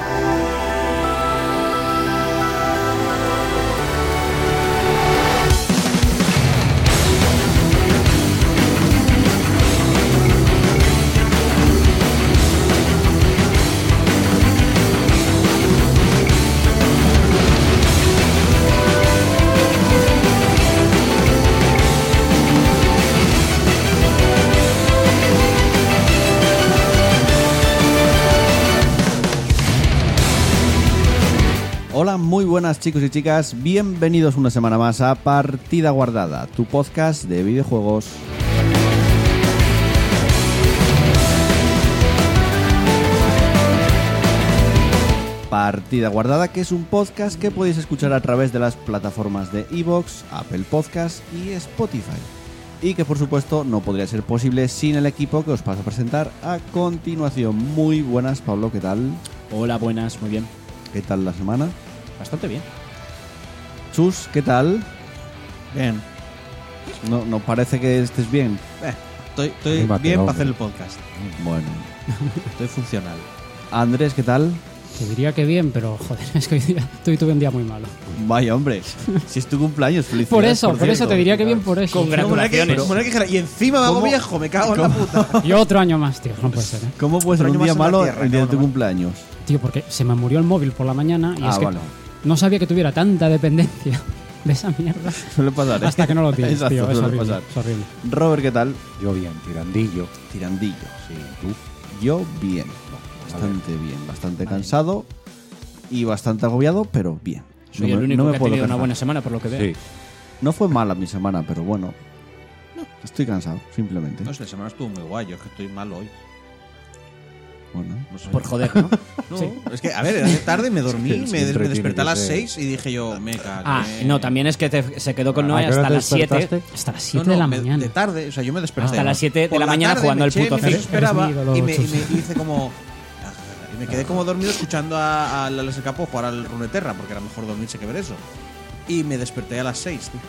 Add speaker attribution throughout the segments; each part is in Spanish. Speaker 1: Hola, muy buenas chicos y chicas, bienvenidos una semana más a Partida Guardada, tu podcast de videojuegos. Partida Guardada, que es un podcast que podéis escuchar a través de las plataformas de Evox, Apple Podcast y Spotify. Y que por supuesto no podría ser posible sin el equipo que os paso a presentar a continuación. Muy buenas, Pablo, ¿qué tal?
Speaker 2: Hola, buenas, muy bien.
Speaker 1: ¿Qué tal la semana?
Speaker 2: Bastante bien.
Speaker 1: Chus, ¿qué tal?
Speaker 3: Bien,
Speaker 1: No, no parece que estés bien.
Speaker 3: estoy, estoy
Speaker 4: Anímate,
Speaker 3: bien
Speaker 4: hombre.
Speaker 3: para hacer el podcast.
Speaker 1: Bueno.
Speaker 3: Estoy funcional.
Speaker 1: Andrés, ¿qué tal?
Speaker 5: Te diría que bien, pero joder, es que hoy día, hoy tuve un día muy malo.
Speaker 1: Vaya, hombre. Si es tu cumpleaños, felicidades.
Speaker 5: Por eso, por, eso
Speaker 1: cierto.
Speaker 5: te diría que bien por eso.
Speaker 2: Congratulaciones.
Speaker 3: No, moral que- moral que- y encima me hago
Speaker 1: ¿Cómo?
Speaker 3: viejo, me cago en la puta.
Speaker 5: Y otro año más, tío. No puede ser, ¿eh?
Speaker 1: ¿Cómo puede ser
Speaker 3: Otro año
Speaker 1: un día
Speaker 3: más en la
Speaker 1: malo
Speaker 3: tierra,
Speaker 1: el día de tu
Speaker 3: cabrón.
Speaker 1: cumpleaños?
Speaker 5: Tío, porque se me murió el móvil por la mañana y
Speaker 1: Ah,
Speaker 5: es que
Speaker 1: vale.
Speaker 5: no sabía que tuviera tanta dependencia de esa mierda.
Speaker 1: Suele pasar. ¿eh?
Speaker 5: Hasta que no lo tienes,
Speaker 1: Exacto,
Speaker 5: tío. Es
Speaker 1: suele
Speaker 5: horrible,
Speaker 1: pasar.
Speaker 5: es horrible.
Speaker 1: Robert, ¿qué tal?
Speaker 4: Yo bien, tirandillo.
Speaker 1: Tirandillo.
Speaker 4: Sí, tú.
Speaker 1: Yo bien. Bastante bien. Bastante cansado y bastante agobiado, pero bien.
Speaker 2: Soy
Speaker 1: No
Speaker 2: el
Speaker 1: me-
Speaker 2: único
Speaker 1: no me
Speaker 2: que ha
Speaker 1: puedo
Speaker 2: tenido una
Speaker 1: quejar.
Speaker 2: buena semana, por lo que veo.
Speaker 4: Sí.
Speaker 1: No fue mala mi semana, pero bueno. Estoy cansado, simplemente.
Speaker 3: No sé, la semana estuvo muy guay, yo es que estoy mal hoy.
Speaker 1: Bueno.
Speaker 3: No sé.
Speaker 2: Por joder, ¿no?
Speaker 3: No, es que, a ver, era tarde me dormí,
Speaker 4: Es que- es que
Speaker 3: me, des- me
Speaker 4: entretiene
Speaker 3: desperté a
Speaker 4: que
Speaker 3: las
Speaker 4: sea.
Speaker 3: 6 y dije yo, me cago.
Speaker 2: Ah, no, también es que te- se quedó con
Speaker 4: ¿A
Speaker 2: Noé
Speaker 4: qué hora
Speaker 2: hasta
Speaker 4: te
Speaker 2: las 7.
Speaker 4: despertaste?
Speaker 5: Hasta las 7 de la
Speaker 3: me-
Speaker 5: mañana.
Speaker 3: De tarde, o sea, yo me desperté.
Speaker 2: Hasta las 7 de
Speaker 3: Por
Speaker 2: la mañana
Speaker 3: tarde
Speaker 2: jugando
Speaker 3: me
Speaker 2: al
Speaker 3: eché,
Speaker 2: puto
Speaker 3: me
Speaker 2: FIFA.
Speaker 3: desesperaba
Speaker 5: Eres mi ídolo,
Speaker 3: y me, y
Speaker 5: Chus.
Speaker 3: me hice como. Y me quedé como dormido escuchando a, a Lalo Capo jugar al Runeterra, porque era mejor dormirse que ver eso. Y me desperté a las 6, tío.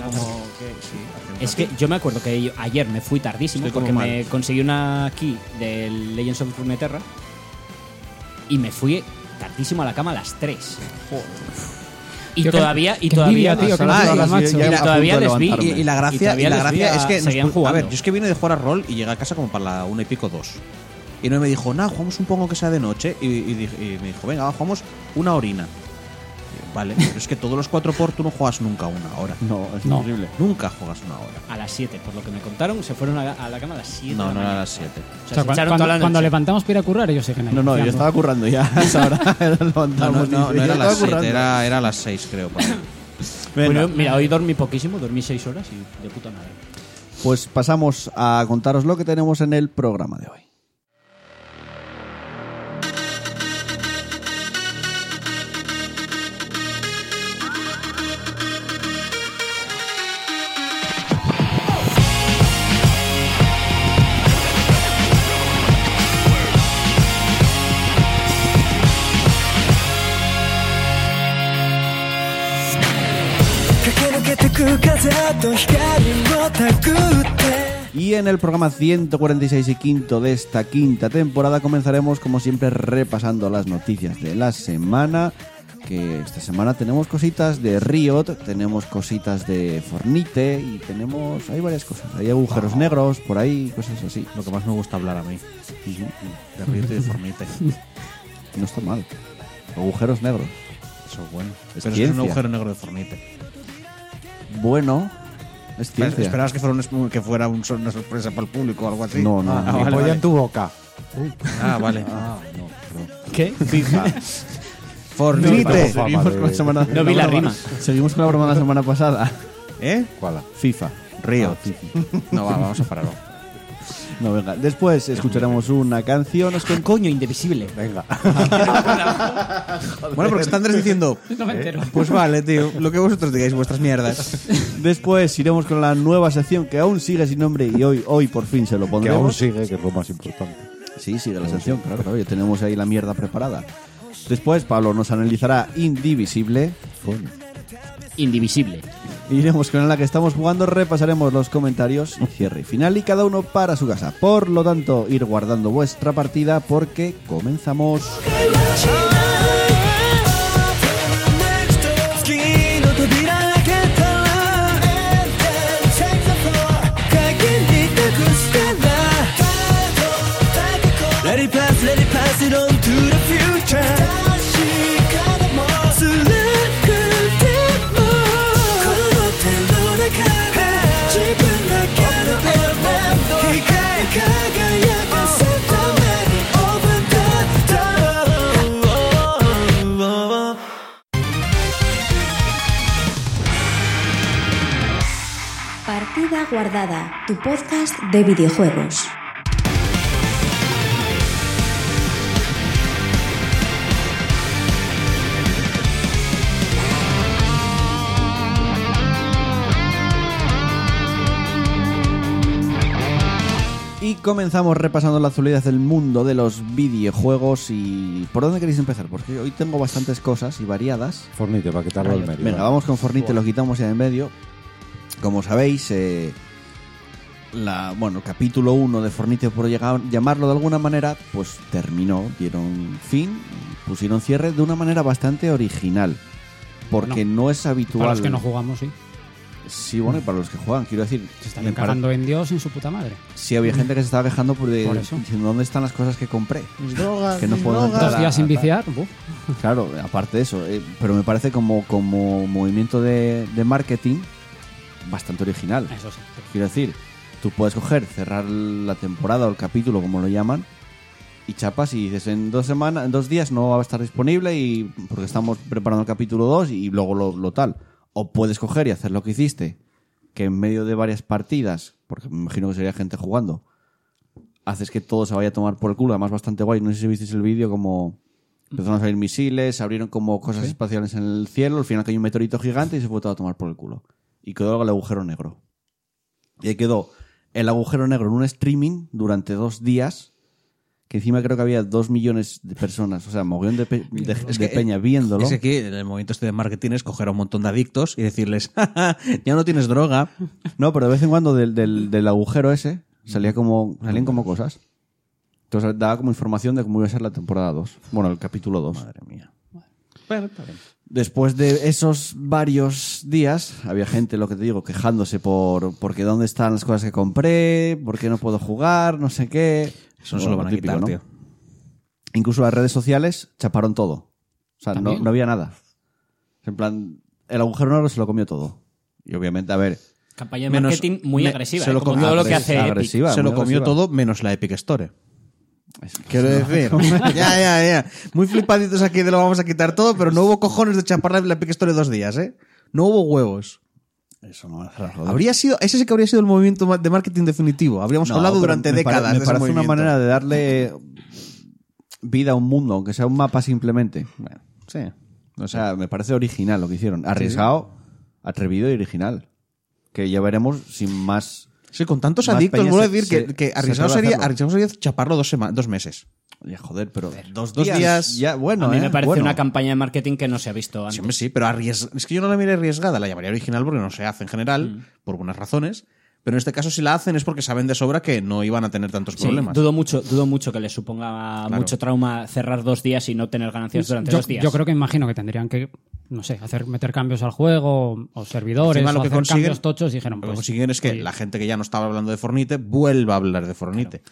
Speaker 3: Como que, sí, hace un
Speaker 2: Es que yo me acuerdo que yo- ayer me fui tardísimo
Speaker 3: Estoy como
Speaker 2: porque
Speaker 3: mal.
Speaker 2: me conseguí una key del Legends of Runeterra y me fui tardísimo a la cama a las 3. Y
Speaker 5: Tío, qué-
Speaker 2: todavía, y
Speaker 5: qué
Speaker 2: todavía,
Speaker 5: envidia, tío, que
Speaker 3: Ah,
Speaker 5: no juegas,
Speaker 3: y-
Speaker 5: macho.
Speaker 1: y-
Speaker 2: y
Speaker 1: a punto
Speaker 2: todavía
Speaker 1: de
Speaker 2: les vi.
Speaker 1: levantarme.
Speaker 3: Y, y la
Speaker 2: Y
Speaker 3: gracia, y
Speaker 2: todavía
Speaker 3: la
Speaker 2: les vi
Speaker 3: gracia
Speaker 2: a-
Speaker 3: es que. nos
Speaker 2: seguían
Speaker 3: pu-
Speaker 2: jugando.
Speaker 3: A ver, yo es que vine de jugar a rol y llegué a casa como para la una y pico, dos. Y no me dijo, nada, jugamos un poco que sea de noche. Y, y dije- y me dijo, venga, va, jugamos una orina. Y yo, Vale, pero es que todos los cuatro por tú no juegas nunca una hora.
Speaker 1: No, es
Speaker 5: No.
Speaker 1: imposible.
Speaker 3: Nunca juegas una hora.
Speaker 2: A las 7, por lo que me contaron, se fueron a, a la cama a las 7.
Speaker 3: No,
Speaker 2: de la
Speaker 3: no
Speaker 2: mañana.
Speaker 3: era a las siete.
Speaker 2: O
Speaker 5: O
Speaker 2: sea,
Speaker 5: sea,
Speaker 2: se
Speaker 5: cuan-
Speaker 2: echaron
Speaker 5: cuando,
Speaker 2: toda la
Speaker 5: cuando
Speaker 2: noche.
Speaker 5: levantamos para ir a currar, ellos siguen ahí.
Speaker 1: No, no, yo
Speaker 5: currando.
Speaker 1: estaba currando ya. a esa hora. Era
Speaker 3: No,
Speaker 1: levantarnos,
Speaker 3: no, no,
Speaker 1: pues, dice,
Speaker 3: no
Speaker 1: yo
Speaker 3: era a las
Speaker 1: estaba
Speaker 3: siete,
Speaker 1: currando.
Speaker 3: era, era a las seis, creo. para mí.
Speaker 2: Bueno, mira, hoy dormí poquísimo, dormí 6 horas y de puta madre.
Speaker 1: Pues pasamos a contaros lo que tenemos en el programa de hoy.
Speaker 6: 駆け抜けてく風と光をたぐって」
Speaker 1: Y en el programa 146 y quinto de esta quinta temporada comenzaremos como siempre repasando las noticias de la semana. Que esta semana tenemos cositas de Riot, tenemos cositas de Fornite y tenemos... Hay varias cosas. Hay agujeros negros por ahí, cosas así.
Speaker 3: Lo que más me gusta hablar a mí. De ríete y de fornite.
Speaker 1: No está mal. Agujeros negros.
Speaker 3: Eso es bueno.
Speaker 1: Es
Speaker 3: Pero es que es un
Speaker 1: ciencia.
Speaker 3: agujero negro de fornite.
Speaker 1: Bueno, es
Speaker 3: Espe-
Speaker 1: ciencia.
Speaker 3: Esperabas que fuera, un- que fuera un- una sorpresa para el público o algo así.
Speaker 1: No, no,
Speaker 3: Ah,
Speaker 1: no.
Speaker 3: vale,
Speaker 4: Polla
Speaker 3: vale.
Speaker 4: en tu boca.
Speaker 3: Ah, vale.
Speaker 5: ¿Qué?
Speaker 3: FIFA.
Speaker 4: No,
Speaker 3: Fornite.
Speaker 4: no,
Speaker 1: Seguimos con la semana-
Speaker 2: No vi la rima.
Speaker 1: Seguimos con la broma de la semana pasada.
Speaker 3: ¿Eh?
Speaker 4: ¿Cuál?
Speaker 1: FIFA.
Speaker 3: Río.
Speaker 1: Ah, FIFA.
Speaker 3: No, va, vamos a pararlo.
Speaker 1: No, venga. Después escucharemos una canción. os
Speaker 2: Con coño indivisible.
Speaker 4: Venga.
Speaker 3: Bueno, porque está Andrés diciendo.
Speaker 5: No me entero.
Speaker 3: Pues vale, tío. Lo que vosotros digáis, vuestras mierdas.
Speaker 1: Después iremos con la nueva sección que aún sigue sin nombre y hoy, hoy por fin se lo
Speaker 4: Que aún
Speaker 1: pondremos.
Speaker 4: sigue, que es lo más importante.
Speaker 1: Sí, sigue la sección, claro, claro, ya tenemos ahí la mierda preparada. Después Pablo nos analizará Indivisible.
Speaker 4: Coño.
Speaker 2: Indivisible.
Speaker 1: Iremos con la que estamos jugando, repasaremos los comentarios, cierre y final y cada uno para su casa. Por lo tanto, ir guardando vuestra partida porque comenzamos.
Speaker 6: 月の扉開けたら鍵に託したら Let it pass, let it pass it on to the future 辛くてもこの手の中で自分だけの光り輝かせた目に Over the door
Speaker 7: Partida Guardada, tu podcast de videojuegos.
Speaker 1: Y comenzamos repasando la actualidad del mundo de los videojuegos y... ¿Por dónde queréis empezar? Porque hoy tengo bastantes cosas y variadas.
Speaker 4: Fornite, para quitarlo al medio.
Speaker 1: Venga, vamos con Fornite, lo quitamos ya de en medio. Como sabéis, eh, la, bueno, el capítulo 1 de Fornite, por llegar- llamarlo de alguna manera, pues terminó, dieron fin, pusieron cierre de una manera bastante original. Porque no, es habitual.
Speaker 5: Para los que no jugamos, sí.
Speaker 1: Sí, bueno, y para los que juegan, quiero decir.
Speaker 5: Se
Speaker 1: me
Speaker 5: están
Speaker 1: pare-
Speaker 5: cagando en Dios en su puta madre.
Speaker 1: Sí, había gente que se estaba quejando por, de-
Speaker 5: Por eso.
Speaker 1: diciendo dónde están las cosas que compré.
Speaker 3: Mis drogas,
Speaker 1: Que no
Speaker 3: mis
Speaker 1: puedo
Speaker 3: drogas.
Speaker 1: entrar
Speaker 5: Dos
Speaker 1: la-
Speaker 5: días sin
Speaker 1: la-
Speaker 5: viciar. buf.
Speaker 1: Claro, aparte de eso, eh, pero me parece como, como movimiento de, de marketing bastante original.
Speaker 5: Eso sí.
Speaker 1: Quiero decir, tú puedes coger, cerrar la temporada o el capítulo, como lo llaman, y chapas y dices en dos semanas, en dos días no va a estar disponible y porque estamos preparando el capítulo 2 y luego lo, lo tal. O puedes coger y hacer lo que hiciste, que en medio de varias partidas, porque me imagino que sería gente jugando, haces que todo se vaya a tomar por el culo, además bastante guay. No sé si visteis el vídeo como empezaron a salir misiles, abrieron como cosas espaciales en el cielo, al final cayó un meteorito gigante y se fue todo a tomar por el culo. Y quedó el agujero negro. Y ahí quedó el agujero negro en un streaming durante dos días, que encima creo que había dos millones de personas, o sea, mogollón de, pe- de-
Speaker 3: Es
Speaker 1: de
Speaker 3: que-
Speaker 1: peña viéndolo.
Speaker 3: Es que aquí el momento este de marketing es coger a un montón de adictos y decirles, "Ja, ja, ya no tienes droga.
Speaker 1: No, pero de vez en cuando del, del- del agujero ese salía como, salían como cosas. Entonces daba como información de cómo iba a ser la temporada 2. Bueno, el capítulo 2. Madre mía. Después de esos varios días, había gente, lo que te digo, quejándose por porque dónde están las cosas que compré, por qué no puedo jugar, no sé qué.
Speaker 3: Eso no se
Speaker 1: Bueno,
Speaker 3: lo van a
Speaker 1: típico,
Speaker 3: quitar,
Speaker 1: ¿no?
Speaker 3: tío.
Speaker 1: Incluso las redes sociales chaparon todo. O sea, no,
Speaker 5: También.
Speaker 1: no había nada. En plan, el agujero negro se lo comió todo. Y obviamente, a ver,
Speaker 2: Campaña de
Speaker 3: Menos-
Speaker 2: marketing muy
Speaker 3: me-
Speaker 2: agresiva.
Speaker 3: se
Speaker 2: ¿eh?
Speaker 3: lo
Speaker 2: como
Speaker 3: comió
Speaker 2: todo lo
Speaker 3: agres-
Speaker 2: que hace Epic.
Speaker 1: agresiva.
Speaker 3: se lo
Speaker 1: muy
Speaker 3: comió
Speaker 1: agresiva.
Speaker 3: todo menos la Epic Store. Quiero decir, ya, ya, ya. Muy flipaditos aquí de lo vamos a quitar todo, pero no hubo cojones de chaparra la Epic Store dos días, ¿eh? No hubo huevos.
Speaker 1: Eso no me hace raro.
Speaker 3: Habría sido, ese sí que habría sido el movimiento ma- de marketing definitivo. Habríamos
Speaker 1: No,
Speaker 3: hablado
Speaker 1: pero
Speaker 3: durante
Speaker 1: me pare-
Speaker 3: décadas. de
Speaker 1: me
Speaker 3: ese
Speaker 1: parece una
Speaker 3: movimiento.
Speaker 1: manera de darle vida a un mundo, aunque sea un mapa simplemente.
Speaker 3: Sí.
Speaker 1: O sea, me parece original lo que hicieron. Arriesgado, atrevido y original. Que ya veremos sin más.
Speaker 3: Sí, con tantos
Speaker 1: Más
Speaker 3: adictos,
Speaker 1: peña
Speaker 3: vuelvo a
Speaker 1: se-
Speaker 3: decir
Speaker 1: se-
Speaker 3: que, que
Speaker 1: se
Speaker 3: arriesgado,
Speaker 1: atreve a
Speaker 3: sería,
Speaker 1: hacerlo.
Speaker 3: arriesgado sería chaparlo dos, sema- dos meses.
Speaker 1: Ya, joder, pero dos,
Speaker 3: dos
Speaker 1: días,
Speaker 3: días-
Speaker 1: Ya, bueno,
Speaker 2: a mí
Speaker 1: ¿eh?
Speaker 2: me parece
Speaker 1: Bueno.
Speaker 2: una campaña de marketing que no se ha visto antes.
Speaker 3: Sí, hombre, sí, pero arries- es que yo no la miré arriesgada, la llamaría original porque no se hace en general, por buenas razones. Pero en este caso, si la hacen es porque saben de sobra que no iban a tener tantos
Speaker 2: Sí,
Speaker 3: problemas.
Speaker 2: dudo mucho, dudo mucho que les suponga mucho trauma cerrar dos días y no tener ganancias durante
Speaker 5: yo,
Speaker 2: dos días.
Speaker 5: yo creo que imagino que tendrían que, no sé, hacer meter cambios al juego o servidores
Speaker 3: Encima
Speaker 5: o
Speaker 3: lo que
Speaker 5: hacer
Speaker 3: consiguen-
Speaker 5: cambios tochos y dijeron,
Speaker 3: Lo que
Speaker 5: pues,
Speaker 3: consiguen es que
Speaker 5: oye,
Speaker 3: la gente que ya no estaba hablando de Fornite vuelva a hablar de Fornite.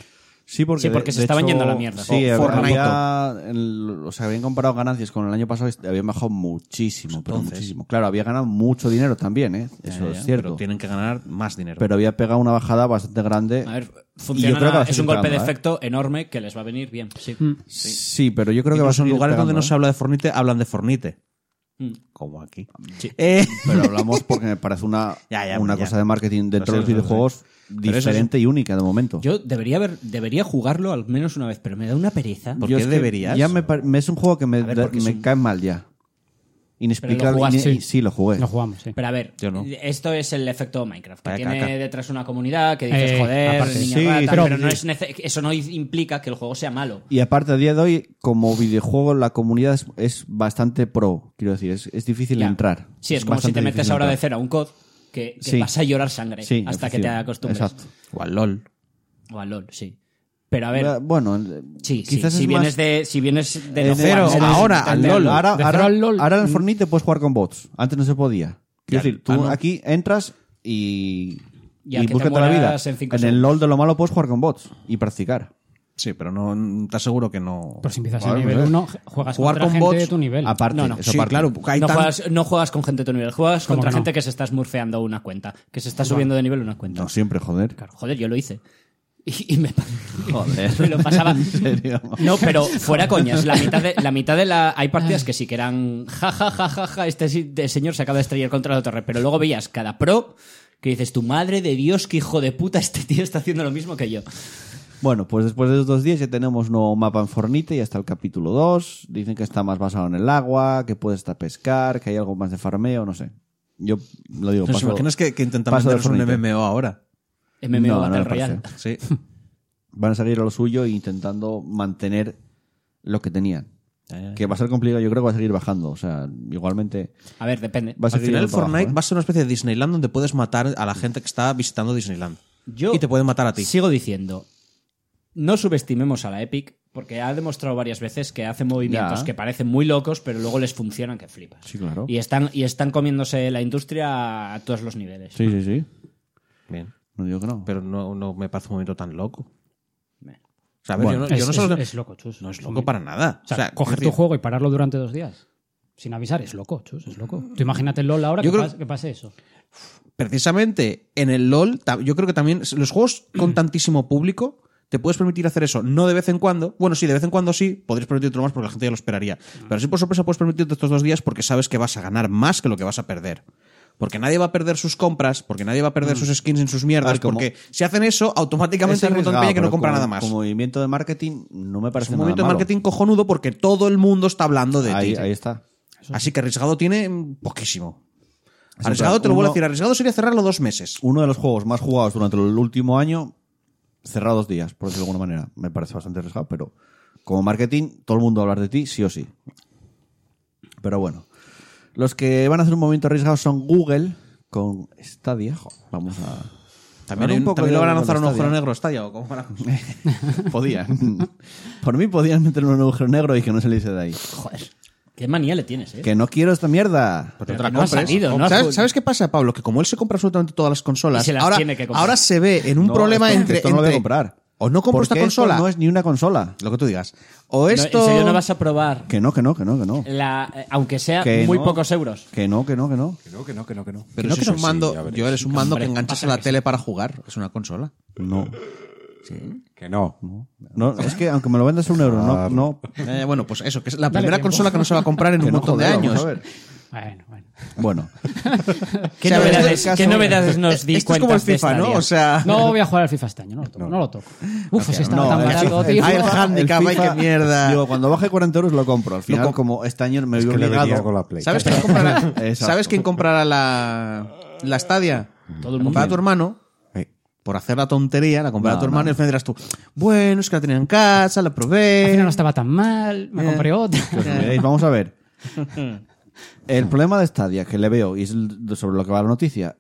Speaker 1: Sí, porque,
Speaker 2: Sí, porque
Speaker 1: de-
Speaker 2: se
Speaker 1: de
Speaker 2: estaban
Speaker 1: hecho,
Speaker 2: yendo a la mierda. Oh,
Speaker 1: Sí,
Speaker 3: O Fortnite.
Speaker 1: había, el- o sea, habían comparado ganancias con el año pasado y habían bajado muchísimo, pero
Speaker 3: Entonces.
Speaker 1: muchísimo. Claro, había ganado mucho dinero también, ¿eh? Eso
Speaker 3: Ya, ya,
Speaker 1: es cierto.
Speaker 3: Pero tienen que ganar más dinero.
Speaker 1: pero había pegado una bajada bastante grande.
Speaker 2: A ver,
Speaker 1: Y yo
Speaker 2: funciona,
Speaker 1: creo que va a
Speaker 2: es
Speaker 1: seguir
Speaker 2: un golpe de
Speaker 1: pegando, ¿eh?
Speaker 2: efecto enorme que les va a venir bien. Sí.
Speaker 1: Sí. pero yo creo que va a
Speaker 3: Incluso
Speaker 1: ser
Speaker 3: en lugares donde no ¿eh? se
Speaker 1: sabemos
Speaker 3: habla de Fornite, hablan de Fornite.
Speaker 2: Mm.
Speaker 3: Como aquí.
Speaker 2: Sí.
Speaker 3: Eh,
Speaker 1: Pero hablamos porque me parece una,
Speaker 3: Ya, ya,
Speaker 1: una
Speaker 3: ya.
Speaker 1: cosa de marketing dentro de los
Speaker 3: Lo sé, lo sé,
Speaker 1: videojuegos
Speaker 3: Pero eso es-
Speaker 1: diferente y única de momento.
Speaker 2: Yo debería haber, debería jugarlo al menos una vez, pero me da una pereza.
Speaker 3: ¿Por
Speaker 1: Yo
Speaker 3: qué
Speaker 1: es que
Speaker 3: deberías?
Speaker 1: Ya me, par- me- es un juego que me,
Speaker 3: A ver,
Speaker 1: da-
Speaker 3: porque es
Speaker 1: me
Speaker 3: un-
Speaker 1: cae mal ya. inexplicable.
Speaker 2: jugaste,
Speaker 1: ine-
Speaker 2: sí.
Speaker 1: sí, lo jugué.
Speaker 5: Lo jugamos, sí.
Speaker 2: Pero a ver,
Speaker 3: Yo no.
Speaker 2: esto es el efecto Minecraft. Que
Speaker 3: Vaya
Speaker 2: tiene
Speaker 3: caca.
Speaker 2: detrás una comunidad que dices,
Speaker 5: Eh,
Speaker 2: joder,
Speaker 5: aparte.
Speaker 2: niña
Speaker 1: Sí,
Speaker 2: rata,
Speaker 1: pero-
Speaker 2: pero, no es nece- eso no implica que el juego sea malo.
Speaker 1: Y aparte, a día de hoy, como videojuego, la comunidad es, es bastante pro, quiero decir, es, es difícil
Speaker 2: Ya.
Speaker 1: entrar.
Speaker 2: Sí, es como si
Speaker 1: bastante
Speaker 2: te metes
Speaker 1: difícil
Speaker 2: ahora de
Speaker 1: entrar.
Speaker 2: cero a un COD que, que
Speaker 1: Sí.
Speaker 2: vas a llorar sangre
Speaker 1: Sí,
Speaker 2: hasta que te
Speaker 1: efectivo.
Speaker 2: acostumbres.
Speaker 1: Exacto.
Speaker 3: O al LOL.
Speaker 2: O al LOL, sí. Pero a ver,
Speaker 1: Eh, bueno, eh,
Speaker 2: sí, sí,
Speaker 1: quizás
Speaker 2: si,
Speaker 1: es
Speaker 2: vienes
Speaker 1: más-
Speaker 2: de, si vienes de
Speaker 1: Eh, de-
Speaker 2: no jugar
Speaker 3: cero
Speaker 2: nada,
Speaker 3: a ahora,
Speaker 1: de-
Speaker 3: al
Speaker 1: de-
Speaker 3: LOL.
Speaker 1: Ahora,
Speaker 5: De
Speaker 1: ahora-
Speaker 5: cero al LOL.
Speaker 1: ahora
Speaker 2: Mm.
Speaker 1: en el Fortnite puedes jugar con bots. Antes no se podía. Quiero
Speaker 3: Ya,
Speaker 1: decir, tú
Speaker 3: ah, no.
Speaker 1: aquí entras y,
Speaker 2: Y a que te
Speaker 1: búscate la vida.
Speaker 2: mueras en cinco
Speaker 1: el
Speaker 2: segundos.
Speaker 1: LOL de lo malo puedes jugar con bots y practicar.
Speaker 3: Sí, pero no te aseguro que no. ¿eh?
Speaker 5: Pero si empiezas
Speaker 1: Vale,
Speaker 5: en nivel
Speaker 1: pues,
Speaker 5: 1, juegas
Speaker 3: jugar
Speaker 5: contra
Speaker 3: con
Speaker 5: gente
Speaker 3: bots,
Speaker 5: de tu nivel.
Speaker 1: Aparte,
Speaker 2: No, no.
Speaker 1: eso
Speaker 3: sí,
Speaker 1: aparte.
Speaker 3: claro, hay
Speaker 2: no,
Speaker 3: tan-
Speaker 2: juegas, no juegas con gente de tu nivel, juegas
Speaker 5: ¿Cómo
Speaker 2: contra
Speaker 5: que no?
Speaker 2: gente que se está smurfeando una cuenta, que se está subiendo de nivel una cuenta.
Speaker 1: No siempre, joder.
Speaker 2: Claro, joder, yo lo hice. Y, y me, me lo pasaba.
Speaker 1: En serio.
Speaker 2: No, pero fuera coñas. La mitad de la. Mitad de la hay partidas que sí que eran. Ja, ja, ja, ja, ja, Este sí- de señor se acaba de estrellar contra la torre. Pero luego veías cada pro que dices, tu madre de Dios, que hijo de puta, este tío está haciendo lo mismo que yo.
Speaker 1: Bueno, pues después de esos dos días ya tenemos nuevo mapa en Fornite y hasta el capítulo 2. Dicen que está más basado en el agua, que puedes hasta pescar, que hay algo más de farmeo, no sé. Yo lo digo,
Speaker 3: ¿Os
Speaker 1: paso-
Speaker 3: imaginas que, que intentan
Speaker 1: paso del
Speaker 3: venderos un
Speaker 1: Fortnite.
Speaker 3: MMO ahora?
Speaker 2: MMO
Speaker 1: No, no
Speaker 2: Battle
Speaker 1: me
Speaker 2: Royale.
Speaker 1: parece.
Speaker 3: Sí.
Speaker 1: van a salir a lo suyo e intentando mantener lo que tenían. Que va a ser complicado, yo creo que va a seguir bajando. O sea, igualmente
Speaker 2: A ver, depende.
Speaker 1: va a
Speaker 3: Al
Speaker 1: seguir
Speaker 3: final,
Speaker 1: yendo para
Speaker 3: Fortnite
Speaker 1: abajo, ¿eh?
Speaker 3: va a ser una especie de Disneyland donde puedes matar a la gente que está visitando Disneyland.
Speaker 2: Yo
Speaker 3: y te pueden matar a ti.
Speaker 2: Sigo diciendo, no subestimemos a la Epic, porque ha demostrado varias veces que hace movimientos
Speaker 1: Ya.
Speaker 2: que parecen muy locos, pero luego les funcionan que flipas.
Speaker 1: Sí, claro.
Speaker 2: Y están, y están comiéndose la industria a todos los niveles.
Speaker 1: Sí, sí, sí.
Speaker 3: Bien.
Speaker 1: No digo que no.
Speaker 3: Pero no, no me parece un momento tan loco. O sea, a ver,
Speaker 1: Bueno,
Speaker 3: yo no, yo
Speaker 5: es,
Speaker 3: no solo-
Speaker 5: es- es loco, chus.
Speaker 3: no es loco para nada.
Speaker 5: O sea, coger tu
Speaker 3: quiero decir,
Speaker 5: juego y pararlo durante dos días sin avisar es loco, chus, es loco. Tú imagínate el LOL ahora
Speaker 3: Yo
Speaker 5: que,
Speaker 3: creo-
Speaker 5: pas- que pase eso.
Speaker 3: Precisamente en el LOL, ta- yo creo que también los juegos con tantísimo público te puedes permitir hacer eso. No de vez en cuando. Bueno, sí, de vez en cuando sí, podrías permitírtelo más porque la gente ya lo esperaría.
Speaker 1: Ah.
Speaker 3: Pero sí, por sorpresa, puedes permitirte estos dos días porque sabes que vas a ganar más que lo que vas a perder. Porque nadie va a perder sus compras, porque nadie va a perder sus skins en sus mierdas,
Speaker 1: ver, Mm. como-
Speaker 3: porque si hacen eso,
Speaker 1: Es
Speaker 3: automáticamente hay un montón de
Speaker 1: arriesgado,
Speaker 3: peña que no
Speaker 1: pero
Speaker 3: compra
Speaker 1: como-
Speaker 3: nada más.
Speaker 1: Como movimiento de marketing, no me
Speaker 3: Es
Speaker 1: parece
Speaker 3: un
Speaker 1: nada
Speaker 3: momento de
Speaker 1: malo.
Speaker 3: marketing cojonudo porque todo el mundo está hablando de
Speaker 1: Ahí,
Speaker 3: ti.
Speaker 1: ahí está.
Speaker 3: Así que arriesgado tiene mm, poquísimo.
Speaker 1: en
Speaker 3: Arriesgado,
Speaker 1: plan,
Speaker 3: te lo vuelvo a
Speaker 1: uno-
Speaker 3: decir, arriesgado sería cerrarlo dos meses.
Speaker 1: Uno de los juegos más jugados durante el último año, cerrados días, por decirlo de alguna manera. Me parece bastante arriesgado, pero como marketing, todo el mundo va a hablar de ti, sí o sí. Pero bueno. Los que van a hacer un momento arriesgado son Google con Stadia. Jo, Vamos a. Hablar
Speaker 3: También, hay- también
Speaker 1: de-
Speaker 3: le van a lanzar
Speaker 1: con
Speaker 3: un agujero
Speaker 1: Stadia.
Speaker 3: negro, está ya, o cómo van a-
Speaker 1: Podían. Por mí podían meter un agujero negro y que no se le dice de ahí.
Speaker 2: Joder, qué manía le tienes, ¿eh?
Speaker 1: Que no quiero esta mierda.
Speaker 2: Pero que no ha salido, ¿no?
Speaker 3: ¿Sabes, sabes qué pasa, Pablo? Que como él se compra absolutamente todas las consolas,
Speaker 2: Y se las
Speaker 3: ahora,
Speaker 2: tiene que comprar.
Speaker 3: ahora se ve en un
Speaker 1: No,
Speaker 3: problema
Speaker 1: esto-
Speaker 3: entre.
Speaker 1: esto no lo voy a
Speaker 3: entre-
Speaker 1: comprar.
Speaker 3: O no compro
Speaker 1: Porque
Speaker 3: esta consola.
Speaker 1: Esto no es ni una consola.
Speaker 3: Lo que tú digas. O
Speaker 2: No,
Speaker 3: esto.
Speaker 2: En serio, no vas a probar,
Speaker 1: Que no, que no, que no, que no.
Speaker 2: la, eh, aunque sea
Speaker 1: Que
Speaker 2: muy
Speaker 1: no.
Speaker 2: pocos euros.
Speaker 1: Que no, que no, que no.
Speaker 4: Que no, que no, que no, que no.
Speaker 3: Pero no que es un mando. yo eres un mando
Speaker 2: Hombre,
Speaker 3: que enganchas a la tele para jugar. Es una consola.
Speaker 1: No.
Speaker 4: Que no. No,
Speaker 1: No, es que aunque me lo vendas a un euro,
Speaker 4: Ah,
Speaker 1: no, no.
Speaker 3: Eh, bueno, pues eso, que es la primera
Speaker 5: tiempo.
Speaker 3: consola que no se va a comprar en
Speaker 1: Que
Speaker 3: un
Speaker 1: no,
Speaker 3: montón de
Speaker 1: joder, vamos
Speaker 3: años.
Speaker 1: a ver.
Speaker 5: Bueno, bueno.
Speaker 1: Bueno,
Speaker 2: ¿Qué,
Speaker 3: O sea,
Speaker 2: novedades,
Speaker 3: este caso-
Speaker 2: ¿qué novedades nos di
Speaker 3: Esto es como el
Speaker 2: cuentas de
Speaker 3: FIFA,
Speaker 2: esta
Speaker 3: Ah, ¿no?
Speaker 2: día?
Speaker 3: O sea.
Speaker 5: No voy a jugar al FIFA este año, no lo toco. No, lo toco. Uf, ese estaba
Speaker 1: no,
Speaker 5: tan
Speaker 1: el
Speaker 5: barato,
Speaker 1: FIFA-
Speaker 5: tío.
Speaker 3: Ay, el handicap, ay, qué mierda.
Speaker 1: Digo, cuando baje 40 euros lo compro. Al final,
Speaker 3: comp-
Speaker 1: como este año me
Speaker 4: es
Speaker 1: veo
Speaker 4: que le venía con
Speaker 1: obligado.
Speaker 4: la Play.
Speaker 3: ¿Sabes quién comprará,
Speaker 1: Exacto.
Speaker 3: ¿sabes quién comprará la, la Stadia?
Speaker 2: Todo el
Speaker 3: La comprará
Speaker 2: mundo.
Speaker 3: tu hermano.
Speaker 4: Eh,
Speaker 3: Por hacer la tontería, la comprará
Speaker 1: No,
Speaker 3: tu hermano
Speaker 1: no.
Speaker 3: y al final dirás tú, bueno, es que la tenía en casa, la
Speaker 5: Al
Speaker 3: probé.
Speaker 5: final no estaba tan mal, me
Speaker 3: Eh.
Speaker 5: compré otra.
Speaker 1: Pues miréis, vamos a ver. El problema de Stadia que le veo, y es el- sobre lo que va la noticia,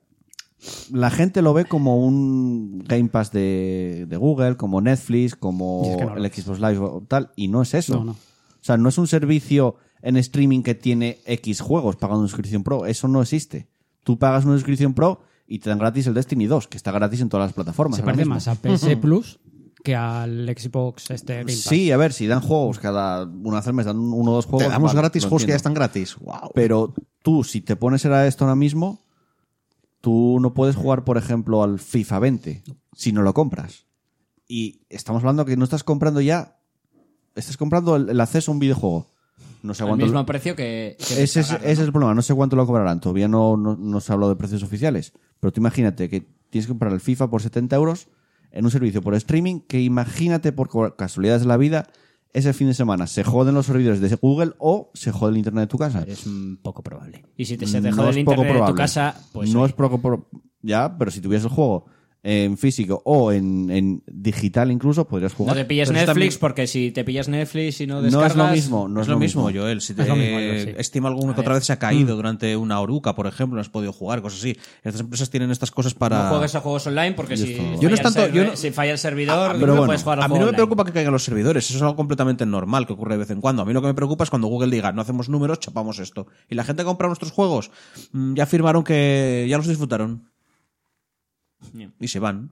Speaker 1: la gente lo ve como un Game Pass de, de Google, como Netflix, como
Speaker 5: Y es que no lo
Speaker 1: el
Speaker 5: es.
Speaker 1: Xbox Live o tal, y no es eso.
Speaker 5: No, no.
Speaker 1: O sea, no es un servicio en streaming que tiene X juegos pagando una suscripción pro. Eso no existe. Tú pagas una suscripción pro y te dan gratis el Destiny 2, que está gratis en todas las plataformas.
Speaker 5: Se
Speaker 1: ahora
Speaker 5: parece
Speaker 1: mismo.
Speaker 5: más a PS Plus que al Xbox este Game Pass.
Speaker 1: Sí, a ver, si dan juegos cada una vez al mes, dan uno o dos juegos.
Speaker 3: Te damos
Speaker 1: vale,
Speaker 3: gratis
Speaker 1: lo
Speaker 3: juegos que
Speaker 1: entiendo.
Speaker 3: ya están gratis. Wow.
Speaker 1: Pero tú, si te pones a esto ahora mismo, tú no puedes jugar, por ejemplo, al FIFA 20 si no lo compras. Y estamos hablando que no estás comprando ya. Estás comprando el, el acceso a un videojuego. No sé
Speaker 2: Al
Speaker 1: cuánto.
Speaker 2: mismo precio que... que
Speaker 1: Ese es,
Speaker 2: descargarlo,
Speaker 1: ese es el problema. No sé cuánto lo cobrarán. Todavía no, no, no se ha hablado de precios oficiales. Pero tú imagínate que tienes que comprar el FIFA por 70 euros en un servicio por streaming que imagínate por co- casualidades de la vida ese fin de semana se joden los servidores de Google o se jode el internet de tu casa.
Speaker 2: Es mm, poco probable. Mm, Y si te se dejó
Speaker 1: No
Speaker 2: del
Speaker 1: es poco
Speaker 2: internet de tu
Speaker 1: probable.
Speaker 2: casa, pues.
Speaker 1: no
Speaker 2: oye,
Speaker 1: es poco pro- ya, pero si tuvieras el juego en físico o en, en digital incluso podrías
Speaker 2: no
Speaker 1: jugar.
Speaker 2: te pillas
Speaker 1: Pero eso
Speaker 2: Netflix,
Speaker 1: también-
Speaker 2: porque si te pillas Netflix y no
Speaker 1: no
Speaker 2: descargas.
Speaker 1: es lo mismo, no
Speaker 3: es lo mismo, Joel. Si te,
Speaker 5: Es lo mismo, Joel, sí.
Speaker 3: Steam alguna que otra vez se ha caído durante una oruca, por ejemplo, no has podido jugar, cosas así. Estas empresas tienen estas cosas para.
Speaker 2: No juegues a juegos online porque si,
Speaker 1: esto-
Speaker 2: falla
Speaker 3: Yo no es
Speaker 2: el
Speaker 3: tanto-
Speaker 2: server-
Speaker 3: yo no-
Speaker 2: si falla el servidor,
Speaker 3: A- a mí
Speaker 2: no
Speaker 1: bueno,
Speaker 2: puedes jugar al
Speaker 3: a mí
Speaker 2: juego
Speaker 3: no me
Speaker 2: online.
Speaker 3: preocupa que caigan los servidores, eso es algo completamente normal que ocurre de vez en cuando. A mí lo que me preocupa es cuando Google diga, no hacemos números, chapamos esto. Y la gente compra nuestros juegos, Mm, ya firmaron que ya los disfrutaron.
Speaker 2: Ya.
Speaker 3: Y se van.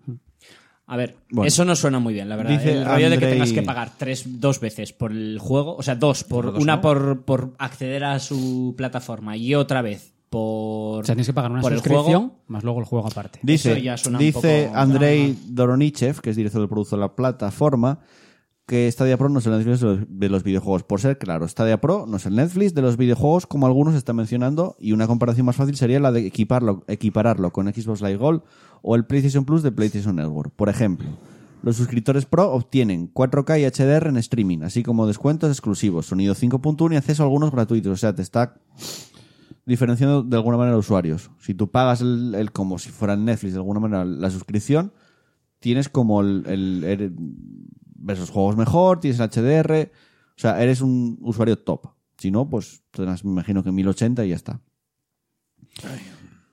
Speaker 2: A ver,
Speaker 1: Bueno.
Speaker 2: eso no suena muy bien, la verdad. ¿eh?
Speaker 1: Dice
Speaker 2: el rollo de que
Speaker 1: Andrei-
Speaker 2: tengas que pagar tres, dos veces por el juego, o sea, dos, por una por, por acceder a su plataforma y otra vez por.
Speaker 5: O sea, tienes que pagar una
Speaker 2: por el
Speaker 5: suscripción
Speaker 2: juego.
Speaker 5: más luego el juego aparte.
Speaker 2: Eso
Speaker 1: Dice,
Speaker 2: ya suena un
Speaker 1: dice
Speaker 2: poco-
Speaker 1: Andrei Doronichev, que es director del producto de la plataforma, que Stadia Pro no es el Netflix de los- de los videojuegos. Por ser claro, Stadia Pro no es el Netflix de los videojuegos, como algunos están mencionando, y una comparación más fácil sería la de equiparlo, equipararlo con Xbox Live Gold o el PlayStation Plus de PlayStation Network. Por ejemplo, los suscriptores Pro obtienen 4K y HDR en streaming, así como descuentos exclusivos, sonido 5.1 y acceso a algunos gratuitos. O sea, te está diferenciando de alguna manera a usuarios. Si tú pagas el, el- como si fuera el Netflix de alguna manera la suscripción, tienes como el, el- el- ves los juegos mejor, tienes el HDR, o sea, eres un usuario top. Si no, pues tendrás, me imagino que 1080 y ya está.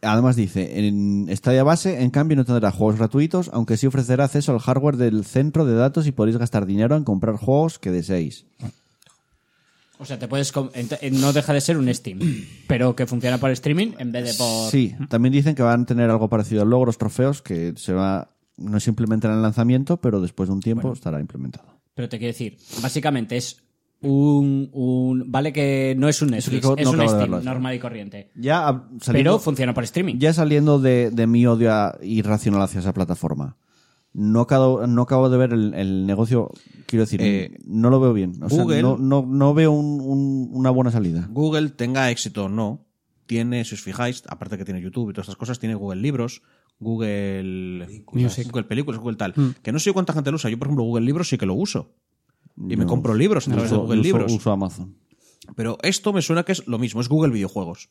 Speaker 1: Además dice, en Stadia Base, en cambio, no tendrá juegos gratuitos, aunque sí ofrecerá acceso al hardware del centro de datos y podréis gastar dinero en comprar juegos que deseéis.
Speaker 2: O sea, te puedes. com- ent- eh, No deja de ser un Steam, pero que funciona por streaming en vez de por.
Speaker 1: Sí, también dicen que van a tener algo parecido a logros, trofeos, que se va no se implementará en el lanzamiento, pero después de un tiempo estará implementado.
Speaker 2: Pero te quiero decir, básicamente es un. un- vale que no es un Netflix,
Speaker 1: que no
Speaker 2: es
Speaker 1: acabo de
Speaker 2: un Steam
Speaker 1: verlo, eso.
Speaker 2: normal y corriente.
Speaker 1: Ya ah,
Speaker 2: Pero
Speaker 1: saliendo,
Speaker 2: funciona por streaming.
Speaker 1: ya saliendo de, de mi odio a- irracional hacia esa plataforma. No acabo, no acabo de ver el, el negocio, quiero decir,
Speaker 3: Eh,
Speaker 1: no lo veo bien. O sea,
Speaker 3: Google-
Speaker 1: no, no- no veo un- un- una buena salida.
Speaker 3: Google tenga éxito o no, tiene, si os fijáis, aparte que tiene YouTube y todas estas cosas, tiene Google Libros, Google
Speaker 5: Music.
Speaker 3: Google Películas, Google tal.
Speaker 2: Mm.
Speaker 3: Que no sé cuánta gente lo usa. Yo, por ejemplo, Google Libros sí que lo uso. Y me compro libros a través de
Speaker 1: Uso-
Speaker 3: Google
Speaker 1: uso-
Speaker 3: Libros.
Speaker 1: uso Amazon.
Speaker 3: Pero esto me suena que es lo mismo, es Google Videojuegos.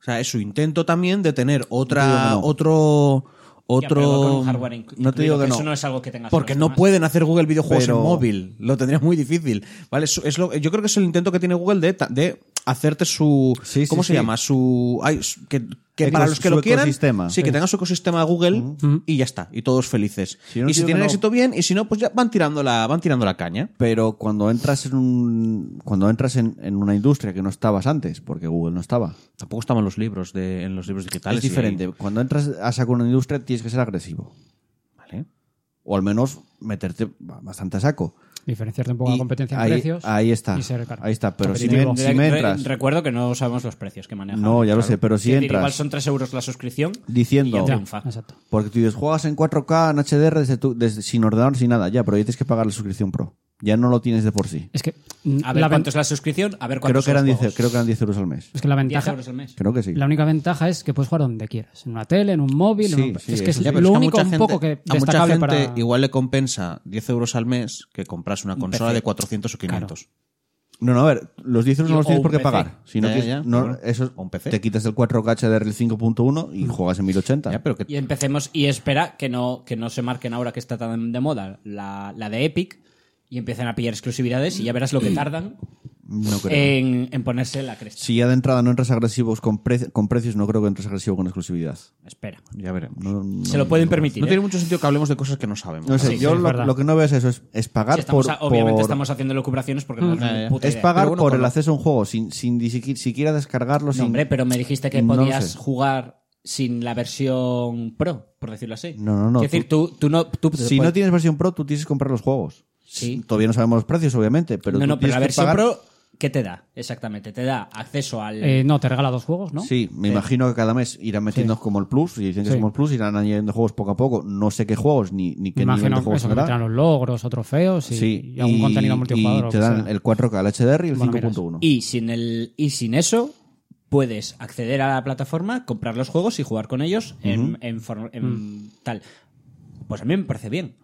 Speaker 3: O sea, es su intento también de tener
Speaker 1: No te
Speaker 3: otra,
Speaker 1: digo que no.
Speaker 3: otro,
Speaker 2: Ya, pero con
Speaker 3: otro,
Speaker 2: un hardware inc-
Speaker 1: no te digo
Speaker 2: incluido,
Speaker 1: que no.
Speaker 2: Eso no es algo que tengas.
Speaker 3: porque
Speaker 2: en
Speaker 3: no
Speaker 2: los demás.
Speaker 3: pueden hacer Google Videojuegos
Speaker 1: Pero-
Speaker 3: en móvil, lo tendría muy difícil, ¿vale? Es- es lo- yo creo que es el intento que tiene Google de, ta- de hacerte su,
Speaker 1: Sí, sí,
Speaker 3: ¿cómo se
Speaker 1: sí.
Speaker 3: llama? Su, ay, su- que, que para
Speaker 1: Ecos-
Speaker 3: los que
Speaker 1: su
Speaker 3: lo quieran,
Speaker 1: ecosistema.
Speaker 3: sí, que
Speaker 1: Sí.
Speaker 3: tengan su ecosistema de Google y ya está, y todos felices.
Speaker 1: Sí, yo no
Speaker 3: y si
Speaker 1: digo que
Speaker 3: tienen
Speaker 1: no.
Speaker 3: éxito bien, y si no, pues ya van tirando la, van tirando la caña.
Speaker 1: pero cuando entras en un, cuando entras en, en una industria que no estabas antes, porque Google no estaba,
Speaker 3: Tampoco estaban los libros de, en los libros digitales.
Speaker 1: es
Speaker 3: y ahí-
Speaker 1: diferente. Cuando entras a saco en una industria tienes que ser agresivo,
Speaker 3: ¿vale?
Speaker 1: o al menos meterte ba- bastante a saco.
Speaker 5: Diferenciarte un poco la
Speaker 1: Y
Speaker 5: competencia en
Speaker 1: ahí,
Speaker 5: precios.
Speaker 1: ahí está,
Speaker 5: y ser caro.
Speaker 1: ahí está. Pero si
Speaker 5: Competitivo.
Speaker 1: me, si me
Speaker 2: Re-
Speaker 1: entras,
Speaker 2: Recuerdo que no sabemos los precios que manejan.
Speaker 1: no, ya lo sé, pero si
Speaker 2: Quiero decir, Igual
Speaker 1: entras
Speaker 2: son 3 euros la suscripción. y
Speaker 1: diciendo,
Speaker 2: ya triunfa.
Speaker 5: Exacto.
Speaker 1: porque tú dices juegas en 4K en HDR desde tu- desde- sin ordenador sin nada, ya, pero ya tienes que pagar la suscripción Pro, ya no lo tienes de por sí.
Speaker 5: Es que mm,
Speaker 2: A ver
Speaker 5: la,
Speaker 2: cuánto
Speaker 5: ven-
Speaker 2: es la suscripción, a ver cuánto
Speaker 1: Creo que eran 10, creo que eran 10 euros al mes,
Speaker 5: es que la
Speaker 2: 10
Speaker 5: ventaja
Speaker 2: euros al mes.
Speaker 1: creo que sí.
Speaker 5: La única ventaja es que puedes jugar donde quieras, en una tele, en un móvil, en
Speaker 1: Sí,
Speaker 5: un-
Speaker 1: sí,
Speaker 5: es que es
Speaker 1: eso
Speaker 3: Ya, pero
Speaker 5: lo
Speaker 3: es que a
Speaker 5: único
Speaker 3: mucha
Speaker 5: un
Speaker 3: gente-
Speaker 5: poco que
Speaker 3: a mucha
Speaker 5: destacable
Speaker 3: gente
Speaker 5: para
Speaker 3: igual le compensa 10 euros al mes que comprarse una consola de 400 o 500.
Speaker 1: No, no, a ver, los 10 euros
Speaker 2: Y-
Speaker 1: no los
Speaker 2: o
Speaker 1: tienes por qué
Speaker 2: un PC.
Speaker 1: pagar. Si no
Speaker 3: Ya, ya,
Speaker 1: quieres-
Speaker 3: ya,
Speaker 1: no,
Speaker 3: bueno.
Speaker 1: eso es-
Speaker 3: O un PC.
Speaker 1: Te quitas el 4K HDR 5.1
Speaker 2: Mm.
Speaker 1: y juegas en 1080.
Speaker 3: Ya, pero que-
Speaker 2: Y empecemos, y espera que no, que no se marquen ahora que está tan de moda la, la de Epic y empiecen a pillar exclusividades y ya verás lo que tardan
Speaker 1: No creo.
Speaker 2: en, en ponerse la cresta.
Speaker 1: Si ya de entrada no entras agresivos con, pre- con precios, no creo que entres agresivo con exclusividad.
Speaker 2: Espera.
Speaker 3: ya veremos. No,
Speaker 1: No, no-
Speaker 2: se lo pueden permitir. ¿eh?
Speaker 3: tiene mucho sentido que hablemos de cosas que no sabemos.
Speaker 1: no sé,
Speaker 5: Sí,
Speaker 1: yo
Speaker 5: sí, es
Speaker 1: lo,
Speaker 5: verdad.
Speaker 1: lo que no veo es eso, es, es pagar
Speaker 2: Si estamos
Speaker 1: por...
Speaker 2: a- obviamente
Speaker 1: por-
Speaker 2: estamos haciendo lucubraciones porque no
Speaker 3: Mm, Ya,
Speaker 2: es
Speaker 3: ya.
Speaker 2: puta
Speaker 1: Es
Speaker 2: idea.
Speaker 1: pagar
Speaker 3: Pero bueno,
Speaker 1: por
Speaker 3: con
Speaker 1: el
Speaker 3: lo-
Speaker 1: acceso a un juego sin, sin ni siquiera- siquiera descargarlo.
Speaker 2: No,
Speaker 1: sin...
Speaker 2: hombre, pero me dijiste que
Speaker 1: No lo
Speaker 2: podías
Speaker 1: sé.
Speaker 2: jugar sin la versión pro, por decirlo así.
Speaker 1: No, no, no,
Speaker 2: Es decir, tú, tú no. Tú
Speaker 1: Si no tienes versión Pro, tú tienes que comprar los juegos.
Speaker 2: pues- Sí.
Speaker 1: Todavía no sabemos los precios, obviamente, pero
Speaker 2: no,
Speaker 1: tú
Speaker 2: no, pero
Speaker 1: tienes
Speaker 2: la
Speaker 1: que
Speaker 2: versión
Speaker 1: pagar-
Speaker 2: Pro, ¿qué te da? Exactamente, te da acceso al...
Speaker 5: Eh, no, te regala dos juegos, ¿no? Eh,
Speaker 1: Sí, me imagino que cada mes irán metiendo como el Plus, y dicen que es
Speaker 5: Sí.
Speaker 1: como el Plus, irán añadiendo juegos poco a poco. No sé qué juegos ni, ni
Speaker 5: Me
Speaker 1: qué nivel de
Speaker 5: imagino que
Speaker 1: juegos
Speaker 5: eso, que te
Speaker 1: será.
Speaker 5: dan los logros o trofeos y,
Speaker 1: Sí,
Speaker 5: y algún contenido multijugador. o
Speaker 1: Y te
Speaker 5: lo que
Speaker 1: dan
Speaker 5: sea.
Speaker 1: el 4K, el HDR y el
Speaker 5: Bueno,
Speaker 1: 5.1.
Speaker 2: y, sin el, y sin eso, puedes acceder a la plataforma, comprar los juegos y jugar con ellos en, en for- en tal. Pues a mí me parece bien.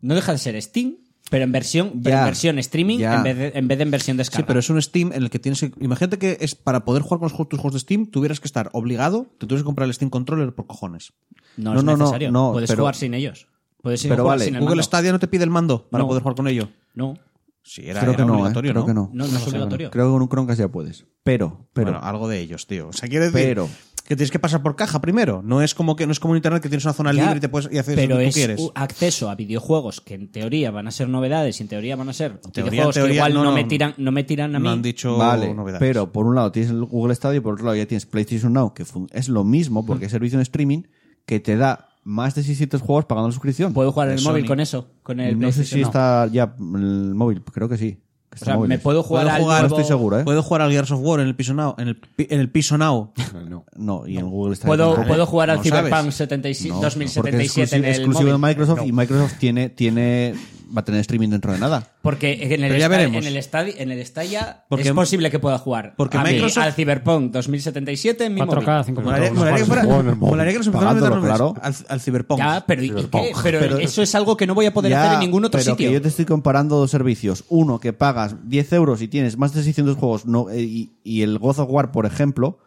Speaker 2: No deja de ser Steam, Pero en versión, pero
Speaker 1: Ya,
Speaker 2: en versión streaming
Speaker 1: ya.
Speaker 2: en vez, de, en vez de en versión descarga.
Speaker 3: Sí, pero es un Steam en el que tienes que. Imagínate que es para poder jugar con los juegos- tus juegos de Steam, tuvieras que estar obligado, te tuvieras que comprar el Steam Controller por cojones.
Speaker 2: no,
Speaker 1: no,
Speaker 2: es
Speaker 1: no, no,
Speaker 2: necesario.
Speaker 1: no,
Speaker 2: Puedes
Speaker 1: pero-
Speaker 2: jugar sin ellos. Puedes
Speaker 1: Pero
Speaker 2: jugar
Speaker 1: vale,
Speaker 2: sin el
Speaker 3: Google
Speaker 2: mando.
Speaker 3: Stadia no te pide el mando para
Speaker 2: No.
Speaker 3: poder jugar con ello.
Speaker 2: No,
Speaker 3: Sí, era,
Speaker 1: creo
Speaker 3: era
Speaker 1: que no, ¿eh?
Speaker 3: obligatorio,
Speaker 1: creo que no.
Speaker 2: no, no es obligatorio.
Speaker 1: Creo que con un Chromecast ya puedes. Pero, pero.
Speaker 3: Bueno, algo de ellos, tío. O sea, quiere decir
Speaker 1: Pero-
Speaker 3: que tienes que pasar por caja primero. No es como que no es como en internet que tienes una zona
Speaker 2: Ya,
Speaker 3: libre y te puedes y haces
Speaker 2: pero
Speaker 3: lo que tú
Speaker 2: es
Speaker 3: quieres.
Speaker 2: u- acceso a videojuegos que en teoría van a ser novedades y en teoría van a ser
Speaker 3: Teoría,
Speaker 2: videojuegos que
Speaker 3: teoría,
Speaker 2: igual
Speaker 3: no,
Speaker 2: no,
Speaker 3: no.
Speaker 2: me tiran, no me tiran a mí.
Speaker 3: no han dicho
Speaker 1: Vale,
Speaker 3: novedades.
Speaker 1: pero por un lado tienes el Google Stadia y por otro lado ya tienes PlayStation Now, que fun- es lo mismo porque es servicio en streaming que te da más de 600 juegos pagando la suscripción.
Speaker 2: Puedo jugar en
Speaker 3: de
Speaker 2: el móvil
Speaker 3: Sony.
Speaker 2: con eso, con el
Speaker 1: no sé
Speaker 2: PlayStation
Speaker 1: si
Speaker 2: Now.
Speaker 1: está ya el móvil, creo que sí. que
Speaker 2: O
Speaker 1: está
Speaker 2: sea,
Speaker 1: móvil.
Speaker 2: me puedo jugar,
Speaker 3: Puedo
Speaker 2: al
Speaker 3: jugar,
Speaker 2: nuevo-
Speaker 1: estoy seguro, ¿eh?
Speaker 3: Puedo jugar al Gears of War en el piso now, en el, pi- en el piso now.
Speaker 4: No.
Speaker 1: No, y en Google Stadia
Speaker 2: Puedo,
Speaker 1: tampoco.
Speaker 2: puedo jugar al
Speaker 3: No
Speaker 2: Cyberpunk
Speaker 3: sabes.
Speaker 2: 76
Speaker 1: No, porque es
Speaker 2: 2077
Speaker 1: exclusivo,
Speaker 2: en el
Speaker 1: exclusivo de
Speaker 2: móvil.
Speaker 1: Microsoft y Microsoft tiene, tiene, va a tener streaming dentro de nada.
Speaker 2: Porque en el,
Speaker 3: Pero ya
Speaker 2: esta-
Speaker 3: veremos.
Speaker 2: En, el estadio, en el Stadia
Speaker 3: Porque-
Speaker 2: es posible que pueda jugar
Speaker 3: porque
Speaker 2: a mí,
Speaker 3: Microsoft-
Speaker 2: al Cyberpunk 2077 en mi
Speaker 5: 4K,
Speaker 2: móvil.
Speaker 5: 5
Speaker 3: Molaría
Speaker 4: Vamos,
Speaker 3: molaría que
Speaker 4: vamos,
Speaker 3: fuera-
Speaker 4: vamos, vamos.
Speaker 3: molaría que nos empezaran a meter
Speaker 1: Pagándolo,
Speaker 3: nombres
Speaker 1: claro.
Speaker 3: al, al Cyberpunk.
Speaker 2: Ya, pero, ¿y qué?
Speaker 4: Cyberpunk.
Speaker 2: Pero eso es algo que no voy a poder
Speaker 1: Ya,
Speaker 2: hacer en ningún otro
Speaker 1: pero
Speaker 2: sitio.
Speaker 1: que yo te estoy comparando dos servicios. Uno, que pagas 10 euros y tienes más de 600 juegos no, eh, y, y el God of War, por ejemplo.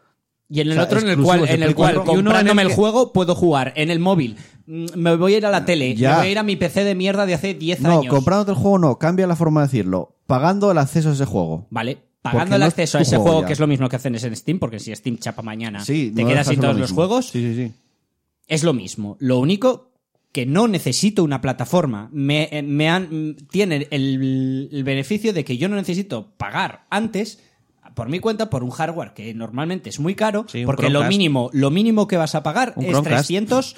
Speaker 2: Y en el
Speaker 1: O sea,
Speaker 2: otro, en el
Speaker 1: exclusivos
Speaker 2: cual,
Speaker 1: de
Speaker 2: en el
Speaker 1: Play
Speaker 2: cual
Speaker 1: 4.
Speaker 2: comprándome el,
Speaker 3: que-
Speaker 2: juego, puedo jugar en el móvil. Mm, Me voy a ir a la tele,
Speaker 1: Ya.
Speaker 2: me voy a ir a mi PC de mierda de hace 10
Speaker 1: No,
Speaker 2: años.
Speaker 1: comprándote el juego no, cambia la forma de decirlo. Pagando el acceso a ese juego.
Speaker 2: Vale,
Speaker 1: Porque
Speaker 2: pagando el
Speaker 1: no es
Speaker 2: acceso
Speaker 1: tu
Speaker 2: a ese
Speaker 1: juego
Speaker 2: juego,
Speaker 1: ya.
Speaker 2: que es lo mismo que hacen en Steam, porque si Steam chapa mañana,
Speaker 1: Sí,
Speaker 2: Ah, te
Speaker 1: no
Speaker 2: quedas
Speaker 1: deja de
Speaker 2: sin
Speaker 1: ser
Speaker 2: todos
Speaker 1: lo
Speaker 2: los
Speaker 1: mismo.
Speaker 2: juegos.
Speaker 1: Sí, sí, sí.
Speaker 2: es lo mismo. Lo único que no necesito una plataforma. Me, eh, me han, mm, tiene el, el beneficio de que yo no necesito pagar antes por mi cuenta por un hardware que normalmente es muy caro,
Speaker 3: Sí, un
Speaker 2: porque lo
Speaker 3: Chromecast.
Speaker 2: mínimo, lo mínimo que vas a pagar
Speaker 3: Un
Speaker 2: es
Speaker 3: Chromecast.
Speaker 2: 300.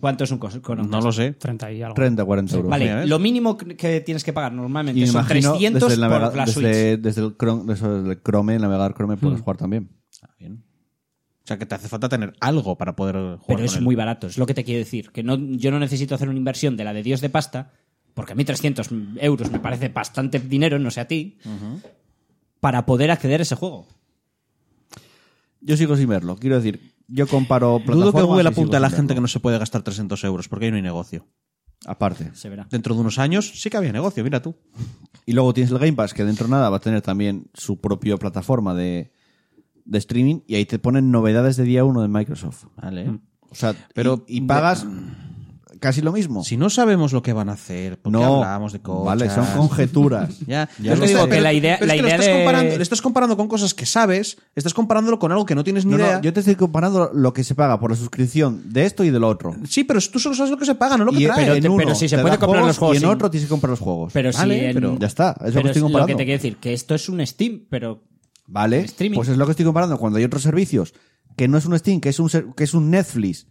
Speaker 2: ¿Cuánto es un cos- Chromecast?
Speaker 3: No lo sé.
Speaker 5: 30 y algo.
Speaker 1: 30, 40 euros.
Speaker 2: Vale,
Speaker 3: Mira, ¿ves?
Speaker 2: lo mínimo que- que tienes que pagar
Speaker 1: Y
Speaker 2: normalmente
Speaker 1: me
Speaker 2: son
Speaker 1: imagino
Speaker 2: 300
Speaker 1: desde el, navega-
Speaker 2: por la Switch. Hmm.
Speaker 1: desde, desde el Chrome, desde el Chrome, el navegador Chrome puedes jugar también.
Speaker 3: O sea, que te hace falta tener algo para poder jugar
Speaker 2: Pero
Speaker 3: con
Speaker 2: es
Speaker 3: él.
Speaker 2: muy barato, es lo que te quiero decir. Que no, yo no necesito hacer una inversión de la de Dios de pasta, porque a mí 300 euros me parece bastante dinero, no sé a ti, para poder acceder a ese juego.
Speaker 1: Yo sigo sin verlo. Quiero decir, yo comparo
Speaker 3: Dudo que
Speaker 1: plataformas y
Speaker 3: Google
Speaker 1: sigo
Speaker 3: apunte a la
Speaker 1: sin
Speaker 3: gente que
Speaker 1: verlo.
Speaker 3: no se puede gastar 300 euros, porque ahí no hay negocio.
Speaker 1: Aparte.
Speaker 2: Se verá.
Speaker 3: Dentro de unos años sí que había negocio, mira tú.
Speaker 1: Y luego tienes el Game Pass, que dentro de nada va a tener también su propia plataforma de, de streaming, y ahí te ponen novedades de día uno de Microsoft. Mm.
Speaker 3: Vale.
Speaker 1: O sea, pero
Speaker 3: Pero-
Speaker 1: y, y pagas casi lo mismo.
Speaker 3: Si no sabemos lo que van a hacer, porque
Speaker 1: no,
Speaker 3: hablábamos de cosas.
Speaker 1: vale, son conjeturas.
Speaker 3: Ya,
Speaker 1: Ya
Speaker 3: es
Speaker 1: lo
Speaker 3: que digo
Speaker 1: sé.
Speaker 3: que
Speaker 2: la idea-
Speaker 3: pero
Speaker 2: la
Speaker 3: es que lo
Speaker 2: idea
Speaker 3: estás
Speaker 2: de-
Speaker 3: comparando, lo estás comparando con cosas que sabes, estás comparándolo con algo que no tienes ni
Speaker 1: No, no,
Speaker 3: idea.
Speaker 1: yo te estoy comparando lo que se paga por la suscripción de esto y del otro.
Speaker 3: Sí, pero tú solo sabes lo que se paga, no lo que
Speaker 1: Y
Speaker 3: trae.
Speaker 2: pero te-
Speaker 1: en uno
Speaker 2: pero si se
Speaker 1: te
Speaker 2: puede
Speaker 1: da
Speaker 2: comprar los juegos
Speaker 1: Y en
Speaker 2: sin-
Speaker 1: otro tienes que comprar los juegos.
Speaker 2: Pero si
Speaker 3: Vale,
Speaker 2: en-
Speaker 3: pero
Speaker 1: ya está, es lo que estoy
Speaker 2: es lo
Speaker 1: comparando.
Speaker 2: que te quiero decir, que esto es un Steam, pero
Speaker 1: ¿Vale?
Speaker 2: Streaming.
Speaker 1: Pues es lo que estoy comparando. Cuando hay otros servicios que no es un Steam, que es un, ser- que es un Netflix,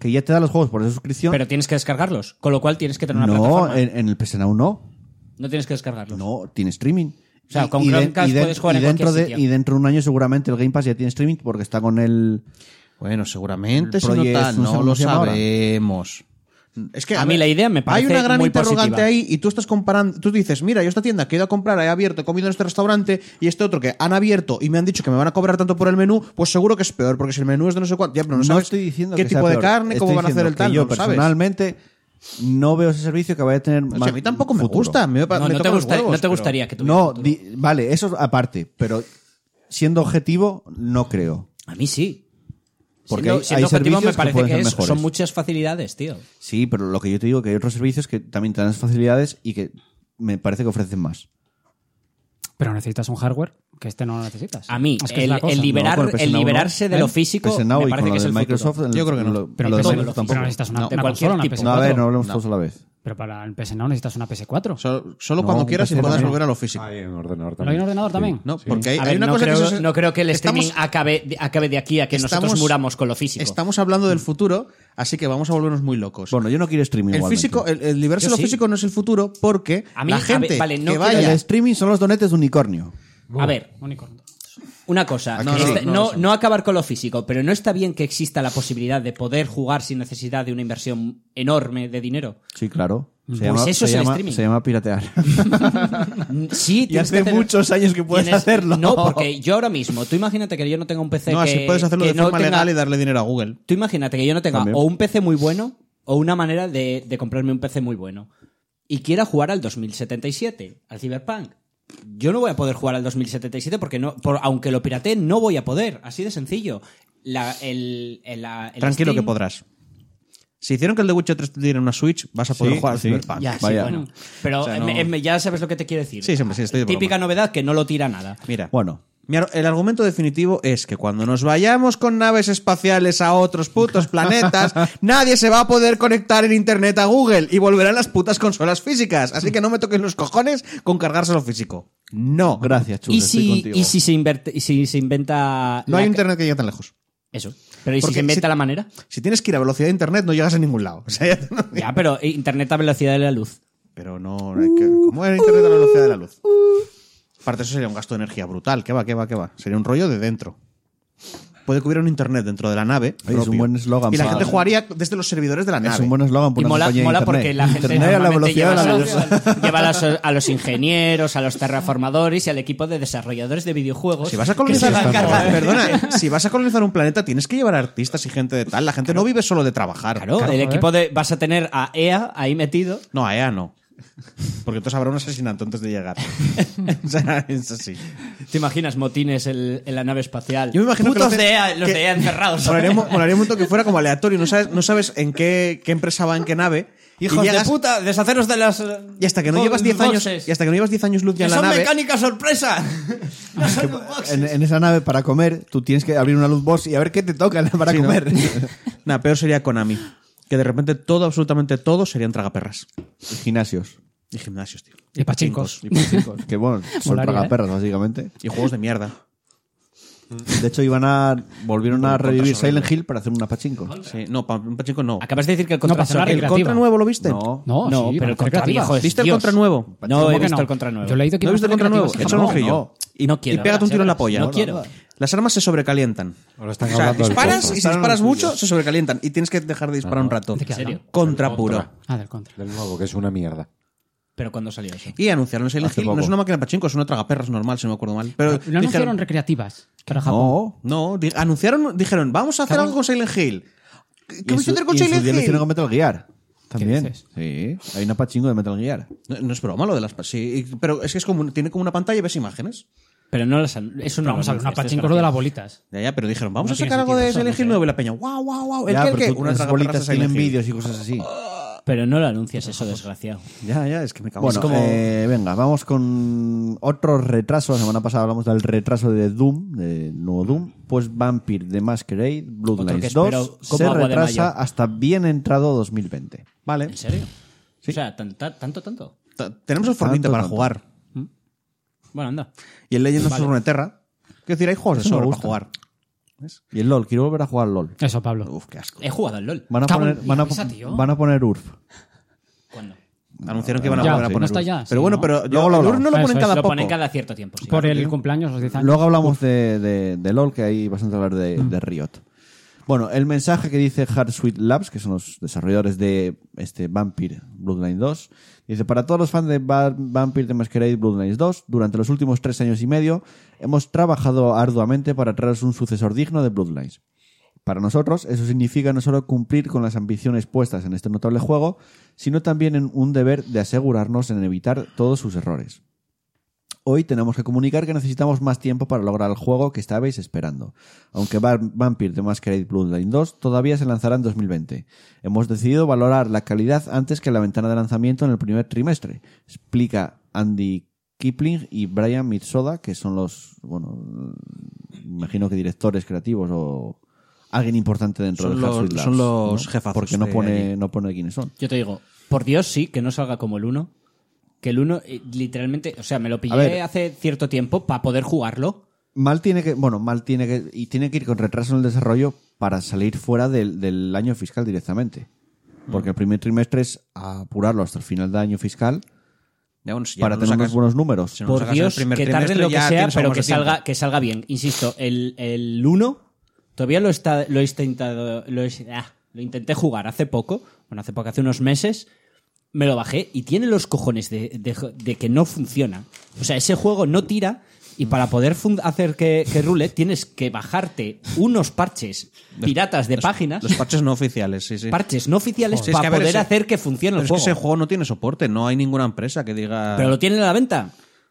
Speaker 1: que ya te da los juegos por esa suscripción.
Speaker 2: pero tienes que descargarlos, con lo cual tienes que tener una
Speaker 1: no,
Speaker 2: plataforma.
Speaker 1: en, en el PS Now no.
Speaker 2: No tienes que descargarlos.
Speaker 1: No, tiene streaming.
Speaker 2: O sea, con Chromecast puedes jugar en
Speaker 1: dentro
Speaker 2: cualquier
Speaker 1: de,
Speaker 2: sitio.
Speaker 1: y dentro de un año seguramente el Game Pass ya tiene streaming porque está con el...
Speaker 3: Bueno, seguramente
Speaker 1: El
Speaker 3: si no,
Speaker 1: proyecto,
Speaker 3: tal,
Speaker 1: no sé
Speaker 3: no
Speaker 1: cómo
Speaker 3: lo
Speaker 1: se llama ahora.
Speaker 3: sabemos. Es que
Speaker 2: A mí la idea me parece
Speaker 3: Hay una gran
Speaker 2: muy
Speaker 3: interrogante
Speaker 2: positiva.
Speaker 3: ahí y tú estás comparando. Tú dices, mira, yo esta tienda que he ido a comprar, he abierto, he comido en este restaurante y este otro que han abierto y me han dicho que me van a cobrar tanto por el menú, pues seguro que es peor, porque si el menú es de no sé cuánto. Ya, pero no, sabes
Speaker 1: estoy diciendo
Speaker 3: qué
Speaker 1: que sea
Speaker 3: tipo de
Speaker 1: peor.
Speaker 3: carne, cómo
Speaker 1: Estoy
Speaker 3: van a hacer
Speaker 1: diciendo
Speaker 3: el tal.
Speaker 1: que yo
Speaker 3: no lo sabes.
Speaker 1: personalmente no veo ese servicio que vaya a tener
Speaker 3: O sea,
Speaker 1: más
Speaker 3: a mí tampoco me
Speaker 1: futuro.
Speaker 3: gusta. me-
Speaker 2: No,
Speaker 3: me
Speaker 2: no te,
Speaker 3: toca los
Speaker 2: gusta-
Speaker 3: huevos,
Speaker 2: no te
Speaker 3: pero-
Speaker 2: gustaría que tuviera
Speaker 1: No,
Speaker 2: futuro.
Speaker 1: di- vale, eso aparte, pero siendo objetivo, no creo.
Speaker 2: A mí sí.
Speaker 1: Porque
Speaker 2: siendo
Speaker 1: hay-
Speaker 2: siendo
Speaker 1: hay
Speaker 2: objetivo,
Speaker 1: servicios
Speaker 2: me
Speaker 1: que
Speaker 2: parece
Speaker 1: pueden
Speaker 2: que,
Speaker 1: ser
Speaker 2: es-
Speaker 1: mejores.
Speaker 2: son muchas facilidades, tío.
Speaker 1: Sí, pero lo que yo te digo que hay otros servicios que también te dan esas facilidades y que me parece que ofrecen más.
Speaker 5: Pero necesitas un hardware que este no lo necesitas.
Speaker 2: A mí,
Speaker 5: Es que es
Speaker 2: el-
Speaker 5: la cosa.
Speaker 2: el liberal- Liberar-
Speaker 1: con PSN
Speaker 2: el liberarse
Speaker 1: no.
Speaker 2: de lo
Speaker 1: ¿Eh?
Speaker 2: físico
Speaker 1: PSN no,
Speaker 2: me
Speaker 1: y
Speaker 2: parece
Speaker 1: con lo
Speaker 2: que es
Speaker 1: de
Speaker 2: el
Speaker 1: Microsoft,
Speaker 2: futuro.
Speaker 1: el-
Speaker 3: Yo creo que no.
Speaker 1: lo-
Speaker 5: Pero,
Speaker 1: lo de
Speaker 5: pero-
Speaker 1: Microsoft
Speaker 5: pero
Speaker 1: tampoco.
Speaker 5: necesitas una,
Speaker 2: No,
Speaker 5: una
Speaker 2: de cualquier
Speaker 5: consola, una
Speaker 2: tipo.
Speaker 1: No,
Speaker 5: PS4.
Speaker 1: a ver, no hablemos todos a la vez.
Speaker 5: Pero para el PS Now necesitas una PS4.
Speaker 3: Solo, solo
Speaker 1: No,
Speaker 3: cuando
Speaker 1: un
Speaker 3: quieras y
Speaker 1: PC
Speaker 3: puedas
Speaker 1: también.
Speaker 3: volver a lo físico.
Speaker 4: Hay en ordenador
Speaker 5: ¿Lo hay
Speaker 4: también.
Speaker 5: en ordenador también?
Speaker 3: No, porque
Speaker 2: A
Speaker 3: hay, Eh, hay
Speaker 2: ver,
Speaker 3: una
Speaker 2: no,
Speaker 3: cosa
Speaker 2: creo,
Speaker 3: que se-
Speaker 2: no creo que el
Speaker 3: estamos-
Speaker 2: streaming acabe, de- acabe de aquí a que nosotros
Speaker 3: estamos-
Speaker 2: muramos con lo físico. Mm.
Speaker 3: Estamos hablando del futuro, así que vamos a volvernos muy locos.
Speaker 1: Bueno, yo no quiero streaming
Speaker 3: el
Speaker 1: igualmente.
Speaker 3: físico, el, el liberarse
Speaker 2: Yo
Speaker 3: de lo
Speaker 2: sí.
Speaker 3: físico no es el futuro porque
Speaker 2: A mí,
Speaker 3: la
Speaker 2: a ver,
Speaker 3: gente
Speaker 2: vale, no
Speaker 3: que
Speaker 2: quiero-
Speaker 1: El
Speaker 3: vaya
Speaker 1: streaming son los donetes de unicornio.
Speaker 2: A ver,
Speaker 5: Unicornio.
Speaker 2: una cosa.
Speaker 3: No, no,
Speaker 2: este- no,
Speaker 3: no, no, no.
Speaker 2: no acabar con lo físico, pero no está bien que exista la posibilidad de poder jugar sin necesidad de una inversión enorme de dinero.
Speaker 1: Sí, claro. Se
Speaker 2: Pues eso
Speaker 1: se
Speaker 2: es el
Speaker 1: llama,
Speaker 2: streaming.
Speaker 1: Se llama piratear.
Speaker 2: Sí,
Speaker 1: y
Speaker 2: tienes que
Speaker 1: hace
Speaker 2: tener-
Speaker 1: muchos años que puedes
Speaker 2: tienes-
Speaker 1: hacerlo.
Speaker 2: No, porque yo ahora mismo, tú imagínate que yo no tenga un PC
Speaker 3: No,
Speaker 2: que,
Speaker 3: así puedes hacerlo
Speaker 2: que
Speaker 3: de
Speaker 2: no
Speaker 3: forma
Speaker 2: tenga-
Speaker 3: legal y darle dinero a Google.
Speaker 2: Tú imagínate que yo no tenga
Speaker 1: También.
Speaker 2: o un PC muy bueno o una manera de, de comprarme un PC muy bueno. y quiera jugar al 2077, al Cyberpunk. Yo no voy a poder jugar al 2077 porque no, por- aunque lo piratee, no voy a poder. Así de sencillo. La- el- el- la- el
Speaker 3: Tranquilo
Speaker 2: Steam-
Speaker 3: que podrás. Si hicieron que el The Witcher 3 tuviera una Switch, vas a poder
Speaker 4: Sí,
Speaker 3: jugar al
Speaker 4: sí.
Speaker 3: Cyberpunk.
Speaker 2: Ya, sí,
Speaker 1: Vaya.
Speaker 2: bueno. Pero
Speaker 3: O sea,
Speaker 2: eh,
Speaker 3: no-
Speaker 2: me- me- ya sabes lo que te quiero decir.
Speaker 3: Sí, sí, hombre, sí, estoy de broma.
Speaker 2: Típica novedad que no lo tira nada.
Speaker 3: Mira,
Speaker 1: Bueno.
Speaker 3: mi ar- el argumento definitivo es que cuando nos vayamos con naves espaciales a otros putos planetas, nadie se va a poder conectar en internet a Google y volverán las putas consolas físicas. Así que no me toques los cojones con cargárselo físico. No.
Speaker 1: Gracias, Chus,
Speaker 2: ¿Y
Speaker 1: estoy
Speaker 2: si,
Speaker 1: contigo.
Speaker 2: y si se inverte- y si se inventa.
Speaker 3: No
Speaker 2: la
Speaker 3: hay
Speaker 2: ca-
Speaker 3: internet que llegue tan lejos.
Speaker 2: Eso. Pero ¿y si
Speaker 3: Porque
Speaker 2: se inventa
Speaker 3: si-
Speaker 2: la manera?
Speaker 3: Si tienes que ir a velocidad de internet, no llegas a ningún lado. O sea, ya-
Speaker 2: Ya, pero eh, internet a velocidad de la luz.
Speaker 3: Pero no. hay que- ¿Cómo era internet a la velocidad de la luz? Aparte, eso sería un gasto de energía brutal. ¿Qué va, qué va, qué va? Sería un rollo de dentro. Puede que hubiera un internet dentro de la nave.
Speaker 1: Oye, es un
Speaker 3: propio.
Speaker 1: buen eslogan
Speaker 3: Y la
Speaker 1: para-
Speaker 3: gente jugaría desde los servidores de la nave.
Speaker 1: Es un buen eslogan por
Speaker 2: y
Speaker 1: una
Speaker 2: mola,
Speaker 1: compañía de
Speaker 2: mola
Speaker 1: internet.
Speaker 2: porque la gente
Speaker 1: Internet a la
Speaker 2: normalmente
Speaker 1: velocidad de
Speaker 2: lleva,
Speaker 1: la luz.
Speaker 2: a los- lleva a, los, a los ingenieros, a los terraformadores y al equipo de desarrolladores de videojuegos.
Speaker 3: Si vas a
Speaker 2: que se
Speaker 3: colonizar,
Speaker 2: van cada-
Speaker 3: perdona, si vas a colonizar un planeta, tienes que llevar artistas y gente de tal. La gente no vive solo de trabajar.
Speaker 2: Claro, el equipo de. Vas a tener a EA ahí metido.
Speaker 3: No, a EA no. Porque entonces habrá un asesinato antes de llegar. o sea, es así.
Speaker 2: ¿Te imaginas motines en, en la nave espacial?
Speaker 3: Yo me imagino que
Speaker 2: Putos
Speaker 3: lo hacen-
Speaker 2: de EA, los
Speaker 3: que-
Speaker 2: de EA encerrados.
Speaker 3: Molaría, mo- molaría un montón que fuera como aleatorio. No sabes, no sabes en qué, qué empresa va, en qué nave. Y
Speaker 2: Hijos
Speaker 3: llegas-
Speaker 2: de puta, deshaceros de las. eh,
Speaker 3: Y hasta que no
Speaker 2: bo-
Speaker 3: llevas 10 años.
Speaker 2: boxes.
Speaker 3: Y hasta que no llevas 10 años luz ya
Speaker 2: ¡Que
Speaker 3: en la
Speaker 2: son
Speaker 3: nave.
Speaker 2: mecánicas sorpresa! ¡No son boxes!
Speaker 1: En, en esa nave para comer, tú tienes que abrir una luz box y a ver qué te toca para
Speaker 3: Sí, ¿no?
Speaker 1: comer.
Speaker 3: Nah, peor sería Konami. Que de repente todo, absolutamente todo, serían tragaperras.
Speaker 1: Y Gimnasios.
Speaker 3: Y gimnasios, tío.
Speaker 5: Y pachincos.
Speaker 3: Y pachincos.
Speaker 1: Que bueno, son
Speaker 5: Molaría,
Speaker 1: tragaperras, básicamente.
Speaker 3: Y juegos de mierda.
Speaker 1: De hecho, iban a. Volvieron a
Speaker 3: Con- con
Speaker 1: revivir
Speaker 3: Rosa
Speaker 1: Silent Hill para hacer una pachinko.
Speaker 3: Sí, no, pa- un pachinko no.
Speaker 2: Acabas de decir que el contra
Speaker 5: No pasa nada,
Speaker 2: Sony-
Speaker 3: ¿El
Speaker 5: recreativa.
Speaker 3: contra nuevo lo viste?
Speaker 1: No.
Speaker 2: No, pero
Speaker 5: No, sí,
Speaker 2: el
Speaker 5: van a hacer
Speaker 2: contra
Speaker 5: creativas.
Speaker 2: viejo es-
Speaker 3: ¿Viste el
Speaker 2: Dios.
Speaker 3: contra nuevo?
Speaker 2: No
Speaker 5: ¿Cómo
Speaker 2: he
Speaker 5: que
Speaker 2: visto
Speaker 5: no?
Speaker 2: el contra nuevo.
Speaker 5: Yo le he dicho que
Speaker 3: ¿No
Speaker 5: iban
Speaker 3: viste
Speaker 5: a
Speaker 3: el
Speaker 5: hacer
Speaker 3: contra nuevo?
Speaker 5: creativas.
Speaker 3: Echa un
Speaker 5: No,
Speaker 3: ojillo.
Speaker 5: no.
Speaker 3: Y,
Speaker 2: No quiero,
Speaker 3: y pégate un tiro en la
Speaker 2: gracias,
Speaker 3: polla.
Speaker 2: no quiero.
Speaker 3: Las armas se sobrecalientan.
Speaker 4: Ahora están
Speaker 3: O sea,
Speaker 4: hablando del
Speaker 3: disparas
Speaker 4: contra.
Speaker 3: y si disparas mucho, se sobrecalientan. Y tienes que dejar de disparar un rato.
Speaker 5: ¿De qué ¿En serio? hablan?
Speaker 3: Contra puro.
Speaker 5: Ah, del contra.
Speaker 4: Del nuevo, que es una mierda.
Speaker 2: Pero cuando salió eso.
Speaker 3: Y anunciaron Silent
Speaker 4: Hace
Speaker 3: Hill. No es
Speaker 4: poco.
Speaker 3: una máquina de pachinko, es una tragaperras normal, si no me acuerdo mal. Pero
Speaker 5: ¿No anunciaron
Speaker 3: dijeron,
Speaker 5: recreativas para Japón?
Speaker 1: No.
Speaker 3: Ah, pues, no, di- anunciaron, dijeron, vamos a hacer algo con Silent Hill. ¿Qué
Speaker 1: Y en
Speaker 3: vais a
Speaker 1: su-
Speaker 3: hacer con
Speaker 1: y en su
Speaker 3: Silent
Speaker 1: día lo hicieron con
Speaker 3: Hill?
Speaker 1: Metal Gear. También.
Speaker 5: dices?
Speaker 1: Sí. Hay una pachinko de Metal Gear.
Speaker 3: No, no es broma lo de las... pa- Sí, y- pero es que es como, tiene como una pantalla y ves imágenes.
Speaker 2: Pero no las han- Eso no
Speaker 5: Vamos a ver, una
Speaker 2: anuncias,
Speaker 5: pachinko lo de
Speaker 2: desgraciado.
Speaker 5: las bolitas.
Speaker 3: Ya, ya, pero dijeron, vamos
Speaker 5: No
Speaker 3: a
Speaker 5: tiene
Speaker 3: sacar algo
Speaker 5: sentido,
Speaker 3: de
Speaker 5: eso no
Speaker 3: Silent Hill
Speaker 5: sé.
Speaker 3: 9 y la peña. ¡Wow, wow, wow! ¿El
Speaker 1: ya,
Speaker 3: qué, el
Speaker 1: pero
Speaker 3: qué?
Speaker 1: tú-
Speaker 3: Una
Speaker 1: esas
Speaker 3: tragaperras
Speaker 1: bolitas
Speaker 3: de Silent
Speaker 1: tienen
Speaker 3: Hill.
Speaker 1: vídeos y cosas así.
Speaker 2: Pero no lo anuncias eso, desgraciado.
Speaker 3: Ya, ya, es que me cago
Speaker 1: Bueno,
Speaker 3: en como...
Speaker 1: eh, venga, vamos con otro retraso. La semana pasada hablamos del retraso de Doom, del nuevo Doom. Pues Vampire The Masquerade,
Speaker 2: Otro que
Speaker 1: Bloodlines
Speaker 2: espero
Speaker 1: 2,
Speaker 2: como
Speaker 1: se
Speaker 2: agua de
Speaker 1: retrasa
Speaker 2: mayo.
Speaker 1: hasta bien entrado 2020.
Speaker 3: Vale.
Speaker 2: ¿En serio? O sea, tan- ta- tanto, tanto.
Speaker 3: T- Tenemos el Fornite
Speaker 1: Tanto,
Speaker 3: para
Speaker 1: tanto.
Speaker 3: jugar.
Speaker 2: Bueno, anda.
Speaker 3: Y el Legend of Runeterra. Quiero decir, hay juegos de
Speaker 1: Eso me
Speaker 3: sobra para
Speaker 1: gusta.
Speaker 3: jugar.
Speaker 1: Y el LOL, quiero volver a jugar al LOL.
Speaker 5: Eso, Pablo.
Speaker 3: Uf, qué asco.
Speaker 2: He jugado al LOL.
Speaker 1: Van a,
Speaker 5: Cago en
Speaker 1: poner,
Speaker 5: mi
Speaker 1: van, a,
Speaker 5: cabeza, tío.
Speaker 1: van a poner URF.
Speaker 2: ¿Cuándo?
Speaker 3: Anunciaron que iban a
Speaker 5: Ya,
Speaker 3: volver a
Speaker 5: sí.
Speaker 3: poner.
Speaker 5: No está
Speaker 3: Urf.
Speaker 5: ya, sí,
Speaker 3: pero bueno,
Speaker 5: ¿no?
Speaker 3: pero
Speaker 1: Luego lo
Speaker 3: el Urf
Speaker 1: hablamos.
Speaker 3: no lo
Speaker 5: Eso
Speaker 3: ponen
Speaker 5: es,
Speaker 3: cada
Speaker 2: Lo
Speaker 3: poco.
Speaker 2: ponen cada cierto tiempo, sí.
Speaker 5: Por el cumpleaños, los 10 años.
Speaker 1: Luego hablamos de, de- de LOL, que hay bastante a hablar de, de Riot. Bueno, el mensaje que dice Hard Sweet Labs, que son los desarrolladores de este Vampire Bloodline 2, dice, para todos los fans de Va- Vampire the Masquerade Bloodlines 2, durante los últimos tres años y medio hemos trabajado arduamente para traeros un sucesor digno de Bloodlines. Para nosotros, eso significa no solo cumplir con las ambiciones puestas en este notable juego, sino también en un deber de asegurarnos en evitar todos sus errores. Hoy tenemos que comunicar que necesitamos más tiempo para lograr el juego que estabais esperando. Aunque Var- Vampire The Masquerade Bloodline 2 todavía se lanzará en 2020. Hemos decidido valorar la calidad antes que la ventana de lanzamiento en el primer trimestre, explica Andy Kipling y Brian Mitsoda, que son los, bueno, imagino que directores creativos o alguien importante dentro
Speaker 3: Son
Speaker 1: de
Speaker 3: los-
Speaker 1: Hardsuit Labs,
Speaker 3: son los
Speaker 1: ¿no?
Speaker 3: jefazos
Speaker 1: Porque no
Speaker 3: de
Speaker 1: pone,
Speaker 3: allí.
Speaker 1: no pone quiénes son.
Speaker 2: Yo te digo, por Dios, sí, que no salga como el 1. Que el 1, eh, literalmente, o sea, me lo pillé
Speaker 1: ver.
Speaker 2: hace cierto tiempo para poder jugarlo.
Speaker 1: Mal tiene que, bueno, mal tiene que, y tiene que ir con retraso en el desarrollo para salir fuera del, del año fiscal directamente. Porque el primer trimestre es apurarlo hasta el final del año fiscal
Speaker 3: Ya, bueno, si ya
Speaker 1: para
Speaker 3: no lo
Speaker 1: tener unos
Speaker 3: sacas-
Speaker 1: buenos números.
Speaker 3: si no lo
Speaker 2: por
Speaker 3: sacas en el
Speaker 2: Dios,
Speaker 3: primer
Speaker 2: que tarde
Speaker 3: trimestre,
Speaker 2: lo que
Speaker 3: ya
Speaker 2: sea,
Speaker 3: tienes algo
Speaker 2: pero
Speaker 3: más
Speaker 2: que
Speaker 3: de tiempo.
Speaker 2: salga, que salga bien. Insisto, el, el 1 todavía lo, está, lo he intentado. Lo, he- ah, lo intenté jugar hace poco. Bueno, hace poco, hace unos meses. Me lo bajé y tiene los cojones de, de- de que no funciona. O sea, ese juego no tira. Y para poder fun- hacer que, que rule, tienes que bajarte unos parches piratas de
Speaker 3: Los-
Speaker 2: páginas,
Speaker 3: Los parches no oficiales, sí, sí.
Speaker 2: parches no oficiales,
Speaker 3: Sí, es que,
Speaker 2: para
Speaker 3: a ver,
Speaker 2: poder
Speaker 3: ese-
Speaker 2: hacer que funcione
Speaker 3: Pero
Speaker 2: el
Speaker 3: es que
Speaker 2: juego.
Speaker 3: ese juego no tiene soporte, no hay ninguna empresa que diga.
Speaker 2: Pero lo tienen a la venta.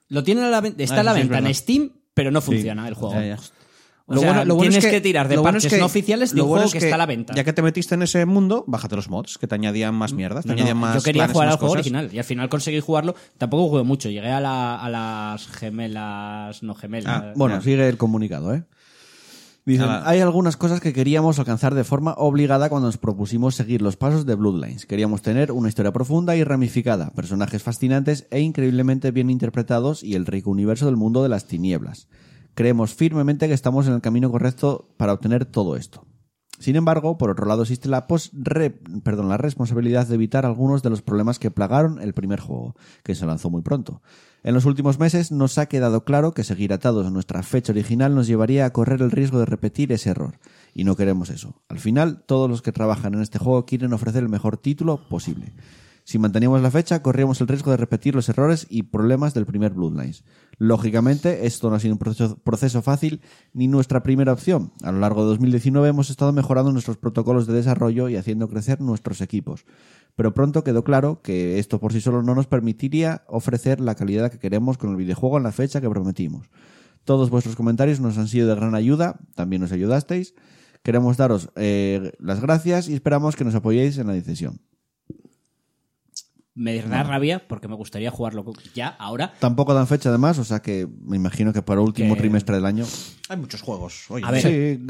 Speaker 2: Lo tienen a la venta. Está
Speaker 3: Ah,
Speaker 2: a la
Speaker 3: sí, es
Speaker 2: venta en
Speaker 3: verdad.
Speaker 2: Steam, pero no funciona el juego.
Speaker 3: Ya, ya.
Speaker 2: O sea, tienes que, tirar de
Speaker 3: lo bueno
Speaker 2: parches
Speaker 3: es que-
Speaker 2: no oficiales de
Speaker 3: lo
Speaker 2: un
Speaker 3: bueno
Speaker 2: juego
Speaker 3: es
Speaker 2: que, está a la venta.
Speaker 3: Ya que te metiste en ese mundo, bájate los mods, que te añadían más mierdas, te
Speaker 2: No, no,
Speaker 3: añadían más.
Speaker 2: yo quería
Speaker 3: planes y
Speaker 2: jugar
Speaker 3: más
Speaker 2: al juego
Speaker 3: cosas.
Speaker 2: original y al final conseguí jugarlo. Tampoco jugué mucho, llegué a, la- a las gemelas, no gemelas.
Speaker 3: Ah,
Speaker 1: Bueno,
Speaker 3: Ya.
Speaker 1: sigue el comunicado, ¿eh? Dicen,
Speaker 3: Nada.
Speaker 1: hay algunas cosas que queríamos alcanzar de forma obligada cuando nos propusimos seguir los pasos de Bloodlines. Queríamos tener una historia profunda y ramificada, personajes fascinantes e increíblemente bien interpretados y el rico universo del mundo de las tinieblas. Creemos firmemente que estamos en el camino correcto para obtener todo esto. Sin embargo, por otro lado existe la, pos- re- perdón, la responsabilidad de evitar algunos de los problemas que plagaron el primer juego, que se lanzó muy pronto. En los últimos meses nos ha quedado claro que seguir atados a nuestra fecha original nos llevaría a correr el riesgo de repetir ese error, y no queremos eso. Al final, todos los que trabajan en este juego quieren ofrecer el mejor título posible. Si manteníamos la fecha, corríamos el riesgo de repetir los errores y problemas del primer Bloodlines. Lógicamente, esto no ha sido un proceso, proceso fácil ni nuestra primera opción. A lo largo de 2019 hemos estado mejorando nuestros protocolos de desarrollo y haciendo crecer nuestros equipos. Pero pronto quedó claro que esto por sí solo no nos permitiría ofrecer la calidad que queremos con el videojuego en la fecha que prometimos. Todos vuestros comentarios nos han sido de gran ayuda, también nos ayudasteis. Queremos daros eh, las gracias y esperamos que nos apoyéis en la decisión.
Speaker 2: Me da rabia porque me gustaría jugarlo ya, ahora.
Speaker 1: Tampoco dan fecha además, o sea que me imagino que para último
Speaker 2: Que-
Speaker 1: trimestre del año.
Speaker 3: Hay muchos juegos. Oye,
Speaker 2: A ver,
Speaker 1: Sí,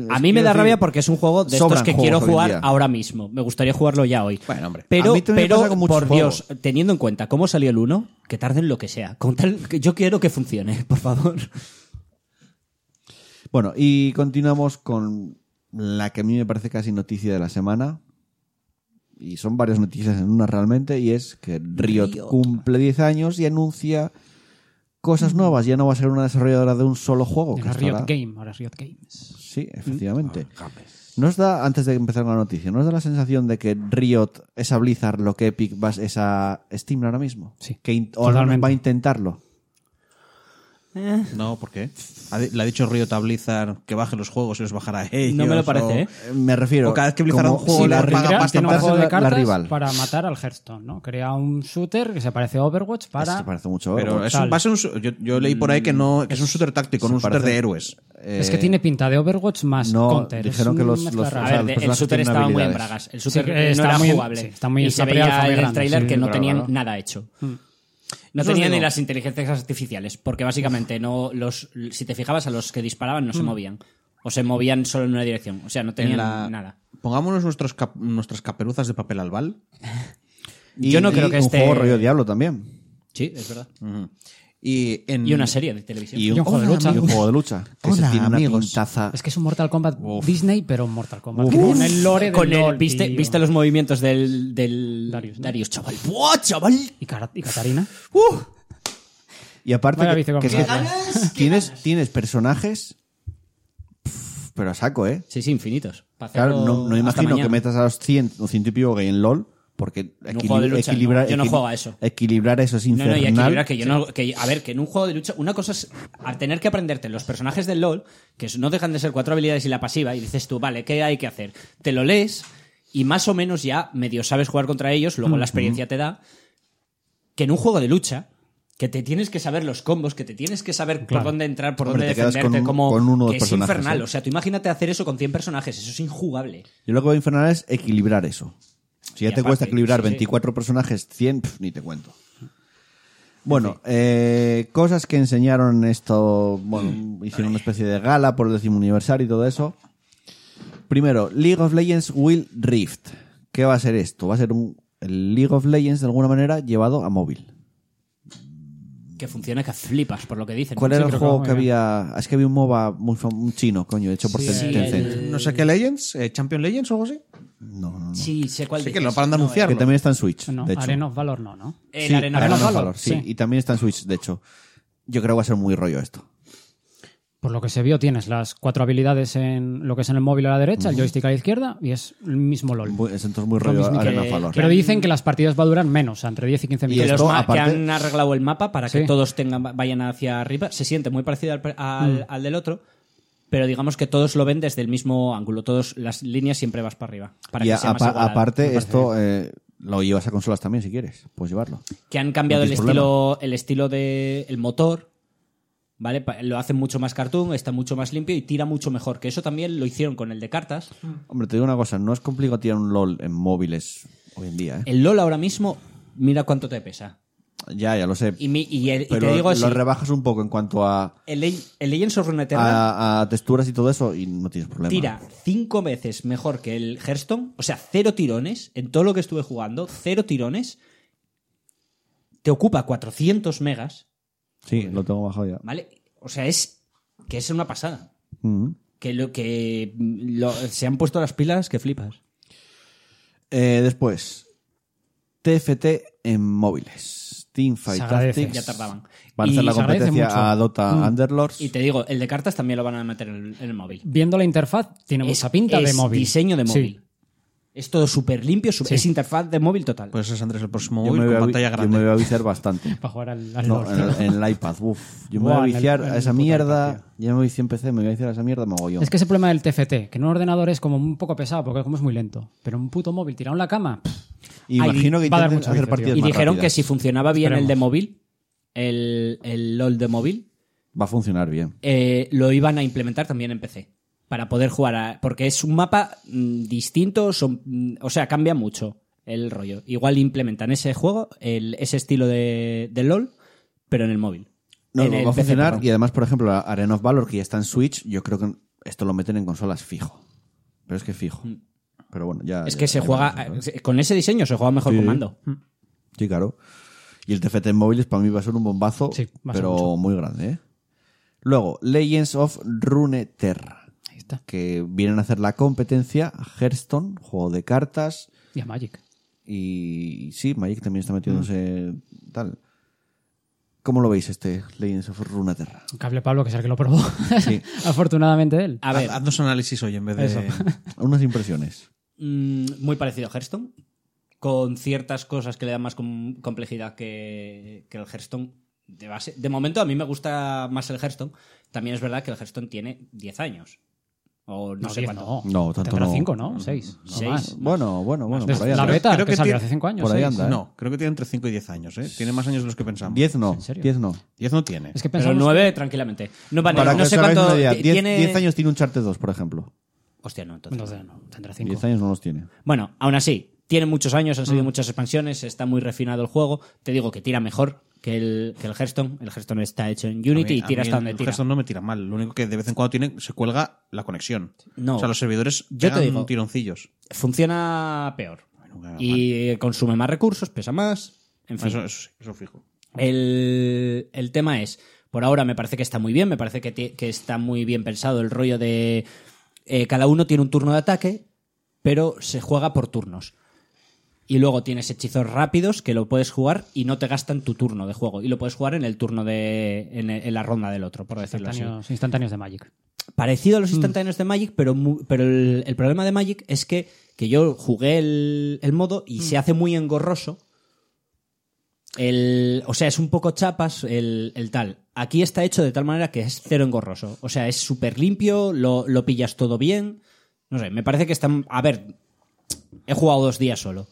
Speaker 2: a mí me
Speaker 1: quiero
Speaker 2: da
Speaker 1: decir,
Speaker 2: rabia porque es un juego de estos
Speaker 1: sobran
Speaker 2: que
Speaker 1: juegos
Speaker 2: quiero
Speaker 1: hoy en
Speaker 2: jugar
Speaker 1: día.
Speaker 2: ahora mismo. Me gustaría jugarlo ya hoy.
Speaker 3: Bueno, hombre.
Speaker 2: Pero,
Speaker 1: A mí también me
Speaker 2: pero
Speaker 1: pasa con muchos
Speaker 2: por Dios, teniendo en cuenta cómo salió el 1, que tarden lo que sea. Con tal que yo quiero que funcione, por favor.
Speaker 1: Bueno, y continuamos con la que a mí me parece casi noticia de la semana. Y son varias noticias en una realmente, y es que Riot, cumple 10 años y anuncia cosas nuevas. Ya no va a ser una desarrolladora de un solo juego. que
Speaker 5: Era
Speaker 1: hasta
Speaker 5: Riot
Speaker 1: ahora-
Speaker 5: Game, ahora es Riot Games.
Speaker 1: Sí, efectivamente. ¿Nos da, antes de empezar con la noticia, nos da la sensación de que Riot es a Blizzard lo que Epic va, es a Steam ahora mismo?
Speaker 5: Sí,
Speaker 1: Que in- o al menos
Speaker 5: totalmente.
Speaker 1: va a intentarlo.
Speaker 3: No, ¿por qué? Ha di- Le ha dicho Riot a Blizzard que baje los juegos y los bajará a ellos.
Speaker 2: No me lo
Speaker 3: o-
Speaker 2: parece, ¿eh?
Speaker 1: Eh, Me refiero.
Speaker 3: O cada vez que Blizzard
Speaker 1: como
Speaker 3: haga un juego
Speaker 1: si
Speaker 3: le
Speaker 1: la
Speaker 3: paga
Speaker 1: rival
Speaker 5: Crean-
Speaker 3: pasta
Speaker 5: tiene
Speaker 3: no
Speaker 5: un
Speaker 3: para
Speaker 5: juego
Speaker 1: hacer
Speaker 5: de
Speaker 1: la- la
Speaker 5: cartas
Speaker 1: rival.
Speaker 5: para matar al Hearthstone, ¿no? Crea un shooter que se parece a Overwatch para...
Speaker 1: Este parece mucho.
Speaker 3: Pero
Speaker 1: Overwatch.
Speaker 3: es un,
Speaker 5: Tal.
Speaker 3: va a ser un su- yo, yo leí por ahí que no que es
Speaker 2: Mm,
Speaker 3: un shooter táctico,
Speaker 1: se
Speaker 3: no un shooter
Speaker 1: parece-
Speaker 3: de héroes.
Speaker 5: Es que tiene pinta de Overwatch más
Speaker 1: no,
Speaker 5: Counter. Es
Speaker 1: dijeron que
Speaker 5: una
Speaker 1: los-
Speaker 5: mezcla
Speaker 1: los-
Speaker 5: rara.
Speaker 1: o
Speaker 2: A
Speaker 1: sea,
Speaker 2: ver, de-
Speaker 1: los
Speaker 2: el
Speaker 1: personajes
Speaker 2: shooter
Speaker 1: tienen
Speaker 2: estaba muy en
Speaker 1: habilidades.
Speaker 2: bragas. El shooter
Speaker 5: Sí, que
Speaker 2: no
Speaker 5: está
Speaker 2: era
Speaker 5: muy-
Speaker 2: jugable.
Speaker 5: sí, está muy-
Speaker 2: y
Speaker 5: está
Speaker 2: se veía
Speaker 5: prealfa muy
Speaker 2: en el
Speaker 5: grande,
Speaker 2: tráiler
Speaker 5: sí,
Speaker 2: que no Mm.
Speaker 4: claro,
Speaker 2: tenían
Speaker 4: claro.
Speaker 2: nada hecho. No
Speaker 3: Eso os
Speaker 2: tenían ni
Speaker 3: digo.
Speaker 2: las inteligencias artificiales, porque básicamente no los si te fijabas a los que disparaban no se movían o se movían solo Mm. en una dirección, o sea, no
Speaker 3: En
Speaker 2: tenían
Speaker 3: la-
Speaker 2: nada.
Speaker 3: Pongámonos nuestros cap- nuestras caperuzas de papel albal
Speaker 1: Y-
Speaker 2: Yo no creo
Speaker 1: y
Speaker 2: que
Speaker 1: un
Speaker 2: este-
Speaker 1: juego rollo Diablo también.
Speaker 2: Sí, es verdad.
Speaker 3: y, en,
Speaker 2: Y una serie de televisión.
Speaker 5: un juego de
Speaker 1: Hola,
Speaker 5: lucha.
Speaker 1: amigo. Mm. Y un juego de lucha. Que se
Speaker 3: Hola,
Speaker 1: tiene una
Speaker 3: amigos.
Speaker 1: pintaza.
Speaker 5: Es que es un Mortal Kombat Disney, pero Mortal Kombat.
Speaker 1: Uf.
Speaker 5: Con el lore de
Speaker 2: Con el-
Speaker 5: LOL,
Speaker 2: viste,
Speaker 5: tío.
Speaker 2: viste los movimientos del, del
Speaker 5: Darius, ¿no?
Speaker 2: chaval. ¡Buah, chaval!
Speaker 5: Y, Cara- y Katarina.
Speaker 1: Y aparte,
Speaker 5: Vaya
Speaker 1: que-
Speaker 5: vicio con
Speaker 1: que-
Speaker 5: plata.
Speaker 1: tienes, tienes personajes. pf, Pero a saco, ¿eh?
Speaker 2: Sí, sí, infinitos. Pa'
Speaker 1: Claro,
Speaker 2: hacerlo
Speaker 1: no, no
Speaker 2: hasta
Speaker 1: imagino que
Speaker 2: mañana.
Speaker 1: metas a los 100 o 100 y pico que en LOL, porque
Speaker 2: un juego de lucha, no. Yo no
Speaker 1: equil-
Speaker 2: juego a eso.
Speaker 1: Equilibrar eso es
Speaker 2: No,
Speaker 1: infernal.
Speaker 2: no, y equilibrar que yo no. Que, a ver, que en un juego de lucha, una cosa es al tener que aprenderte los personajes del LOL, que no dejan de ser cuatro habilidades y la pasiva, y dices tú, vale, ¿qué hay que hacer? Te lo lees y más o menos ya medio sabes jugar contra ellos, luego la experiencia te da. Que en un juego de lucha, que te tienes que saber los combos, que te tienes que saber
Speaker 5: Claro.
Speaker 2: por dónde entrar, por
Speaker 1: Hombre,
Speaker 2: dónde
Speaker 1: te quedas
Speaker 2: defenderte,
Speaker 1: con un-
Speaker 2: como.
Speaker 1: con uno de
Speaker 2: que
Speaker 1: los
Speaker 2: es
Speaker 1: personajes,
Speaker 2: infernal.
Speaker 1: ¿eh?
Speaker 2: O sea, tú imagínate hacer eso con 100 personajes, eso es injugable.
Speaker 1: Yo lo que voy a infernal es equilibrar eso. Si ya
Speaker 2: Y
Speaker 1: te
Speaker 2: aparte,
Speaker 1: cuesta equilibrar
Speaker 2: sí, sí.
Speaker 1: 24 personajes, 100, pf, ni te cuento. Bueno, eh, cosas que enseñaron esto, bueno, hicieron una especie de gala por el décimo aniversario y todo eso. Primero, League of Legends Will Rift. ¿Qué va a ser esto? Va a ser un el League of Legends de alguna manera llevado a móvil.
Speaker 2: Que funciona que flipas, por lo que dicen.
Speaker 1: ¿Cuál
Speaker 5: Sí,
Speaker 1: era el
Speaker 5: creo que
Speaker 1: juego
Speaker 5: va
Speaker 1: que
Speaker 5: muy bien.
Speaker 1: había? Es que había un MOBA muy fam- un chino, coño, hecho por
Speaker 5: Sí,
Speaker 1: Ten-
Speaker 5: el-
Speaker 1: Tencent.
Speaker 3: no sé qué Legends, eh, Champion Legends o algo así.
Speaker 1: No, no, no.
Speaker 2: Sí, sé cuál
Speaker 3: Sí, que
Speaker 2: dices.
Speaker 3: lo paran de
Speaker 2: No,
Speaker 3: anunciar.
Speaker 1: Que también está en Switch,
Speaker 5: No,
Speaker 1: de hecho.
Speaker 5: Arena of Valor no, ¿no?
Speaker 2: El
Speaker 1: Sí,
Speaker 2: Arena
Speaker 1: Arena
Speaker 2: Valor.
Speaker 1: of Valor, sí.
Speaker 5: sí.
Speaker 1: Y también está en Switch, de hecho. Yo creo que va a ser muy rollo esto.
Speaker 5: Por lo que se vio, tienes las cuatro habilidades en lo que es en el móvil a la derecha, el joystick a la izquierda y es el mismo LOL.
Speaker 1: Muy- es entonces muy Mm. rollo
Speaker 5: mismo que-
Speaker 1: Arena Valor.
Speaker 5: Pero dicen que las partidas va a durar menos, entre 10 y 15
Speaker 1: Y
Speaker 2: que,
Speaker 5: minutos.
Speaker 2: los
Speaker 1: esto,
Speaker 2: ma- que
Speaker 1: aparte-
Speaker 2: han arreglado el mapa para que
Speaker 5: Sí.
Speaker 2: todos tengan, vayan hacia arriba. Se siente muy parecido al, pre-
Speaker 1: Mm.
Speaker 2: al- al del otro, pero digamos que todos lo ven desde el mismo ángulo. Todas las líneas siempre vas para arriba. Para
Speaker 1: y
Speaker 2: que
Speaker 1: a-
Speaker 2: sea más
Speaker 1: apa-
Speaker 2: igualado.
Speaker 1: aparte, esto eh, lo llevas a consolas también si quieres. Puedes llevarlo.
Speaker 2: Que han cambiado
Speaker 1: no
Speaker 2: el
Speaker 1: tienes
Speaker 2: estilo, el estilo de el motor. ¿Vale? Pa- Lo hacen mucho más cartoon, está mucho más limpio y tira mucho mejor. Que eso también lo hicieron con el de cartas.
Speaker 1: Hombre, te digo una cosa, no es complicado tirar un LOL en móviles hoy en día, ¿eh?
Speaker 2: El LOL ahora mismo, mira cuánto te pesa.
Speaker 1: Ya, ya lo sé.
Speaker 2: Y, mi- y el- y
Speaker 1: pero
Speaker 2: te digo así,
Speaker 1: lo rebajas un poco en cuanto a,
Speaker 2: el, Le- el Legends of Runeterra
Speaker 1: a, a texturas y todo eso y no tienes problema.
Speaker 2: tira cinco veces mejor que el Hearthstone, o sea, cero tirones, en todo lo que estuve jugando, cero tirones, te ocupa 400 megas,
Speaker 1: Sí, lo tengo bajado ya.
Speaker 2: ¿vale? O sea, es que es una pasada.
Speaker 1: Mm.
Speaker 2: Que, lo, que lo- se han puesto las pilas que flipas.
Speaker 1: Eh, después, TFT en móviles.
Speaker 5: Se
Speaker 1: Teamfight
Speaker 5: agradece.
Speaker 1: Tactics.
Speaker 2: Ya tardaban.
Speaker 1: Van a
Speaker 2: Y
Speaker 1: hacer la
Speaker 5: se agradece mucho. Mm.
Speaker 1: competencia a Dota Underlords.
Speaker 2: Y te digo, el de cartas también lo van a meter en el, en el móvil.
Speaker 5: Viendo la interfaz, tiene
Speaker 2: Es-
Speaker 5: mucha pinta de
Speaker 2: es
Speaker 5: móvil.
Speaker 2: diseño de
Speaker 5: Sí.
Speaker 2: móvil. Es todo súper limpio, súper-
Speaker 5: Sí.
Speaker 2: es interfaz de móvil total.
Speaker 3: Pues es Andrés el próximo
Speaker 1: Yo
Speaker 3: móvil
Speaker 1: me voy
Speaker 3: con
Speaker 1: a-
Speaker 3: pantalla
Speaker 1: Yo me
Speaker 3: grande.
Speaker 1: voy a viciar bastante.
Speaker 5: Para jugar al, al
Speaker 1: No, eh,
Speaker 5: LOL.
Speaker 1: en, el- en el iPad, uff. Yo me voy a
Speaker 5: Buah, en el-
Speaker 1: viciar
Speaker 5: en
Speaker 1: a
Speaker 5: el
Speaker 1: esa
Speaker 5: puto
Speaker 1: mierda.
Speaker 5: iPad,
Speaker 1: Ya me voy 100 PC, me voy a viciar a esa mierda mogollón.
Speaker 5: Es que ese problema del TFT, que en un ordenador es como un poco pesado porque como es muy lento, pero un puto móvil tirado en la cama, pff,
Speaker 1: Y
Speaker 2: Ay,
Speaker 1: Imagino que
Speaker 5: va a dar
Speaker 1: intenten
Speaker 5: mucho
Speaker 1: hacer
Speaker 5: vicio, tío.
Speaker 1: partidas
Speaker 2: y
Speaker 1: más
Speaker 2: dijeron que
Speaker 1: rápidas.
Speaker 2: si funcionaba bien el
Speaker 5: Esperemos.
Speaker 2: de móvil, el, el LOL de móvil,
Speaker 1: Va a funcionar bien.
Speaker 2: eh, lo iban a implementar también en PC. Para poder jugar a- Porque es un mapa mm, distinto, son, mm, o sea, cambia mucho el rollo. Igual implementan ese juego, el- ese estilo de, de LOL, pero en el móvil.
Speaker 1: No,
Speaker 2: En
Speaker 1: va
Speaker 2: el
Speaker 1: a
Speaker 2: PC,
Speaker 1: funcionar.
Speaker 2: perdón.
Speaker 1: y además, por ejemplo, la Arena of Valor, que ya está en Switch, yo creo que esto lo meten en consolas fijo. Pero es que fijo. Pero bueno, ya.
Speaker 2: Es
Speaker 1: ya-
Speaker 2: que se
Speaker 1: ya veremos,
Speaker 2: juega.
Speaker 1: ¿no?
Speaker 2: eh, Con ese diseño se juega mejor
Speaker 1: Sí.
Speaker 2: con mando.
Speaker 1: Sí, claro. Y el TFT en móviles para mí va a ser un bombazo,
Speaker 5: Sí, va a ser
Speaker 1: pero
Speaker 5: mucho.
Speaker 1: muy grande. ¿eh? Luego, Legends of Runeterra,
Speaker 5: ahí está.
Speaker 1: que vienen a hacer la competencia a Hearthstone, juego de cartas,
Speaker 5: Y a Magic.
Speaker 1: y sí, Magic también está metiéndose
Speaker 5: Mm.
Speaker 1: tal. ¿Cómo lo veis este Legends of Runeterra?
Speaker 5: Cable Pablo, que es el que lo probó.
Speaker 1: Sí.
Speaker 5: Afortunadamente él.
Speaker 2: A ver,
Speaker 3: Haz- Haznos análisis hoy en vez de.
Speaker 5: Eso.
Speaker 1: Unas impresiones.
Speaker 2: mm, muy parecido a Hearthstone. Con ciertas cosas que le dan más com- complejidad que, que el Hearthstone de base. De momento a mí me gusta más el Hearthstone. También es verdad que el Hearthstone tiene 10 años. O no,
Speaker 5: No,
Speaker 2: sé
Speaker 5: diez,
Speaker 2: cuánto.
Speaker 5: no.
Speaker 1: No, tanto
Speaker 5: Tendrá
Speaker 1: no.
Speaker 5: 5, ¿no? 6. No
Speaker 2: Seis.
Speaker 5: más.
Speaker 1: Bueno, bueno, bueno, por
Speaker 5: Desde
Speaker 1: ahí
Speaker 5: la
Speaker 1: anda.
Speaker 5: beta
Speaker 3: Creo
Speaker 5: que,
Speaker 3: que
Speaker 5: salió
Speaker 3: tiene-
Speaker 5: hace 5 años.
Speaker 1: por ahí
Speaker 5: seis.
Speaker 1: anda.
Speaker 3: No, creo que tiene entre 5 y 10 años, ¿eh? Tiene más años de los que pensamos.
Speaker 1: 10 no,
Speaker 5: ¿En serio?
Speaker 1: 10 no.
Speaker 3: 10 no tiene.
Speaker 5: Es que
Speaker 2: Pero
Speaker 5: pensamos
Speaker 2: 9 tranquilamente. No, vale,
Speaker 1: Para
Speaker 2: no
Speaker 1: que
Speaker 2: sé
Speaker 1: os hagáis
Speaker 2: cuánto
Speaker 1: una idea,
Speaker 2: ti-
Speaker 1: 10
Speaker 2: tiene-
Speaker 1: 10 años tiene un Charter 2, por ejemplo.
Speaker 2: Hostia, no, entonces.
Speaker 5: Entonces, no, tendrá 5.
Speaker 1: 10 años no los tiene.
Speaker 2: Bueno, aún así, tiene muchos años, han
Speaker 5: Mm.
Speaker 2: salido muchas expansiones, está muy refinado el juego. Te digo que tira mejor que el, que el Hearthstone. El Hearthstone está hecho en Unity y tira hasta donde tira.
Speaker 3: Esto no me tira mal. Lo único que de vez en cuando tiene, se cuelga la conexión.
Speaker 2: No.
Speaker 3: O sea, los servidores
Speaker 2: Yo te
Speaker 3: pegan
Speaker 2: digo-
Speaker 3: tironcillos.
Speaker 2: Funciona peor.
Speaker 3: Bueno,
Speaker 2: y consume más recursos, pesa más. En fin.
Speaker 3: Eso, eso sí, eso fijo.
Speaker 2: El, el tema es, por ahora me parece que está muy bien, me parece que, ti- que está muy bien pensado el rollo de eh, cada uno tiene un turno de ataque, pero se juega por turnos. Y luego tienes hechizos rápidos que lo puedes jugar y no te gastan tu turno de juego. Y lo puedes jugar en el turno de. en, en la ronda del otro, por decirlo así.
Speaker 5: Instantáneos, instantáneos de Magic.
Speaker 2: Parecido a los instantáneos de Magic, pero, mu- pero el, el problema de Magic es que, que yo jugué el, el modo y se hace muy engorroso. El, o sea, es un poco chapas el, el tal. Aquí está hecho de tal manera que es cero engorroso. O sea, es súper limpio, lo, lo pillas todo bien. No sé, me parece que están... A ver, he jugado dos días solo.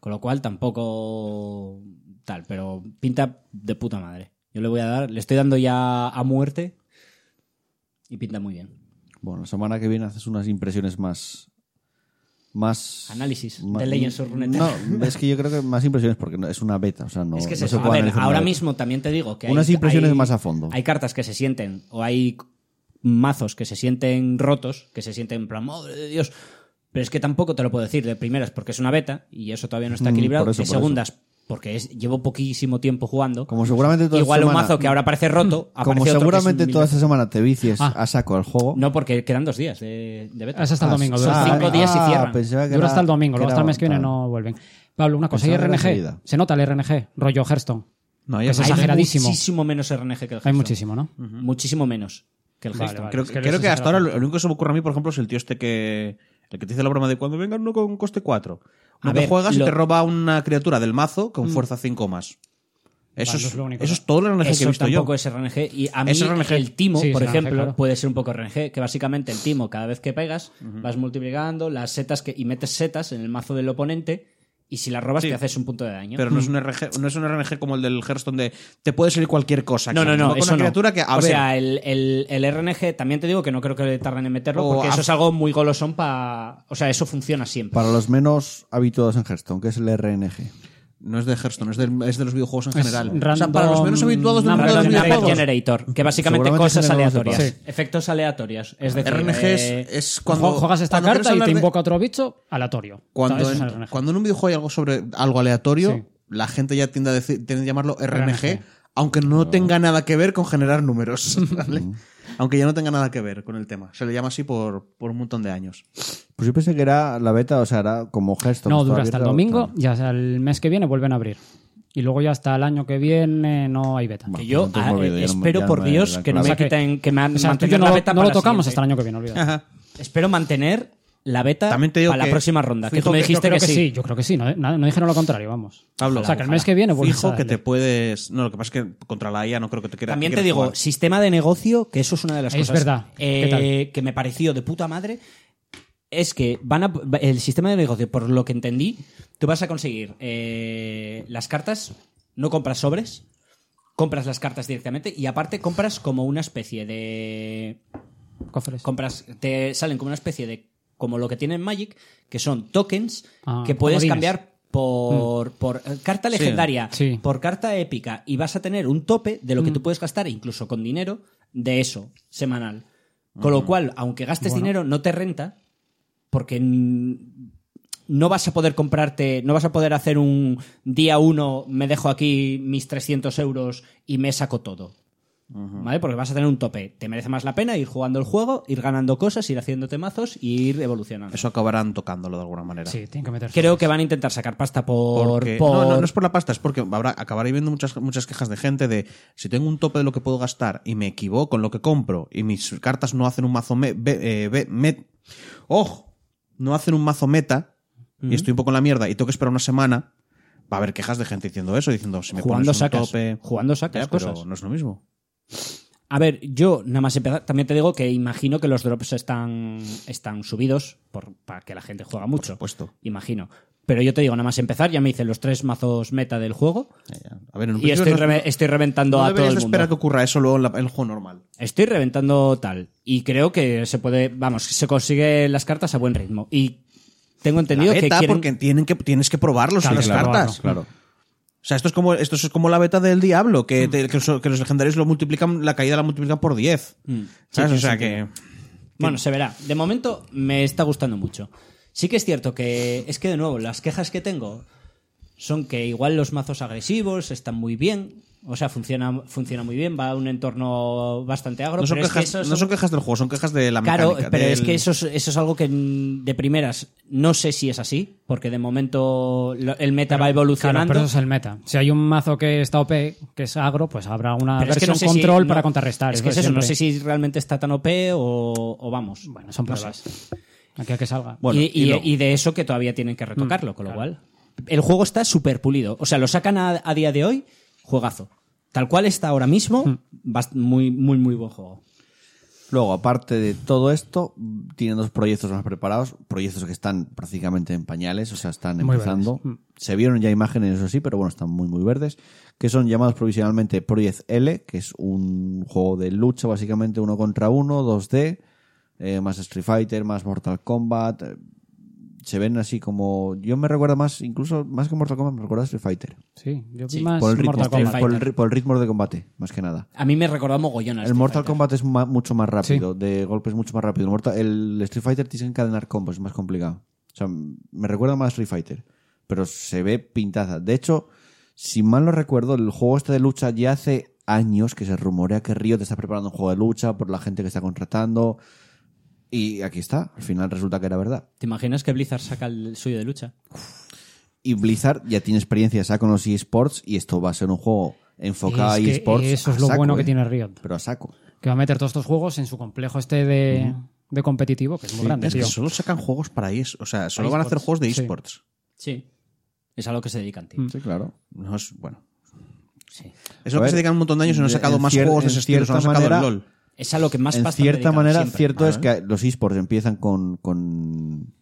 Speaker 2: Con lo cual tampoco tal, pero pinta de puta madre. Yo le voy a dar, le estoy dando ya a muerte y pinta muy bien.
Speaker 1: Bueno, la semana que viene haces unas impresiones más. Más.
Speaker 2: Análisis
Speaker 1: ma-
Speaker 2: de Legends of
Speaker 1: No,
Speaker 2: Runeterra.
Speaker 1: es que yo creo que más impresiones porque no- es una beta, o sea, no.
Speaker 2: es que es
Speaker 1: no
Speaker 2: eso.
Speaker 1: se
Speaker 2: A
Speaker 1: puede
Speaker 2: ver,
Speaker 1: analizar una
Speaker 2: ahora
Speaker 1: beta.
Speaker 2: mismo también te digo que hay-
Speaker 1: Unas impresiones
Speaker 2: hay-
Speaker 1: más a fondo.
Speaker 2: Hay cartas que se sienten o hay mazos que se sienten rotos, que se sienten en plan, madre de Dios. Pero es que tampoco te lo puedo decir de primeras porque es una beta y eso todavía no está
Speaker 1: Mm,
Speaker 2: equilibrado.
Speaker 1: por eso,
Speaker 2: de
Speaker 1: por
Speaker 2: segundas porque es- llevo poquísimo tiempo jugando.
Speaker 1: Como seguramente toda
Speaker 2: Igual
Speaker 1: esta
Speaker 2: un
Speaker 1: semana-
Speaker 2: mazo que ahora parece roto. aparece
Speaker 1: Como
Speaker 2: otro que es
Speaker 1: seguramente
Speaker 2: mil
Speaker 1: toda
Speaker 2: veces-
Speaker 1: esta semana te vicies
Speaker 5: Ah.
Speaker 1: a saco al juego.
Speaker 2: No, porque quedan dos días de, de beta.
Speaker 5: Es hasta el domingo. Dura,
Speaker 2: ah,
Speaker 5: hasta, el
Speaker 2: cinco
Speaker 5: domingo.
Speaker 2: días y cierran.
Speaker 1: pensaba que
Speaker 5: Dura
Speaker 1: era-
Speaker 5: hasta el domingo.
Speaker 1: que
Speaker 5: Luego
Speaker 1: era
Speaker 5: hasta el mes que viene
Speaker 1: avanzado.
Speaker 5: no vuelven. Pablo, una cosa. ¿Y
Speaker 1: Pensaba que era
Speaker 5: RNG?
Speaker 1: enseguida.
Speaker 5: Se nota el RNG. Rollo Hearthstone.
Speaker 3: No,
Speaker 5: Que
Speaker 3: ya
Speaker 5: se
Speaker 3: se
Speaker 2: Hay
Speaker 5: exageradísimo.
Speaker 2: muchísimo menos RNG que el
Speaker 5: Hay
Speaker 2: Hearthstone.
Speaker 5: muchísimo, ¿no?
Speaker 2: Muchísimo menos. que el
Speaker 5: Vale,
Speaker 2: Hearthstone.
Speaker 5: vale.
Speaker 3: Creo,
Speaker 5: es
Speaker 3: que,
Speaker 5: que
Speaker 3: creo
Speaker 5: eso
Speaker 3: que
Speaker 5: se
Speaker 3: hasta
Speaker 5: trata.
Speaker 3: ahora lo, lo único que se me ocurre a mí, por ejemplo, es el tío este que. El que te dice la broma de cuando venga uno con coste 4.
Speaker 2: A
Speaker 3: Uno que
Speaker 2: ver,
Speaker 3: juegas
Speaker 2: lo-
Speaker 3: y te roba una criatura del mazo con fuerza 5 más. Eso,
Speaker 5: Vale,
Speaker 3: es,
Speaker 5: no es lo único,
Speaker 3: eso
Speaker 5: ¿no?
Speaker 3: es todo lo RNG que he
Speaker 2: Eso
Speaker 3: visto yo.
Speaker 2: tampoco es RNG. Y a mí
Speaker 3: Es RNG.
Speaker 2: el timo,
Speaker 5: Sí, es
Speaker 2: por
Speaker 5: RNG,
Speaker 2: ejemplo,
Speaker 5: claro.
Speaker 2: puede ser un poco RNG, que básicamente el timo, cada vez que pegas, vas multiplicando las setas que, y metes setas en el mazo del oponente y si las robas
Speaker 3: Sí.
Speaker 2: te haces un punto de daño.
Speaker 3: Pero no es, un RNG, no es un RNG como el del Hearthstone de te puede salir cualquier cosa.
Speaker 2: no,
Speaker 3: que
Speaker 2: no,
Speaker 3: me
Speaker 2: no,
Speaker 3: toca
Speaker 2: eso
Speaker 3: una
Speaker 2: no.
Speaker 3: criatura que, a
Speaker 2: o
Speaker 3: ver,
Speaker 2: sea, el, el- el RNG, también te digo que no creo que tarden en meterlo,
Speaker 3: O
Speaker 2: porque
Speaker 3: a-
Speaker 2: eso es algo muy golosón para... O sea, eso funciona siempre.
Speaker 1: Para los menos habituados en Hearthstone, que es el RNG.
Speaker 3: no es de Hearthstone, es, del- es de los videojuegos en
Speaker 5: Es
Speaker 3: general. o sea,
Speaker 5: random-
Speaker 3: para los menos habituados de un juego
Speaker 5: random
Speaker 3: de
Speaker 2: Random Number
Speaker 3: videojuegos.
Speaker 2: Generator, que básicamente
Speaker 1: Seguramente
Speaker 2: cosas
Speaker 1: ese no lo
Speaker 2: aleatorias,
Speaker 1: sepas.
Speaker 2: efectos aleatorios. Es decir,
Speaker 3: RNG es,
Speaker 2: eh,
Speaker 3: es cuando.
Speaker 5: juegas esta
Speaker 3: cuando quieres
Speaker 5: carta y
Speaker 3: hablar
Speaker 5: te
Speaker 3: de-
Speaker 5: invoca otro bicho aleatorio.
Speaker 3: Cuando,
Speaker 5: Eso es
Speaker 3: en,
Speaker 5: RNG.
Speaker 3: cuando en un videojuego hay algo sobre algo aleatorio,
Speaker 5: Sí.
Speaker 3: la gente ya tiende a, decir- tiende a llamarlo RNG,
Speaker 5: RNG.
Speaker 3: aunque no tenga nada que ver con generar números, ¿vale? aunque ya no tenga nada que ver con el tema. Se le llama así por, por un montón de años.
Speaker 1: Pues yo pensé que era la beta, o sea, era como Hearthstone.
Speaker 5: No,
Speaker 1: estaba
Speaker 5: dura hasta el
Speaker 1: abierta,
Speaker 5: domingo
Speaker 1: tal.
Speaker 5: y hasta el mes que viene vuelven a abrir. Y luego ya hasta el año que viene no hay beta.
Speaker 1: Bueno,
Speaker 2: que yo
Speaker 1: pues entonces
Speaker 2: ah,
Speaker 1: me olvido, ya no me-
Speaker 2: espero
Speaker 1: ya
Speaker 2: por
Speaker 1: me-
Speaker 2: Dios
Speaker 1: la
Speaker 2: que no
Speaker 1: clave.
Speaker 2: me
Speaker 5: clave.
Speaker 2: quiten que me han
Speaker 5: O sea, tú y yo
Speaker 2: Ah, mantener
Speaker 5: no,
Speaker 2: la
Speaker 5: lo-
Speaker 2: beta
Speaker 5: no
Speaker 2: para
Speaker 5: lo
Speaker 2: la
Speaker 5: tocamos
Speaker 2: siguiente.
Speaker 5: hasta
Speaker 2: Ah,
Speaker 5: el año que viene, olvídate.
Speaker 2: Espero mantener la beta
Speaker 3: También te digo
Speaker 2: para
Speaker 3: que
Speaker 2: la próxima ronda, que
Speaker 3: fijo
Speaker 2: tú me
Speaker 3: que yo
Speaker 2: dijiste
Speaker 5: Creo
Speaker 2: que,
Speaker 5: que, sí.
Speaker 2: sí.
Speaker 5: yo creo que sí, no, no, no dijeron lo contrario, vamos.
Speaker 3: Pablo,
Speaker 5: o sea, que el mes que viene vuelves
Speaker 3: Fijo
Speaker 5: a
Speaker 3: que te
Speaker 5: darle.
Speaker 3: puedes. No, lo que pasa es que contra la IA no creo que te quiera.
Speaker 2: También
Speaker 3: que
Speaker 2: te
Speaker 3: quieras
Speaker 2: digo,
Speaker 3: jugar.
Speaker 2: sistema de negocio, que eso es una de las
Speaker 5: Es
Speaker 2: cosas
Speaker 5: verdad.
Speaker 2: eh,
Speaker 5: ¿Qué
Speaker 2: que me pareció de puta madre, es que van a, el sistema de negocio, por lo que entendí, tú vas a conseguir eh, las cartas, no compras sobres, compras las cartas directamente y aparte compras como una especie de
Speaker 5: Cofres.
Speaker 2: compras te salen como una especie de como lo que tiene en Magic que son tokens
Speaker 5: Ah,
Speaker 2: que puedes
Speaker 5: comodines. Mm.
Speaker 2: cambiar por, por eh, carta legendaria
Speaker 5: Sí. Mm.
Speaker 2: por carta épica y vas a tener un tope de lo que tú puedes gastar incluso con dinero de eso semanal con lo cual aunque gastes dinero no te renta porque mm, no vas a poder comprarte, no vas a poder hacer un día uno, me dejo aquí mis 300 euros y me saco todo. ¿Vale? Porque vas a tener un tope. Te merece más la pena ir jugando el juego, ir ganando cosas, ir haciéndote mazos y ir evolucionando.
Speaker 3: Eso acabarán tocándolo de alguna manera.
Speaker 5: Sí, tienen que meter.
Speaker 2: Creo que van a intentar sacar pasta por.
Speaker 3: Porque-
Speaker 2: por-
Speaker 3: No, no, no es por la pasta, es porque habrá, acabaré viendo muchas, muchas quejas de gente de si tengo un tope de lo que puedo gastar y me equivoco en lo que compro y mis cartas no hacen un mazo me, be- eh, be- met- ¡Ojo! no hacen un mazo meta y estoy un poco en la mierda y tengo que esperar una semana, va a haber quejas de gente diciendo eso, diciendo si me
Speaker 2: Jugando
Speaker 3: pones un
Speaker 2: sacas.
Speaker 3: tope...
Speaker 2: Jugando sacas
Speaker 3: Ya, pero
Speaker 2: cosas.
Speaker 3: no es lo mismo.
Speaker 2: A ver, yo nada más empezar. También te digo que imagino que los drops están, están subidos por, para que la gente juega mucho.
Speaker 3: supuesto.
Speaker 2: Imagino. Pero yo te digo, nada más empezar, ya me hice los tres mazos meta del juego.
Speaker 3: Ya, ya. A ver, en un
Speaker 2: Y estoy,
Speaker 3: principio no-
Speaker 2: reve- estoy reventando
Speaker 3: no
Speaker 2: a todo
Speaker 3: deberías
Speaker 2: el
Speaker 3: de esperar que
Speaker 2: mundo.
Speaker 3: ocurra eso luego en la- en el juego normal.
Speaker 2: Estoy reventando tal. Y creo que se puede. Vamos, se consigue las cartas a buen ritmo. Y tengo entendido
Speaker 3: La
Speaker 2: que
Speaker 3: beta,
Speaker 2: quieren.
Speaker 3: porque tienen que, tienes que probarlos
Speaker 5: Claro,
Speaker 3: las
Speaker 5: claro,
Speaker 3: cartas.
Speaker 1: Claro.
Speaker 3: O sea, esto es como, esto es como la beta del diablo,
Speaker 2: Mm.
Speaker 3: que, te- que los, que los legendarios lo multiplican, la caída la multiplican por 10.
Speaker 2: Mm.
Speaker 3: ¿Sabes? o sea que.
Speaker 2: Bueno, se verá. De momento me está gustando mucho. Sí que es cierto que es que de nuevo las quejas que tengo son que igual los mazos agresivos están muy bien, o sea, funciona funciona muy bien, va a un entorno bastante agro,
Speaker 3: No son,
Speaker 2: pero es
Speaker 3: quejas,
Speaker 2: que eso
Speaker 3: no
Speaker 2: es-
Speaker 3: son quejas del juego, son quejas de la
Speaker 2: Claro,
Speaker 3: mecánica.
Speaker 2: pero
Speaker 3: del-
Speaker 2: es que eso es, eso es algo que mm, de primeras no sé si es así, porque de momento lo- el meta va
Speaker 5: Claro,
Speaker 2: evolucionando.
Speaker 5: pero eso es el meta. Si hay un mazo que está OP, que es agro, pues habrá una
Speaker 2: Pero es que
Speaker 5: versión
Speaker 2: no sé si-
Speaker 5: control
Speaker 2: no-
Speaker 5: para contrarrestar.
Speaker 2: Es que es
Speaker 5: de
Speaker 2: eso, no sé
Speaker 5: siempre.
Speaker 2: si realmente está tan OP o, o vamos.
Speaker 5: Bueno, son
Speaker 2: No sé.
Speaker 5: pruebas. Aquí a que salga.
Speaker 3: Bueno,
Speaker 2: y, y-
Speaker 3: y lo-
Speaker 2: y de eso que todavía tienen
Speaker 5: Mm,
Speaker 2: que retocarlo, con lo cual. El juego está súper pulido. O sea, lo sacan a, a día de hoy, juegazo. Tal cual está ahora mismo,
Speaker 5: Mm.
Speaker 2: bast- muy, muy, muy buen juego.
Speaker 1: Luego, aparte de todo esto, tienen dos proyectos más preparados, proyectos que están prácticamente en pañales, o sea, están
Speaker 5: Muy Mm.
Speaker 1: empezando. Se vieron ya imágenes, eso sí, pero bueno, están muy, muy verdes, que son llamados provisionalmente Project L, que es un juego de lucha, básicamente uno contra uno, 2D, eh, más Street Fighter, más Mortal Kombat. eh, se ven así como. Yo me recuerda más, incluso más que Mortal Kombat, me recuerda a Street Fighter.
Speaker 5: Sí, yo vi
Speaker 2: Sí,
Speaker 5: más
Speaker 1: Por el, ritmo,
Speaker 5: Mortal
Speaker 1: por,
Speaker 2: Street
Speaker 1: el-
Speaker 2: Fighter.
Speaker 5: Kombat.
Speaker 1: por el ri- por el ritmo de combate, más que nada.
Speaker 2: A mí me recordó mogollón a
Speaker 1: El
Speaker 2: Street
Speaker 1: Mortal
Speaker 2: Fighter.
Speaker 1: Kombat es ma- mucho más rápido, de golpes mucho más rápido. El, Mortal- el Street Fighter tienes que encadenar combos, es más complicado. O sea, m- me recuerda más a Street Fighter, pero se ve pintaza. De hecho, si mal no recuerdo, el juego este de lucha ya hace años que se rumorea que Río te está preparando un juego de lucha por la gente que está contratando. Y aquí está, al final resulta que era verdad.
Speaker 2: ¿Te imaginas que Blizzard saca el suyo de lucha?
Speaker 1: Y Blizzard ya tiene experiencia ya con los eSports y esto va a ser un juego enfocado
Speaker 5: Es
Speaker 1: a
Speaker 5: que
Speaker 1: eSports.
Speaker 5: eso es
Speaker 1: a
Speaker 5: lo
Speaker 1: saco,
Speaker 5: bueno que
Speaker 1: ¿eh?
Speaker 5: tiene Riot.
Speaker 1: Pero a saco.
Speaker 5: que va a meter todos estos juegos en su complejo este de, de competitivo, que es muy grande,
Speaker 3: es que
Speaker 5: tío.
Speaker 3: solo sacan juegos para eso. O sea, solo van a hacer
Speaker 5: esports,
Speaker 3: juegos de
Speaker 5: sí.
Speaker 3: esports.
Speaker 2: Sí. Es a lo que se dedican, tío.
Speaker 1: Sí, claro.
Speaker 3: No es, bueno.
Speaker 2: Sí.
Speaker 3: Es lo
Speaker 1: A
Speaker 3: que
Speaker 1: ver,
Speaker 3: se dedican un montón de años y no han
Speaker 1: de-
Speaker 3: sacado
Speaker 1: en
Speaker 3: más
Speaker 1: cier-
Speaker 3: juegos de
Speaker 1: en
Speaker 3: ese estilo. Solo han
Speaker 1: cierta
Speaker 3: sacado el
Speaker 1: manera,
Speaker 3: LOL.
Speaker 2: Es a lo que más
Speaker 1: en
Speaker 2: pasta han
Speaker 1: cierta
Speaker 2: dedicado
Speaker 1: manera,
Speaker 2: siempre.
Speaker 1: cierto es que los esports empiezan con. con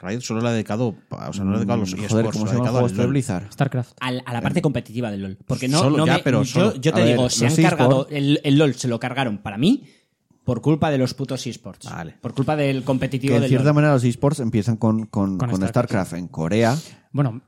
Speaker 3: Riot solo le ha dedicado. pa- O sea, no le ha dedicado a los
Speaker 1: Mm, joder,
Speaker 3: esports.
Speaker 1: ¿cómo
Speaker 3: le
Speaker 1: se llaman
Speaker 3: ha dedicado
Speaker 1: juegos
Speaker 3: al
Speaker 1: este de
Speaker 3: LOL.
Speaker 1: Blizzard?
Speaker 5: StarCraft.
Speaker 2: Al- a la parte competitiva del LOL. Porque no,
Speaker 3: Solo,
Speaker 2: no
Speaker 3: ya,
Speaker 2: me-
Speaker 3: pero
Speaker 2: yo-
Speaker 3: solo.
Speaker 2: yo, te
Speaker 1: A ver,
Speaker 2: digo, se
Speaker 1: los
Speaker 2: han
Speaker 1: eSports-
Speaker 2: cargado el, el LOL, se lo cargaron para mí por culpa de los putos esports.
Speaker 3: Vale.
Speaker 2: Por culpa del competitivo
Speaker 1: Que en
Speaker 2: del
Speaker 1: cierta
Speaker 2: LOL.
Speaker 1: manera los esports empiezan con, con, con
Speaker 5: Con StarCraft.
Speaker 1: StarCraft en Corea.
Speaker 5: Bueno,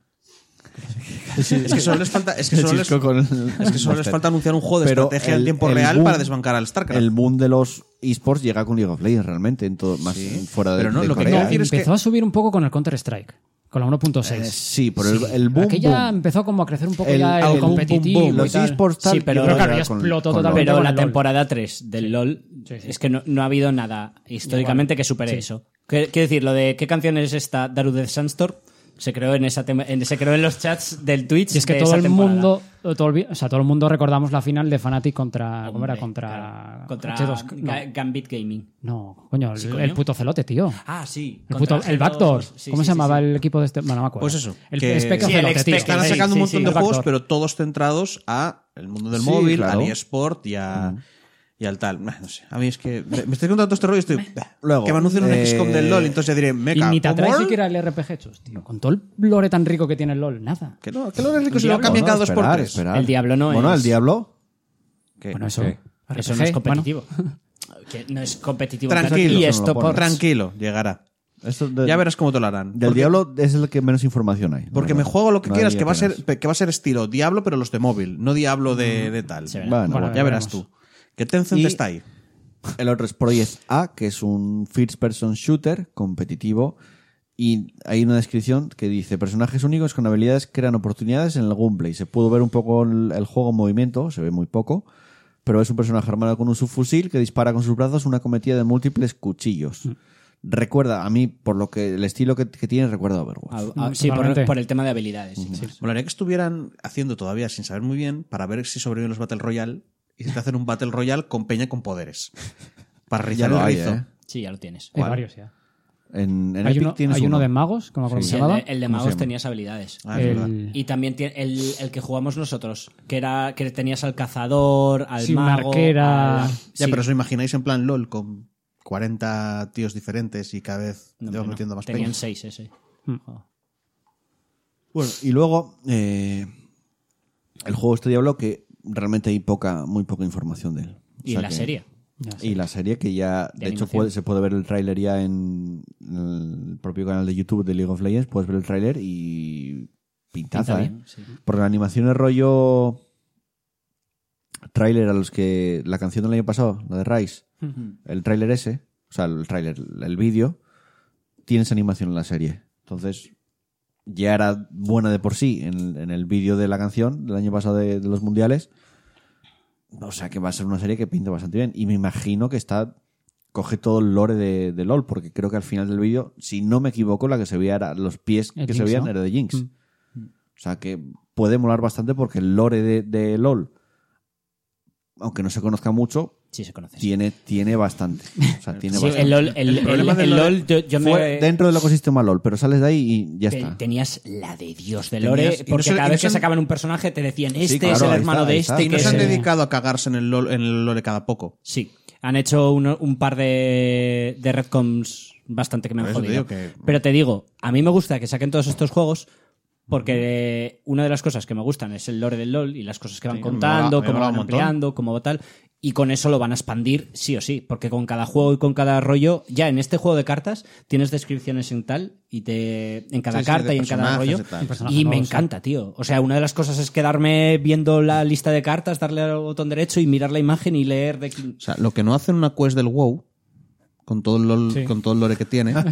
Speaker 3: Es que solo les falta. Es que solo les,
Speaker 1: Chisco con-
Speaker 3: es que solo les falta anunciar un juego de
Speaker 1: Pero
Speaker 3: estrategia en
Speaker 1: el-
Speaker 3: tiempo
Speaker 1: el
Speaker 3: real
Speaker 1: boom-
Speaker 3: para desbancar al StarCraft.
Speaker 1: El boom de los esports llega con League of Legends realmente, en todo, más fuera de,
Speaker 3: Pero no,
Speaker 1: de
Speaker 3: lo que
Speaker 1: Corea.
Speaker 3: quiero decir es que-
Speaker 5: empezó a subir un poco con el Counter-Strike, con la 1.6.
Speaker 1: Eh, sí, pero el, el boom.
Speaker 5: Aquí ya
Speaker 1: boom.
Speaker 5: empezó como a crecer un poco
Speaker 1: El-
Speaker 5: ya
Speaker 1: el
Speaker 5: el,
Speaker 1: boom, boom,
Speaker 5: competitivo
Speaker 1: boom.
Speaker 5: y
Speaker 1: Los
Speaker 5: tal.
Speaker 1: esports tal,
Speaker 2: Sí, pero-
Speaker 1: llega
Speaker 5: Claro, ya
Speaker 1: con-
Speaker 5: explotó
Speaker 1: con
Speaker 5: totalmente.
Speaker 1: LOL.
Speaker 2: Pero
Speaker 5: con
Speaker 2: la
Speaker 5: el LOL.
Speaker 2: temporada 3 del LOL
Speaker 5: Sí, sí.
Speaker 2: es que no, no ha habido nada históricamente que supere
Speaker 5: Sí.
Speaker 2: eso. Que- Quiero decir, lo de qué canción es esta Daru de Sandstorm se creó en esa tem- en- se creó en los chats del Twitch.
Speaker 5: Y es que
Speaker 2: de
Speaker 5: todo
Speaker 2: esa
Speaker 5: el
Speaker 2: temporada.
Speaker 5: mundo, todo el, vi- o sea, todo el mundo recordamos la final de Fanatic contra, ¿cómo era?
Speaker 2: Hombre,
Speaker 5: Contra,
Speaker 2: claro. Contra
Speaker 5: H2, no.
Speaker 2: Ga- Gambit Gaming.
Speaker 5: No, coño, el,
Speaker 2: Sí, coño.
Speaker 5: el puto celote, tío.
Speaker 2: Ah, sí.
Speaker 5: El,
Speaker 2: contra
Speaker 5: puto, el
Speaker 2: G2.
Speaker 5: Backdoor.
Speaker 2: Sí,
Speaker 5: ¿Cómo
Speaker 2: sí,
Speaker 5: se
Speaker 2: sí,
Speaker 5: llamaba
Speaker 2: sí.
Speaker 5: el equipo de este? Bueno, no me acuerdo.
Speaker 3: Pues eso,
Speaker 5: El
Speaker 3: que-
Speaker 5: Spectre
Speaker 2: Sí, el
Speaker 5: Celote, tío.
Speaker 2: Spectre,
Speaker 3: Están
Speaker 2: Sí,
Speaker 3: sacando
Speaker 2: sí,
Speaker 3: un montón
Speaker 2: sí,
Speaker 3: de
Speaker 5: el
Speaker 3: juegos,
Speaker 5: backdoor.
Speaker 3: pero todos centrados a el mundo del
Speaker 1: Sí,
Speaker 3: móvil,
Speaker 1: claro.
Speaker 3: al eSport y a, y al tal. Bah, No sé, a mí es que me me estoy contando todo este rollo y estoy... bah,
Speaker 1: Luego,
Speaker 3: que me anuncien un
Speaker 1: eh,
Speaker 3: XCOM del LOL, entonces ya diré, me
Speaker 5: Y
Speaker 3: cago
Speaker 5: ni te
Speaker 3: en
Speaker 5: atrae
Speaker 3: LOL.
Speaker 5: siquiera el RPG, chus, tío. Con todo el lore tan rico que tiene el LOL, nada.
Speaker 3: Que no, que LOL es rico si lo
Speaker 5: Diablo.
Speaker 3: cambian cada
Speaker 1: Bueno,
Speaker 3: dos
Speaker 1: esperar,
Speaker 3: por tres.
Speaker 1: esperar.
Speaker 2: El Diablo no
Speaker 1: Bueno,
Speaker 2: es-
Speaker 1: el Diablo.
Speaker 3: Que-
Speaker 5: Bueno, eso.
Speaker 4: Sí.
Speaker 2: Eso
Speaker 5: RPG,
Speaker 2: no es
Speaker 5: bueno.
Speaker 2: competitivo. Que no es competitivo.
Speaker 3: Tranquilo,
Speaker 2: y
Speaker 1: no
Speaker 2: esto
Speaker 1: lo
Speaker 2: por...
Speaker 1: pones.
Speaker 3: tranquilo, llegará.
Speaker 1: Esto de-
Speaker 3: Ya verás cómo te lo harán.
Speaker 1: Del
Speaker 3: Porque-
Speaker 1: Diablo es el que menos información hay. la
Speaker 3: Porque me
Speaker 1: verdad.
Speaker 3: juego lo que
Speaker 1: No hay
Speaker 3: quieras, que va, a
Speaker 1: apenas.
Speaker 3: ser, que va a ser estilo Diablo, pero los de móvil, no Diablo de, de tal.
Speaker 2: se verá.
Speaker 1: Bueno,
Speaker 5: Bueno,
Speaker 1: bueno.
Speaker 3: ya verás
Speaker 5: veremos.
Speaker 3: tú. Que Tencent
Speaker 1: Y-
Speaker 3: está ahí.
Speaker 1: El otro es Project A, que es un first person shooter competitivo. Y hay una descripción que dice: personajes únicos con habilidades crean oportunidades en el gameplay. Se pudo ver un poco el, el juego en movimiento, se ve muy poco. Pero es un personaje armado con un subfusil que dispara con sus brazos una cometida de múltiples
Speaker 5: Hmm.
Speaker 1: cuchillos. Recuerda, a mí, por lo que el estilo que, que tiene, recuerda a Overwatch.
Speaker 2: Ah, ah, sí, por,
Speaker 5: Totalmente.
Speaker 2: por el tema de habilidades. sí.
Speaker 3: Molaría que estuvieran haciendo todavía sin saber muy bien para ver si sobreviven los Battle Royale y si te hacen un Battle Royale con peña con poderes. Para rizar
Speaker 1: lo
Speaker 3: el
Speaker 1: hay,
Speaker 3: rizo.
Speaker 1: ¿eh?
Speaker 2: Sí, ya lo tienes.
Speaker 5: Hay varios ya.
Speaker 1: En, en
Speaker 5: Hay
Speaker 1: Epic
Speaker 5: uno,
Speaker 1: tienes
Speaker 5: hay uno
Speaker 1: uno.
Speaker 5: de magos, que no me acuerdo
Speaker 2: Sí, E-
Speaker 5: cómo se
Speaker 2: el,
Speaker 5: llamaba.
Speaker 2: de- el de
Speaker 1: ¿Cómo se
Speaker 2: magos
Speaker 1: llama?
Speaker 2: tenías habilidades.
Speaker 3: Ah, es
Speaker 5: El-
Speaker 3: verdad.
Speaker 2: Y también tiene el, el que jugamos nosotros, que era que tenías al cazador, al
Speaker 5: Sí, una
Speaker 2: mago,
Speaker 5: arquera.
Speaker 2: al- sí.
Speaker 3: Ya, pero os lo imagináis en plan LOL con 40 tíos diferentes y cada vez
Speaker 2: No,
Speaker 3: te vas
Speaker 2: no,
Speaker 3: metiendo más peña.
Speaker 2: Tenían seis ese.
Speaker 5: Mm.
Speaker 2: Oh.
Speaker 1: Bueno, y luego eh, el juego este Diablo que realmente hay poca, muy poca información de él. O
Speaker 2: Y
Speaker 1: sea
Speaker 2: la
Speaker 1: que-
Speaker 2: serie.
Speaker 1: Y la serie que ya, de,
Speaker 2: De
Speaker 1: hecho,
Speaker 2: animación.
Speaker 1: puede- se puede ver el tráiler ya en el propio canal de YouTube de League of Legends. Puedes ver el tráiler y pintaza,
Speaker 2: Pinta
Speaker 1: ¿eh?
Speaker 2: bien, sí.
Speaker 1: Porque la animación es rollo tráiler a los que la canción del año pasado, la de Rice, el tráiler ese, o sea, el tráiler, el vídeo, tiene esa animación en la serie. Entonces, ya era buena de por sí en, en el vídeo de la canción del año pasado de, de los mundiales. O sea, que va a ser una serie que pinta bastante bien. Y me imagino que está coge todo el lore de, de LOL, porque creo que al final del vídeo, si no me equivoco, la que se veía era los pies que
Speaker 5: El
Speaker 1: se
Speaker 5: Jinx,
Speaker 1: veían
Speaker 5: ¿no? Mm.
Speaker 1: era de Jinx. O sea que puede molar bastante porque el lore de, de LOL, aunque no se conozca mucho,
Speaker 2: Sí, se conoce. sí.
Speaker 1: tiene, tiene bastante. O sea, tiene
Speaker 2: Sí,
Speaker 1: bastante.
Speaker 2: el LOL, el,
Speaker 3: problema
Speaker 2: el-
Speaker 3: de
Speaker 2: el
Speaker 3: lo de-
Speaker 2: LOL, yo, yo me-
Speaker 1: Fue dentro del ecosistema LOL, pero sales de ahí y ya
Speaker 2: te-
Speaker 1: está.
Speaker 2: tenías la de Dios de
Speaker 3: Tenías-
Speaker 2: Lore,
Speaker 3: y no
Speaker 2: porque
Speaker 3: se- y
Speaker 2: cada
Speaker 3: no
Speaker 2: vez
Speaker 3: se
Speaker 2: que
Speaker 3: han-
Speaker 2: sacaban un personaje te decían, este es
Speaker 1: claro,
Speaker 2: el
Speaker 1: ahí
Speaker 2: hermano
Speaker 1: está,
Speaker 2: de
Speaker 1: ahí
Speaker 2: este.
Speaker 1: está.
Speaker 3: Y
Speaker 2: que
Speaker 3: no se
Speaker 2: es
Speaker 3: han
Speaker 2: el-
Speaker 3: dedicado a cagarse en el LOL, en el LOL de cada poco.
Speaker 2: Sí, han hecho uno- un par de, de retcons bastante que me han
Speaker 3: Por eso te
Speaker 2: jodido.
Speaker 3: digo que-
Speaker 2: Pero te digo, a mí me gusta que saquen todos estos juegos porque eh, una de las cosas que me gustan es el lore del LOL y las cosas que van
Speaker 3: Sí, me
Speaker 2: contando,
Speaker 3: mola- me
Speaker 2: cómo
Speaker 3: mola
Speaker 2: van
Speaker 3: un montón.
Speaker 2: ampliando, cómo va tal. Y con eso lo van a expandir sí o sí, porque con cada juego y con cada rollo, ya en este juego de cartas tienes descripciones en tal y te en cada
Speaker 3: Sí, sí,
Speaker 2: carta
Speaker 3: de
Speaker 2: y en cada
Speaker 3: personajes
Speaker 2: rollo.
Speaker 3: y tal. Y
Speaker 5: personajes
Speaker 2: Y me
Speaker 5: nuevos, sí.
Speaker 2: encanta, tío. O sea, una de las cosas es quedarme viendo la lista de cartas, darle al botón derecho y mirar la imagen y leer de quién-
Speaker 3: O sea, lo que no hacen una quest del WoW, con todo el, LOL,
Speaker 5: Sí.
Speaker 3: con todo el lore que tiene, este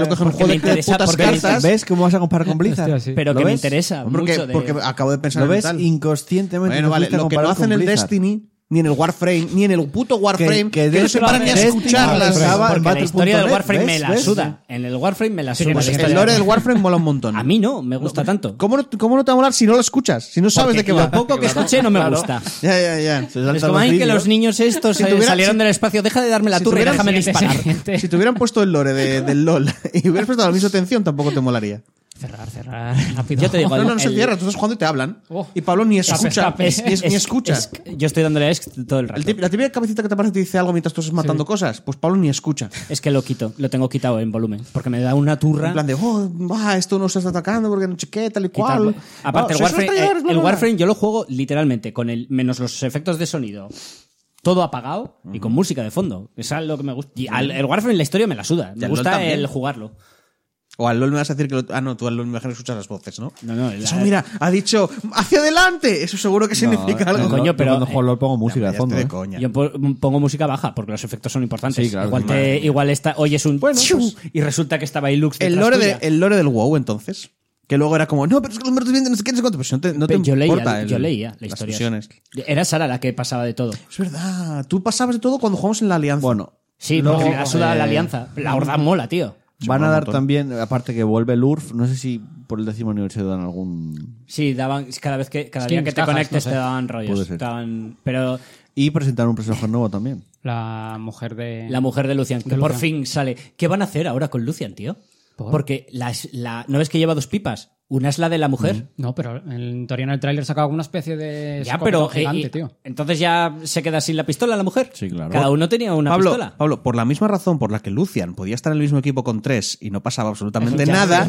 Speaker 3: lo coge
Speaker 2: Porque
Speaker 3: un juego
Speaker 2: le
Speaker 3: de
Speaker 2: interesa,
Speaker 3: putas
Speaker 2: porque le
Speaker 3: cartas.
Speaker 1: ¿Ves cómo vas a comparar con Blizzard?
Speaker 5: Hostia, sí.
Speaker 2: pero
Speaker 1: ¿Lo
Speaker 2: que me
Speaker 1: ves?
Speaker 2: interesa
Speaker 3: Porque,
Speaker 2: mucho de...
Speaker 3: porque acabo de pensar
Speaker 1: Lo
Speaker 3: en
Speaker 1: ves
Speaker 3: tal.
Speaker 1: inconscientemente.
Speaker 3: Bueno,
Speaker 1: te
Speaker 3: vale,
Speaker 1: fuiste a
Speaker 3: lo que no
Speaker 1: comparar
Speaker 3: hacen
Speaker 1: con
Speaker 3: el
Speaker 1: Blizzard.
Speaker 3: Destiny ni en el Warframe, ni en el puto Warframe, que, no se paran ni a
Speaker 1: Destiny
Speaker 3: escucharlas.
Speaker 1: estaba
Speaker 3: cabrón.
Speaker 1: en
Speaker 2: Porque la historia del
Speaker 1: Battle.net,
Speaker 2: Warframe me
Speaker 1: ¿ves?
Speaker 2: la
Speaker 1: ¿ves?
Speaker 2: suda. En el Warframe me la
Speaker 5: Sí,
Speaker 2: suda.
Speaker 5: pues
Speaker 2: la
Speaker 5: el
Speaker 3: el
Speaker 2: historia
Speaker 3: lore del
Speaker 2: del-
Speaker 3: Warframe mola un montón.
Speaker 2: A mí no, me gusta tanto.
Speaker 3: ¿Cómo no, ¿Cómo no te va a molar si no lo escuchas? Si no sabes
Speaker 2: Porque
Speaker 3: de qué va.
Speaker 2: Lo poco que escuché no me gusta.
Speaker 3: Ya, ya, ya.
Speaker 1: Se saltan
Speaker 2: Es como,
Speaker 1: los
Speaker 2: ay, que
Speaker 1: vídeos.
Speaker 2: los niños estos
Speaker 3: Si
Speaker 2: eh,
Speaker 3: tuviera-
Speaker 2: salieron
Speaker 3: si-
Speaker 2: del espacio, deja de darme la
Speaker 3: si
Speaker 2: turra y
Speaker 3: tuviera-
Speaker 2: déjame disparar.
Speaker 3: Si te hubieran puesto el lore de- del LOL y hubieras prestado la misma atención, tampoco te molaría.
Speaker 5: Cerrar, cerrar. Rápido.
Speaker 2: Yo te digo,
Speaker 3: No, no, no
Speaker 2: el-
Speaker 3: se cierra, tú estás jugando y te hablan.
Speaker 5: Oh.
Speaker 3: Y Pablo ni escucha.
Speaker 5: escape.
Speaker 3: es- es- Ni escucha.
Speaker 2: es- yo estoy dándole a ex todo el rato.
Speaker 3: El tip- la típica cabecita que te aparece y te dice algo mientras tú estás matando cosas, pues Pablo ni escucha.
Speaker 2: Es que lo quito, lo tengo quitado en volumen, porque me da una turra.
Speaker 3: En plan de, oh, ah, esto no se está atacando porque no sé qué, tal y cual.
Speaker 2: Quitarlo. Aparte,
Speaker 3: Ah,
Speaker 2: el,
Speaker 3: sois unos
Speaker 2: Warframe, eh,
Speaker 3: traidores, bla,
Speaker 2: el
Speaker 3: bla, bla.
Speaker 2: Warframe yo lo juego literalmente con el menos los efectos de sonido. Todo apagado y con música de fondo. Eso es lo que me gusta. Y al- el Warframe la historia me la suda.
Speaker 3: Y
Speaker 2: Me
Speaker 3: al LoL
Speaker 2: gusta
Speaker 3: también.
Speaker 2: el jugarlo.
Speaker 3: O al LOL me vas a decir que. lo- ah, no, tú al LOL me imagino que escuchas las voces, ¿no?
Speaker 2: No, no,
Speaker 3: Eso,
Speaker 2: la-
Speaker 3: mira, ha dicho, hacia adelante. Eso seguro que significa
Speaker 1: No,
Speaker 3: algo.
Speaker 1: yo-
Speaker 2: Coño,
Speaker 1: yo
Speaker 2: pero-
Speaker 1: Cuando juego LOL pongo
Speaker 3: Ya,
Speaker 1: música
Speaker 3: ya
Speaker 1: de fondo.
Speaker 3: estoy
Speaker 1: ¿eh?
Speaker 3: de coña.
Speaker 2: Yo po- pongo música baja porque los efectos son importantes.
Speaker 1: Sí, claro.
Speaker 2: igual, te-
Speaker 1: Madre mía.
Speaker 2: igual está, oyes un
Speaker 3: Bueno,
Speaker 2: chiu,
Speaker 3: pues-
Speaker 2: y resulta que estaba Ilux
Speaker 3: el, lore de, el lore del WoW, entonces. Que luego era como, no, pero es que los muertos vienen, no sé qué, no sé cuánto. Pues no te, no te
Speaker 2: yo
Speaker 3: importa
Speaker 2: leía,
Speaker 3: el-
Speaker 2: yo leía la
Speaker 3: las
Speaker 2: historia.
Speaker 3: misiones.
Speaker 2: Era Sara la que pasaba de todo.
Speaker 3: Es verdad. Tú pasabas de todo cuando jugamos en la Alianza.
Speaker 1: Bueno,
Speaker 2: Sí,
Speaker 1: Luego,
Speaker 2: porque me la suda
Speaker 1: eh,
Speaker 2: la alianza. La horda mola, tío.
Speaker 1: van a
Speaker 3: un
Speaker 1: dar
Speaker 3: montón.
Speaker 1: también, aparte que vuelve el URF, no sé si por el décimo aniversario dan algún...
Speaker 2: Sí, daban cada vez que cada día
Speaker 5: Skins,
Speaker 2: que te
Speaker 5: cajas,
Speaker 2: conectes
Speaker 5: no sé.
Speaker 2: te daban rollos.
Speaker 1: Puede ser.
Speaker 2: te daban- pero
Speaker 1: Y presentar un personaje nuevo también.
Speaker 5: La mujer de.
Speaker 2: la mujer de Lucian, que
Speaker 5: De
Speaker 2: por
Speaker 5: Lucian.
Speaker 2: fin sale. ¿Qué van a hacer ahora con Lucian, tío?
Speaker 5: ¿Por?
Speaker 2: Porque las- la, no ves que lleva dos pipas. Una es la de la
Speaker 3: Mm.
Speaker 2: mujer.
Speaker 5: No, pero en teoría en el tráiler sacaba una especie de.
Speaker 2: Ya,
Speaker 5: escopetón
Speaker 2: pero
Speaker 5: Gigante,
Speaker 2: eh, y-
Speaker 5: tío.
Speaker 2: entonces ya se queda sin la pistola la mujer.
Speaker 1: Sí, claro.
Speaker 2: Cada uno tenía una
Speaker 3: Pablo,
Speaker 2: pistola.
Speaker 3: Pablo, por la misma razón por la que Lucian podía estar en el mismo equipo con tres y no pasaba absolutamente nada,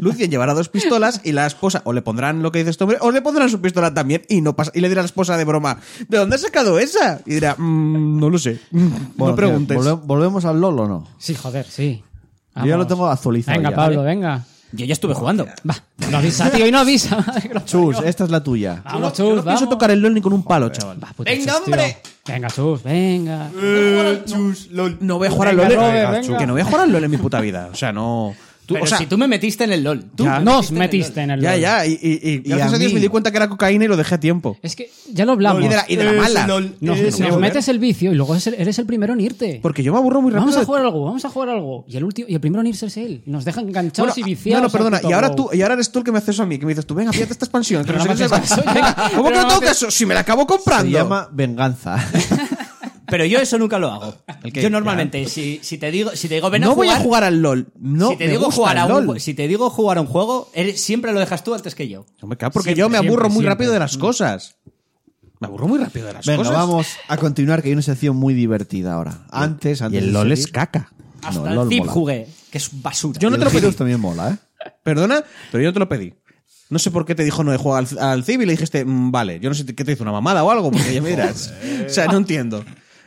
Speaker 3: Lucian llevará dos pistolas y la esposa, o le pondrán lo que dice este hombre, o le pondrán su pistola también y no pasa, y le dirá a la esposa de broma, ¿de dónde has sacado esa? Y dirá, "Mm, no lo sé, Mm,
Speaker 1: Bueno,
Speaker 3: no
Speaker 1: tío,
Speaker 3: preguntes.
Speaker 1: volve- ¿Volvemos al LOL o no?
Speaker 5: Sí, joder, sí.
Speaker 1: Yo ya lo tengo actualizado
Speaker 5: Venga,
Speaker 1: ya.
Speaker 5: Pablo, venga.
Speaker 2: Yo ya estuve jugando.
Speaker 5: Va. No avisa, tío, y no avisa. madre que lo
Speaker 1: Chus,
Speaker 5: parió.
Speaker 1: esta es la tuya.
Speaker 3: Yo no,
Speaker 5: Vamos,
Speaker 3: yo no
Speaker 5: Chus,
Speaker 3: pienso
Speaker 5: vamos.
Speaker 3: tocar el LOL ni con un palo, chaval.
Speaker 5: Va, puto Chus, tío. Venga, Chus, venga.
Speaker 3: Eh, No voy a jugar al
Speaker 5: Venga,
Speaker 3: LOL,
Speaker 5: Robert,
Speaker 3: Venga,
Speaker 5: venga.
Speaker 3: Chus, que no voy a jugar al LOL en mi puta vida. O sea, no... Tú,
Speaker 2: pero
Speaker 3: o sea,
Speaker 2: si tú me metiste en el LOL. Tú,
Speaker 5: Tú nos metiste en el.
Speaker 3: ya,
Speaker 5: LOL.
Speaker 3: ya, y, y, y gracias
Speaker 1: a
Speaker 3: a, Dios
Speaker 1: mí.
Speaker 3: me di cuenta que era cocaína y lo dejé a tiempo.
Speaker 5: Es que ya lo hablamos.
Speaker 3: Y de la, y de la mala.
Speaker 5: Nos,
Speaker 3: Eh,
Speaker 5: nos
Speaker 3: sí, joder.
Speaker 5: metes el vicio y luego es el- eres el primero en irte.
Speaker 3: Porque yo me aburro muy rápido.
Speaker 5: Vamos a
Speaker 3: de-
Speaker 5: jugar algo, vamos a jugar algo. Y el último, y el primero en irse es él. Nos dejan
Speaker 1: ah,
Speaker 3: Bueno,
Speaker 5: enganchados
Speaker 3: ah,
Speaker 5: y viciados.
Speaker 3: No, no, perdona.
Speaker 5: al puto
Speaker 3: Y ahora,
Speaker 5: WoW.
Speaker 3: tú, y ahora eres tú el que me haces a mí, que me dices tú, venga, fíjate esta expansión. que no
Speaker 5: Pero
Speaker 3: sé
Speaker 5: no
Speaker 3: qué
Speaker 5: me haces
Speaker 3: se llama".
Speaker 5: caso, ya.
Speaker 3: ¿Cómo que
Speaker 5: Pero
Speaker 3: no
Speaker 5: no
Speaker 3: tengo
Speaker 5: me haces-
Speaker 3: caso? Si me la acabo comprando.
Speaker 1: Se llama Venganza.
Speaker 2: Pero yo eso nunca lo hago.
Speaker 3: ¿El qué?
Speaker 2: Yo normalmente, si, si te digo, si te digo, ven a
Speaker 3: no
Speaker 2: jugar,
Speaker 3: voy a jugar al LOL. No,
Speaker 2: si te
Speaker 3: me
Speaker 2: digo
Speaker 3: gusta
Speaker 2: jugar a
Speaker 3: el
Speaker 2: un,
Speaker 3: LOL.
Speaker 2: ju- si te digo jugar a un juego, eres- siempre lo dejas tú antes que yo.
Speaker 3: No me cago, porque
Speaker 5: Siempre,
Speaker 3: yo me aburro
Speaker 5: siempre,
Speaker 3: muy
Speaker 5: siempre.
Speaker 3: rápido de las cosas. Me aburro muy rápido de las
Speaker 1: Venga,
Speaker 3: cosas.
Speaker 1: vamos a continuar, que hay una sección muy divertida ahora. Antes,
Speaker 3: Y
Speaker 1: antes
Speaker 3: el
Speaker 1: de
Speaker 3: LOL es
Speaker 1: seguir-
Speaker 3: caca.
Speaker 2: Hasta
Speaker 1: No,
Speaker 2: el
Speaker 1: LOL
Speaker 2: Zip
Speaker 1: mola.
Speaker 2: jugué, que es basura.
Speaker 3: Yo no
Speaker 1: Y
Speaker 3: te
Speaker 1: el
Speaker 3: lo pedí.
Speaker 1: Heroes también mola, ¿eh?
Speaker 3: Perdona, pero yo no te lo pedí. No sé por qué te dijo no de jugar al, al Civ y le dijiste, "Mm, vale, yo no sé qué te hizo una mamada o algo, porque ya me dirás. o sea, no entiendo.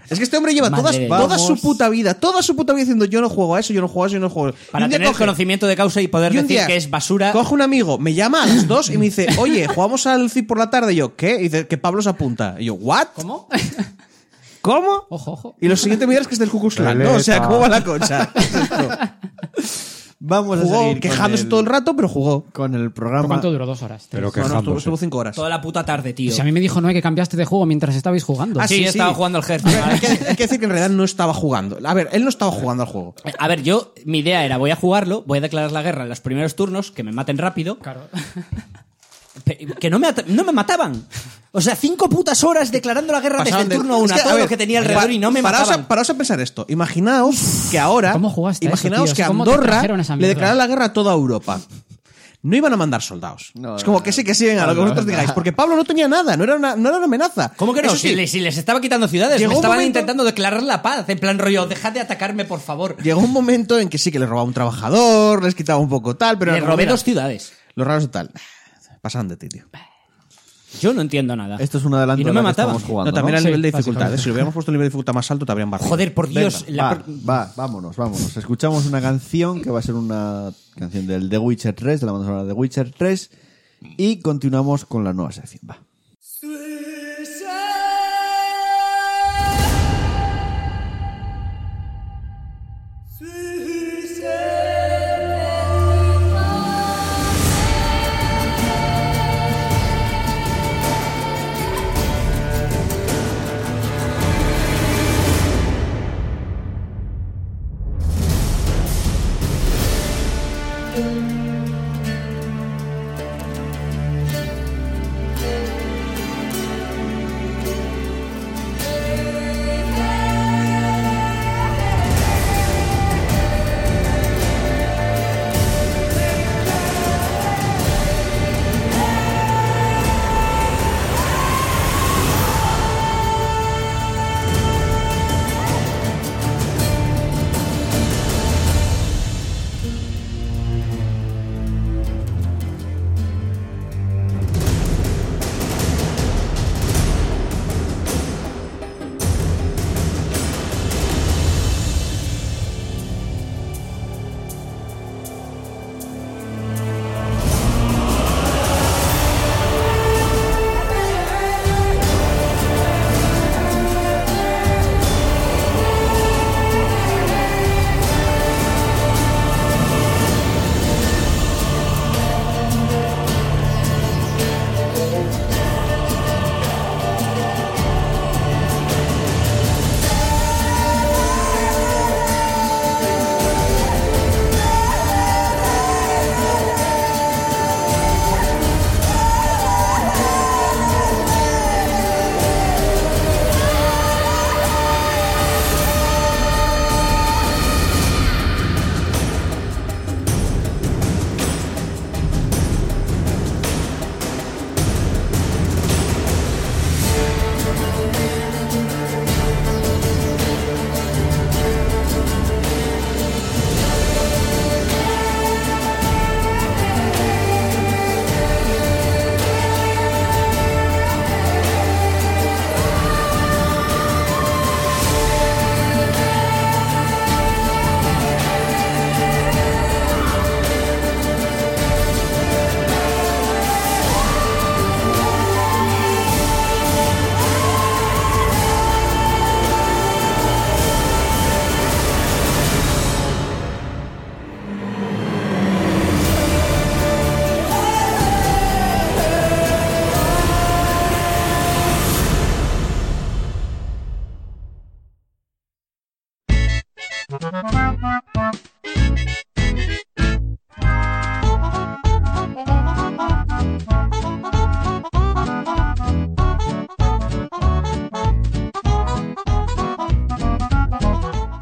Speaker 3: Es que este hombre lleva todas,
Speaker 2: Madre
Speaker 3: toda
Speaker 1: de Dios.
Speaker 3: su puta vida, toda su puta vida diciendo yo no juego a eso, yo no juego a eso, yo no juego a eso. Y
Speaker 2: Para
Speaker 3: un día
Speaker 2: tener
Speaker 3: coge-
Speaker 2: conocimiento de causa y poder
Speaker 3: y un
Speaker 2: decir
Speaker 3: día
Speaker 2: que es basura.
Speaker 3: Coge un amigo, me llama a las dos y me dice, oye, jugamos al Civ por la tarde. Y yo, ¿qué? Y dice, que Pablo se apunta. Y yo, ¿what?
Speaker 5: ¿Cómo?
Speaker 3: ¿Cómo?
Speaker 5: Ojo, ojo.
Speaker 3: Y lo siguiente miras que es del Ku Klux Klan, ¿no? O sea, ¿cómo va la cosa?
Speaker 1: Vamos a
Speaker 3: jugó
Speaker 1: seguir
Speaker 3: quejándose
Speaker 1: con el,
Speaker 3: todo el rato, pero jugó.
Speaker 1: con el programa.
Speaker 5: ¿Cuánto duró? ¿Dos horas? ¿Tres?
Speaker 4: Pero
Speaker 3: No, no, estuvo,
Speaker 4: quejándose.
Speaker 3: estuvo cinco horas.
Speaker 2: Toda la puta tarde, tío.
Speaker 5: Si a mí me dijo, no, que cambiaste de juego mientras estabais jugando.
Speaker 3: Ah,
Speaker 2: sí,
Speaker 3: sí,
Speaker 2: estaba
Speaker 3: sí.
Speaker 2: jugando al Hearthstone.
Speaker 3: Hay que, hay que decir que en realidad no estaba jugando. A ver, él no estaba jugando al juego.
Speaker 2: A ver, yo, mi idea era, voy a jugarlo, voy a declarar la guerra en los primeros turnos, que me maten rápido,
Speaker 5: Claro.
Speaker 2: pe- que no me, at- no me mataban. O sea, cinco putas horas declarando la guerra desde
Speaker 3: Pasaban de-
Speaker 2: el este turno uno
Speaker 3: Es
Speaker 2: a
Speaker 3: que,
Speaker 2: todo
Speaker 3: a ver,
Speaker 2: lo que tenía
Speaker 3: pa-
Speaker 2: alrededor y no me
Speaker 3: paraos
Speaker 2: mataban.
Speaker 3: A, paraos a pensar esto. Imaginaos que ahora.
Speaker 5: ¿Cómo jugaste a eso,
Speaker 3: Imaginaos
Speaker 5: tío?
Speaker 3: que
Speaker 5: ¿Cómo te
Speaker 3: Andorra
Speaker 5: trajeron esa
Speaker 3: le
Speaker 5: mierda?
Speaker 3: declarara la guerra a toda Europa. No iban a mandar soldados.
Speaker 1: No,
Speaker 3: es
Speaker 1: no,
Speaker 3: como
Speaker 1: no,
Speaker 3: que sí, que sí, venga, lo que vosotros digáis. Porque Pablo no tenía nada, no era una, no era una amenaza.
Speaker 2: ¿Cómo que no?
Speaker 3: Eso
Speaker 2: Si,
Speaker 3: sí,
Speaker 2: les, si les estaba quitando ciudades,
Speaker 3: Llegó
Speaker 2: me
Speaker 3: un
Speaker 2: estaban
Speaker 3: momento-
Speaker 2: intentando declarar la paz, en plan rollo, dejad de atacarme, por favor.
Speaker 3: Llegó un momento en que sí que les robaba un trabajador, les quitaba un poco tal, pero.
Speaker 2: Le
Speaker 3: era como,
Speaker 2: robé
Speaker 3: mira,
Speaker 2: dos ciudades.
Speaker 3: Los raros de tal. Pasaban de ti, tío.
Speaker 2: Yo no entiendo nada.
Speaker 1: Esto es un adelanto
Speaker 2: Y no
Speaker 1: de
Speaker 2: me
Speaker 1: lo que
Speaker 2: mataban.
Speaker 1: estamos jugando.
Speaker 3: no, también
Speaker 1: ¿no?
Speaker 3: era el
Speaker 5: Sí,
Speaker 3: nivel de dificultad.
Speaker 5: básicamente.
Speaker 3: ¿eh? Si lo hubiéramos puesto el nivel de dificultad más alto, te habrían barrido.
Speaker 2: Joder, por Dios. la
Speaker 1: Va,
Speaker 2: pro-
Speaker 1: va, vámonos, vámonos. Escuchamos una canción que va a ser una canción del The Witcher 3, de la banda sonora de The Witcher 3. Y continuamos con la nueva sección. Va.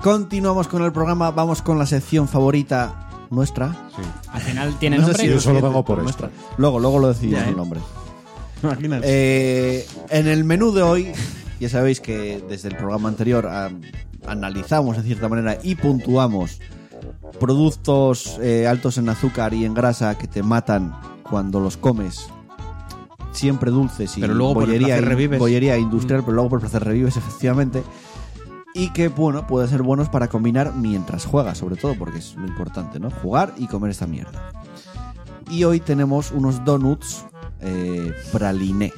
Speaker 1: Continuamos con el programa, vamos con la sección favorita nuestra.
Speaker 4: Sí.
Speaker 2: Al final tiene
Speaker 1: No sé
Speaker 2: nombre.
Speaker 1: si
Speaker 4: Yo
Speaker 1: lo
Speaker 4: solo
Speaker 1: siguiente,
Speaker 4: vengo por
Speaker 1: nuestra. Luego, luego lo decidimos
Speaker 3: Ya, ¿eh?
Speaker 1: el nombre.
Speaker 3: Imagínate.
Speaker 1: Eh, en el menú de hoy, ya sabéis que desde el programa anterior ah, analizamos de cierta manera y puntuamos productos eh, altos en azúcar y en grasa que te matan cuando los comes. Siempre dulces y
Speaker 3: Pero luego por el
Speaker 1: bollería,
Speaker 3: placer
Speaker 1: in-
Speaker 3: revives. Mm.
Speaker 1: bollería industrial, pero luego por placer revives, efectivamente. Y que, bueno, pueden ser buenos para combinar mientras juegas, sobre todo, porque es lo importante, ¿no? Jugar y comer esta mierda. Y hoy tenemos unos donuts eh, praliné.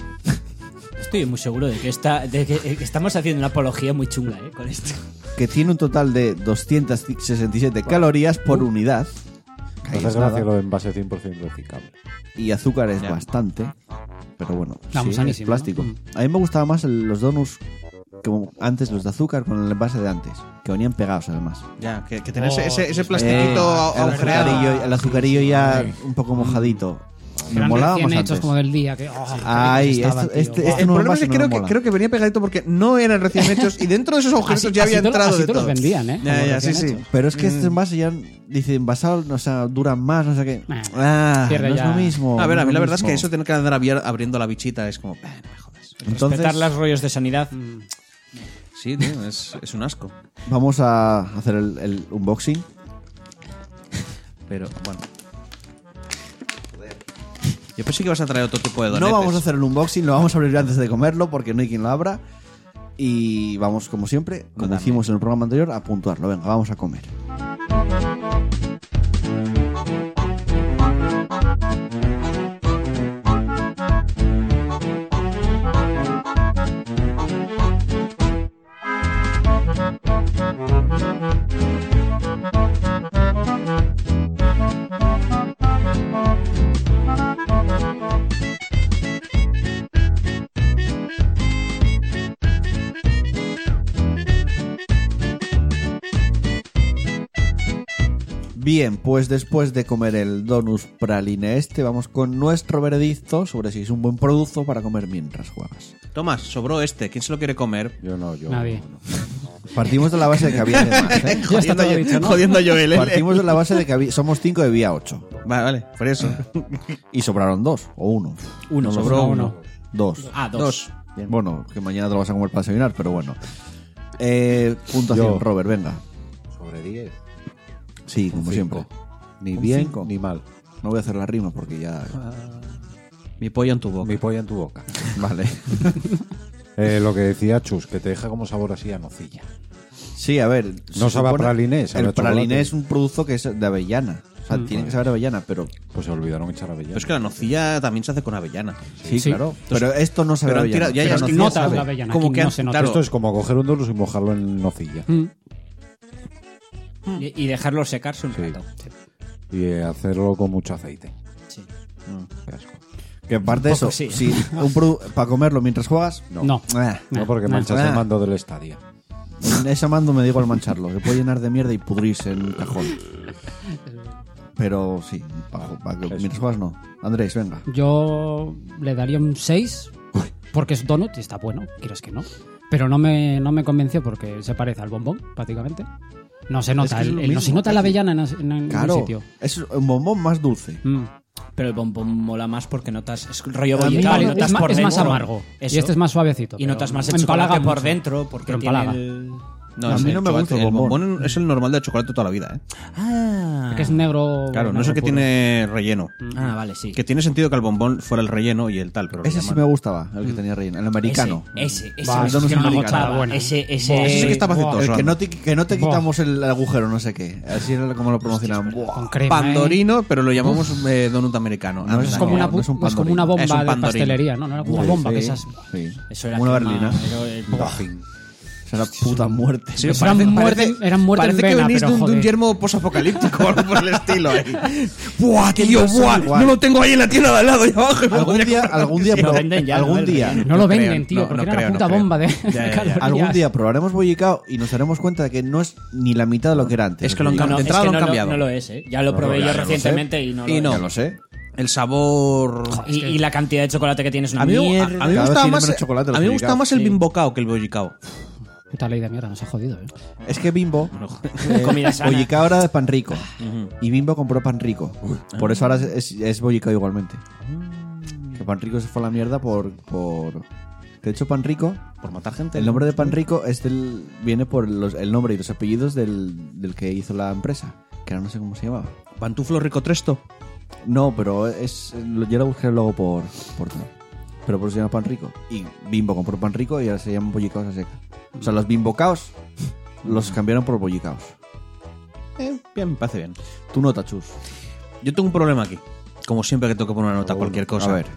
Speaker 2: Estoy muy seguro de que, está, de que eh, que estamos haciendo una apología muy chunga eh, con esto.
Speaker 1: que tiene un total de 267 calorías por unidad. que ahí
Speaker 4: Hace
Speaker 1: es
Speaker 4: gracia
Speaker 1: nada,
Speaker 4: lo de envase 100% reciclable.
Speaker 1: Y azúcar es bastante. Pero bueno,
Speaker 5: La
Speaker 1: sí, es
Speaker 5: gusanísima, ¿no?
Speaker 1: plástico.
Speaker 5: Mm.
Speaker 1: A mí me gustaban más el- los donuts como antes, los de azúcar, con el envase de antes. Que venían pegados además.
Speaker 3: Ya, que, que tener ese-
Speaker 5: Oh,
Speaker 3: ese, ese
Speaker 5: sí,
Speaker 1: Eh,
Speaker 3: plastiquito a-
Speaker 1: el
Speaker 3: agujereado.
Speaker 1: azucarillo, el azucarillo ya un
Speaker 3: Mm.
Speaker 1: poco mojadito. Me
Speaker 5: Eran
Speaker 1: molaba
Speaker 5: recién
Speaker 1: más
Speaker 5: hechos
Speaker 1: antes.
Speaker 5: como del día. Que, oh,
Speaker 1: Ay,
Speaker 5: qué ricos estaban,
Speaker 1: esto- este-
Speaker 5: tío. Buah.
Speaker 3: El
Speaker 1: no,
Speaker 3: problema es
Speaker 1: base no
Speaker 3: que creo,
Speaker 1: mola.
Speaker 3: que creo que venía pegadito porque no eran recién hechos y dentro de esos agujeritos
Speaker 5: Así-
Speaker 3: ya había
Speaker 5: así te lo-
Speaker 3: entrado
Speaker 5: así
Speaker 3: de
Speaker 5: te los
Speaker 3: todo.
Speaker 5: vendían, ¿eh?
Speaker 3: Ya,
Speaker 5: Como
Speaker 3: ya, sí,
Speaker 5: recién
Speaker 3: sí.
Speaker 5: hechos.
Speaker 1: Pero
Speaker 3: Mm.
Speaker 1: es que este envase ya dice envasado, o sea, duran más, no sé qué.
Speaker 5: Nah.
Speaker 1: Ah, no
Speaker 5: Pierde
Speaker 1: es
Speaker 5: ya.
Speaker 1: lo mismo.
Speaker 3: A ver, a
Speaker 1: no
Speaker 3: mí la verdad es
Speaker 1: mismo.
Speaker 3: que eso tener que andar abier- abriendo la bichita es como, "Bah, no me jodas.
Speaker 1: Entonces-
Speaker 2: Respetar los rollos de sanidad.
Speaker 3: Sí, tío, es, es un asco.
Speaker 1: Vamos a hacer el, el unboxing.
Speaker 3: Pero bueno. Yo pensé que ibas a traer otro tipo de donetes.
Speaker 1: No vamos a hacer el unboxing, lo vamos a abrir antes de comerlo porque no hay quien lo abra. Y vamos, como siempre, como
Speaker 3: Dame.
Speaker 1: hicimos en el programa anterior, a puntuarlo. Venga, vamos a comer. Bien, pues después de comer el donus praline este, vamos con nuestro veredicto sobre si es un buen producto para comer mientras juegas.
Speaker 3: Tomás, sobró este. ¿Quién se lo quiere comer?
Speaker 4: Yo no, yo.
Speaker 5: Nadie.
Speaker 1: Partimos de la base de que había de más. ¿eh?
Speaker 5: Ya está todo
Speaker 3: yo-
Speaker 5: dicho, ¿no?
Speaker 3: jodiendo a Joel. ¿eh?
Speaker 1: Partimos de la base de que había- somos cinco y había ocho.
Speaker 3: Vale, vale, por eso.
Speaker 1: Y sobraron dos o uno. No
Speaker 2: Uno,
Speaker 1: lo
Speaker 2: sobró
Speaker 1: sé.
Speaker 2: uno.
Speaker 1: Dos.
Speaker 2: Ah, dos.
Speaker 3: Dos.
Speaker 1: Bien. Bueno, que mañana te lo vas a comer para desayunar, pero bueno. Eh, puntuación,
Speaker 4: Yo.
Speaker 1: Robert, venga.
Speaker 4: Sobre 10.
Speaker 1: Sí, como
Speaker 4: cinco.
Speaker 1: siempre. Ni bien,
Speaker 4: Ni mal.
Speaker 1: No voy a hacer la rima porque ya.
Speaker 3: Mi pollo en tu boca.
Speaker 4: Mi polla en tu boca.
Speaker 1: Vale.
Speaker 4: Eh, lo que decía Chus, que te deja como sabor así a nocilla.
Speaker 1: Sí, a ver. se
Speaker 4: No sabe a
Speaker 1: supone-
Speaker 4: praliné, sabe
Speaker 1: El
Speaker 4: a chocolate.
Speaker 1: praliné es un producto que es de avellana. O sea, tiene que saber a avellana, pero.
Speaker 4: Pues se olvidaron echar
Speaker 3: Pero
Speaker 4: avellana.
Speaker 3: es que la nocilla también se hace con avellana.
Speaker 1: Sí, claro. Pero esto no sabe
Speaker 3: Pero
Speaker 1: a
Speaker 3: han
Speaker 1: avellana.
Speaker 3: tirado. Ya, ya,
Speaker 1: pero
Speaker 5: es
Speaker 1: no
Speaker 5: que
Speaker 1: sabe.
Speaker 5: notas la avellana,
Speaker 3: Como
Speaker 5: aquí
Speaker 3: que
Speaker 5: no
Speaker 3: han-
Speaker 5: se nota.
Speaker 3: claro,
Speaker 4: Esto es como coger un dolus y mojarlo en nocilla.
Speaker 5: Mm.
Speaker 2: Y, y dejarlo secarse un
Speaker 4: Sí.
Speaker 2: rato. Sí.
Speaker 4: Y eh, hacerlo con mucho aceite.
Speaker 2: Sí.
Speaker 4: Qué asco.
Speaker 1: Que aparte de
Speaker 2: Un poco
Speaker 1: eso,
Speaker 2: sí.
Speaker 1: si un produ- para comerlo mientras juegas, no.
Speaker 5: No.
Speaker 1: Ah,
Speaker 4: No, porque
Speaker 5: nah.
Speaker 4: manchas
Speaker 1: Ah.
Speaker 4: el mando del estadio.
Speaker 1: Ese mando me digo al mancharlo. Se puede llenar de mierda y pudrirse en un cajón. Pero sí, para, para que
Speaker 4: Eso.
Speaker 1: mientras juegas no. Andrés, venga.
Speaker 5: Yo le daría un 6 porque es donut y está bueno, quieres que no. Pero no me, no me convenció porque se parece al bombón, prácticamente. No se nota,
Speaker 1: que es
Speaker 5: el-
Speaker 1: lo
Speaker 5: el- no se
Speaker 1: mismo,
Speaker 5: nota la avellana en, en ningún
Speaker 1: Claro,
Speaker 5: sitio.
Speaker 1: es un bombón más dulce.
Speaker 5: Mm.
Speaker 2: Pero el bombón mola más porque notas. Es rollo
Speaker 1: A mí
Speaker 2: bollicao,
Speaker 1: me-
Speaker 2: y
Speaker 5: Claro,
Speaker 2: notas
Speaker 5: es, ma-
Speaker 2: por
Speaker 5: es más
Speaker 2: dentro.
Speaker 5: amargo.
Speaker 2: Eso.
Speaker 5: Y este es más suavecito.
Speaker 2: Y
Speaker 5: pero
Speaker 2: notas más el
Speaker 5: empalaga
Speaker 2: chocolate por
Speaker 5: mucho.
Speaker 2: dentro porque
Speaker 5: Pero
Speaker 2: tiene
Speaker 5: empalaga.
Speaker 2: el...
Speaker 3: No,
Speaker 1: A
Speaker 3: es
Speaker 1: mí
Speaker 3: el
Speaker 1: no me
Speaker 3: chocolate-
Speaker 1: gusta el
Speaker 3: el bombón.
Speaker 1: bombón.
Speaker 3: es el normal de chocolate toda la vida, ¿eh?
Speaker 2: Ah.
Speaker 5: Que es negro.
Speaker 3: Claro, no es el
Speaker 5: negro
Speaker 3: que
Speaker 5: puro.
Speaker 3: tiene relleno.
Speaker 2: Ah, vale, sí.
Speaker 3: Que tiene sentido que el bombón fuera el relleno y el tal, pero lo
Speaker 1: Ese sí
Speaker 3: llaman-
Speaker 1: me gustaba, el que tenía relleno, el americano.
Speaker 2: Ese, ese, ese.
Speaker 5: Va,
Speaker 2: me suena
Speaker 5: eso es Ah, una
Speaker 2: que me
Speaker 5: gozada
Speaker 2: gustaba.
Speaker 5: buena.
Speaker 2: Ese,
Speaker 5: Buah,
Speaker 2: ese.
Speaker 3: Ese sí que está
Speaker 5: Buah.
Speaker 3: bajito.
Speaker 1: El
Speaker 3: Sosando.
Speaker 1: que no te, que no te
Speaker 5: Buah.
Speaker 1: quitamos el, el agujero, no sé qué. Así era como lo promocionaban. Buah.
Speaker 5: Con crema. ¿eh?
Speaker 3: Pandorino, pero lo llamamos eh, donut americano.
Speaker 1: No,
Speaker 3: Ah,
Speaker 1: eso es
Speaker 5: Es
Speaker 1: No,
Speaker 5: como una,
Speaker 1: no es un
Speaker 5: bu- es como
Speaker 1: pandorino.
Speaker 5: una bomba
Speaker 3: Es un
Speaker 5: de
Speaker 3: pandorín.
Speaker 5: pastelería, ¿no? No era como una bomba
Speaker 1: Sí,
Speaker 5: que esas.
Speaker 1: sí.
Speaker 2: Eso era
Speaker 1: Como una
Speaker 2: crema,
Speaker 1: berlina.
Speaker 2: era el- buah.
Speaker 4: Tajín.
Speaker 1: Será puta muerte.
Speaker 3: Sí,
Speaker 5: Eran muerte- eran muerte
Speaker 3: parece
Speaker 5: en
Speaker 3: que
Speaker 5: vena,
Speaker 3: venís
Speaker 5: pero
Speaker 3: de un, de un
Speaker 5: joder.
Speaker 3: yermo posapocalíptico o algo por el estilo. ahí. ¡Buah, tío!
Speaker 1: no son
Speaker 3: ¡Buah!
Speaker 1: igual.
Speaker 3: No lo tengo ahí en la tienda de al lado y abajo.
Speaker 1: Algún día, algún día,
Speaker 2: Sí,
Speaker 1: prob-
Speaker 2: lo venden ya,
Speaker 1: algún
Speaker 2: lo
Speaker 1: día,
Speaker 2: venden
Speaker 5: No lo
Speaker 3: creo,
Speaker 5: venden, tío,
Speaker 3: no,
Speaker 5: porque
Speaker 3: no
Speaker 5: era
Speaker 3: creo,
Speaker 5: una
Speaker 3: no
Speaker 5: puta
Speaker 3: creo.
Speaker 5: bomba de
Speaker 3: Ya, ya, ya.
Speaker 5: calorías.
Speaker 1: Eh, algún día probaremos bollicao y nos daremos cuenta de que no es ni la mitad de lo que era antes.
Speaker 3: Es que lo han
Speaker 1: Bollicao.
Speaker 3: cambiado.
Speaker 2: No,
Speaker 3: De
Speaker 2: es
Speaker 3: entrada
Speaker 2: que
Speaker 3: lo han
Speaker 2: no,
Speaker 3: cambiado.
Speaker 2: no lo es, ¿eh? Ya lo probé
Speaker 1: ya,
Speaker 2: yo
Speaker 1: ya lo
Speaker 2: recientemente y no lo
Speaker 3: Y
Speaker 2: es.
Speaker 3: no.
Speaker 1: Ya lo sé.
Speaker 3: El sabor.
Speaker 2: Y, y la cantidad de chocolate que tienes una
Speaker 3: A mí, a- a
Speaker 2: mierda.
Speaker 3: mí
Speaker 1: Cada
Speaker 3: me
Speaker 1: vez
Speaker 3: gustaba
Speaker 1: tiene
Speaker 3: más,
Speaker 1: menos chocolate los
Speaker 3: a mí me gustaba
Speaker 1: bollicaos.
Speaker 3: más el bimbocao que el bollicao.
Speaker 5: Puta ley de mierda, nos ha jodido, eh.
Speaker 1: Es que Bimbo. eh,
Speaker 2: Comida sana.
Speaker 1: Bollicao era de pan rico. Y Bimbo compró pan rico. Por eso ahora es, es, es bollicao igualmente. Que pan rico se fue a la mierda por. por... De hecho, pan rico.
Speaker 3: Por matar gente.
Speaker 1: El nombre de pan rico es del- viene por los- el nombre y los apellidos del, del que hizo la empresa. Que ahora no sé cómo se llamaba.
Speaker 3: Pantuflo ricotresto.
Speaker 1: No, pero es. Yo lo busqué luego por. por tal. Pero por eso se llama pan rico. Y Bimbo compró pan rico y ahora se llaman bollicaos a seca. O sea, los bimbocaos los cambiaron por bollicaos.
Speaker 3: Eh, bien, me parece bien.
Speaker 1: Tú nota, chus.
Speaker 3: Yo tengo un problema aquí. Como siempre que tengo que poner una nota a cualquier cosa.
Speaker 1: A ver.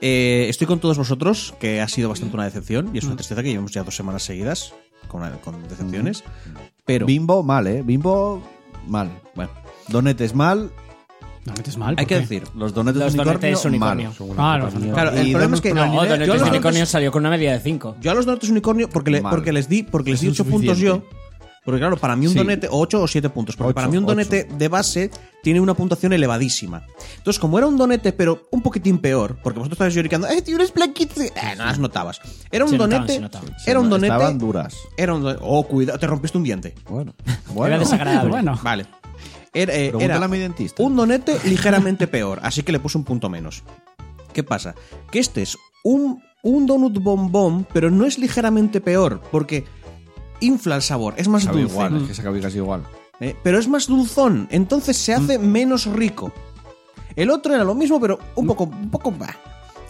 Speaker 3: Eh, estoy con todos vosotros, que ha sido bastante una decepción y es una tristeza que llevamos ya dos semanas seguidas con, con decepciones. Pero
Speaker 1: Bimbo mal, ¿eh? Bimbo mal.
Speaker 3: bueno,
Speaker 1: Donetes mal.
Speaker 5: No metes mal.
Speaker 3: hay
Speaker 5: ¿por
Speaker 3: que
Speaker 5: qué?
Speaker 3: decir.
Speaker 1: Los donetes
Speaker 2: Los
Speaker 1: unicornio,
Speaker 2: donetes unicornnio.
Speaker 1: mal.
Speaker 5: Ah, los unicornios.
Speaker 3: Claro, el
Speaker 1: Y
Speaker 3: problema
Speaker 1: Donuts
Speaker 3: es que
Speaker 2: No,
Speaker 3: yo a
Speaker 2: Donetes
Speaker 3: los
Speaker 2: Unicornio
Speaker 3: donuts-
Speaker 2: salió con una media de 5.
Speaker 3: yo a los donetes unicornio porque, le-
Speaker 1: Mal.
Speaker 3: porque les di porque les di
Speaker 1: Es
Speaker 3: 8 puntos yo.
Speaker 1: insuficiente.
Speaker 3: Porque claro, para mí un
Speaker 1: Sí.
Speaker 3: donete, o 8 o 7 puntos, porque
Speaker 1: Ocho,
Speaker 3: para mí un
Speaker 1: ocho.
Speaker 3: donete de base tiene una puntuación elevadísima. Entonces, como era un donete, pero un poquitín peor, porque vosotros estabais lloricando, ¡eh, tío, eres blanquito! Eh, no las notabas. Era un
Speaker 2: Se
Speaker 3: donete.
Speaker 2: notaban, se notaban.
Speaker 3: Era un donete.
Speaker 1: Estaban duras.
Speaker 3: Era un donete. Oh, cuidado, te rompiste un diente.
Speaker 1: Bueno.
Speaker 2: Era
Speaker 1: bueno.
Speaker 2: desagradable.
Speaker 5: Bueno,
Speaker 3: Vale. Era, eh,
Speaker 1: Pregúntale
Speaker 3: era
Speaker 1: a mi dentista.
Speaker 3: un donete ligeramente peor, así que le puse un punto menos. ¿Qué pasa? Que este es un, un donut bombón, pero no es ligeramente peor, porque infla el sabor, es más
Speaker 1: Sabe
Speaker 3: dulce.
Speaker 1: igual, es que sabe casi igual.
Speaker 3: eh, pero es más dulzón, entonces se hace menos rico. El otro era lo mismo, pero un poco, un poco bah.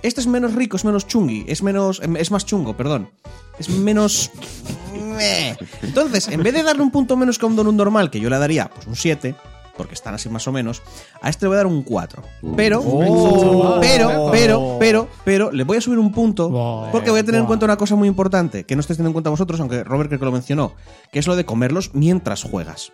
Speaker 3: Este es menos rico, es menos chungi, es menos, em, es más chungo, perdón. Es menos. Meh. Entonces, en vez de darle un punto menos que a un donut normal, que yo le daría pues un 7, porque están así más o menos, a este le voy a dar un 4. Pero, pero, pero, pero, pero, le voy a subir un punto,
Speaker 5: Buah,
Speaker 3: porque voy a tener en
Speaker 5: buah.
Speaker 3: cuenta una cosa muy importante, que no estáis teniendo en cuenta vosotros, aunque Robert creo que lo mencionó, que es lo de comerlos mientras juegas.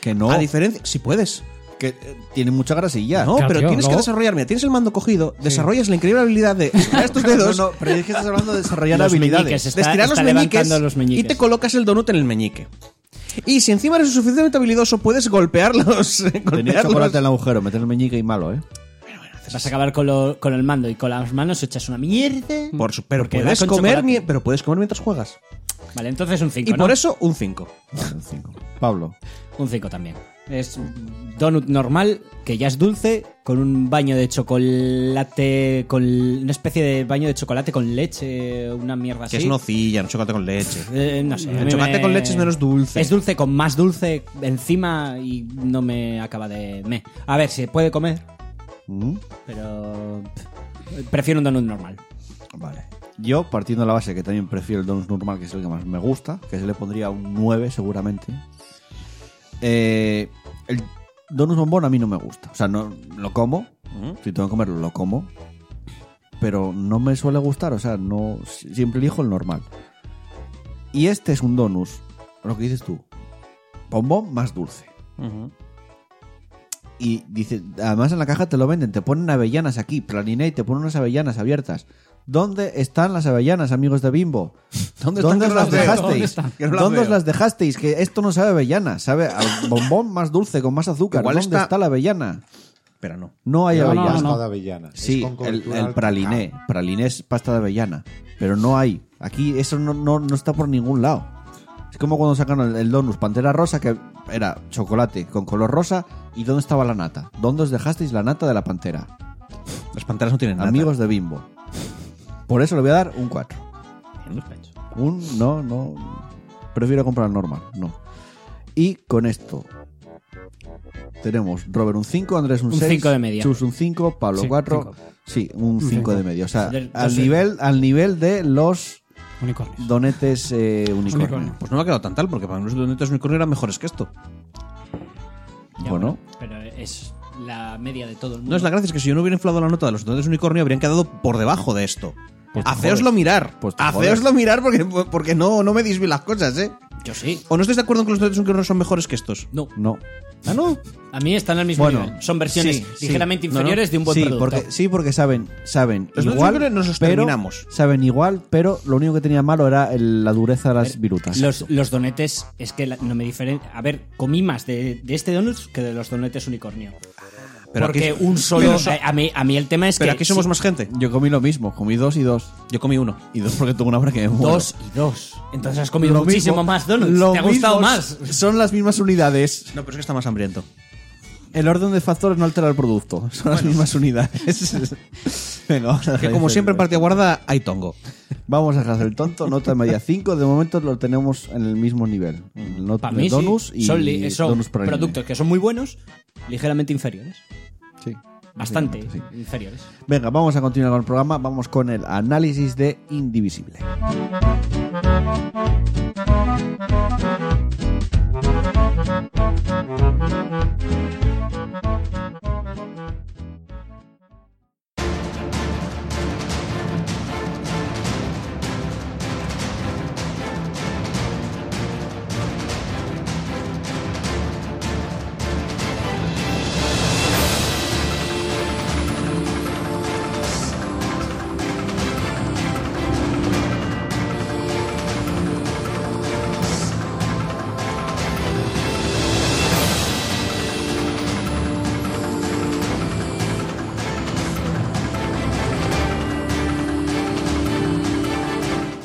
Speaker 1: Que no.
Speaker 3: A diferencia, si puedes.
Speaker 1: Que eh, tiene mucha grasilla.
Speaker 3: No,
Speaker 5: Claro,
Speaker 3: pero
Speaker 5: tío,
Speaker 3: tienes que
Speaker 5: no.
Speaker 3: desarrollar. Mira, tienes el mando cogido, desarrollas la increíble habilidad de estirar estos dedos,
Speaker 1: No, no, pero es que estás hablando de desarrollar
Speaker 2: Los
Speaker 1: habilidades.
Speaker 2: meñiques,
Speaker 3: de
Speaker 2: está-
Speaker 3: estirar
Speaker 2: está
Speaker 3: los, meñiques,
Speaker 2: levantando los meñiques.
Speaker 3: y te colocas el donut en el meñique. Y si encima eres lo suficientemente habilidoso, puedes eh, golpearlos.
Speaker 1: Tenía
Speaker 3: golpearlos.
Speaker 1: chocolate en el agujero, meter el meñique y malo, ¿eh?
Speaker 2: Vas a acabar con, lo- con el mando y con las manos echas una mierda.
Speaker 3: Por su- pero,
Speaker 2: Porque
Speaker 3: puedes
Speaker 2: da con
Speaker 3: comer,
Speaker 2: chocolate.
Speaker 3: mie- pero puedes comer mientras juegas.
Speaker 2: Vale, entonces un 5.
Speaker 3: Y por eso, un 5.
Speaker 1: Vale, un cinco. Pablo.
Speaker 2: Un 5 también. Es donut normal, que ya es dulce, con un baño de chocolate, con una especie de baño de chocolate con leche, una mierda
Speaker 3: Que
Speaker 2: así.
Speaker 3: es nocilla, no chocolate con leche.
Speaker 2: Eh, no sé. a
Speaker 3: El
Speaker 2: mí
Speaker 3: chocolate con leche es menos dulce.
Speaker 2: Es dulce con más dulce encima y no me acaba de... Me. A ver, se puede comer,
Speaker 1: ¿Mm?
Speaker 2: pero... pff, Prefiero un donut normal.
Speaker 1: Vale. Yo, partiendo de la base que también prefiero el donut normal, que es el que más me gusta, que se le pondría un 9 seguramente. Eh, el donut bombón a mí no me gusta. O sea, no lo como. Si tengo que comerlo, lo como. Pero no me suele gustar. O sea, no si- siempre elijo el normal. Y este es un donus. Lo que dices tú. Bombón más dulce. Y dice, además en la caja te lo venden, te ponen avellanas aquí, planinea y te ponen unas avellanas abiertas. ¿Dónde están las avellanas, amigos de Bimbo?
Speaker 3: ¿Dónde
Speaker 1: ¿Dónde,
Speaker 3: están?
Speaker 1: os las
Speaker 3: Que no las veo. ¿Dónde
Speaker 1: dejasteis?
Speaker 3: están? Que no
Speaker 1: ¿Dónde,
Speaker 3: las
Speaker 1: os
Speaker 3: veo.
Speaker 1: las dejasteis? Que esto no sabe avellana, sabe a bombón más dulce con más azúcar.
Speaker 3: Igual
Speaker 1: ¿Dónde
Speaker 3: está-
Speaker 1: está... la avellana?
Speaker 3: Pero no.
Speaker 1: No hay
Speaker 5: No, no,
Speaker 1: avellana.
Speaker 5: no, no.
Speaker 4: Pasta de avellana. Es
Speaker 1: Sí,
Speaker 4: con
Speaker 1: el,
Speaker 4: cobertura Ah.
Speaker 1: el
Speaker 4: al
Speaker 1: praliné.
Speaker 4: cacao.
Speaker 1: Praliné es pasta de avellana. Pero no hay. Aquí eso no, no, no está por ningún lado. Es como cuando sacaron el, el donus Pantera Rosa, que era chocolate con color rosa. ¿Y dónde estaba la nata? ¿Dónde os dejasteis la nata de la pantera?
Speaker 3: Las panteras no tienen nada.
Speaker 1: Amigos de Bimbo. Por eso le voy a dar un 4. Un no, no. Prefiero comprar normal, no. Y con esto tenemos Robert un 5, Andrés un
Speaker 2: Un
Speaker 1: 6,
Speaker 2: cinco de media.
Speaker 1: Chus un 5, Pablo
Speaker 5: Sí,
Speaker 1: 4.
Speaker 5: cinco.
Speaker 1: Sí, un 5 de media. O sea,
Speaker 2: Del-
Speaker 1: al
Speaker 2: del-
Speaker 1: nivel, al nivel de los
Speaker 5: unicornios.
Speaker 1: donetes eh, unicornio.
Speaker 5: Unicornio.
Speaker 3: Pues no me ha quedado tan tal, porque para mí los donetes unicornio eran mejores que esto.
Speaker 2: Ya,
Speaker 1: Bueno.
Speaker 2: Pero es la media de todo el mundo.
Speaker 3: No es la gracia, es que si yo no hubiera inflado la nota de los donetes unicornio, habrían quedado por debajo de esto.
Speaker 1: Pues te
Speaker 3: Haceoslo
Speaker 1: jodes.
Speaker 3: mirar.
Speaker 1: Pues te
Speaker 3: Haceoslo mirar porque, porque no, no me disbí las cosas, ¿eh?
Speaker 2: Yo sí.
Speaker 3: ¿O no estáis de acuerdo en que los Donuts Uncle no son mejores que estos?
Speaker 2: No.
Speaker 1: No.
Speaker 3: Ah, no.
Speaker 2: A mí están al mismo
Speaker 1: Bueno,
Speaker 2: nivel. Son versiones
Speaker 3: sí, sí.
Speaker 2: ligeramente
Speaker 3: No, no.
Speaker 2: inferiores de un buen
Speaker 1: sí,
Speaker 2: producto.
Speaker 1: porque sí, porque saben, saben
Speaker 3: Los Donuts
Speaker 1: igual,
Speaker 3: Uncle nos los
Speaker 1: pero
Speaker 3: terminamos.
Speaker 1: saben igual, pero lo único que tenía malo era el- la dureza de las virutas.
Speaker 2: Los, los donetes, es que la- no me diferen. A ver, comí más de, de este donuts que de los donetes unicornio.
Speaker 3: Pero
Speaker 2: Porque
Speaker 3: aquí-
Speaker 2: un solo.
Speaker 3: Pero so-
Speaker 2: a, a mí, a mí el tema es
Speaker 3: pero
Speaker 2: que.
Speaker 3: aquí somos
Speaker 2: sí,
Speaker 3: más gente.
Speaker 1: Yo comí lo mismo, comí dos y dos.
Speaker 3: Yo comí uno.
Speaker 1: Y dos porque tengo una hora que me muero.
Speaker 2: Dos y dos. Entonces has comido
Speaker 1: Lo
Speaker 2: muchísimo
Speaker 1: mismo,
Speaker 2: más donuts.
Speaker 1: lo
Speaker 2: Te ha gustado
Speaker 1: mismo,
Speaker 2: más.
Speaker 1: Son las mismas unidades.
Speaker 3: No, pero es que está más hambriento.
Speaker 1: El orden de factores no altera el producto. Son las mismas unidades. Venga, vamos a dejar
Speaker 3: Que
Speaker 1: de
Speaker 3: como
Speaker 1: hacer
Speaker 3: siempre en
Speaker 1: el-
Speaker 3: Partida Guarda hay tongo.
Speaker 1: Vamos a dejar de hacer el tonto. Nota de media 5. De momento lo tenemos en el mismo nivel. El not-
Speaker 2: Para
Speaker 1: de
Speaker 2: mí, sí.
Speaker 1: donuts y
Speaker 2: son, li- eh, son
Speaker 1: donuts para anime.
Speaker 2: productos que son muy buenos, ligeramente inferiores.
Speaker 1: Sí.
Speaker 2: Bastante
Speaker 1: Sí.
Speaker 2: inferiores.
Speaker 1: Venga, vamos a continuar con el programa. Vamos con el análisis de Indivisible.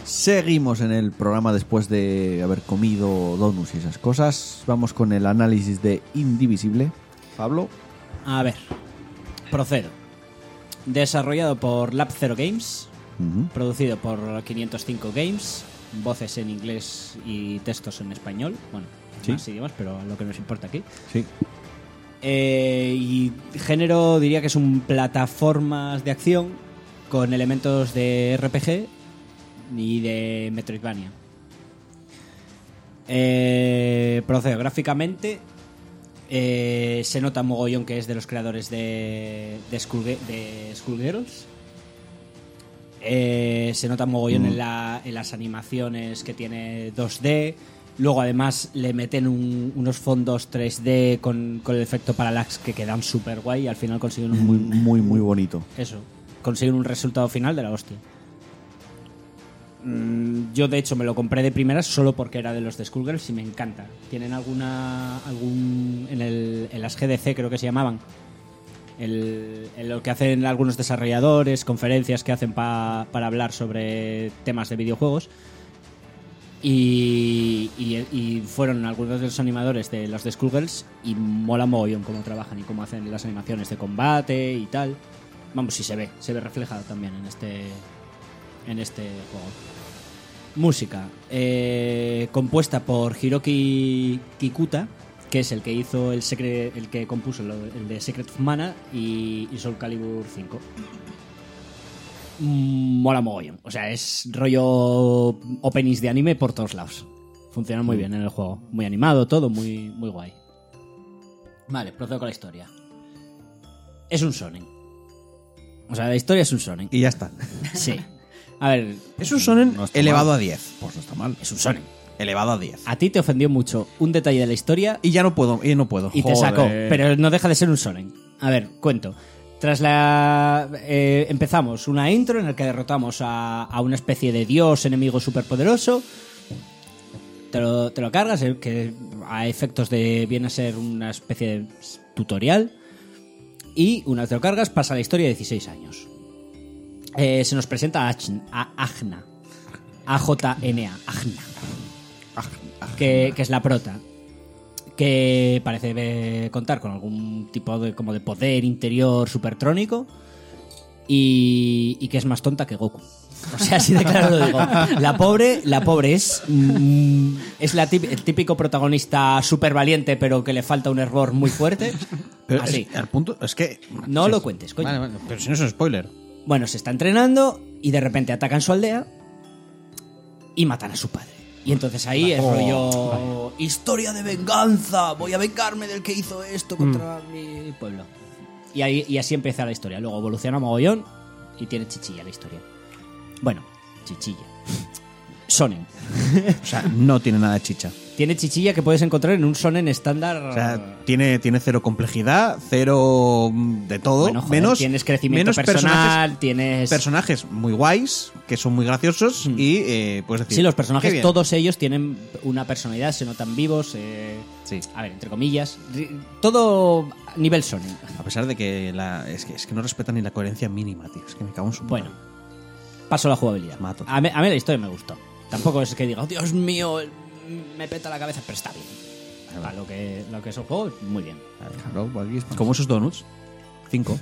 Speaker 1: Seguimos en el programa después de haber comido donuts y esas cosas. Vamos con el análisis de Indivisible. Pablo.
Speaker 2: A ver, procedo. Desarrollado por Lab Zero Games,
Speaker 1: Ujú.
Speaker 2: producido por 505 Games, voces en inglés y textos en español. Bueno,
Speaker 1: Sí.
Speaker 2: más idiomas, pero lo que nos importa aquí.
Speaker 1: Sí.
Speaker 2: Eh, y género diría que es un plataformas de acción con elementos de RPG y de Metroidvania. Eh, procedo gráficamente. eh, se nota mogollón que es de los creadores de, de, Skullge- de Skullgirls. Eh, se nota mogollón en, la- en las animaciones que tiene 2D. Luego, además, le meten un- unos fondos 3D con, con el efecto parallax que quedan súper guay y al final consiguen un,
Speaker 1: Muy, muy, muy bonito.
Speaker 2: eso, consiguen un resultado final de la hostia. Mm, Yo, de hecho, me lo compré de primeras solo porque era de los de Skullgirls y me encanta. Tienen alguna. algún En, el, en las GDC, creo que se llamaban. El, en lo que hacen algunos desarrolladores, conferencias que hacen pa- para hablar sobre temas de videojuegos. Y, y- y fueron algunos de los animadores de los de Skullgirls y mola mogollón cómo trabajan y cómo hacen las animaciones de combate y tal. Vamos, si se ve, se ve reflejado también en este, en este juego. Música, eh, compuesta por Hiroki Kikuta, que es el que hizo el, secre- el que compuso lo- el de Secret of Mana y, y Soul Calibur 5 mola mogollón. O sea, es rollo openings de anime por todos lados. Funciona muy bien en el juego. Muy animado, todo, muy, muy guay. Vale, procedo con la historia. Es un Sonen. O sea, la historia es un Sonen.
Speaker 3: Y ya está.
Speaker 2: Sí. A ver,
Speaker 3: Es un sonen
Speaker 1: No está
Speaker 3: elevado
Speaker 1: mal.
Speaker 3: a 10. Pues no está mal.
Speaker 2: es un Sonen.
Speaker 3: Elevado a 10.
Speaker 2: A ti te ofendió mucho un detalle de la historia
Speaker 3: Y ya no puedo. Y no puedo.
Speaker 2: y te sacó. Pero no deja de ser un Sonen. A ver, cuento. Tras la. eh, empezamos una intro en la que derrotamos a, a una especie de dios enemigo superpoderoso. Te lo, te lo cargas, eh, que a efectos de. viene a ser una especie de tutorial. Y una vez te lo cargas, pasa la historia de 16 años. Eh, se nos presenta a, Ajn- a Ajna. A-J-N-A. Ajna. Que, que es la prota que parece eh, contar con algún tipo de como de poder interior supertrónico y, y que es más tonta que Goku. O sea, así de claro lo digo. La pobre, la pobre es mm, es la tip- el típico protagonista super valiente pero que le falta un hervor muy fuerte.
Speaker 3: Pero
Speaker 2: Así.
Speaker 3: es- al punto, es que.
Speaker 2: No lo cuentes, coño.
Speaker 3: Vale, vale, pero si no es un spoiler.
Speaker 2: Bueno, se está entrenando y de repente atacan su aldea y matan a su padre. Y entonces ahí
Speaker 3: Oh.
Speaker 2: es rollo historia de venganza, voy a vengarme del que hizo
Speaker 3: Mm.
Speaker 2: esto contra mi pueblo. Y, ahí, y así empieza la historia. Luego evoluciona mogollón y tiene chichilla la historia. Bueno, chichilla. Sonen.
Speaker 3: O sea, no tiene nada de chicha.
Speaker 2: Tiene chichilla que puedes encontrar en un sonen estándar.
Speaker 3: O sea, tiene, tiene cero complejidad, cero mm, de todo.
Speaker 2: Bueno, joder,
Speaker 3: menos,
Speaker 2: tienes crecimiento
Speaker 3: menos
Speaker 2: personal,
Speaker 3: personajes-
Speaker 2: tienes- Mm.
Speaker 3: Personajes muy guays, que son muy graciosos y eh, puedes decir.
Speaker 2: sí, los
Speaker 3: "Qué
Speaker 2: personajes,
Speaker 3: bien".
Speaker 2: todos ellos tienen una personalidad, se notan vivos. eh,
Speaker 3: Sí.
Speaker 2: A ver, entre comillas. ri- Todo a nivel sonen.
Speaker 3: A pesar de que, la, es que es que no respetan ni la coherencia mínima, tío. Es que me cago en su puta
Speaker 2: Bueno, paso a la jugabilidad.
Speaker 3: Mato.
Speaker 2: A, mí, a mí la historia me gustó. Tampoco es que diga, "Oh, Dios mío, me peta la cabeza, pero está bien. Para lo que, lo que es el juego, muy bien.
Speaker 3: Como esos donuts. pues Cinco.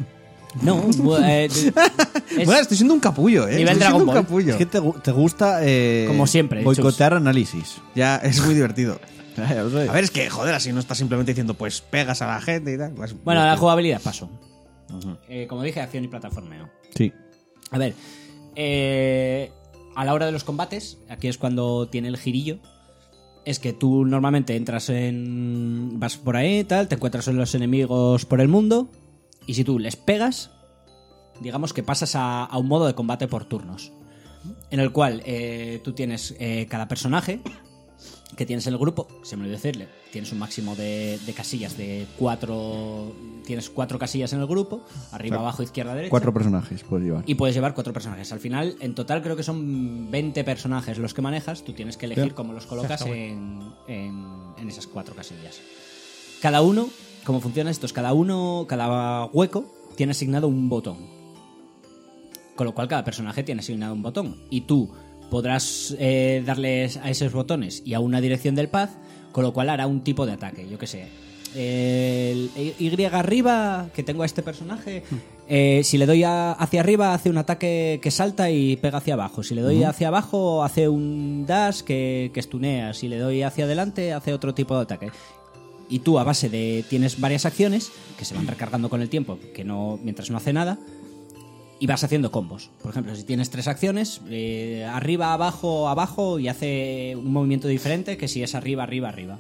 Speaker 2: No, bu- eh, es-
Speaker 3: bueno, estoy siendo un capullo, ¿eh?
Speaker 2: Nivel
Speaker 3: Estoy
Speaker 2: Dragon
Speaker 3: siendo
Speaker 2: Ball.
Speaker 3: un capullo.
Speaker 1: Es que te, gu- te gusta. eh,
Speaker 2: Como siempre,
Speaker 1: Boicotear análisis.
Speaker 3: Ya, es muy divertido.
Speaker 1: Ya lo sé.
Speaker 3: A ver, es que, joder, así no estás simplemente diciendo, pues pegas a la gente y tal. Pues,
Speaker 2: bueno, a la jugabilidad paso. Eh, como dije, acción y plataformeo.
Speaker 1: Sí.
Speaker 2: A ver, eh, a la hora de los combates, aquí es cuando tiene el girillo. Es que tú normalmente entras en. vas por ahí, tal, te encuentras con los enemigos por el mundo. Y si tú les pegas, digamos que pasas a, a un modo de combate por turnos. En el cual eh, tú tienes eh, cada personaje que tienes en el grupo, se me olvidó decirle, tienes un máximo de, de casillas de cuatro. Tienes cuatro casillas en el grupo, arriba, abajo, izquierda, derecha.
Speaker 1: Cuatro personajes puedes llevar.
Speaker 2: Y puedes llevar cuatro personajes. Al final, en total creo que son 20 personajes los que manejas. Tú tienes que elegir cómo los colocas en, en- en esas cuatro casillas. Cada uno, ¿cómo funciona esto? Es cada uno, cada hueco tiene asignado un botón. Con lo cual cada personaje tiene asignado un botón. Y tú podrás eh, darles a esos botones y a una dirección del pad, con lo cual hará un tipo de ataque, yo que sé. El Y arriba que tengo a este personaje, eh, si le doy a- hacia arriba hace un ataque que salta y pega hacia abajo. Si le doy hacia abajo hace un dash que, que stunea. Si le doy hacia adelante hace otro tipo de ataque y tú a base de tienes varias acciones que se van recargando con el tiempo, que no mientras no hace nada y vas haciendo combos. Por ejemplo, si tienes tres acciones, eh, arriba, abajo, abajo y hace un movimiento diferente que si es arriba, arriba, arriba.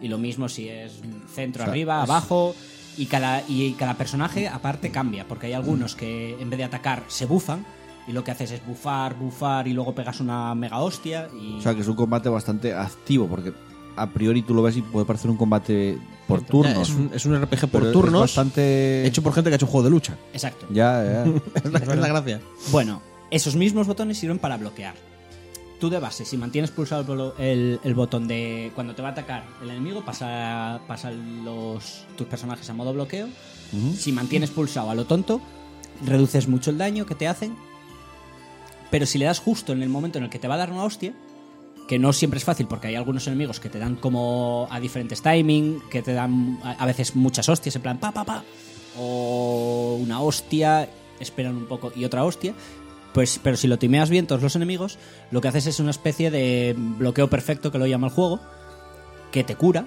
Speaker 2: Y lo mismo si es centro, arriba, abajo y cada y cada personaje aparte cambia, porque hay algunos que en vez de atacar se bufan y lo que haces es bufar, bufar y luego pegas una mega hostia y
Speaker 1: O sea, que es un combate bastante activo, porque a priori tú lo ves y puede parecer un combate por turnos.
Speaker 3: Es un, es un RPG
Speaker 1: pero
Speaker 3: por
Speaker 1: es
Speaker 3: turnos.
Speaker 1: bastante.
Speaker 3: Hecho por gente que ha hecho un juego de lucha.
Speaker 2: exacto.
Speaker 1: Ya, ya.
Speaker 3: es la- es la gracia.
Speaker 2: Bueno, esos mismos botones sirven para bloquear. Tú de base, si mantienes pulsado el bolo- el, el botón de cuando te va a atacar el enemigo, pasa, pasa los, tus personajes a modo bloqueo. Si mantienes pulsado a lo tonto, reduces mucho el daño que te hacen. Pero si le das justo en el momento en el que te va a dar una hostia, que no siempre es fácil porque hay algunos enemigos que te dan como a diferentes timing, que te dan a a veces muchas hostias en plan pa pa pa o una hostia, esperan un poco y otra hostia. Pues, pero si lo timeas bien todos los enemigos, lo que haces es una especie de bloqueo perfecto que lo llama el juego, que te cura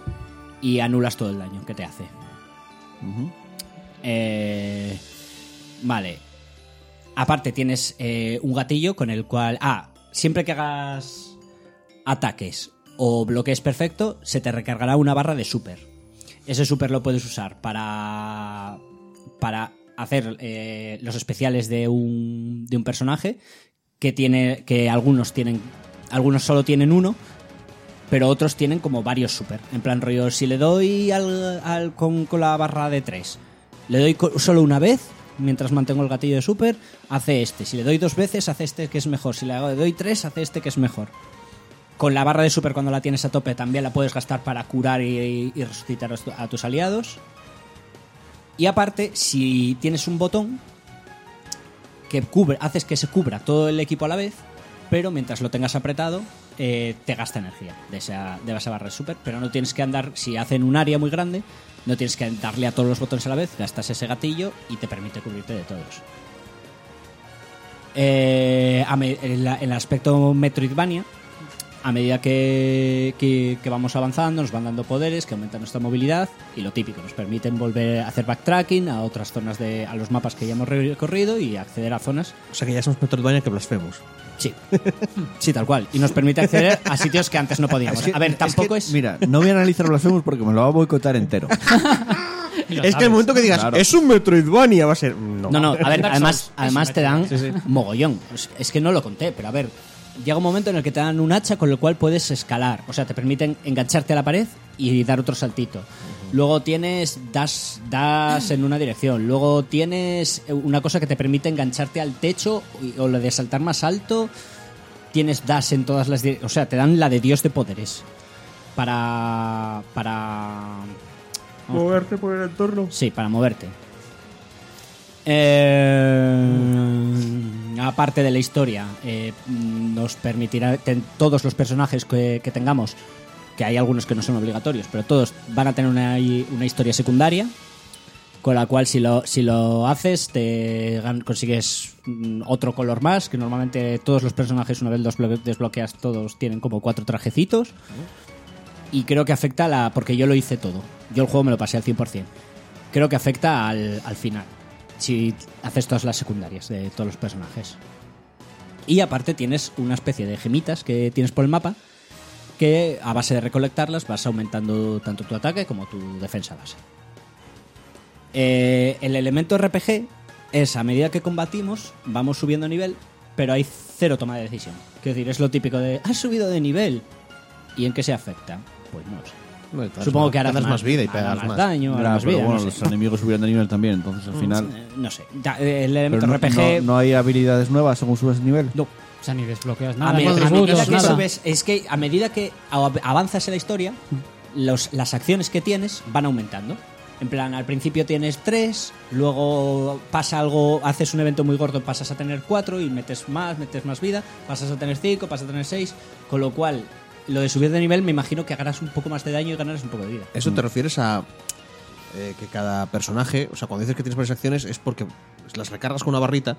Speaker 2: y anulas todo el daño que te hace. Eh, vale. Aparte tienes eh, un gatillo con el cual... Ah, siempre que hagas ataques o bloques perfecto, se te recargará una barra de super. Ese super lo puedes usar para. para hacer eh, los especiales de un, de un personaje que tiene. que algunos tienen. algunos solo tienen uno. Pero otros tienen como varios super. En plan rollo, si le doy al, al- con, con la barra de 3, le doy co- solo una vez, mientras mantengo el gatillo de super, hace este. Si le doy dos veces, hace este que es mejor. Si le doy tres, hace este que es mejor con la barra de super cuando la tienes a tope también la puedes gastar para curar y, y resucitar a tu- a tus aliados. Y aparte, si tienes un botón que cubre, haces que se cubra todo el equipo a la vez, pero mientras lo tengas apretado, eh, te gasta energía de esa, de esa barra de super. Pero no tienes que andar, si hacen un área muy grande, no tienes que darle a todos los botones a la vez, gastas ese gatillo y te permite cubrirte de todos. Eh, a me- en la- en el aspecto Metroidvania, a medida que, que- que vamos avanzando, nos van dando poderes que aumentan nuestra movilidad y lo típico, nos permiten volver a hacer backtracking a otras zonas de. a los mapas que ya hemos recorrido y acceder a zonas.
Speaker 3: O sea que ya somos Metroidvania que blasfemos.
Speaker 2: Sí. Sí, tal cual. Y nos permite acceder a sitios que antes no podíamos.
Speaker 1: Es que-
Speaker 2: a ver,
Speaker 1: es
Speaker 2: tampoco
Speaker 1: que,
Speaker 2: es.
Speaker 1: Mira, no voy a analizar Blasphemous porque me lo va a boicotar entero.
Speaker 5: lo
Speaker 8: es que
Speaker 5: sabes.
Speaker 8: el momento que digas,
Speaker 1: Claro.
Speaker 8: es un Metroidvania, va a ser. No,
Speaker 2: No, no, a ver,
Speaker 5: Dark
Speaker 2: además,
Speaker 5: Souls.
Speaker 2: además
Speaker 5: Eso,
Speaker 2: te dan
Speaker 5: sí, sí.
Speaker 2: mogollón. Es- Es que no lo conté, pero a ver, llega un momento en el que te dan un hacha con el cual puedes escalar. O sea, te permiten engancharte a la pared y dar otro saltito. Luego tienes das, das en una dirección. Luego tienes eh, una cosa que te permite engancharte al techo y- o la de saltar más alto. Tienes das en todas las direcciones. O sea, te dan la de Dios de poderes. Para. Para.
Speaker 8: Moverte por el entorno.
Speaker 2: Sí, para moverte. Eh, aparte de la historia, eh, nos permitirá ten- todos los personajes que, que tengamos, que hay algunos que no son obligatorios, pero todos van a tener una, hi- una historia secundaria, con la cual si lo, si lo haces te gan- consigues mm, otro color más, que normalmente todos los personajes una vez los blo- desbloqueas todos tienen como cuatro trajecitos. Y creo que afecta a la... porque yo lo hice todo. Yo el juego me lo pasé al 100% creo que afecta al, al final. Si haces todas las secundarias de todos los personajes. Y aparte tienes una especie de gemitas que tienes por el mapa que a base de recolectarlas vas aumentando tanto tu ataque como tu defensa base. Eh, el elemento RPG es a medida que combatimos vamos subiendo nivel, pero hay cero toma de decisión. Quiero decir, es lo típico de "Ah, has subido de nivel y en qué se afecta. Pues no lo sé. Supongo que harás
Speaker 8: ganas más vida y
Speaker 2: harás
Speaker 8: pegas más.
Speaker 2: daño, harás
Speaker 1: Ya,
Speaker 2: más
Speaker 1: pero
Speaker 2: vida,
Speaker 1: bueno,
Speaker 2: no sé.
Speaker 1: los enemigos subirán de nivel también, entonces al final.
Speaker 2: Eh, No sé. Ya, eh, El
Speaker 1: Pero
Speaker 2: elemento
Speaker 1: no,
Speaker 2: RPG.
Speaker 1: no- no hay habilidades nuevas según subes de nivel.
Speaker 2: no.
Speaker 5: O sea, ni desbloqueas
Speaker 2: A,
Speaker 5: nada.
Speaker 2: me-
Speaker 5: ni
Speaker 2: a medida
Speaker 5: atributos,
Speaker 2: que
Speaker 5: nada.
Speaker 2: subes, es que a medida que av- avanzas en la historia, los- las acciones que tienes van aumentando. En plan, al principio tienes tres, luego pasa algo, haces un evento muy gordo, pasas a tener cuatro y metes más, metes más vida, pasas a tener cinco, pasas a tener seis, con lo cual lo de subir de nivel me imagino que harás un poco más de daño y ganarás un poco de vida.
Speaker 3: ¿Eso te refieres a eh, que cada personaje, o sea, cuando dices que tienes varias acciones es porque las recargas con una barrita?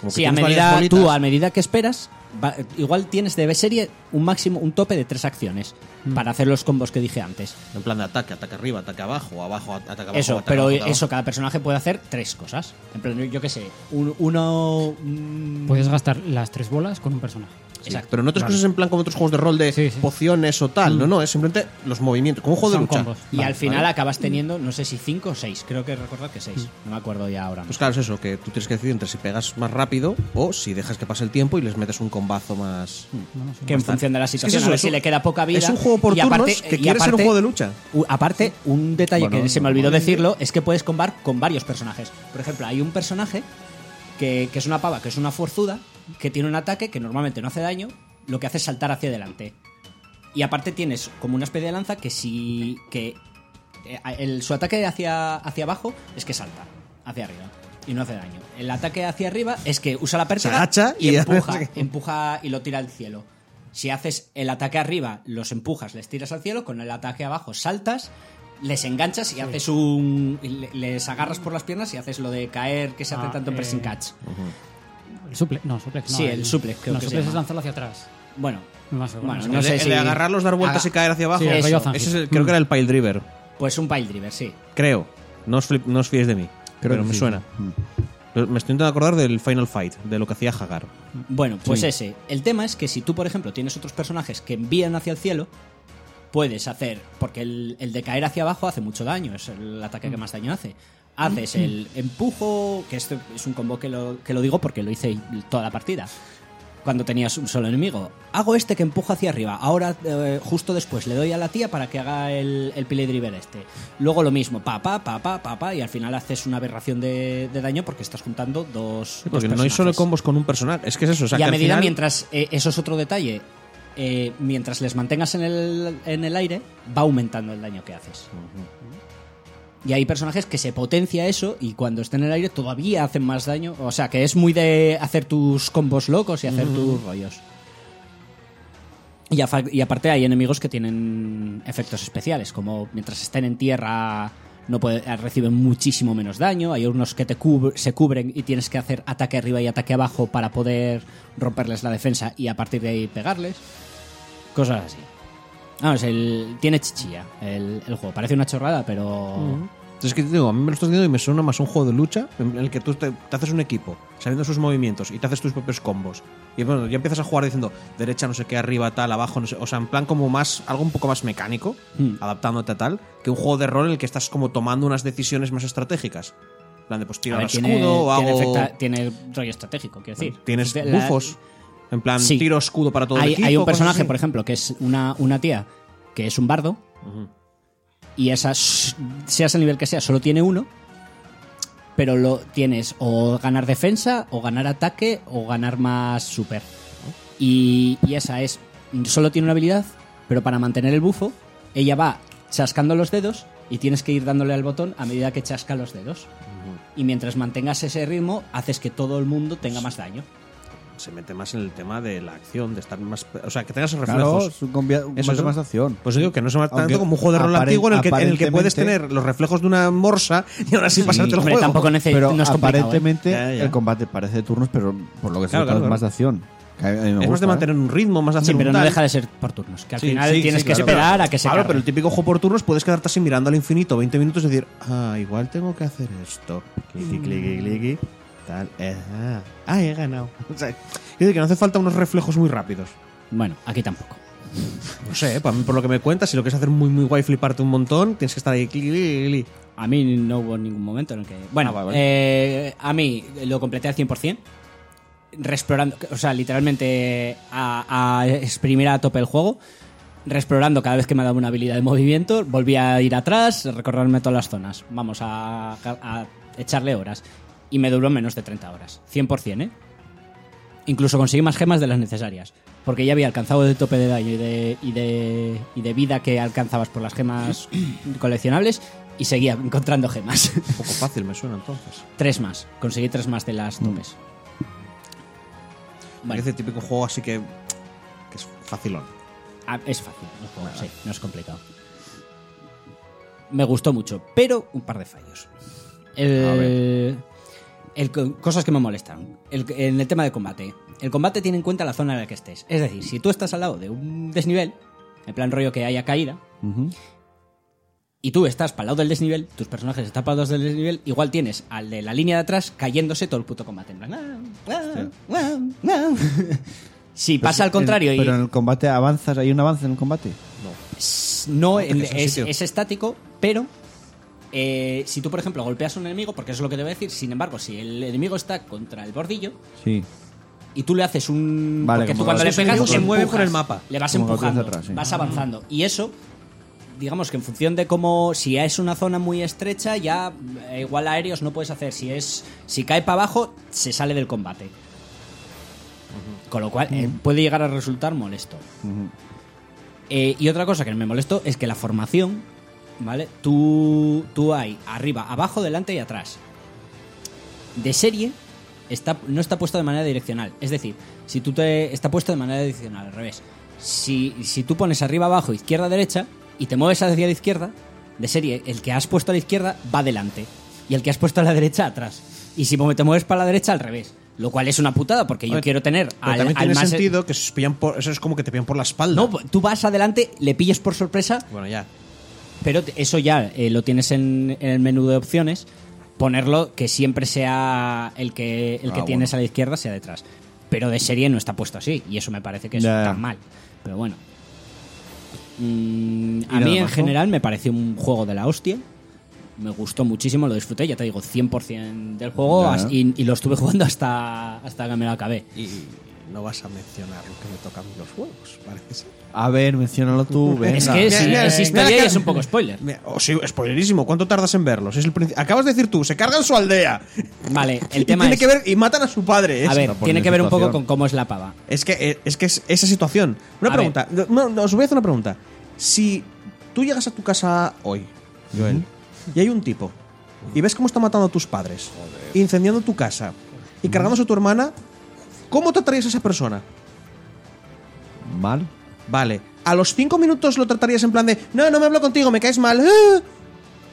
Speaker 3: Como que
Speaker 2: Sí, a
Speaker 3: tienes varias
Speaker 2: medida,
Speaker 3: bolitas.
Speaker 2: tú a medida que esperas, va- igual tienes de serie un máximo, un tope de tres acciones
Speaker 3: Mm.
Speaker 2: para hacer los combos que dije antes.
Speaker 3: En plan de ataque, ataque arriba, ataque abajo, abajo, ataque abajo.
Speaker 2: eso,
Speaker 3: ataque
Speaker 2: pero
Speaker 3: abajo, ataque
Speaker 2: eso,
Speaker 3: abajo.
Speaker 2: cada personaje puede hacer tres cosas. En plan, yo qué sé, un- uno... mm,
Speaker 3: Pues,
Speaker 5: Puedes gastar las tres bolas con un personaje.
Speaker 3: Sí,
Speaker 2: exacto.
Speaker 3: Pero no otras cosas en plan como otros juegos de rol de
Speaker 5: Sí, sí.
Speaker 3: pociones o tal. No, no, es simplemente los movimientos. Como un juego
Speaker 5: Son
Speaker 3: de lucha.
Speaker 5: combos.
Speaker 2: Y
Speaker 5: Vale,
Speaker 2: al final acabas teniendo, no sé si cinco o seis, creo que recordar que seis, no me acuerdo ya ahora.
Speaker 3: Mm. Pues claro, es eso, que tú tienes que decidir entre si pegas más rápido o si dejas que pase el tiempo y les metes un combazo más.
Speaker 2: que en función de la
Speaker 3: Es que
Speaker 2: situación,
Speaker 3: es eso,
Speaker 2: a ver
Speaker 3: es
Speaker 2: si
Speaker 3: un-
Speaker 2: le queda poca vida.
Speaker 3: Es un juego por
Speaker 2: y aparte-
Speaker 3: turnos que
Speaker 2: y
Speaker 3: quiere ser un
Speaker 2: aparte-
Speaker 3: juego de lucha.
Speaker 2: U- Aparte, un detalle
Speaker 1: Bueno,
Speaker 2: que se me
Speaker 1: no,
Speaker 2: olvidó decirlo es que puedes combar con varios personajes. Por ejemplo, hay un personaje que, que es una pava, que es una forzuda, que tiene un ataque que normalmente no hace daño, lo que hace es saltar hacia adelante. Y aparte tienes como una especie de lanza que si. que. eh, el- su ataque hacia, hacia abajo es que salta, hacia arriba. Y no hace daño. El ataque hacia arriba es que usa la pértiga
Speaker 3: agacha
Speaker 2: y,
Speaker 3: y-
Speaker 2: empuja, empuja y lo tira al cielo. Si haces el ataque arriba, los empujas, les tiras al cielo, con el ataque abajo saltas, les enganchas y haces un. y le- les agarras por las piernas y haces lo de caer que se hace
Speaker 5: Ah,
Speaker 2: tanto en
Speaker 5: eh,
Speaker 2: pressing catch.
Speaker 5: El suplex, no, suplex. No,
Speaker 2: Sí, el suplex, creo
Speaker 5: no,
Speaker 2: que se
Speaker 5: suplex
Speaker 2: llama.
Speaker 5: es lanzarlo hacia atrás.
Speaker 2: Bueno,
Speaker 5: Más o menos.
Speaker 2: Bueno,
Speaker 5: Sí.
Speaker 2: no
Speaker 3: el,
Speaker 2: sé
Speaker 3: de- el
Speaker 2: si-
Speaker 3: de agarrarlos, dar vueltas
Speaker 2: Haga-
Speaker 3: y caer hacia abajo.
Speaker 5: Sí, el
Speaker 2: Eso,
Speaker 5: rollo Zangief.
Speaker 3: Ese es el- creo que era el pile driver.
Speaker 2: pues un pile driver, sí.
Speaker 3: Creo. No os, flip- no os fiéis de mí. pero me suena.
Speaker 2: Mm.
Speaker 3: Pero Me estoy intentando acordar del Final Fight, de lo que hacía Hagar.
Speaker 2: Bueno, pues ese. El tema es que si tú, por ejemplo, tienes otros personajes que envían hacia el cielo, puedes hacer. Porque el, el de caer hacia abajo hace mucho daño, es el ataque
Speaker 3: Mm.
Speaker 2: que más daño hace. Haces el empujo, que esto es un combo que lo, que lo digo porque lo hice toda la partida. Cuando tenías un solo enemigo. Hago este que empuja hacia arriba. Ahora, eh, justo después, le doy a la tía para que haga el, el pile driver este. Luego lo mismo, pa, pa, pa, pa, pa, pa, y al final haces una aberración de, de daño porque estás juntando dos. dos
Speaker 3: Porque no hay solo
Speaker 2: personajes
Speaker 3: combos con un personaje. Es que es eso. O sea,
Speaker 2: y a
Speaker 3: que al
Speaker 2: medida
Speaker 3: final-
Speaker 2: mientras, eh, eso es otro detalle, eh, mientras les mantengas en el, en el aire, va aumentando el daño que haces. Y hay personajes que se potencia eso y cuando estén en el aire todavía hacen más daño. O sea, que es muy de hacer tus combos locos y hacer tus rollos. Y, afa- y aparte hay enemigos que tienen efectos especiales, como mientras estén en tierra no puede- eh, reciben muchísimo menos daño, hay unos que te cub- se cubren y tienes que hacer ataque arriba y ataque abajo para poder romperles la defensa y a partir de ahí pegarles. Cosas así. Vamos, el, tiene chichilla el, el juego. Parece una chorrada, pero...
Speaker 3: Entonces, que te digo, a mí me lo estás diciendo y me suena más a un juego de lucha en el que tú te, te haces un equipo, sabiendo sus movimientos y te haces tus propios combos. Y bueno, ya empiezas a jugar diciendo derecha, no sé qué, arriba, tal, abajo, no sé. O sea, en plan como más, algo un poco más mecánico,
Speaker 2: Hmm.
Speaker 3: adaptándote a tal, que un juego de rol en el que estás como tomando unas decisiones más estratégicas. En plan de, pues tiro
Speaker 2: A
Speaker 3: al
Speaker 2: ver,
Speaker 3: escudo,
Speaker 2: tiene,
Speaker 3: o
Speaker 2: tiene
Speaker 3: hago.
Speaker 2: efecta- tiene rollo estratégico, quiero decir.
Speaker 3: Tienes
Speaker 2: La-
Speaker 3: bufos. En plan,
Speaker 2: Sí.
Speaker 3: tiro escudo para todo
Speaker 2: hay,
Speaker 3: el equipo.
Speaker 2: hay un
Speaker 3: cosas
Speaker 2: personaje,
Speaker 3: así.
Speaker 2: por ejemplo, que es una, una tía que es un bardo. Y esa, s- seas el nivel que sea, solo tiene uno. Pero lo tienes o ganar defensa, o ganar ataque, o ganar más super. Y, y esa es. Solo tiene una habilidad, pero para mantener el bufo, ella va chascando los dedos y tienes que ir dándole al botón a medida que chasca los dedos. Y mientras mantengas ese ritmo, haces que todo el mundo tenga más daño.
Speaker 3: Se mete más en el tema de la acción, de estar más. O sea, que tengas
Speaker 1: Claro,
Speaker 3: reflejos.
Speaker 1: es un combi- un
Speaker 3: Eso es
Speaker 1: combate más de acción.
Speaker 3: Pues digo que no se va
Speaker 1: Aunque
Speaker 3: tanto como un juego de rol
Speaker 1: aparen-
Speaker 3: antiguo en el, que, en el que puedes
Speaker 1: aparentemente-
Speaker 3: tener los reflejos de una morsa y ahora sí pasarte el
Speaker 2: Hombre,
Speaker 3: juego.
Speaker 2: tampoco nece-
Speaker 1: Pero
Speaker 2: no es complicado, ¿eh?
Speaker 1: aparentemente
Speaker 3: Ya, ya.
Speaker 1: el combate parece de turnos, pero por lo que se
Speaker 3: Claro,
Speaker 1: trata
Speaker 3: claro,
Speaker 1: es más
Speaker 3: claro.
Speaker 1: de acción. Que a mí me
Speaker 3: es más
Speaker 1: gusta,
Speaker 3: de
Speaker 1: ¿eh?
Speaker 3: mantener un ritmo, más de hacer
Speaker 2: Sí, pero
Speaker 3: un
Speaker 2: no
Speaker 3: tal.
Speaker 2: deja de ser por turnos. Que al
Speaker 3: Sí,
Speaker 2: final
Speaker 3: sí,
Speaker 2: tienes
Speaker 3: sí,
Speaker 2: que
Speaker 3: claro.
Speaker 2: esperar a que se
Speaker 3: Claro,
Speaker 2: cargue.
Speaker 3: pero el típico juego por turnos puedes quedarte así mirando al infinito 20 minutos y decir, ah, igual tengo que hacer esto. Cliqui,
Speaker 2: Mm.
Speaker 3: cliqui, cliqui. Tal. eh, ah, ah, he ganado. O sea, quiero decir que no hace falta unos reflejos muy rápidos.
Speaker 2: Bueno, aquí tampoco.
Speaker 3: No sé, eh, pa- por lo que me cuentas, si lo quieres hacer muy, muy guay, fliparte un montón, tienes que estar ahí. cliqui, cliqui, cliqui.
Speaker 2: A mí no hubo ningún momento en el que... Bueno,
Speaker 3: Ah, vale,
Speaker 2: eh, a mí lo completé al 100%. Reexplorando, o sea, literalmente a, a exprimir a tope el juego. Reexplorando cada vez que me daba una habilidad de movimiento. Volví a ir atrás, a recorrerme todas las zonas. Vamos a, a echarle horas. Y me duró menos de 30 horas. 100%, ¿eh? Incluso conseguí más gemas de las necesarias. Porque ya había alcanzado el tope de daño y de, y de, y de vida que alcanzabas por las gemas coleccionables. Y seguía encontrando gemas.
Speaker 3: Un poco fácil me suena entonces.
Speaker 2: tres más. Conseguí tres más de las topes. Bueno,
Speaker 3: Parece típico juego así que. que es facilón.
Speaker 2: ah, es fácil. No es, juego, sí, no es complicado. Me gustó mucho, pero un par de fallos. El, el co- cosas que me molestan. El- en el tema de combate. El combate tiene en cuenta la zona en la que estés. Es decir, si tú estás al lado de un desnivel, en plan rollo que haya caída, y tú estás para el lado del desnivel, tus personajes están para los del desnivel, igual tienes al de la línea de atrás cayéndose todo el puto combate. En plan, "Ah, ah, ah, ah". si
Speaker 1: Pero
Speaker 2: pasa al
Speaker 1: en-
Speaker 2: contrario y
Speaker 1: Pues, eh, Pero en el combate avanzas, hay un avance en el combate.
Speaker 2: no,
Speaker 3: te
Speaker 2: en-
Speaker 3: quedes en
Speaker 2: es,
Speaker 3: sitio.
Speaker 2: es estático, pero eh, si tú, por ejemplo, golpeas a un enemigo, porque eso es lo que te voy a decir, sin embargo, si el enemigo está contra el bordillo
Speaker 1: Sí.
Speaker 2: y tú le haces un...
Speaker 1: Vale,
Speaker 2: porque
Speaker 1: como
Speaker 2: tú cuando
Speaker 1: lo
Speaker 2: le
Speaker 1: haces
Speaker 2: pegas,
Speaker 1: con-
Speaker 2: le
Speaker 3: se mueve
Speaker 2: empujas,
Speaker 3: por el mapa.
Speaker 2: Le vas
Speaker 1: Como lo
Speaker 2: empujando,
Speaker 1: haces atrás, sí.
Speaker 2: vas avanzando. Y eso, digamos que en función de cómo... Si es una zona muy estrecha, ya eh, igual aéreos no puedes hacer. Si es si cae para abajo, se sale del combate. Con lo cual, eh, puede llegar a resultar molesto. Eh, y otra cosa que me molestó es que la formación, ¿vale? Tú, tú hay arriba, abajo, delante y atrás. De serie está, no está puesto de manera direccional. Es decir, si tú te está puesto de manera direccional, al revés. Si, si tú pones arriba, abajo, izquierda, derecha y te mueves hacia la izquierda, de serie, el que has puesto a la izquierda va adelante y el que has puesto a la derecha atrás. Y si te mueves para la derecha, al revés. Lo cual es una putada porque yo
Speaker 3: Oye,
Speaker 2: quiero tener
Speaker 3: Pero
Speaker 2: al,
Speaker 3: también
Speaker 2: al
Speaker 3: tiene
Speaker 2: más- e-
Speaker 3: sentido que se os pillan por- eso es como que te pillan por la espalda.
Speaker 2: No, pues- tú vas adelante, le pillas por sorpresa
Speaker 3: bueno, ya.
Speaker 2: pero te- eso ya eh, lo tienes en, en el menú de opciones. Ponerlo que siempre sea el que, el que
Speaker 1: Ah,
Speaker 2: tienes a la izquierda sea detrás. Pero de serie no está puesto así. Y eso me parece que es
Speaker 1: Ya, ya.
Speaker 2: tan mal. Pero bueno. Mm, a
Speaker 1: nada
Speaker 2: mí en
Speaker 1: más, ¿no?
Speaker 2: general me pareció un juego de la hostia. Me gustó muchísimo, lo disfruté, ya te digo, 100% del juego
Speaker 1: Ya.
Speaker 2: as- y, y lo estuve jugando hasta, hasta que me lo acabé.
Speaker 3: Y no vas a mencionar lo que me toca a mí los juegos, parece ser.
Speaker 1: A ver, menciónalo tú. venga.
Speaker 2: Es que sí,
Speaker 3: mira,
Speaker 2: es
Speaker 3: mira,
Speaker 2: historia
Speaker 3: mira
Speaker 2: y
Speaker 3: que-
Speaker 2: es un poco spoiler.
Speaker 3: Mira, oh, sí, spoilerísimo, ¿cuánto tardas en verlos? Es el princi- Acabas de decir tú, se cargan su aldea.
Speaker 2: Vale, el
Speaker 3: Y
Speaker 2: tema
Speaker 3: tiene
Speaker 2: es-
Speaker 3: que ver y matan a su padre. ¿eh?
Speaker 2: A ver,
Speaker 1: pone
Speaker 2: tiene
Speaker 1: en
Speaker 2: que ver un poco
Speaker 1: situación.
Speaker 2: con cómo es la pava.
Speaker 3: Es que, eh, es, que es esa situación. Una
Speaker 2: A
Speaker 3: pregunta. No, no, os voy a hacer una pregunta. Si tú llegas a tu casa hoy, Joel, y hay un tipo, y ves cómo está matando a tus padres, incendiando tu casa, y cargándose a tu hermana, ¿cómo tratarías a esa persona?
Speaker 1: Mal.
Speaker 3: Vale. A los cinco minutos lo tratarías en plan de, no, no me hablo contigo, me caes mal. ah".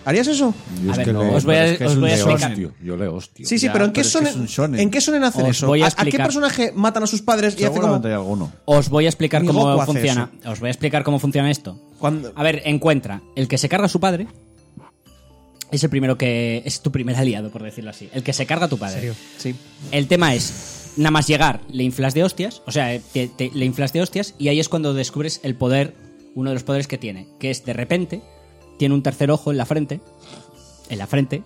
Speaker 3: ¿Harías eso?
Speaker 4: Yo
Speaker 2: A
Speaker 4: es
Speaker 2: ver,
Speaker 4: que
Speaker 2: no,
Speaker 4: le-
Speaker 2: os voy a-
Speaker 4: es que es
Speaker 2: os
Speaker 4: un
Speaker 2: voy a
Speaker 4: le
Speaker 2: explicar.
Speaker 4: hostio, Yo le hostio.
Speaker 3: Sí, sí,
Speaker 1: Ya,
Speaker 3: pero ¿en qué
Speaker 1: pero es que es
Speaker 3: sonen,
Speaker 1: un shonen.
Speaker 3: ¿en qué sonen hacen
Speaker 2: Os
Speaker 3: eso?
Speaker 2: voy a
Speaker 3: ¿A, a qué
Speaker 2: explicar.
Speaker 3: personaje matan a sus padres y hace como
Speaker 1: Seguramente hay alguno.
Speaker 2: Os voy a explicar
Speaker 3: Ni
Speaker 2: cómo
Speaker 3: Goku hace
Speaker 2: funciona. Os voy a explicar cómo funciona esto.
Speaker 3: cuando
Speaker 2: A ver, encuentra el que se carga a su padre, Es el primero que. Es tu primer aliado, por decirlo así. El que se carga a tu padre.
Speaker 5: serio?
Speaker 2: Sí. El tema es. Nada más llegar, le inflas de hostias. O sea, eh, te- te- le inflas de hostias. Y ahí es cuando descubres el poder. Uno de los poderes que tiene. Que es de repente. Tiene un tercer ojo en la frente. En la frente.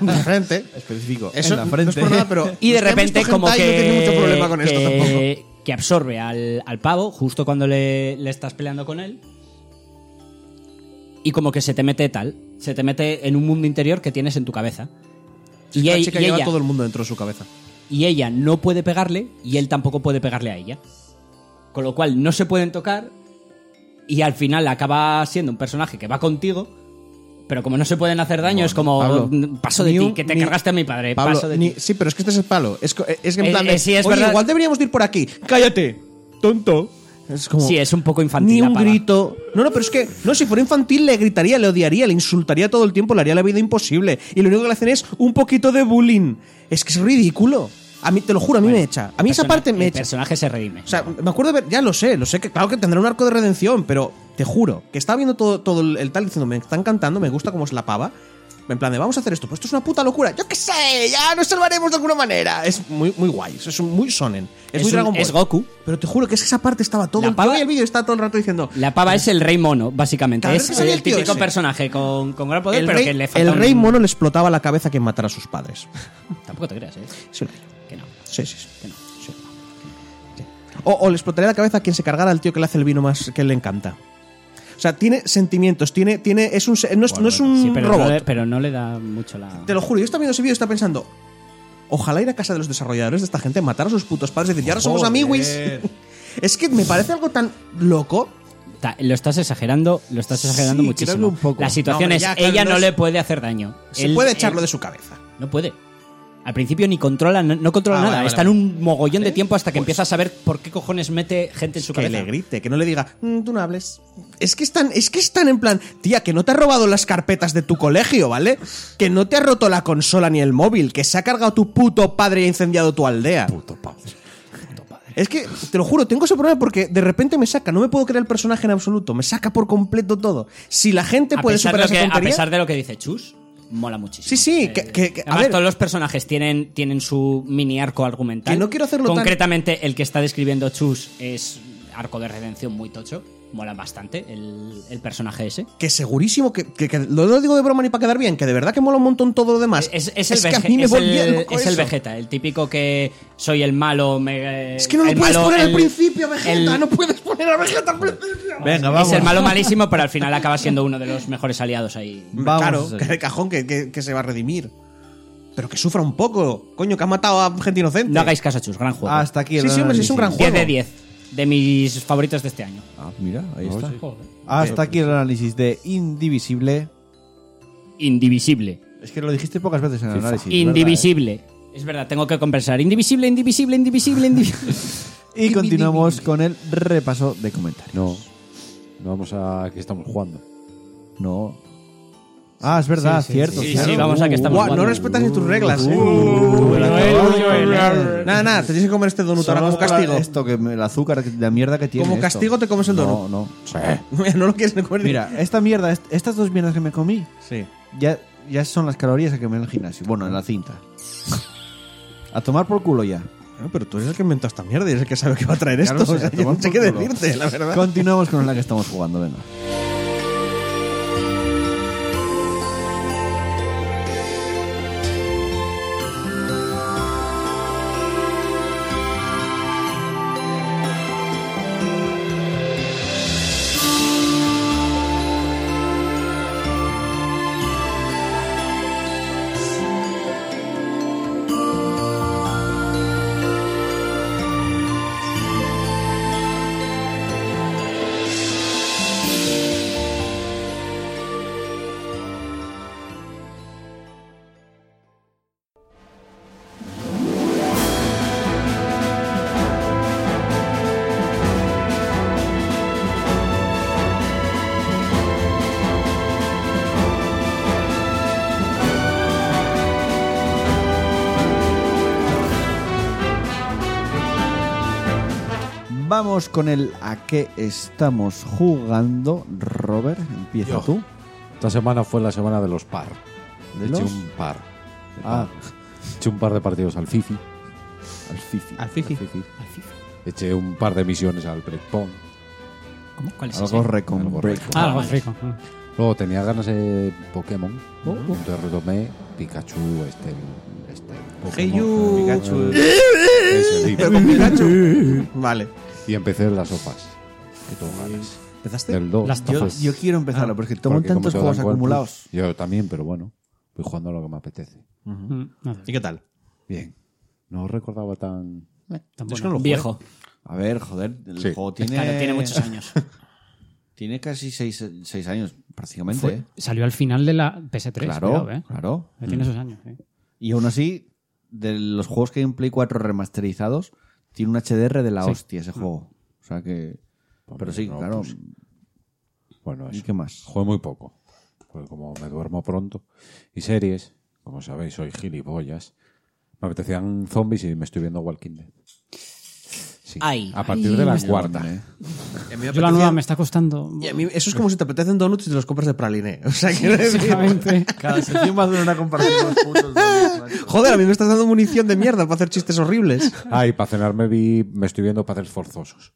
Speaker 3: En la frente.
Speaker 1: Específico.
Speaker 3: Eso
Speaker 1: en la frente.
Speaker 3: No es por nada, pero
Speaker 2: Y de
Speaker 3: usted ha
Speaker 2: repente,
Speaker 3: visto
Speaker 2: como que.
Speaker 3: hentai, No tiene mucho problema con esto tampoco.
Speaker 2: que- que absorbe al, al pavo justo cuando le, le estás peleando con él. Y como que se te mete tal. Se te mete en un mundo interior que tienes en tu cabeza. Y,
Speaker 3: La
Speaker 2: e-
Speaker 3: chica
Speaker 2: y
Speaker 3: lleva
Speaker 2: ella,
Speaker 3: todo el mundo dentro de su cabeza.
Speaker 2: y ella no puede pegarle y él tampoco puede pegarle a ella. Con lo cual no se pueden tocar y al final acaba siendo un personaje que va contigo, pero como no se pueden hacer daño es como "Mm,
Speaker 3: Pablo,
Speaker 2: paso de
Speaker 3: ni
Speaker 2: ti,
Speaker 3: un-
Speaker 2: que te
Speaker 3: ni-
Speaker 2: cargaste a mi padre,
Speaker 3: Pablo,
Speaker 2: paso de
Speaker 3: ni-
Speaker 2: ti.
Speaker 3: sí, pero es que este es el palo. Es, co- es que en
Speaker 2: Eh,
Speaker 3: plan.
Speaker 2: eh,
Speaker 3: de,
Speaker 2: sí, es
Speaker 3: "Oye,
Speaker 2: verdad".
Speaker 3: igual deberíamos de ir por aquí. ¡Cállate! ¡Tonto! Es como.
Speaker 2: Sí, es un poco infantil.
Speaker 3: Ni
Speaker 2: la
Speaker 3: un
Speaker 2: pava.
Speaker 3: grito. No, no, pero es que, no, si fuera infantil le gritaría, le odiaría, le insultaría todo el tiempo, le haría la vida imposible. Y lo único que le hacen es un poquito de bullying. Es que es ridículo. A mí, te lo juro, a mí me echa. A mí esa
Speaker 2: Persona-
Speaker 3: parte me
Speaker 2: el
Speaker 3: echa.
Speaker 2: personaje se redime.
Speaker 3: O sea, me acuerdo de ver, ya lo sé, lo sé que claro que tendrá un arco de redención, pero te juro que estaba viendo todo, todo el, el tal diciendo, me están cantando, me gusta cómo es la pava. En plan de, vamos a hacer esto, pues esto es una puta locura. Yo qué sé, ya nos salvaremos de alguna manera. Es muy, muy guay, es un- muy sonen. Es,
Speaker 2: Es
Speaker 3: muy
Speaker 2: un-
Speaker 3: Dragon Ball.
Speaker 2: es Goku.
Speaker 3: Pero te juro que es que esa parte estaba todo.
Speaker 2: La
Speaker 3: yo
Speaker 2: pava-
Speaker 3: vi el vídeo y estaba todo el rato diciendo.
Speaker 2: La pava es el rey mono, básicamente.
Speaker 3: Cada vez
Speaker 2: Es
Speaker 3: que salía
Speaker 2: el
Speaker 3: el tío
Speaker 2: típico
Speaker 3: ese.
Speaker 2: personaje con, con gran poder,
Speaker 3: El
Speaker 2: pero
Speaker 3: rey,
Speaker 2: que le falta
Speaker 3: el
Speaker 2: un-
Speaker 3: rey mono le explotaba la cabeza a quien matara a sus padres.
Speaker 2: Tampoco te creas, ¿eh?
Speaker 3: Sí,
Speaker 2: Que no.
Speaker 3: sí, sí. sí.
Speaker 2: Que no.
Speaker 3: Sí. Sí. O, o le explotaría la cabeza a quien se cargara al tío que le hace el vino más que le encanta. O sea, tiene sentimientos, tiene, tiene, es un, se- no es, no es un
Speaker 2: Sí, pero,
Speaker 3: robot.
Speaker 2: No le, pero no le da mucho la.
Speaker 3: Te lo juro, yo estaba viendo ese vídeo y estaba pensando, ojalá ir a casa de los desarrolladores de esta gente, matar a sus putos padres y decir, "Y ahora somos
Speaker 1: Joder.
Speaker 3: amiguis. es que me parece algo tan loco.
Speaker 2: Ta- lo estás exagerando, lo estás exagerando
Speaker 3: Sí,
Speaker 2: muchísimo.
Speaker 3: creo que un poco.
Speaker 2: La situación
Speaker 3: No, hombre,
Speaker 2: es,
Speaker 3: ya, claro,
Speaker 2: ella
Speaker 3: no
Speaker 2: no
Speaker 3: es-
Speaker 2: le puede hacer daño.
Speaker 3: Se
Speaker 2: Él-
Speaker 3: puede echarlo
Speaker 2: él-
Speaker 3: de su cabeza.
Speaker 2: No puede. Al principio ni controla, no, no controla
Speaker 3: Ah,
Speaker 2: nada.
Speaker 3: vale, vale,
Speaker 2: Está en
Speaker 3: vale.
Speaker 2: un mogollón de
Speaker 3: ¿Vale?
Speaker 2: tiempo hasta que
Speaker 3: Pues-
Speaker 2: empieza a saber por qué cojones mete gente en su
Speaker 3: que
Speaker 2: cabeza.
Speaker 3: le grite, que no le diga, "Mm, tú no hables. Es que están, es que están en plan, tía, que no te ha robado las carpetas de tu colegio, ¿vale? Que no te ha roto la consola ni el móvil, que se ha cargado tu puto padre y ha incendiado tu aldea. Puto padre. Es que, te lo juro, tengo ese problema porque de repente me saca, no me puedo creer el personaje en absoluto, me saca por completo todo. Si la gente
Speaker 2: a,
Speaker 3: puede
Speaker 2: pesar de
Speaker 3: superar
Speaker 2: lo
Speaker 3: esa
Speaker 2: que, a
Speaker 3: tontería,
Speaker 2: pesar de lo que dice Chus, mola muchísimo.
Speaker 3: Sí, sí,
Speaker 2: Eh,
Speaker 3: que- que- que- a
Speaker 2: además,
Speaker 3: ver.
Speaker 2: todos los personajes tienen, tienen su mini arco argumental.
Speaker 3: Que no quiero hacerlo tan-
Speaker 2: Concretamente, el que está describiendo Chus es arco de redención muy tocho. Mola bastante el, el personaje ese.
Speaker 3: que segurísimo que, que- que no lo digo de broma ni para quedar bien, que de verdad que mola un montón todo lo demás.
Speaker 2: Es, es el,
Speaker 3: que a
Speaker 2: Vege-
Speaker 3: mí me
Speaker 2: es el-
Speaker 3: volvía loco
Speaker 2: es el
Speaker 3: eso.
Speaker 2: Vegeta, el típico que soy el malo. me-
Speaker 3: Es que no lo
Speaker 2: el
Speaker 3: puedes
Speaker 2: malo,
Speaker 3: poner al
Speaker 2: el-
Speaker 3: principio, Vegeta.
Speaker 2: el-
Speaker 3: No puedes poner a Vegeta al principio.
Speaker 1: Venga,
Speaker 2: Es
Speaker 1: vamos.
Speaker 2: el malo malísimo, pero al final acaba siendo uno de los mejores aliados ahí.
Speaker 1: Vamos a
Speaker 3: claro,
Speaker 1: seguir.
Speaker 3: que el cajón que, que- que se va a redimir. Pero que sufra un poco. Coño, que ha matado a gente inocente.
Speaker 2: No hagáis caso, Chus, gran juego.
Speaker 1: Hasta aquí el
Speaker 3: Sí, sí, hombre, sí, es un gran
Speaker 2: 10 de
Speaker 3: juego.
Speaker 2: 10 de mis favoritos de este año.
Speaker 1: Ah, mira, ahí
Speaker 4: No,
Speaker 1: Ah, está.
Speaker 4: sí.
Speaker 5: Ah,
Speaker 1: Hasta aquí el análisis de Indivisible.
Speaker 2: Indivisible.
Speaker 1: Es que lo dijiste pocas veces en el análisis. ¿verdad, eh?
Speaker 2: indivisible. Es verdad, tengo que compensar. Indivisible, indivisible, indivisible, indivisible.
Speaker 1: Y continuamos con el repaso de comentarios.
Speaker 4: No. No vamos a que estamos jugando.
Speaker 1: No. Ah, es verdad, cierto.
Speaker 2: sí,
Speaker 1: cierto.
Speaker 2: sí, vamos a que estamos
Speaker 1: Uh,
Speaker 3: Buah,
Speaker 2: jugando.
Speaker 3: no respetas ni tus reglas, eh. Nada, nada, te tienes que comer este donut ahora
Speaker 1: Solo
Speaker 3: como
Speaker 1: por
Speaker 3: castigo.
Speaker 1: Esto, que me- el azúcar, que- la mierda que tiene.
Speaker 3: Como
Speaker 1: esto.
Speaker 3: castigo te comes el
Speaker 1: No,
Speaker 3: donut.
Speaker 1: no.
Speaker 3: no lo quieres ni comer. ni-
Speaker 1: Mira, esta mierda, est- estas dos mierdas que me comí,
Speaker 3: Sí.
Speaker 1: ya, ya son las calorías que me en el gimnasio. Bueno, en la cinta. A tomar por culo ya.
Speaker 3: Bueno, pero tú eres el que inventó esta mierda y eres el que sabe que va a traer
Speaker 1: Ya lo
Speaker 3: esto.
Speaker 1: sé,
Speaker 3: o sea,
Speaker 1: a
Speaker 3: yo
Speaker 1: tomar
Speaker 3: no sé
Speaker 1: por
Speaker 3: qué
Speaker 1: culo.
Speaker 3: decirte, la verdad.
Speaker 1: Continuamos con la que estamos jugando, venga. Vamos con el a qué estamos jugando, Robert. Empieza tú.
Speaker 4: Esta semana fue la semana de los par.
Speaker 1: ¿De
Speaker 4: Eché
Speaker 1: los?
Speaker 4: un par.
Speaker 1: Ah.
Speaker 4: Eché un par de partidos al Fifi.
Speaker 1: Al Fifi.
Speaker 3: Al Fifi.
Speaker 4: Eché un par de misiones al Breakpoint.
Speaker 2: ¿Cómo? ¿Cuál es
Speaker 1: Algo
Speaker 2: ese?
Speaker 1: recon
Speaker 4: Algo
Speaker 1: break.
Speaker 4: recon.
Speaker 2: Ah,
Speaker 5: algo
Speaker 2: vale.
Speaker 5: frico. ah.
Speaker 4: Luego tenía ganas de Pokémon.
Speaker 1: Oh,
Speaker 4: Entonces retomé Pikachu, este. este
Speaker 3: Hey
Speaker 4: Pokémon, eh,
Speaker 3: you.
Speaker 1: Eh.
Speaker 4: Pikachu. Ese, sí.
Speaker 3: Vale.
Speaker 4: Y empecé en las sofas. Que tengo ganas.
Speaker 3: ¿Empezaste?
Speaker 4: Del 2.
Speaker 5: Las
Speaker 1: Yo,
Speaker 5: tofas.
Speaker 1: yo quiero empezarlo porque tengo
Speaker 4: Porque como
Speaker 1: tantos
Speaker 4: te lo
Speaker 1: juegos
Speaker 4: dan con el
Speaker 1: acumulados.
Speaker 4: plus, Yo también, pero bueno. Voy jugando a lo que me apetece.
Speaker 5: Mm, no,
Speaker 3: ¿Y qué tal?
Speaker 4: Bien. No recordaba tan.
Speaker 1: Eh,
Speaker 3: Es que
Speaker 5: tan bueno.
Speaker 3: no lo jugué.
Speaker 2: Viejo.
Speaker 1: A ver, joder, el
Speaker 4: Sí.
Speaker 1: juego tiene.
Speaker 2: Claro, tiene muchos años.
Speaker 1: Tiene casi seis, seis años, prácticamente.
Speaker 5: Fue-
Speaker 1: ¿eh?
Speaker 5: Salió al final de la PS3.
Speaker 1: Claro,
Speaker 5: cuidado, eh.
Speaker 1: claro.
Speaker 5: Ya Tiene esos años. eh.
Speaker 1: Y aún así, de los juegos que hay en Play 4 remasterizados, tiene un HDR de la
Speaker 5: Sí.
Speaker 1: hostia ese juego. O sea que. Pero sí,
Speaker 4: no,
Speaker 1: claro.
Speaker 4: pues, Bueno,
Speaker 1: ¿Y
Speaker 4: eso.
Speaker 1: qué más?
Speaker 4: Juego muy poco. Porque como me duermo pronto. Y series, como sabéis, soy gilipollas. Me apetecían zombies y me estoy viendo Walking Dead. Sí.
Speaker 2: Ay.
Speaker 4: a partir de la cuarta.
Speaker 5: Yo la nueva me está costando.
Speaker 3: Y a mí eso es como si te apetecen donuts y te los compras de praliné. O sea, quiero decir-
Speaker 5: Básicamente.
Speaker 8: Cada sección va a hacer una comparación con los putos. ¿no?
Speaker 3: Joder, a mí me estás dando munición de mierda para hacer chistes horribles.
Speaker 4: Ah, y para cenar me vi, me estoy viendo Padres Forzosos.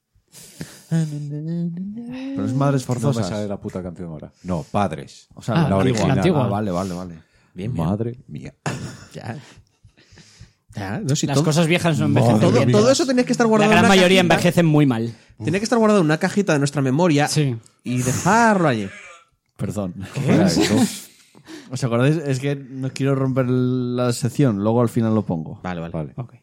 Speaker 1: Pero es madres
Speaker 4: No me
Speaker 1: forzosas.
Speaker 4: sale la puta canción ahora. No, Padres. O
Speaker 5: sea, Ah, la antigua, la antigua.
Speaker 1: Ah, vale, vale, vale.
Speaker 4: Madre mía.
Speaker 3: Ya. Ya, no, si
Speaker 2: Las
Speaker 3: todo,
Speaker 2: cosas viejas no envejecen.
Speaker 3: todo,
Speaker 2: bien.
Speaker 3: todo eso tenía que estar
Speaker 2: La
Speaker 3: guardado. en
Speaker 2: gran
Speaker 3: una
Speaker 2: mayoría
Speaker 3: cajita.
Speaker 2: envejecen muy mal.
Speaker 3: Tenía que estar guardado en una cajita de nuestra memoria
Speaker 5: Sí.
Speaker 3: y dejarlo allí.
Speaker 1: Perdón.
Speaker 4: Fuera esto.
Speaker 1: ¿Os acordáis? Es que no quiero romper la sección, luego al final lo pongo.
Speaker 3: Vale, vale.
Speaker 4: Vale.
Speaker 5: Ok.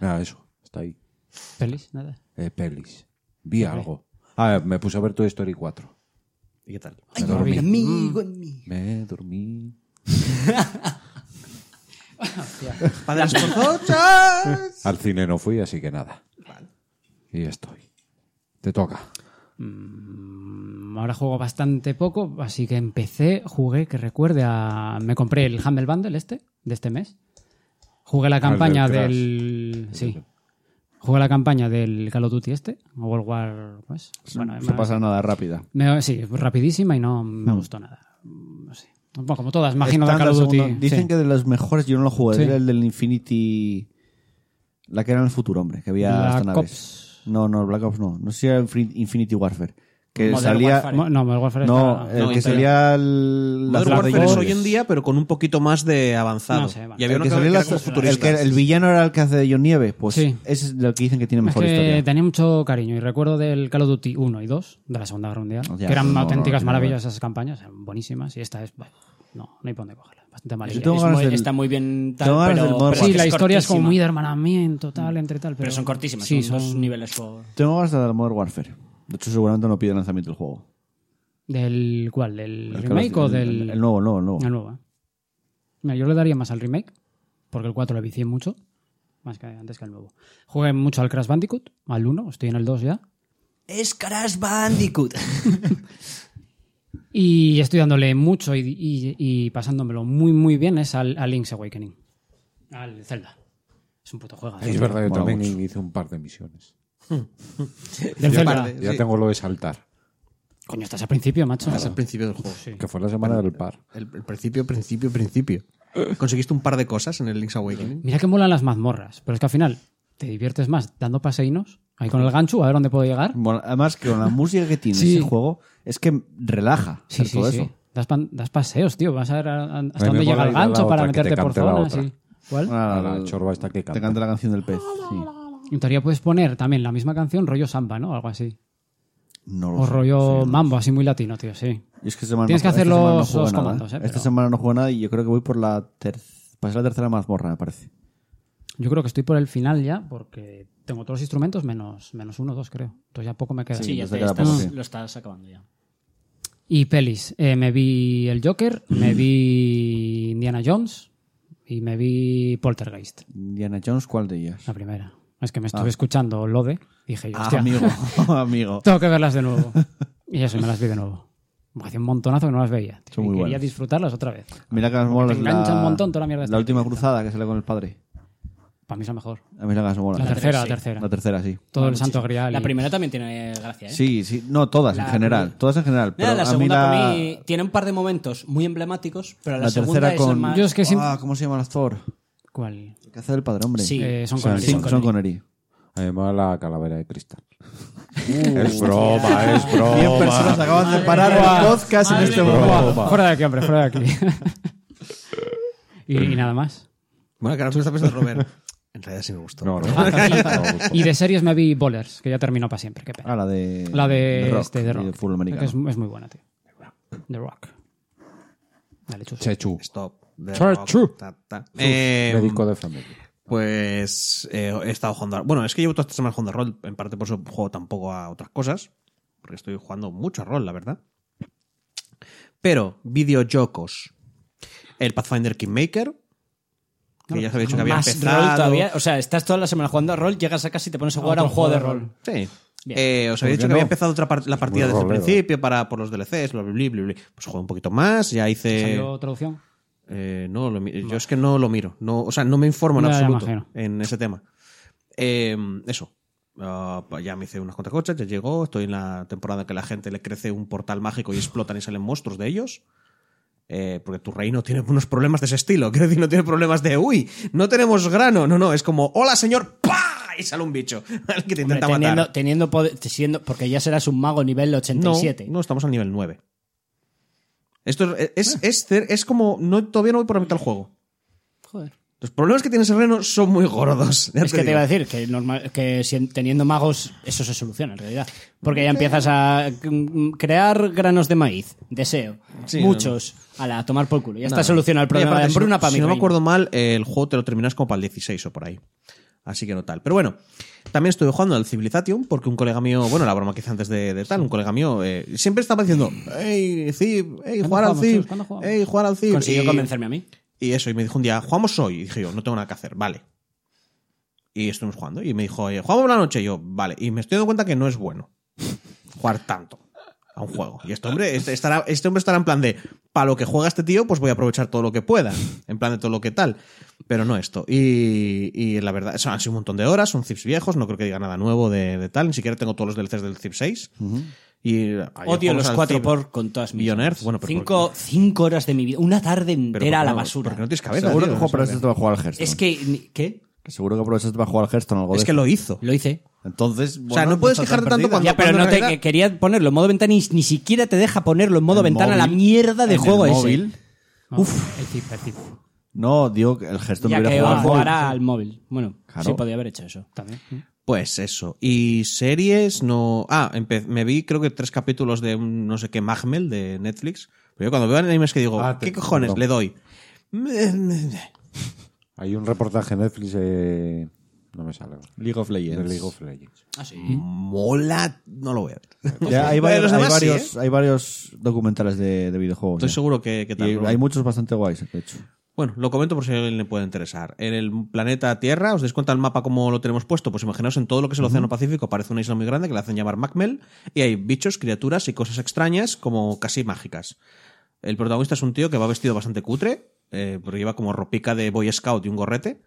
Speaker 4: Ah, eso. Está ahí.
Speaker 5: Feliz, nada.
Speaker 4: Eh, pelis. Vi algo. Ah, me puse a ver Toy Story 4.
Speaker 3: ¿Y qué tal?
Speaker 4: Me dormí.
Speaker 2: Amigo en mí.
Speaker 4: Me dormí.
Speaker 3: Padres forzosas.
Speaker 4: Al cine no fui, así que nada. Y estoy. Te toca.
Speaker 5: Mm, Ahora juego bastante poco, así que empecé, jugué, que recuerde a... Me compré el Humble Bundle este, de este mes. Jugué la campaña
Speaker 4: del Crash.
Speaker 5: del... Sí. Jugué la campaña del Call of Duty este, o World War... Pues, bueno,
Speaker 1: No pasa nada, rápida.
Speaker 5: me- sí, rapidísima y no
Speaker 1: Mm.
Speaker 5: me gustó nada. No sé. Bueno, como todas, imagino de
Speaker 1: Estándar
Speaker 5: Call of Duty.
Speaker 1: segundo. Dicen
Speaker 5: sí.
Speaker 1: que de los mejores, yo no lo jugué,
Speaker 5: Sí.
Speaker 1: era el del Infinity. La que era en el futuro, hombre, que había
Speaker 5: Black
Speaker 1: hasta naves.
Speaker 5: Ops.
Speaker 1: No, no, Black Ops no. No sé si era Infin- Infinity Warfare. Que
Speaker 2: Modern
Speaker 1: salía.
Speaker 2: Warfare.
Speaker 5: Mo- No, Modern Warfare
Speaker 1: No,
Speaker 5: está-
Speaker 1: el que
Speaker 3: espera.
Speaker 1: salía el,
Speaker 3: Modern
Speaker 1: la-
Speaker 3: Warfare
Speaker 1: de
Speaker 3: es
Speaker 1: George.
Speaker 3: hoy en día, pero con un poquito más de avanzado.
Speaker 5: No sé, vale.
Speaker 3: Y había
Speaker 1: El
Speaker 3: una
Speaker 1: que
Speaker 3: que
Speaker 1: salía
Speaker 3: era
Speaker 1: la-
Speaker 3: como
Speaker 1: el,
Speaker 3: futurista.
Speaker 1: que el villano era el que hace de John Nieve. Pues
Speaker 5: Sí.
Speaker 1: ese es lo que dicen que tiene
Speaker 5: Es
Speaker 1: mejor
Speaker 5: que
Speaker 1: historia.
Speaker 5: tenía mucho cariño y recuerdo del Call of Duty 1 y 2 de la Segunda Guerra Mundial,
Speaker 1: Ya,
Speaker 5: que eran
Speaker 1: no, no,
Speaker 5: auténticas
Speaker 1: no, no,
Speaker 5: maravillas esas campañas, eran buenísimas y esta es, bueno, no, no hay por dónde cogerla, bastante mal.
Speaker 1: Yo tengo
Speaker 2: Es
Speaker 1: ganas
Speaker 2: muy-
Speaker 1: del-
Speaker 2: Está muy bien tal,
Speaker 1: tengo ganas
Speaker 2: pero,
Speaker 1: del Modern
Speaker 2: pero
Speaker 5: Sí,
Speaker 1: Warfare.
Speaker 5: la historia es como
Speaker 2: cortísima. Mm.
Speaker 5: muy de hermanamiento, tal, entre tal, pero,
Speaker 2: Pero son cortísimas,
Speaker 5: Sí,
Speaker 2: son, dos
Speaker 5: son
Speaker 2: niveles. por-
Speaker 1: Tengo ganas de dar Modern Warfare. De hecho, seguramente no pide lanzamiento el juego.
Speaker 5: del cuál, del
Speaker 1: El
Speaker 5: remake
Speaker 1: Call of-
Speaker 5: o
Speaker 1: el-
Speaker 5: del
Speaker 1: El, nuevo, el nuevo, el nuevo.
Speaker 5: el nuevo, eh. Mira, yo le daría más al remake porque el 4 lo vicié mucho, más que antes que al nuevo. Jugué mucho al Crash Bandicoot, al 1, estoy en el 2 ya.
Speaker 2: Es Crash Bandicoot.
Speaker 5: Y estoy dándole mucho y, y- y pasándomelo muy, muy bien es al, al Link's Awakening. Al Zelda. Es un puto juego.
Speaker 4: Es verdad, yo
Speaker 1: Mola
Speaker 4: también
Speaker 1: mucho.
Speaker 4: hice un par de misiones.
Speaker 5: ¿eh? Del Zelda.
Speaker 3: Vale,
Speaker 4: Ya
Speaker 3: sí.
Speaker 4: tengo lo de saltar,
Speaker 5: Coño, estás al principio, macho.
Speaker 3: Es el principio del juego.
Speaker 4: que fue la semana del par.
Speaker 3: El, el principio, principio, principio. Conseguiste un par de cosas en el Link's Awakening.
Speaker 5: Mira que molan las mazmorras, pero es que al final te diviertes más dando paseínos ahí con el gancho a ver dónde puedo llegar.
Speaker 1: Bueno, además, que con la música que tiene
Speaker 5: Sí.
Speaker 1: ese juego, es que relaja
Speaker 5: Sí,
Speaker 1: hacer
Speaker 5: sí,
Speaker 1: todo
Speaker 5: sí.
Speaker 1: eso.
Speaker 5: Das, pan- das paseos, tío. Vas a ver a- a- hasta
Speaker 4: me
Speaker 5: dónde llega
Speaker 4: mola
Speaker 5: el
Speaker 4: ir a la
Speaker 5: gancho para
Speaker 4: otra, que te
Speaker 5: meterte por
Speaker 4: cante la
Speaker 5: zonas.
Speaker 4: otra.
Speaker 5: y- ¿Cuál?
Speaker 4: Ah, la chorba esta que
Speaker 1: Te
Speaker 4: canta.
Speaker 1: canta la canción del pez. sí.
Speaker 5: En teoría puedes poner también la misma canción, rollo samba, ¿no? Algo así.
Speaker 1: No lo
Speaker 5: O
Speaker 1: sé,
Speaker 5: rollo
Speaker 1: sí, no.
Speaker 5: mambo, así muy latino, tío, sí.
Speaker 1: Y es que esta semana no-
Speaker 5: Tienes
Speaker 1: esta
Speaker 5: que hacer
Speaker 1: semana no
Speaker 5: los-
Speaker 1: juego
Speaker 5: los
Speaker 1: nada.
Speaker 5: comandos, eh,
Speaker 1: Esta
Speaker 5: pero-
Speaker 1: semana no juego nada y yo creo que voy por la tercera. Pasé la tercera mazmorra, me parece.
Speaker 5: Yo creo que estoy por el final ya, porque tengo todos los instrumentos menos, menos uno o dos, creo. Entonces ya poco me queda.
Speaker 2: Sí, ya
Speaker 1: desde
Speaker 2: te
Speaker 1: que la
Speaker 2: estás-
Speaker 1: puse.
Speaker 2: lo estás acabando ya.
Speaker 5: Y pelis. Eh, me vi El Joker, me vi Indiana Jones y me vi Poltergeist,
Speaker 1: Indiana Jones, ¿cuál de ellas?
Speaker 5: la primera. Es que me estuve escuchando Lode, dije yo,
Speaker 1: Ah,
Speaker 5: Ah, hostia,
Speaker 1: amigo, amigo.
Speaker 5: tengo que verlas de nuevo. y eso, y me las vi de nuevo. Hace un montonazo que no las veía. tío,
Speaker 1: Son
Speaker 5: y
Speaker 1: muy
Speaker 5: quería
Speaker 1: buenas.
Speaker 5: disfrutarlas otra vez.
Speaker 1: Mira que las molas.
Speaker 5: engancha
Speaker 1: la-
Speaker 5: un montón toda la mierda esta.
Speaker 1: última cruzada que sale con el padre.
Speaker 5: Para mí es la mejor.
Speaker 1: A mí la que más me mola.
Speaker 5: La tercera, la tercera.
Speaker 1: La tercera, sí.
Speaker 5: Todo el
Speaker 2: Muchísimo.
Speaker 5: santo grial.
Speaker 2: pues La
Speaker 5: y-
Speaker 2: primera también tiene gracia, ¿eh?
Speaker 1: Sí, sí. No, todas en
Speaker 2: La-
Speaker 1: general. Todas en general. Pero
Speaker 2: Mira, la
Speaker 1: a mí
Speaker 2: segunda
Speaker 1: la,
Speaker 2: para mí tiene un par de momentos muy emblemáticos, pero la,
Speaker 1: la
Speaker 2: segunda
Speaker 1: tercera
Speaker 2: es la
Speaker 1: con.
Speaker 2: más...
Speaker 5: Yo es que siempre-
Speaker 1: Ah, ¿Cómo se llama el actor?
Speaker 5: ¿Cuál?
Speaker 1: El que hace el padre, hombre.
Speaker 2: Sí.
Speaker 5: Eh, son
Speaker 1: Sean-
Speaker 5: Connery.
Speaker 1: Sean, Sean Connery.
Speaker 4: A mí me mola la calavera de cristal.
Speaker 1: Uh.
Speaker 4: es broma, es broma.
Speaker 1: Cien personas acaban de parar el podcast en este momento.
Speaker 4: broma.
Speaker 5: Fuera de aquí, hombre, fuera de aquí. y, y nada más.
Speaker 3: Bueno, que ahora solo está pensando Robert. En realidad sí me gustó.
Speaker 4: No, no. no,
Speaker 2: pues.
Speaker 4: no.
Speaker 5: Y de series me vi Bowlers, que ya terminó para siempre. Qué pena.
Speaker 1: Ah, la de.
Speaker 5: La de,
Speaker 1: Rock
Speaker 5: este, de Rock.
Speaker 1: Y de fútbol
Speaker 5: Que
Speaker 1: americano.
Speaker 5: es, es muy buena, tío. The Rock. Dale, chuzo.
Speaker 4: Chechu.
Speaker 3: Stop. The
Speaker 4: Char-
Speaker 3: Rock,
Speaker 4: chu.
Speaker 3: ta, ta.
Speaker 1: Em.
Speaker 3: Eh,
Speaker 4: Médico de familia.
Speaker 3: Pues eh, he estado jugando. Bueno, es que llevo toda esta semana jugando a rol, en parte por eso juego tampoco a otras cosas. Porque estoy jugando mucho a rol, la verdad. Pero, videojocos. El Pathfinder Kingmaker. Que ya os había dicho que había
Speaker 2: más
Speaker 3: empezado.
Speaker 2: rol todavía. O sea, estás toda la semana jugando a rol, llegas a casa y te pones a jugar a un juego de rol.
Speaker 3: Sí.
Speaker 2: Bien.
Speaker 3: Eh, os había dicho
Speaker 4: ¿Por qué
Speaker 3: que había
Speaker 4: Pues no?
Speaker 3: empezado otra par- la partida desde el
Speaker 4: rolero.
Speaker 3: principio para, por los DLCs, bla, bla, bla, bla, bla. Pues juego un poquito más, ya
Speaker 2: Pues
Speaker 3: hice.
Speaker 5: ¿Salió traducción?
Speaker 3: Eh, no, lo mi- yo es que no lo miro. No, o sea, no me informo en
Speaker 5: Ya, ya
Speaker 3: absoluto
Speaker 5: imagino.
Speaker 3: en ese tema. Eh, eso. Ah, pues ya me hice unas cuantas cochas, ya llegó. Estoy en la temporada que la gente le crece un portal mágico y explotan y salen monstruos de ellos. Eh, porque tu reino tiene unos problemas de ese estilo. Quiero decir, no tiene problemas de uy, no tenemos grano. No, no, es como hola señor, ¡pah! y sale un bicho al que te
Speaker 2: Hombre,
Speaker 3: intenta
Speaker 2: teniendo,
Speaker 3: matar.
Speaker 2: teniendo poder- siendo, porque ya serás un mago nivel
Speaker 3: No,
Speaker 2: 87.
Speaker 3: no, estamos al nivel 9. Esto es, es, es, cer- es como. No, todavía no voy por la mitad del juego.
Speaker 2: Joder.
Speaker 3: Los problemas que tiene ese reno son muy gordos. ya
Speaker 2: Es que te
Speaker 3: digo.
Speaker 2: iba a decir que, normal, que si- teniendo magos eso se soluciona en realidad. Porque ya empiezas a mm, crear granos de maíz, deseo,
Speaker 3: Sí,
Speaker 2: muchos, a la tomar por culo. Ya está
Speaker 3: Nada.
Speaker 2: solucionado el
Speaker 3: Oye,
Speaker 2: problema de
Speaker 3: aparte, si no-
Speaker 2: hambruna para
Speaker 3: si
Speaker 2: mi
Speaker 3: no me
Speaker 2: reino.
Speaker 3: acuerdo mal, eh, el juego te lo terminas como para el 16 o por ahí. Así que no tal. Pero bueno, también estuve jugando al Civilization porque un colega mío, bueno, la broma que hice antes de, de tal, un colega mío eh, siempre estaba diciendo, hey, Cib, hey, jugar al
Speaker 5: jugamos, tíos?
Speaker 3: Cib,
Speaker 5: ¿Cuándo jugamos?
Speaker 3: hey, jugar al Cib.
Speaker 2: Consiguió
Speaker 3: Y-
Speaker 2: convencerme a mí.
Speaker 3: Y eso, y me dijo un día, jugamos hoy. Y dije yo, no tengo nada que hacer, vale. Y estuvimos jugando. Y me dijo, eh, jugamos por la noche. Y yo, vale. Y me estoy dando cuenta que no es bueno jugar tanto a un juego. Y este hombre este estará, este hombre estará en plan de, para lo que juega este tío, pues voy a aprovechar todo lo que pueda. En plan de todo lo que tal. Pero no esto. Y, y la verdad, son, han sido un montón de horas, son zips viejos, no creo que diga nada nuevo de, de tal. Ni siquiera tengo todos los DLCs del zip 6. Y ayer
Speaker 2: Odio
Speaker 3: jugamos
Speaker 2: los
Speaker 3: al
Speaker 2: cuatro
Speaker 3: Civ-
Speaker 2: por con todas mis
Speaker 3: Beyond
Speaker 2: horas.
Speaker 3: Earth, bueno, pero
Speaker 2: cinco, cinco horas de mi vida, una tarde
Speaker 3: Pero
Speaker 2: entera a la
Speaker 3: porque no-
Speaker 2: basura.
Speaker 3: Porque no tienes cabeza.
Speaker 1: Seguro
Speaker 3: tío,
Speaker 1: que
Speaker 3: no
Speaker 1: juego para
Speaker 3: sé.
Speaker 1: esto te va a jugar al Hearthstone.
Speaker 2: Es que, ni- ¿qué?
Speaker 1: Seguro que aprovechas para jugar al Hearthstone o algo de
Speaker 3: Es que
Speaker 1: eso.
Speaker 3: lo hizo.
Speaker 2: Lo hice.
Speaker 1: Entonces, bueno,
Speaker 3: sea, no puedes
Speaker 1: estás tan
Speaker 3: quejarte tanto
Speaker 1: perdida.
Speaker 3: cuando-
Speaker 2: Ya, pero
Speaker 3: en
Speaker 2: no te
Speaker 3: realidad-
Speaker 2: que- quería ponerlo en modo ventana y ni siquiera te deja ponerlo en modo
Speaker 1: El
Speaker 2: ventana la
Speaker 1: móvil,
Speaker 2: mierda de
Speaker 1: en el
Speaker 2: juego ese.
Speaker 1: móvil.
Speaker 5: Uf. El tip, el tip.
Speaker 1: No, digo que el Hearthstone
Speaker 2: Ya
Speaker 1: me
Speaker 2: que
Speaker 1: hubiera
Speaker 2: va a
Speaker 1: jugado
Speaker 2: jugar
Speaker 1: al móvil.
Speaker 2: al móvil. Bueno,
Speaker 1: Claro.
Speaker 2: sí podía haber hecho eso.
Speaker 5: También.
Speaker 3: Pues eso. Y series, no. Ah, empe- me vi creo que tres capítulos de un no sé qué Magmel de Netflix. Pero yo cuando veo animes que digo,
Speaker 4: Ah, te-
Speaker 3: ¿qué cojones?
Speaker 4: perdón.
Speaker 3: Le doy.
Speaker 4: Hay un reportaje en Netflix. eh, No me sale.
Speaker 1: League of
Speaker 4: De
Speaker 1: Legends.
Speaker 4: League of Legends.
Speaker 2: Ah, sí.
Speaker 3: Mola, no lo voy a ver.
Speaker 1: Ya, hay,
Speaker 3: Pero
Speaker 1: varios, hay,
Speaker 3: los demás sí,
Speaker 1: varios,
Speaker 3: ¿eh?
Speaker 1: hay varios documentales de, de videojuegos.
Speaker 3: Estoy
Speaker 1: ya.
Speaker 3: seguro que, que tal.
Speaker 1: Y hay muchos bastante guays, de hecho.
Speaker 3: Bueno, lo comento por si a alguien le puede interesar. En el planeta Tierra, ¿os dais cuenta el mapa como lo tenemos puesto? Pues imaginaos en todo lo que es el Océano Pacífico aparece una isla muy grande que la hacen llamar Macmel y hay bichos, criaturas y cosas extrañas como casi mágicas. El protagonista es un tío que va vestido bastante cutre, eh, porque lleva como ropica de Boy Scout y un gorrete.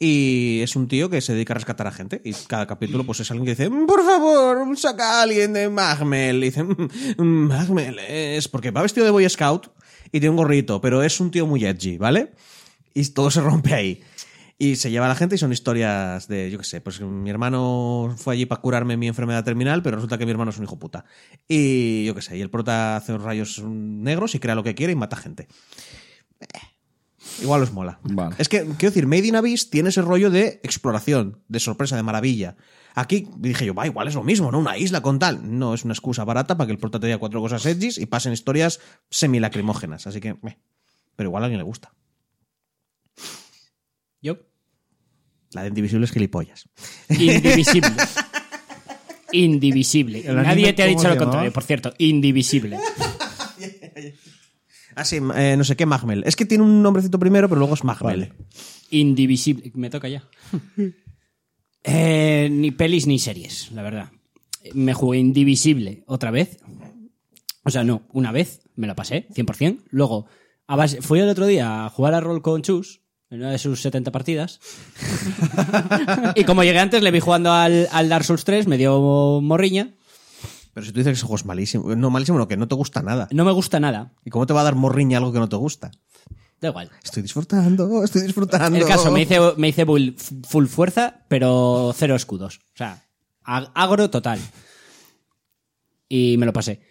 Speaker 3: Y es un tío que se dedica a rescatar a gente. Y cada capítulo, pues es alguien que dice: "Mm, Por favor, saca a alguien de Magmel. Y dice: "Mm, Magmel es porque va vestido de Boy Scout y tiene un gorrito, pero es un tío muy edgy, ¿vale? Y todo se rompe ahí. Y se lleva a la gente y son historias de, yo qué sé, pues mi hermano fue allí para curarme mi enfermedad terminal, pero resulta que mi hermano es un hijo puta. Y yo qué sé, y el prota hace unos rayos negros y crea lo que quiere y mata gente. Eh, Igual os mola.
Speaker 1: Vale.
Speaker 3: Es que, quiero decir, Made in Abyss tiene ese rollo de exploración, de sorpresa, de maravilla. Aquí dije yo, va, igual es lo mismo, ¿no? Una isla con tal. No, es una excusa barata para que el prota te diga cuatro cosas edgys y pasen historias semilacrimógenas. Así que, meh. pero igual a alguien le gusta.
Speaker 2: Yo.
Speaker 3: La de Indivisibles gilipollas.
Speaker 2: Indivisible. Indivisible.
Speaker 1: El
Speaker 2: Nadie
Speaker 1: anime,
Speaker 2: te ha
Speaker 1: ¿cómo
Speaker 2: dicho
Speaker 1: se
Speaker 2: lo
Speaker 1: llamaba?
Speaker 2: contrario, por cierto. Indivisible.
Speaker 3: Ah, sí, eh, no sé qué Magmel. Es que tiene un nombrecito primero, pero luego es Magmel.
Speaker 2: Indivisible. Me toca ya. Eh, ni pelis ni series, la verdad. Me jugué Indivisible otra vez. O sea, no, una vez me la pasé, 100%. Luego, a base- fui el otro día a jugar a rol con Chus en una de sus 70 partidas. y como llegué antes, le vi jugando al, al Dark Souls 3, me dio morriña.
Speaker 3: Pero si tú dices que ese juego es malísimo, no malísimo, no, que no te gusta nada.
Speaker 2: No me gusta nada.
Speaker 3: ¿Y cómo te va a dar morriña algo que no te gusta?
Speaker 2: Da igual.
Speaker 3: Estoy disfrutando, estoy disfrutando.
Speaker 2: El caso, me hice, me hice bull- full fuerza, pero cero escudos. O sea, ag- agro total. Y me lo pasé.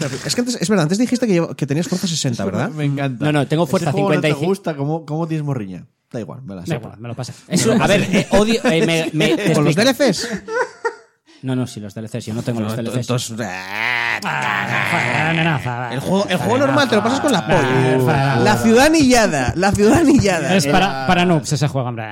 Speaker 3: Pero Es que antes, es verdad, antes dijiste que, lleva- que tenías fuerza 60, ¿verdad?
Speaker 1: Me encanta.
Speaker 2: No, no, tengo
Speaker 1: Ese
Speaker 2: fuerza
Speaker 1: juego No te
Speaker 2: 55.
Speaker 1: gusta cómo, cómo tienes morriña. Da igual, me la
Speaker 5: Da
Speaker 1: sopla.
Speaker 5: igual, me lo pasé.
Speaker 2: Es un- a ver, eh, odio. eh, me- me- te
Speaker 3: ¿Con los
Speaker 2: explico.
Speaker 3: DLCs?
Speaker 2: No, no, sí, los DLCs. Yo no tengo los DLCs.
Speaker 3: Entonces, eh,
Speaker 5: Amenaza.
Speaker 3: el juego, el juego normal te lo pasas con la polla. La ciudad anillada, la Eh, ciudad anillada.
Speaker 5: Es para, para noobs ese juego, hombre.
Speaker 3: Eh,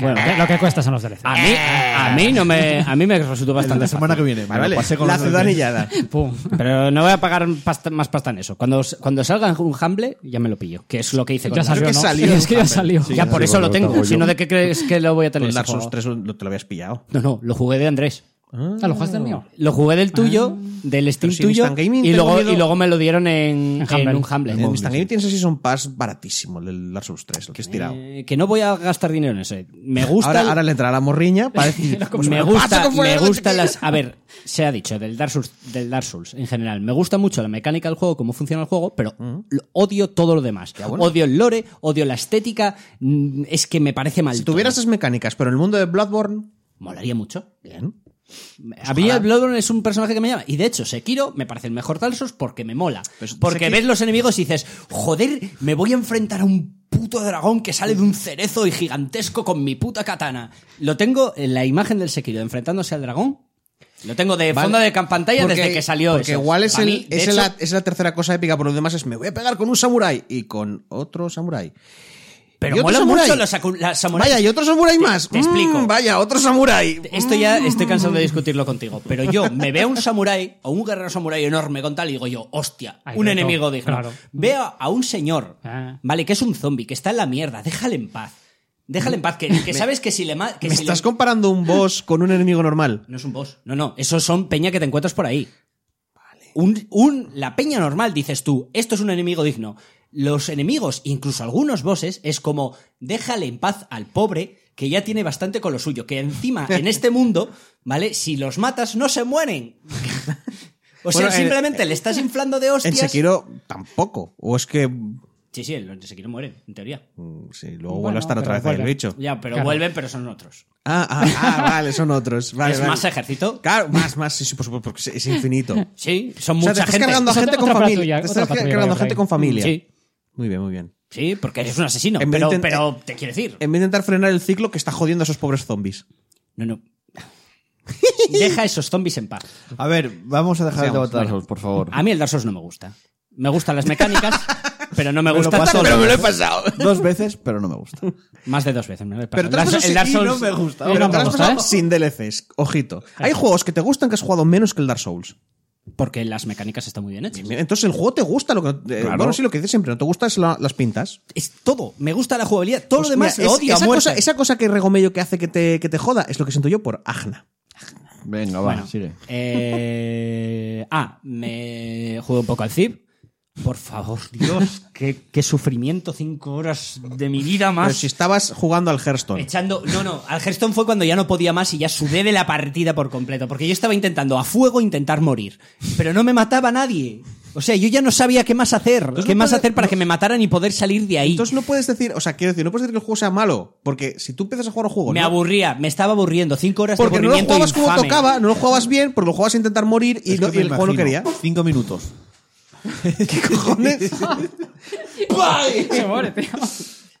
Speaker 5: Bueno, lo que cuesta son los DLC.
Speaker 2: A mí, a mí no me, a mí me resultó bastante.
Speaker 1: La semana que viene. me lo
Speaker 3: Vale,
Speaker 1: pasé con
Speaker 3: la
Speaker 1: los
Speaker 3: ciudad
Speaker 1: DLCs.
Speaker 3: anillada.
Speaker 5: Pum.
Speaker 2: fácil. Pero no voy a pagar pasta- más pasta en eso. Cuando, cuando salga un Humble, ya me lo pillo. Que es lo que hice con
Speaker 5: Ya
Speaker 2: el-
Speaker 5: salió,
Speaker 3: pues, que
Speaker 5: ¿no?
Speaker 3: salió,
Speaker 5: es que ya
Speaker 3: Hammer.
Speaker 5: salió.
Speaker 2: Ya por eso lo tengo.
Speaker 4: tengo
Speaker 2: Si
Speaker 4: yo.
Speaker 2: no, ¿de qué crees que lo voy a tener?
Speaker 3: Con
Speaker 2: ese
Speaker 3: Dark Souls
Speaker 2: juego?
Speaker 3: 3 lo- te lo habías pillado.
Speaker 2: No, no, lo jugué de Andrés.
Speaker 5: Ah, ¿Lo jugaste el mío?
Speaker 2: Lo jugué del tuyo, del Steam
Speaker 3: Ah. si
Speaker 2: tuyo,
Speaker 3: Instant Gaming
Speaker 2: y
Speaker 3: tengo
Speaker 2: luego,
Speaker 3: miedo.
Speaker 2: y luego me lo dieron en,
Speaker 5: En Humble.
Speaker 2: en un Humble.
Speaker 3: En Instant Game tienes ese Season Pass baratísimo, el del Dark Souls 3, el que has tirado.
Speaker 2: Eh, que no voy a gastar dinero en ese. Me gusta.
Speaker 3: Ahora,
Speaker 2: el-
Speaker 3: ahora le entrará la morriña para decir, pues
Speaker 2: me
Speaker 3: lo paso
Speaker 2: gusta,
Speaker 3: con fuego,
Speaker 2: me
Speaker 3: no sé
Speaker 2: gusta
Speaker 3: qué.
Speaker 2: las. A ver, se ha dicho del Dark Souls, del Dark Souls en general. Me gusta mucho la mecánica del juego, cómo funciona el juego, pero
Speaker 3: Mm.
Speaker 2: lo- odio todo lo demás. Odio el lore, odio la estética. mm, Es que me parece mal.
Speaker 3: Si tuvieras
Speaker 2: todo.
Speaker 3: esas mecánicas, pero en el mundo de Bloodborne,
Speaker 2: Molaría mucho.
Speaker 3: bien. Pues
Speaker 2: A mí el Bloodborne es un personaje que me llama. Y de hecho, Sekiro me parece el mejor Dark Souls porque me mola.
Speaker 3: Pues,
Speaker 2: porque ves los enemigos y dices, joder, me voy a enfrentar a un puto dragón que sale de un cerezo y gigantesco con mi puta katana. Lo tengo en la imagen del Sekiro enfrentándose al dragón. Lo tengo de fondo de camp- pantalla desde que salió.
Speaker 3: Porque
Speaker 2: eso.
Speaker 3: igual es,
Speaker 2: Para
Speaker 3: el-
Speaker 2: mí, de
Speaker 3: es,
Speaker 2: hecho,
Speaker 3: la, es la tercera cosa épica, por lo demás es me voy a pegar con un samurái y con otro samurái.
Speaker 2: Pero
Speaker 3: ¿Y otro
Speaker 2: mola
Speaker 3: samurái?
Speaker 2: mucho los sacu- las samuráis.
Speaker 3: Vaya, y otro samurái
Speaker 2: Te-
Speaker 3: más.
Speaker 2: te explico.
Speaker 3: Mm, vaya, otro samurái.
Speaker 2: Esto ya estoy cansado de discutirlo contigo, pero yo me veo a un samurái o un guerrero samurái enorme con tal y digo yo, hostia,
Speaker 5: Ay,
Speaker 2: un
Speaker 5: reto,
Speaker 2: enemigo digno.
Speaker 5: claro.
Speaker 2: Veo a un señor,
Speaker 5: Ah.
Speaker 2: ¿vale? Que es un zombie, que está en la mierda, déjale en paz. Déjale en paz, que, que sabes que si le... ma- Que
Speaker 3: ¿Me
Speaker 2: si
Speaker 3: estás
Speaker 2: le-
Speaker 3: comparando un boss con un enemigo normal?
Speaker 2: No es un boss, no, no, esos son peña que te encuentras por ahí. Un, un- la peña normal, dices tú, esto es un enemigo digno. Los enemigos, incluso algunos bosses, es como déjale en paz al pobre que ya tiene bastante con lo suyo. Que encima, en este mundo, ¿vale? Si los matas, no se mueren. O sea,
Speaker 3: Bueno, en-
Speaker 2: simplemente le estás inflando de
Speaker 3: En
Speaker 2: hostias.
Speaker 3: Sekiro tampoco. O es que.
Speaker 2: Sí, sí, en Sekiro mueren, en teoría.
Speaker 3: mm, Sí, luego vuelve a
Speaker 5: Bueno,
Speaker 3: estar otra
Speaker 5: pero
Speaker 3: vez ahí el
Speaker 5: vuelve.
Speaker 3: bicho.
Speaker 2: Ya, pero
Speaker 5: Claro.
Speaker 2: vuelven, pero son otros.
Speaker 3: Ah, ah, ah, vale, son otros. Vale,
Speaker 2: es
Speaker 3: vale.
Speaker 2: más ejército.
Speaker 3: Claro, más, más, sí, sí, por supuesto, porque es- es infinito.
Speaker 2: Sí, son
Speaker 3: O sea,
Speaker 2: mucha
Speaker 3: te estás
Speaker 2: gente.
Speaker 3: cargando a
Speaker 5: Es
Speaker 3: gente
Speaker 5: otra-
Speaker 3: con
Speaker 5: otra
Speaker 3: familia.
Speaker 5: patrulla,
Speaker 3: Te
Speaker 5: otra
Speaker 3: estás
Speaker 5: patrulla
Speaker 3: cargando a
Speaker 5: por ahí.
Speaker 3: gente con familia.
Speaker 2: Sí,
Speaker 3: Muy bien, muy bien.
Speaker 2: sí, porque eres un asesino.
Speaker 3: En vez
Speaker 2: Pero,
Speaker 3: de intent-
Speaker 2: pero te quiero decir.
Speaker 3: En vez de intentar frenar el ciclo que está jodiendo a esos pobres zombies.
Speaker 2: No, no. Deja esos zombies en paz.
Speaker 1: A ver, vamos a dejar el debate de Dark Souls, por favor.
Speaker 2: A mí el Dark Souls no me gusta. Me gustan las mecánicas, pero no me
Speaker 1: Me lo
Speaker 2: gusta
Speaker 1: paso
Speaker 2: todo.
Speaker 1: dos veces.
Speaker 3: pasado.
Speaker 1: Dos veces, pero no me gusta.
Speaker 2: Más de dos veces. me lo he
Speaker 3: Pero
Speaker 2: pasado.
Speaker 3: te lo has
Speaker 2: Dark-
Speaker 3: pasado
Speaker 2: el Dark
Speaker 3: sin- y
Speaker 2: Souls
Speaker 3: no me gusta.
Speaker 5: No
Speaker 3: Pero
Speaker 5: me
Speaker 3: te lo has
Speaker 5: gusta,
Speaker 3: pasado
Speaker 5: ¿eh?
Speaker 3: sin DLCs. Ojito. Hay juegos que te gustan que has jugado menos que el Dark Souls.
Speaker 2: porque las mecánicas están muy bien hechas.
Speaker 3: Entonces el juego te gusta. Lo que, eh, Bueno, sí, lo que dices siempre. No te gustan las pintas. Pues
Speaker 2: Es todo. Me gusta la jugabilidad. Todo lo demás
Speaker 3: Mira,
Speaker 2: lo
Speaker 3: es-
Speaker 2: odio a
Speaker 3: esa,
Speaker 2: muerte.
Speaker 3: cosa, esa cosa que regomello que hace que te, que te joda es lo que siento yo por Agna.
Speaker 1: Venga, va,
Speaker 2: Bueno,
Speaker 1: sigue.
Speaker 2: eh, ah, me juego un poco al Zip. Por favor, Dios, qué, qué sufrimiento. Cinco horas de mi vida
Speaker 3: Pero
Speaker 2: más.
Speaker 3: si estabas jugando al Hearthstone.
Speaker 2: Echando. No, no. Al Hearthstone fue cuando ya no podía más y ya sudé de la partida por completo. Porque yo estaba intentando a fuego intentar morir. Pero no me mataba nadie. O sea, yo ya no sabía qué más hacer. ¿Qué
Speaker 3: no
Speaker 2: más
Speaker 3: puede-
Speaker 2: hacer para que me mataran y poder salir de ahí?
Speaker 3: Entonces no puedes decir, o sea, quiero decir, no puedes decir que el juego sea malo, porque si tú empiezas a jugar a un juego,
Speaker 2: me
Speaker 3: ¿no?
Speaker 2: aburría, me estaba aburriendo. Cinco horas
Speaker 3: porque
Speaker 2: de
Speaker 3: no lo
Speaker 2: aburrimiento
Speaker 3: jugabas como
Speaker 2: infame.
Speaker 3: tocaba, no lo jugabas bien, porque lo jugabas a intentar morir y,
Speaker 1: Es
Speaker 3: no-
Speaker 1: que
Speaker 3: y
Speaker 1: me
Speaker 3: el juego no
Speaker 1: imagino.
Speaker 3: quería.
Speaker 1: Cinco minutos.
Speaker 3: ¿Qué cojones?
Speaker 5: Se muere, tío.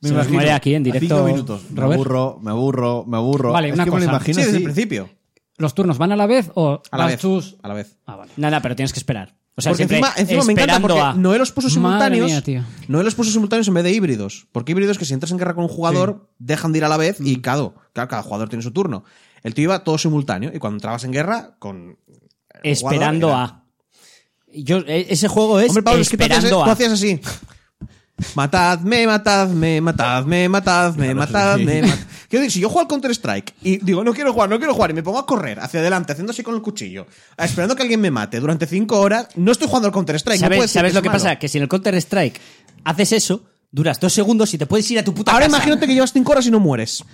Speaker 1: Me
Speaker 2: Se nos
Speaker 1: imagino
Speaker 2: muere aquí en directo,
Speaker 1: Cinco minutos. Me
Speaker 5: Robert.
Speaker 1: aburro, me aburro, me aburro.
Speaker 5: Vale,
Speaker 1: es
Speaker 5: una
Speaker 1: que me lo
Speaker 5: cosa.
Speaker 1: imagino
Speaker 3: sí, desde
Speaker 1: así.
Speaker 3: el principio.
Speaker 5: ¿Los turnos van a la vez o
Speaker 3: A la
Speaker 5: vas
Speaker 3: vez.
Speaker 5: tus-
Speaker 3: A la vez.
Speaker 5: Ah, vale.
Speaker 2: Nada, pero tienes que esperar. O sea,
Speaker 3: porque
Speaker 2: siempre
Speaker 3: encima, encima me encanta
Speaker 2: esperando
Speaker 3: porque
Speaker 2: a-
Speaker 3: Noé los puso
Speaker 5: Madre
Speaker 3: simultáneos.
Speaker 5: mía, tío.
Speaker 3: Noé los puso simultáneos en vez de híbridos. Porque híbridos que si entras en guerra con un jugador, dejan de ir a la vez
Speaker 1: Mm.
Speaker 3: y cada, claro, cada jugador tiene su turno. El tío iba todo simultáneo y cuando entrabas en guerra, con. el jugador
Speaker 2: esperando
Speaker 3: era-
Speaker 2: a. Yo, e- ese juego es
Speaker 3: Hombre, Pablo, es que tú
Speaker 2: esperando
Speaker 3: hacías, tú
Speaker 2: a.
Speaker 3: hacías así. Matadme, matadme, matadme, matadme, matadme. mat- Quiero decir, si yo juego al Counter-Strike y digo, no quiero jugar, no quiero jugar, y me pongo a correr hacia adelante, haciendo así con el cuchillo, esperando que alguien me mate durante cinco horas, no estoy jugando al Counter-Strike. no
Speaker 2: ¿Sabes,
Speaker 3: puedo decir
Speaker 2: sabes
Speaker 3: es
Speaker 2: lo que
Speaker 3: malo.
Speaker 2: pasa? Que si en el Counter Strike haces eso, Duras dos segundos y te puedes ir a tu puta
Speaker 3: Ahora
Speaker 2: casa.
Speaker 3: imagínate que llevas 5 horas y no mueres.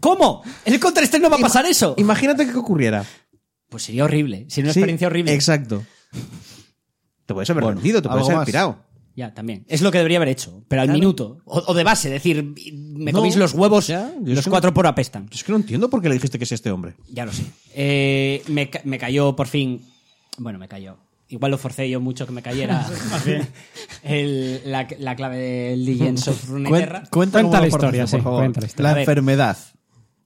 Speaker 2: ¿Cómo? En el Counter-Strike no va a pasar eso.
Speaker 3: Imagínate que ocurriera.
Speaker 2: Pues sería horrible. Sería una
Speaker 3: Sí,
Speaker 2: experiencia horrible.
Speaker 3: Exacto. Te puedes haber
Speaker 1: Bueno,
Speaker 3: rendido, te puedes
Speaker 1: algo
Speaker 3: haber
Speaker 1: más.
Speaker 3: pirado.
Speaker 2: Ya, también. Es lo que debería haber hecho. Pero al minuto. O, o de base, decir, me
Speaker 3: No,
Speaker 2: coméis los huevos,
Speaker 3: ya, yo es
Speaker 2: los
Speaker 3: que
Speaker 2: cuatro por apestan.
Speaker 3: Es que no entiendo por qué le dijiste que es este hombre.
Speaker 2: Ya lo sé. Eh, me, ca- me cayó por fin. Bueno, me cayó. Igual lo forcé yo mucho que me cayera el- la, la clave de Legends of Runeterra.
Speaker 1: cuenta cómo
Speaker 5: Cuenta
Speaker 1: lo
Speaker 5: la historia,
Speaker 1: forzaste, por
Speaker 5: sí,
Speaker 1: favor.
Speaker 5: cuenta la historia.
Speaker 2: A ver.
Speaker 1: enfermedad.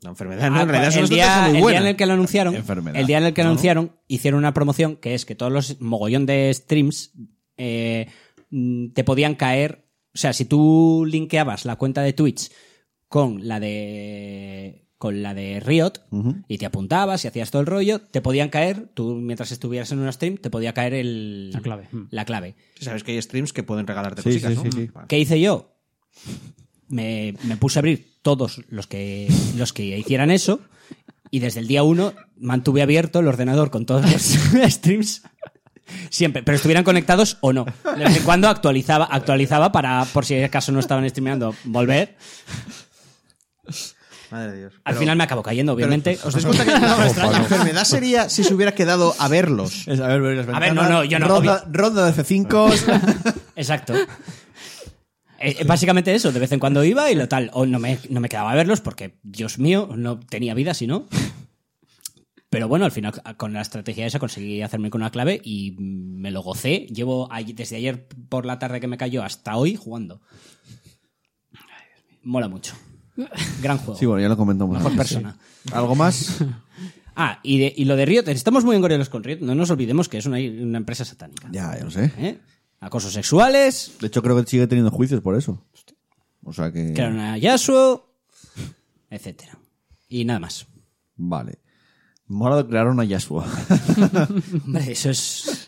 Speaker 3: La enfermedad, no,
Speaker 2: Ah,
Speaker 3: en realidad es una
Speaker 2: el,
Speaker 3: estrategia
Speaker 2: día,
Speaker 3: muy
Speaker 2: el día
Speaker 3: buena.
Speaker 2: en el que lo anunciaron,
Speaker 1: Enfermedad.
Speaker 2: el día en el que lo anunciaron, hicieron una promoción que es que todos los mogollón de streams eh, mm, te podían caer, o sea, si tú linkeabas la cuenta de Twitch con la de con la de Riot y te apuntabas y hacías todo el rollo, te podían caer, tú mientras estuvieras en un stream, te podía caer el,
Speaker 5: La clave. mm.
Speaker 2: La clave.
Speaker 3: Sí, Sabes que hay streams que pueden regalarte
Speaker 1: Sí,
Speaker 3: cositas,
Speaker 1: sí,
Speaker 3: ¿no?
Speaker 1: sí, sí.
Speaker 3: Vale.
Speaker 2: ¿Qué hice yo? Me, me puse a abrir todos los que, los que hicieran eso y desde el día uno mantuve abierto el ordenador con todos los streams. Siempre, pero estuvieran conectados o no. De vez en cuando actualizaba, actualizaba para, por si acaso no estaban streameando, volver.
Speaker 3: Madre de Dios.
Speaker 2: Al final me acabó cayendo, obviamente.
Speaker 3: ¿Os dais cuenta que la enfermedad sería si se hubiera quedado a verlos?
Speaker 1: Es, a ver, ver las
Speaker 2: A ver, no,
Speaker 1: ventanas.
Speaker 2: no, yo no,
Speaker 1: Ronda, ronda de F5.
Speaker 2: Exacto. Eh, eh, Básicamente eso, de vez en cuando iba y lo tal. O no me, no me quedaba a verlos porque, Dios mío, no tenía vida si no. Pero bueno, al final con la estrategia esa conseguí hacerme con una clave y me lo gocé. Llevo ay- desde ayer por la tarde que me cayó hasta hoy jugando. Mola mucho. Gran juego.
Speaker 1: sí, bueno, ya lo comentamos.
Speaker 2: Mejor
Speaker 1: antes.
Speaker 2: persona.
Speaker 1: ¿Algo más?
Speaker 2: Ah, y, de- y lo de Riot, estamos muy engoriolos con Riot. No nos olvidemos que es una, una empresa satánica.
Speaker 1: ya, ya lo sé.
Speaker 2: ¿eh? Acosos sexuales,
Speaker 1: De hecho, creo que sigue teniendo juicios por eso. O sea que...
Speaker 2: crearon a Yasuo, etcétera. Y nada más.
Speaker 1: Vale. Ahora crearon a Yasuo.
Speaker 2: Hombre, eso es.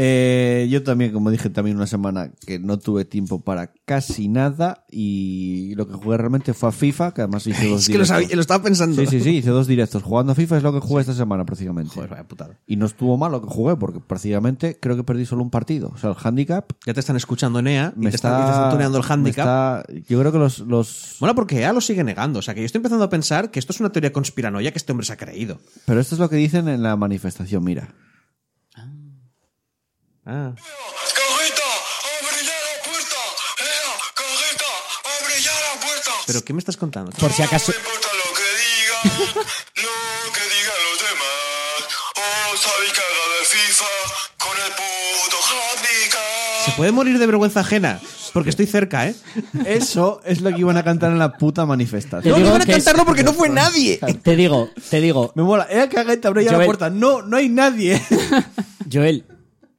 Speaker 1: Eh, yo también, como dije, también una semana que no tuve tiempo para casi nada y lo que jugué realmente fue a FIFA, que además hice dos
Speaker 3: Es que lo,
Speaker 1: directos.
Speaker 3: sabía- lo estaba pensando.
Speaker 1: Sí, sí, sí, hice dos directos. Jugando a FIFA es lo que jugué esta semana prácticamente.
Speaker 3: Joder, vaya putada.
Speaker 1: Y no estuvo mal lo que jugué porque prácticamente creo que perdí solo un partido. O sea, el handicap
Speaker 3: Ya te están escuchando, Nea, y
Speaker 1: me
Speaker 3: te,
Speaker 1: está...
Speaker 3: están, y te están tuneando el
Speaker 1: me
Speaker 3: handicap.
Speaker 1: está- yo creo que los... los...
Speaker 3: Bueno, porque EA lo sigue negando. O sea, que yo estoy empezando a pensar que esto es una teoría conspiranoia que este hombre se ha creído.
Speaker 1: Pero esto es lo que dicen en la manifestación, mira.
Speaker 3: Ah.
Speaker 6: Corrita, abre ya la puerta. Ea, corrita, abre ya la puerta.
Speaker 3: ¿Pero qué me estás contando?
Speaker 2: Por si acaso.
Speaker 6: No me importa lo que digan, lo que digan los demás. Oh, Os habéis cagado de FIFA con el puto
Speaker 3: Se
Speaker 6: handicap.
Speaker 3: puede morir de vergüenza ajena, porque estoy cerca, ¿eh?
Speaker 1: Eso es lo que iban a cantar en la puta manifestación.
Speaker 2: Te digo
Speaker 3: iban a
Speaker 2: que es-
Speaker 3: cantarlo porque no fue nadie.
Speaker 2: Te digo, te digo,
Speaker 1: Me mola, eh, cagate, abre ya la
Speaker 2: Joel.
Speaker 1: puerta. No, no hay nadie.
Speaker 2: Joel,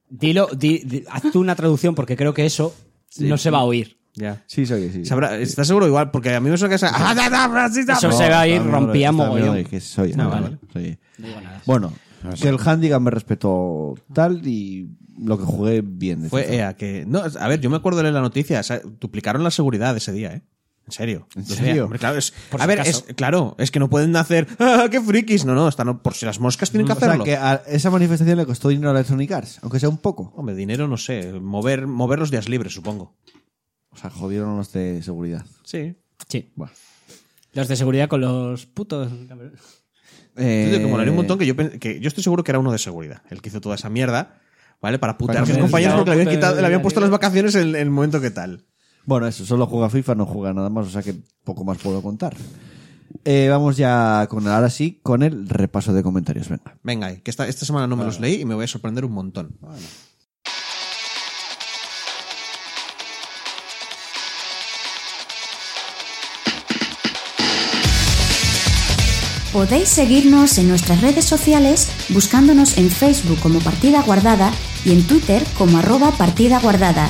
Speaker 2: dilo, di- di- haz tú una traducción porque creo que eso no se va a oír.
Speaker 3: Ya.
Speaker 1: Sí, soy, sí.
Speaker 3: Sabrá- ¿Estás seguro igual? Porque a mí me suena que es... ¡Ah, da, da, da, sí, da!
Speaker 2: Eso se va a ir,
Speaker 1: Está bien,
Speaker 2: rompía
Speaker 1: está bien,
Speaker 2: mogollón.
Speaker 1: que soy,
Speaker 2: No,
Speaker 1: no,
Speaker 2: vale.
Speaker 1: vale, soy. Bueno, que el handicap me respetó tal y lo que jugué bien. de
Speaker 3: Fue
Speaker 1: FIFA.
Speaker 3: EA que... No, a ver, yo me acuerdo de leer la noticia. o sea, duplicaron la seguridad ese día, ¿eh? En serio.
Speaker 1: ¿En
Speaker 3: Los
Speaker 1: serio?
Speaker 3: EA, hombre, claro, es,
Speaker 2: Por
Speaker 3: a
Speaker 2: si
Speaker 3: ver, es,
Speaker 2: acaso.
Speaker 3: claro, es que no pueden hacer... ¡Ah, qué frikis! No, no, están, por si las moscas tienen que
Speaker 1: o sea,
Speaker 3: hacerlo.
Speaker 1: que a esa manifestación le costó dinero a Electronic Arts, aunque sea un poco.
Speaker 3: Hombre, dinero, no sé. Mover, mover los días libres, supongo.
Speaker 1: O sea, jodieron los de seguridad.
Speaker 3: Sí.
Speaker 2: Sí.
Speaker 1: Bueno.
Speaker 2: Los de seguridad con los putos.
Speaker 1: Eh,
Speaker 3: Yo digo que molaría un montón que yo, pen- que yo estoy seguro que era uno de seguridad, el que hizo toda esa mierda, ¿vale? Para putear a sus
Speaker 1: cambiar
Speaker 3: compañeros
Speaker 1: el
Speaker 3: porque le habían,
Speaker 2: outfit
Speaker 3: quitado,
Speaker 2: de
Speaker 3: le habían
Speaker 2: la
Speaker 3: puesto
Speaker 2: liga.
Speaker 3: las vacaciones en en el momento que tal.
Speaker 1: Bueno, eso, solo juega FIFA, no juega nada más, o sea que poco más puedo contar. Eh, vamos ya con ahora sí con el repaso de comentarios. Venga.
Speaker 3: Venga, que esta, esta semana no me los leí y me voy a sorprender un montón.
Speaker 7: Podéis seguirnos en nuestras redes sociales buscándonos en Facebook como Partida Guardada y en Twitter como arroba Partida Guardada.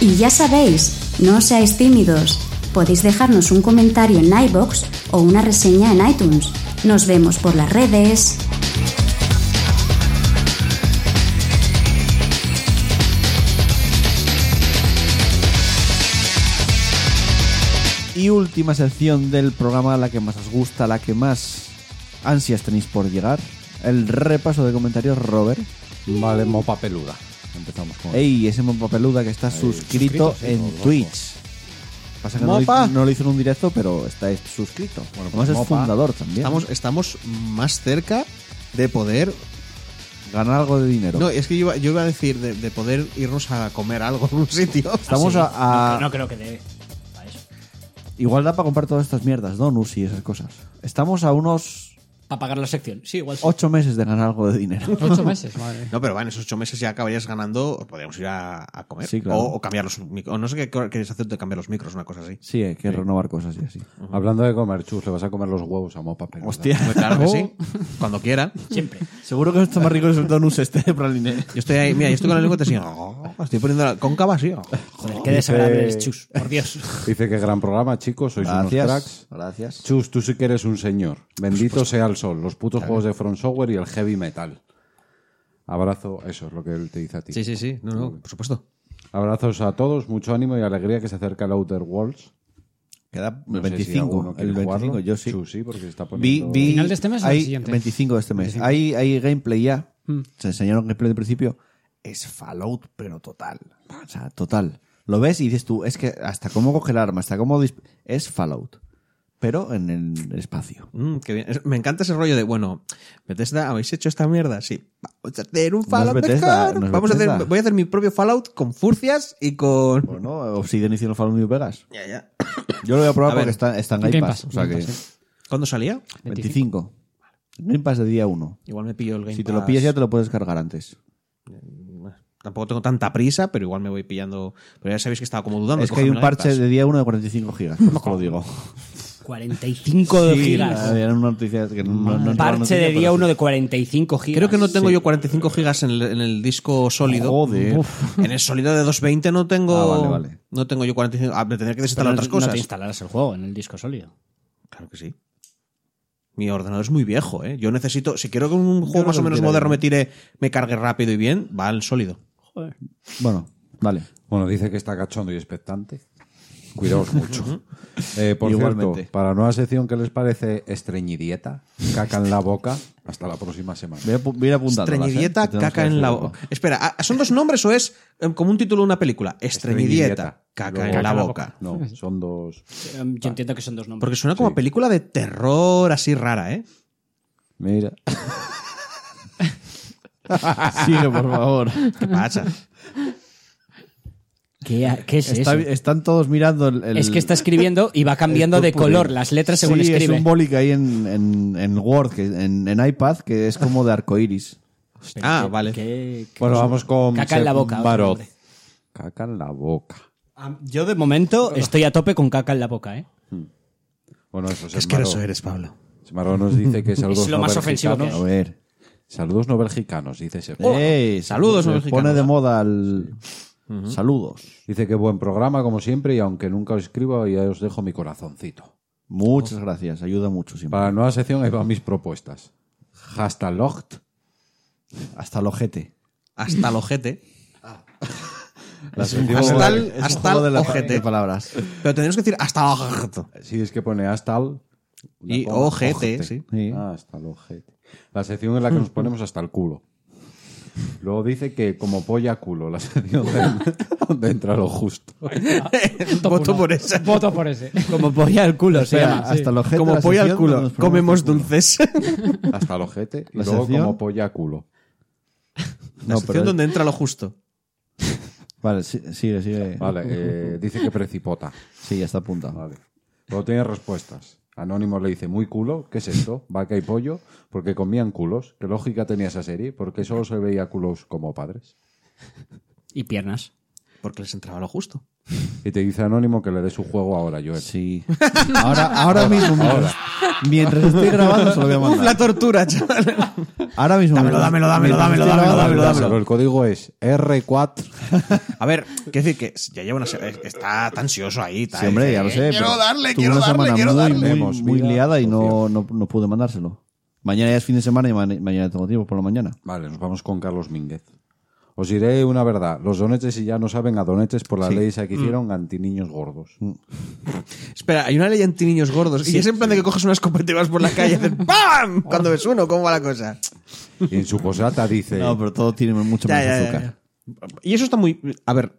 Speaker 7: Y ya sabéis, no seáis tímidos. Podéis dejarnos un comentario en iBox o una reseña en iTunes. Nos vemos por las redes.
Speaker 1: Y última sección del programa, la que más os gusta, la que más ansias tenéis por llegar, el repaso de comentarios, Robert.
Speaker 4: Vale, mopa peluda. Empezamos con.
Speaker 1: Ey, ese Mopa Peluda que está suscrito,
Speaker 4: suscrito, sí,
Speaker 1: en
Speaker 4: no, loco.
Speaker 1: Twitch. Pasa que no lo,
Speaker 3: Mopa.
Speaker 1: hizo, no lo hizo en un directo, pero está suscrito. Bueno,
Speaker 4: pues
Speaker 1: Además es
Speaker 4: Mopa.
Speaker 1: fundador también.
Speaker 3: Estamos, estamos más cerca de poder.
Speaker 1: Ganar algo de dinero.
Speaker 3: No, es que yo iba, yo iba a decir de, de poder irnos a comer algo en un sitio.
Speaker 1: Estamos
Speaker 2: Ah, sí.
Speaker 1: a, a-
Speaker 2: No, no creo que dé para eso.
Speaker 1: Igual da para comprar todas estas mierdas, donuts y esas cosas. Estamos a unos
Speaker 2: Para pagar la sección. Sí, igual. sí.
Speaker 1: ocho meses de ganar algo de dinero.
Speaker 5: Ocho meses, madre.
Speaker 3: No, pero va, en esos ocho meses ya acabarías ganando, o podríamos ir a, a comer.
Speaker 1: Sí, claro.
Speaker 3: o, o cambiar los micros. O no sé qué qué queréis hacer de cambiar los micros, una cosa así.
Speaker 1: Sí, hay que renovar cosas y así.
Speaker 4: Hablando de comer, chus, le vas a comer los huevos a mopa peluda.
Speaker 1: Hostia.
Speaker 3: Pues claro que sí.
Speaker 1: Oh.
Speaker 3: Cuando quiera.
Speaker 2: Siempre.
Speaker 1: Seguro que esto más rico es el donus este de praliné.
Speaker 3: Yo estoy ahí, mira, yo estoy con la lengua así. oh, estoy poniendo la cóncava así.
Speaker 2: Joder, qué desagradable eres, Chus. Por Dios.
Speaker 4: Dice que gran programa, chicos,
Speaker 1: Pues
Speaker 4: sois unos cracks.
Speaker 1: Gracias. Gracias.
Speaker 4: Chus, tú sí que eres un señor. Bendito sea el sol, los putos juegos de Front Software y el heavy metal. Abrazo, eso es lo que él te dice a ti.
Speaker 3: Sí, sí, sí. No, no, por supuesto.
Speaker 4: Abrazos a todos, mucho ánimo y alegría que se acerca el Outer Worlds.
Speaker 1: Queda
Speaker 4: No sé si
Speaker 1: 25.
Speaker 4: alguno quiere
Speaker 1: el 25,
Speaker 4: jugarlo.
Speaker 1: yo sí.
Speaker 4: Chus, sí, porque se está
Speaker 1: Vi,
Speaker 4: poniendo...
Speaker 1: vi-
Speaker 5: ¿Final de este mes o del
Speaker 1: hay
Speaker 5: siguiente?
Speaker 1: 25 de este mes.
Speaker 5: 25.
Speaker 1: Hay, hay gameplay ya.
Speaker 5: Mm.
Speaker 1: Se enseñaron gameplay de principio. Es Fallout, pero total. O sea, total. Lo ves y dices tú, es que hasta cómo coger el arma, hasta cómo... dis- Es Fallout, pero en el espacio.
Speaker 3: Mm, qué bien. Es- Me encanta ese rollo de, bueno, Bethesda, ¿habéis hecho esta mierda? Sí. Vamos a hacer un Fallout
Speaker 1: Bethesda,
Speaker 3: mejor.
Speaker 1: no es
Speaker 3: Vamos a hacer,
Speaker 1: Bethesda.
Speaker 3: voy a hacer mi propio Fallout con furcias y con...
Speaker 1: Bueno, Obsidian hicieron Fallout New Vegas.
Speaker 3: Ya, ya.
Speaker 1: Yo lo voy a probar
Speaker 3: A ver.
Speaker 1: porque está, está en Game,
Speaker 5: Game
Speaker 1: Pass.
Speaker 5: Pass,
Speaker 1: O sea
Speaker 5: Game
Speaker 1: que
Speaker 5: Pass,
Speaker 3: ¿Cuándo salía?
Speaker 1: 25. Game Pass de día 1.
Speaker 3: Igual me pillo el Game
Speaker 1: Si te lo
Speaker 3: Pass.
Speaker 1: pillas ya te lo puedes cargar antes.
Speaker 3: Tampoco tengo tanta prisa, pero igual me voy pillando... Pero ya sabéis que estaba como dudando.
Speaker 1: Es que hay un
Speaker 3: cogerme el Game
Speaker 1: parche
Speaker 3: Pass.
Speaker 1: de día 1 de 45 gigas, por eso lo digo.
Speaker 2: 45 de gigas.
Speaker 1: Era una noticia que no- no- no era
Speaker 2: Parche
Speaker 1: noticia,
Speaker 2: de
Speaker 1: pero
Speaker 2: día
Speaker 1: sí.
Speaker 2: 1 de 45 gigas.
Speaker 3: Creo que no tengo yo 45 gigas en el, en el disco sólido.
Speaker 1: Joder.
Speaker 3: En el sólido de 220 no tengo...
Speaker 1: Ah, vale, vale.
Speaker 3: No tengo yo 45... Ah, me tendría que desinstalar otras
Speaker 2: No
Speaker 3: cosas.
Speaker 2: te instalarás el juego en el disco sólido.
Speaker 3: Claro que sí. Mi ordenador es muy viejo, ¿eh? Yo necesito, si quiero que un juego
Speaker 1: no
Speaker 3: más o
Speaker 1: lo
Speaker 3: menos
Speaker 1: quiero
Speaker 3: moderno
Speaker 1: yo.
Speaker 3: me tire, me cargue rápido y bien, va al sólido.
Speaker 1: Bueno, vale.
Speaker 4: Bueno, dice que está cachondo y expectante. Cuidaos mucho. Eh, por
Speaker 1: Igualmente.
Speaker 4: cierto, para nueva sección, ¿qué les parece estreñidieta? Caca en la boca. Hasta la próxima semana.
Speaker 1: Voy a, apu- voy a ir apuntando.
Speaker 3: Estreñidieta, caca en la boca. Espera, ¿ah, ¿son dos nombres o es eh, como un título de una película? Estreñidieta,
Speaker 4: Estreñidieta.
Speaker 3: caca
Speaker 4: Luego-
Speaker 3: en la boca.
Speaker 4: No, son dos.
Speaker 2: Eh, Yo entiendo que son dos nombres.
Speaker 3: Porque suena como a película de terror así rara, ¿eh?
Speaker 1: Mira. Sigue, por favor.
Speaker 3: ¿Qué pasa?
Speaker 2: ¿Qué, qué es
Speaker 1: Está-
Speaker 2: eso?
Speaker 1: están todos mirando el. el-
Speaker 2: Es que está escribiendo y va cambiando
Speaker 1: el
Speaker 2: de
Speaker 1: purpurri.
Speaker 2: color las letras según
Speaker 1: Sí,
Speaker 2: escribe.
Speaker 1: Es un boli que hay en, en- en Word, que, en, en iPad, que es como de arcoiris.
Speaker 2: Pero
Speaker 3: Ah,
Speaker 2: qué-
Speaker 3: vale.
Speaker 2: qué- qué-
Speaker 4: Bueno, vamos con.
Speaker 2: Caca en la boca, otro
Speaker 4: Barot.
Speaker 2: nombre.
Speaker 4: Caca en la boca.
Speaker 2: Ah, Yo de momento estoy a tope con caca en la boca, ¿eh?
Speaker 4: Bueno, eso es
Speaker 3: Qué asqueroso eres, Pablo.
Speaker 4: Semaro nos dice que saludos
Speaker 2: lo
Speaker 4: no
Speaker 2: más ofensivo que Oh.
Speaker 1: A
Speaker 4: belgicanos.
Speaker 1: ver.
Speaker 4: Saludos no belgicanos, dice ese.
Speaker 1: Ey,
Speaker 3: Eh, saludos,
Speaker 1: Eh, se
Speaker 3: no
Speaker 1: Pone
Speaker 3: mexicanos.
Speaker 1: de moda el. Saludos.
Speaker 4: Dice que buen programa, como siempre, y aunque nunca os escribo, ya os dejo mi corazoncito.
Speaker 1: Muchas gracias, ayuda mucho siempre.
Speaker 4: Para la nueva sección, ahí van mis propuestas. Hasta Locht.
Speaker 1: Hasta el ojete.
Speaker 3: Hasta el ojete.
Speaker 1: sección
Speaker 3: hasta
Speaker 1: de la-
Speaker 3: el-
Speaker 1: es un
Speaker 3: hasta
Speaker 1: juego
Speaker 3: el
Speaker 1: de la-
Speaker 3: ojete.
Speaker 1: de palabras.
Speaker 3: Pero tenemos que decir hasta el ojete.
Speaker 4: Sí, es que pone hasta el...
Speaker 3: Y
Speaker 4: la-
Speaker 3: ojete, sí.
Speaker 1: Sí.
Speaker 4: Ah, hasta el ojete. La sección en la que nos ponemos hasta el culo. Luego dice que como polla culo, la sección de- donde entra lo justo.
Speaker 3: Voto por esa.
Speaker 5: Voto por ese.
Speaker 2: Como polla al culo se
Speaker 1: Espera,
Speaker 2: llama.
Speaker 1: hasta el ojete.
Speaker 3: Como
Speaker 1: la
Speaker 3: pollo al
Speaker 1: sección donde
Speaker 3: culo.
Speaker 1: nos ponemos
Speaker 3: Comemos
Speaker 1: el culo.
Speaker 3: dulces.
Speaker 4: Hasta el ojete y
Speaker 1: La
Speaker 4: luego
Speaker 1: sección-
Speaker 4: como polla culo.
Speaker 3: La
Speaker 1: No,
Speaker 3: sección
Speaker 1: pero.
Speaker 3: donde entra lo justo.
Speaker 1: Vale, sí- sigue, sigue.
Speaker 4: Vale, eh, dice que precipota.
Speaker 1: Sí, ya está apuntado.
Speaker 4: Vale. Luego tiene respuestas. Anónimo le dice, muy culo, ¿qué es esto? Vaca y pollo, porque comían culos. ¿Qué lógica tenía esa serie? Porque solo se veía culos como padres.
Speaker 2: Y piernas.
Speaker 3: Porque les entraba lo justo.
Speaker 4: Y te dice Anónimo que le dé su juego ahora, Joel.
Speaker 1: Sí. Ahora, ahora mismo, mientras, mientras estoy grabando, se lo voy a mandar.
Speaker 3: La tortura, chaval.
Speaker 1: Ahora mismo.
Speaker 3: Dámelo, dámelo, dámelo, dámelo, dámelo, dámelo,
Speaker 4: Dámelo,
Speaker 3: dámelo.
Speaker 4: El código es R4.
Speaker 3: A ver, quiero decir que ya lleva una se- eh, Está tan ansioso ahí. Está,
Speaker 1: Sí, hombre, ya lo sé.
Speaker 3: Quiero
Speaker 1: pero tuve
Speaker 3: darle, quiero
Speaker 1: una
Speaker 3: darle,
Speaker 1: semana
Speaker 3: quiero
Speaker 1: muy,
Speaker 3: darle.
Speaker 1: muy-
Speaker 4: Hemos
Speaker 1: muy
Speaker 4: vida,
Speaker 1: liada y no,
Speaker 4: por
Speaker 1: no, no pude mandárselo. Mañana ya es fin de semana y ma- mañana tengo tiempo por la mañana.
Speaker 4: Vale, nos vamos con Carlos Mínguez. Os diré una verdad. Los donetes y ya no saben a donetes por las leyes
Speaker 1: Mm.
Speaker 4: que hicieron anti niños gordos. Mm.
Speaker 3: Espera, hay una ley anti niños gordos. y es en plan de que coges una escopeta y vas por la calle y haces ¡PAM! Cuando ves uno, ¿cómo va la cosa?
Speaker 4: Y en su posata dice...
Speaker 1: No, pero todo tiene mucho más azúcar.
Speaker 3: Y eso está muy. A ver,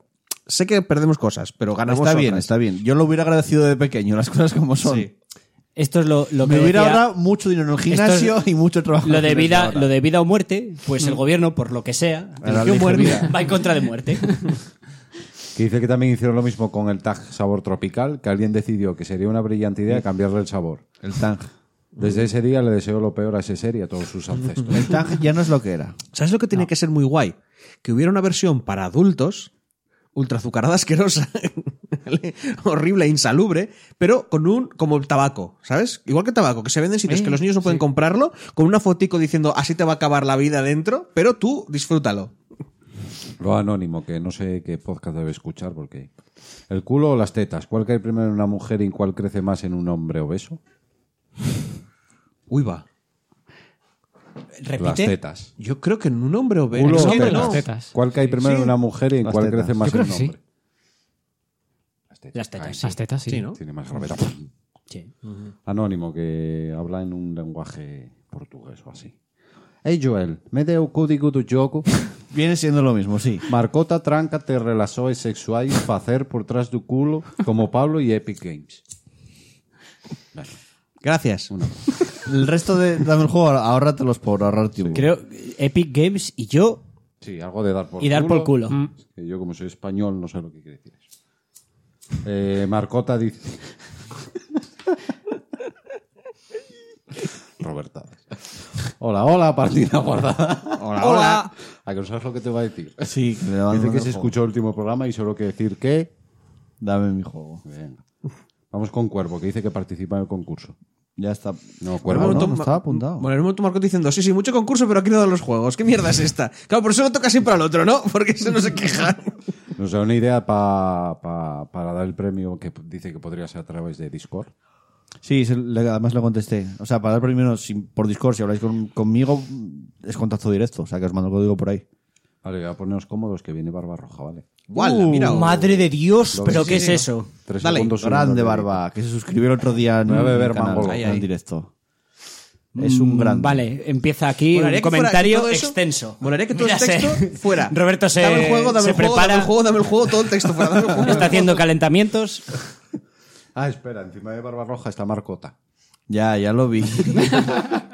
Speaker 3: sé que perdemos cosas, pero ganamos.
Speaker 1: Está bien,
Speaker 3: otras.
Speaker 1: está bien. Yo lo hubiera agradecido de pequeño, las cosas como son.
Speaker 3: Sí.
Speaker 2: Esto es lo, lo que
Speaker 1: Me hubiera
Speaker 2: decía-
Speaker 1: ahorrado mucho dinero en el
Speaker 2: Esto es
Speaker 1: gimnasio y mucho trabajo. en
Speaker 2: Lo
Speaker 1: el
Speaker 2: de,
Speaker 1: gimnasio
Speaker 2: vida,
Speaker 1: ahora.
Speaker 2: lo de vida o muerte, pues el gobierno, por lo que sea, eligió
Speaker 4: Ahora elige
Speaker 2: muerte,
Speaker 4: vida.
Speaker 2: va en contra de muerte.
Speaker 4: Que dice que también hicieron lo mismo con el tag sabor tropical, que alguien decidió que sería una brillante idea cambiarle el sabor.
Speaker 1: El Tang.
Speaker 4: Desde ese día le deseo lo peor a ese ser y a todos sus ancestros.
Speaker 1: El Tang ya no es lo que era.
Speaker 3: ¿Sabes lo que tenía que ser muy guay? Que hubiera una versión para adultos, ultrazucarada asquerosa, ¿vale? horrible, e insalubre, pero con un. como el tabaco, ¿sabes? Igual que el tabaco, que se vende en sitios que los niños no pueden comprarlo, con una fotico diciendo así te va a acabar la vida dentro, pero tú disfrútalo.
Speaker 4: Lo anónimo, que no sé qué podcast debe escuchar porque... ¿El culo o las tetas? ¿Cuál cae primero en una mujer y cuál crece más en un hombre obeso?
Speaker 3: Uy, va.
Speaker 4: Las
Speaker 2: Repite.
Speaker 4: tetas.
Speaker 3: Yo creo que en un hombre obeso.
Speaker 4: ¿Culo
Speaker 3: Es
Speaker 4: o
Speaker 3: que
Speaker 4: tetas?
Speaker 3: no.
Speaker 5: tetas.
Speaker 4: ¿Cuál cae primero en una mujer y en
Speaker 1: Las
Speaker 4: cuál
Speaker 1: tetas.
Speaker 4: crece más
Speaker 5: Yo creo
Speaker 4: en
Speaker 5: que
Speaker 4: un
Speaker 5: sí.
Speaker 4: hombre? Las tetas.
Speaker 2: Las tetas.
Speaker 5: Las tetas, sí.
Speaker 3: Sí, ¿no?
Speaker 4: Tiene más gravedad.
Speaker 2: Sí.
Speaker 4: Anónimo, que habla en un lenguaje portugués o así. Hey Joel, me deu código do jogo.
Speaker 1: Viene siendo lo mismo, sí.
Speaker 4: Marcota tranca te relações sexuais facer por trás do culo como Pablo y Epic Games.
Speaker 3: Gracias.
Speaker 1: El resto de. Dame el juego, ahórratelos por ahorrar tiempo.
Speaker 2: Creo Epic Games y yo
Speaker 4: Sí, algo de dar por Mm.
Speaker 2: y dar por culo.
Speaker 4: Es que yo como soy español no sé lo que quiere decir eso. Eh, Marcota dice... Roberta. Hola, hola, partida guardada. Hola, hola. A que no sabes lo que te va a decir.
Speaker 1: Sí, que le van a
Speaker 4: Dice
Speaker 1: dar
Speaker 4: que
Speaker 1: el
Speaker 4: se
Speaker 1: juego.
Speaker 4: escuchó el último programa y solo que decir que...
Speaker 1: Dame mi juego.
Speaker 4: Venga. Vamos con Cuervo, que dice que participa en el concurso.
Speaker 1: Ya está.
Speaker 4: No,
Speaker 1: Pero
Speaker 4: Cuervo
Speaker 1: bueno,
Speaker 4: no.
Speaker 1: no estaba apuntado.
Speaker 3: Bueno, en un momento Marco diciendo, sí, sí, mucho concurso, pero aquí no dan los juegos. ¿Qué mierda es esta? Claro, por eso lo toca siempre al otro, ¿no? Porque eso no se queja.
Speaker 4: Nos da una idea pa- pa- para dar el premio que p- dice que podría ser a través de Discord.
Speaker 1: Sí, se- le- además le contesté. O sea, para dar primero, sin- por Discord, si habláis con- conmigo, es contacto directo. O sea, que os mando el código por ahí.
Speaker 4: Vale, a ponernos cómodos que viene Barba Roja, ¿vale?
Speaker 3: Guala, mira.
Speaker 2: Madre de Dios,
Speaker 4: Lo
Speaker 2: pero ¿qué
Speaker 4: que
Speaker 2: es
Speaker 4: Pues sí,
Speaker 2: eso?
Speaker 4: Tres
Speaker 3: Dale,
Speaker 4: segundos.
Speaker 1: Grande
Speaker 4: segundos de-
Speaker 1: barba, que se suscribió el otro día en
Speaker 4: Voy a beber
Speaker 1: el canal,
Speaker 4: mango.
Speaker 1: en
Speaker 3: Ahí, ahí.
Speaker 1: directo. Es un
Speaker 2: Mm,
Speaker 1: gran.
Speaker 2: Vale, empieza aquí
Speaker 3: Molaría
Speaker 2: un
Speaker 3: que fuera
Speaker 2: comentario
Speaker 3: todo eso-
Speaker 2: extenso.
Speaker 3: molaría que todo
Speaker 2: Mira,
Speaker 3: el texto
Speaker 2: se-
Speaker 3: fuera.
Speaker 2: Roberto se,
Speaker 3: Dame el juego, dame
Speaker 2: se
Speaker 3: el juego,
Speaker 2: prepara,
Speaker 3: dame el juego, dame el juego, todo el texto fuera, dame el juego.
Speaker 2: está haciendo calentamientos.
Speaker 4: Ah, espera, encima de Barba Roja está Marcota.
Speaker 1: Ya, ya lo vi.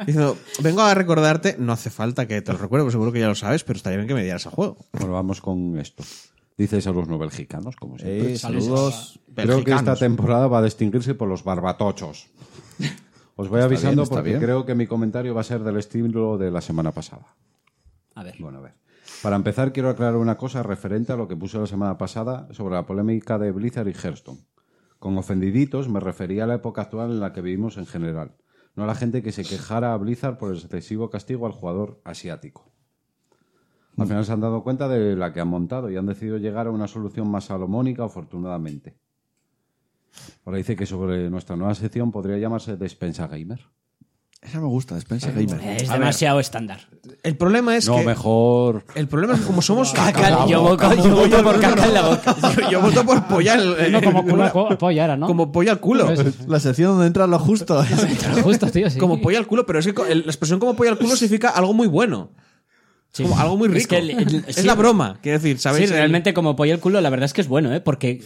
Speaker 3: Diciendo, vengo a recordarte, no hace falta que te lo recuerde, porque seguro que ya lo sabes, pero estaría bien que me dieras el juego.
Speaker 4: Bueno, vamos con esto. Dice saludos no belgicanos, como siempre.
Speaker 1: Eh, saludos.
Speaker 4: Creo que esta
Speaker 3: Belgicanos.
Speaker 4: temporada va a distinguirse por los barbatochos. Os voy avisando
Speaker 1: bien, está
Speaker 4: porque
Speaker 1: bien.
Speaker 4: creo que mi comentario va a ser del estilo de la semana pasada.
Speaker 2: A ver,
Speaker 4: Bueno, a ver. Para empezar, quiero aclarar una cosa referente a lo que puse la semana pasada sobre la polémica de Blizzard y Hearthstone. Con ofendiditos me refería a la época actual en la que vivimos en general, no a la gente que se quejara a Blizzard por el excesivo castigo al jugador asiático. Al final se han dado cuenta de la que han montado y han decidido llegar a una solución más salomónica, afortunadamente. Ahora dice que sobre nuestra nueva sección podría llamarse Despensa Gamer.
Speaker 1: Esa me gusta, Spencer Gamer.
Speaker 2: es demasiado estándar.
Speaker 3: El problema es
Speaker 4: no,
Speaker 3: que.
Speaker 4: mejor.
Speaker 3: El problema es que como somos.
Speaker 2: Caca, yo voto yo voto por caca en la boca.
Speaker 3: Yo, yo voto por pollar el-
Speaker 5: No, como
Speaker 3: el-
Speaker 5: culo co- polla era, ¿no?
Speaker 3: como polla al culo.
Speaker 1: La sección donde entra lo justo.
Speaker 5: Justo, tío, sí.
Speaker 3: Como polla al culo, pero es que co- el- la expresión como polla al culo significa algo muy bueno.
Speaker 2: Sí.
Speaker 3: Como algo muy rico.
Speaker 2: Es, que el- el-
Speaker 3: Es
Speaker 2: sí,
Speaker 3: la broma, quiero decir,
Speaker 2: Sí,
Speaker 3: ¿sabéis? El-
Speaker 2: realmente como pollo el culo, la verdad es que es bueno, ¿eh? Porque...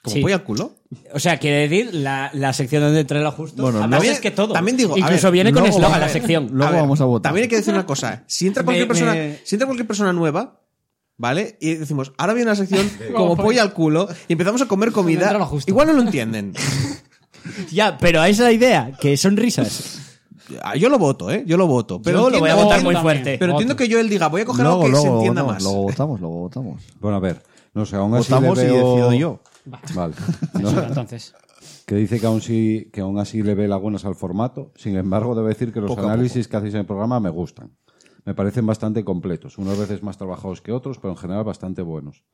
Speaker 3: Como
Speaker 2: sí.
Speaker 3: polla al culo.
Speaker 2: O sea, quiere decir la, la sección donde entra lo justo.
Speaker 1: Bueno,
Speaker 2: Además
Speaker 3: también-
Speaker 2: es que todo.
Speaker 3: también digo, a
Speaker 2: Incluso
Speaker 3: ver,
Speaker 2: viene con
Speaker 3: luego-
Speaker 2: eslogan
Speaker 3: a
Speaker 2: la
Speaker 3: ver,
Speaker 2: sección.
Speaker 1: Luego
Speaker 3: ver,
Speaker 1: vamos a votar.
Speaker 3: También hay que decir una cosa. Si entra cualquier,
Speaker 2: Me-
Speaker 3: persona,
Speaker 2: me-
Speaker 3: si entra cualquier persona nueva, ¿vale? Y decimos, ahora viene una sección como polla al culo y empezamos a comer comida.
Speaker 5: Entra lo justo.
Speaker 3: Igual no lo entienden.
Speaker 2: Ya, pero esa es la idea, que son risas.
Speaker 3: Ah, Yo lo voto, ¿eh? Yo lo voto. Pero
Speaker 2: Yo lo voy a
Speaker 3: entiendo-
Speaker 2: votar muy
Speaker 3: entiendo-
Speaker 2: fuerte.
Speaker 3: Pero entiendo que yo él diga, voy a coger algo
Speaker 1: Luego,
Speaker 3: que se
Speaker 1: luego,
Speaker 3: entienda
Speaker 1: no,
Speaker 3: más.
Speaker 1: luego votamos, luego votamos.
Speaker 4: Bueno, a ver, no sé, aún así
Speaker 1: Votamos
Speaker 4: le
Speaker 1: y
Speaker 4: veo-
Speaker 1: decido yo.
Speaker 4: Vale. No,
Speaker 5: Censura, entonces.
Speaker 4: que dice que aún, sí, que aún así le ve lagunas al formato. Sin embargo, debo decir que los análisis que hacéis en el programa me gustan. Me parecen bastante completos, unas veces más trabajados que otros, pero en general bastante buenos.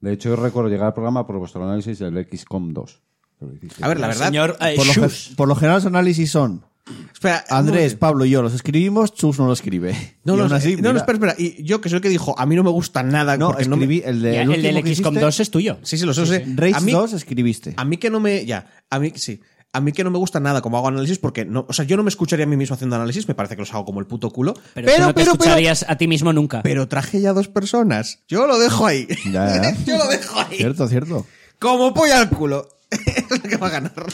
Speaker 4: De hecho, yo recuerdo llegar al programa por vuestro análisis del XCOM 2. que lo hicisteis.
Speaker 3: A ver, la verdad.
Speaker 2: Señor, eh,
Speaker 1: Por lo,
Speaker 2: Shus.
Speaker 1: gen- por lo general los análisis son
Speaker 3: espera,
Speaker 1: Andrés, Pablo y yo los escribimos, Chus no lo escribe.
Speaker 3: No,
Speaker 1: Y
Speaker 3: no,
Speaker 1: aún
Speaker 3: no,
Speaker 1: así,
Speaker 3: no, no,
Speaker 1: mira,
Speaker 3: espera, espera. Y yo que soy el que dijo, a mí no me gusta nada.
Speaker 1: Ah, no,
Speaker 3: porque no me-
Speaker 1: escribí el, de,
Speaker 2: Ya, el del
Speaker 1: último que
Speaker 2: XCOM
Speaker 1: hiciste,
Speaker 2: 2 es tuyo.
Speaker 3: Sí, sí, lo sé. lo sé.
Speaker 1: Rage
Speaker 3: a mí,
Speaker 1: 2 escribiste.
Speaker 3: A mí que no me. Ya, a mí sí. A mí que no me gusta nada como hago análisis porque no, o sea, yo no me escucharía a mí mismo haciendo análisis, me parece que los hago como el puto culo.
Speaker 2: Pero, tú no te escucharías a ti mismo nunca.
Speaker 3: pero traje ya dos personas. Yo lo dejo ahí.
Speaker 1: Ya, ya.
Speaker 3: Yo lo dejo ahí.
Speaker 1: Cierto, cierto.
Speaker 3: Como polla al culo. es lo que va a ganar.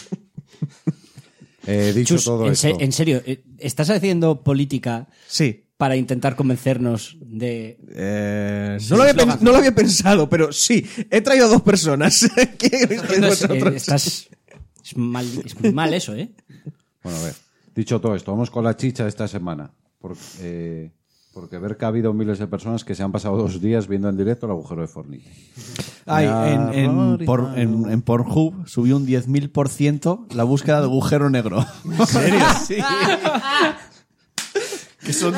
Speaker 4: Eh, dicho
Speaker 2: Chus,
Speaker 4: todo
Speaker 2: en,
Speaker 4: esto.
Speaker 2: se- en serio, eh, ¿estás haciendo política
Speaker 3: Sí.
Speaker 2: para intentar convencernos de...
Speaker 3: Eh, no, lo había
Speaker 2: eslogan.
Speaker 3: pen- no lo había pensado, pero sí, he traído a dos personas. ¿Qué- qué
Speaker 2: No, es-
Speaker 3: vosotros?
Speaker 2: eh, estás... Es mal, es muy mal eso, ¿eh?
Speaker 4: Bueno, a ver. Dicho todo esto, vamos con la chicha de esta semana. Por- eh, porque ver que ha habido miles de personas que se han pasado dos días viendo en directo el agujero de Fornite.
Speaker 1: Ay, en, en
Speaker 4: Horrorizado.
Speaker 1: por- en- en Pornhub subió un 10.000% la búsqueda de agujero negro. ¿En serio? sí. que son,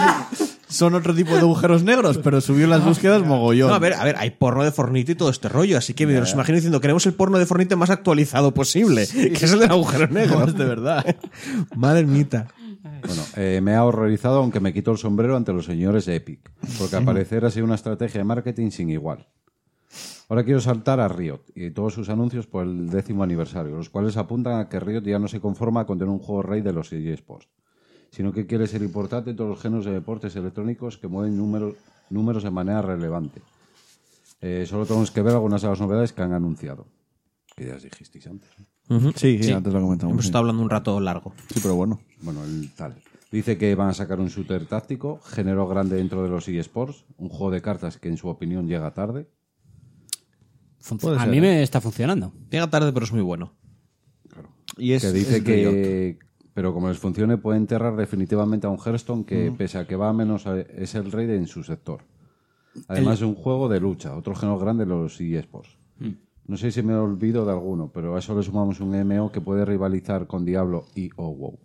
Speaker 1: son otro tipo de agujeros negros, pero subió las búsquedas mogollón.
Speaker 3: No, a ver, a ver, hay porno de Fornite y todo este rollo, así que me los imagino diciendo, queremos el porno de Fornite más actualizado posible, que es el del agujero negro.
Speaker 1: de verdad.
Speaker 3: Madre mita.
Speaker 4: Bueno, eh, me ha horrorizado, aunque me quito el sombrero ante los señores de Epic, porque al parecer ha sido una estrategia de marketing sin igual. Ahora quiero saltar a Riot y todos sus anuncios por el décimo aniversario, los cuales apuntan a que Riot ya no se conforma con tener un juego rey de los eSports, sino que quiere ser importante en todos los géneros de deportes electrónicos que mueven número- números de manera relevante. Eh, solo tenemos que ver algunas de las novedades que han anunciado, que ya os dijisteis antes. ¿no?
Speaker 1: Sí, sí, antes lo comentamos.
Speaker 3: Hemos
Speaker 1: sí.
Speaker 3: estado hablando un rato largo.
Speaker 1: Sí, pero bueno.
Speaker 4: Bueno, el tal. Dice que van a sacar un shooter táctico, género grande dentro de los eSports, un juego de cartas que en su opinión llega tarde.
Speaker 2: Func-
Speaker 1: Puede
Speaker 2: a
Speaker 1: ser,
Speaker 2: mí
Speaker 1: ¿eh?
Speaker 2: me está funcionando.
Speaker 3: Llega tarde, pero es muy bueno.
Speaker 1: Y es,
Speaker 4: que dice
Speaker 1: es Riot.
Speaker 4: que, pero como les funcione, puede enterrar definitivamente a un Hearthstone que, pese a que va a menos, a- es el rey de- en su sector. Además de un juego de lucha, otro género grande de los eSports.
Speaker 1: Mm.
Speaker 4: No sé si me olvido de alguno, pero a eso le sumamos un MO que puede rivalizar con Diablo y o WoW.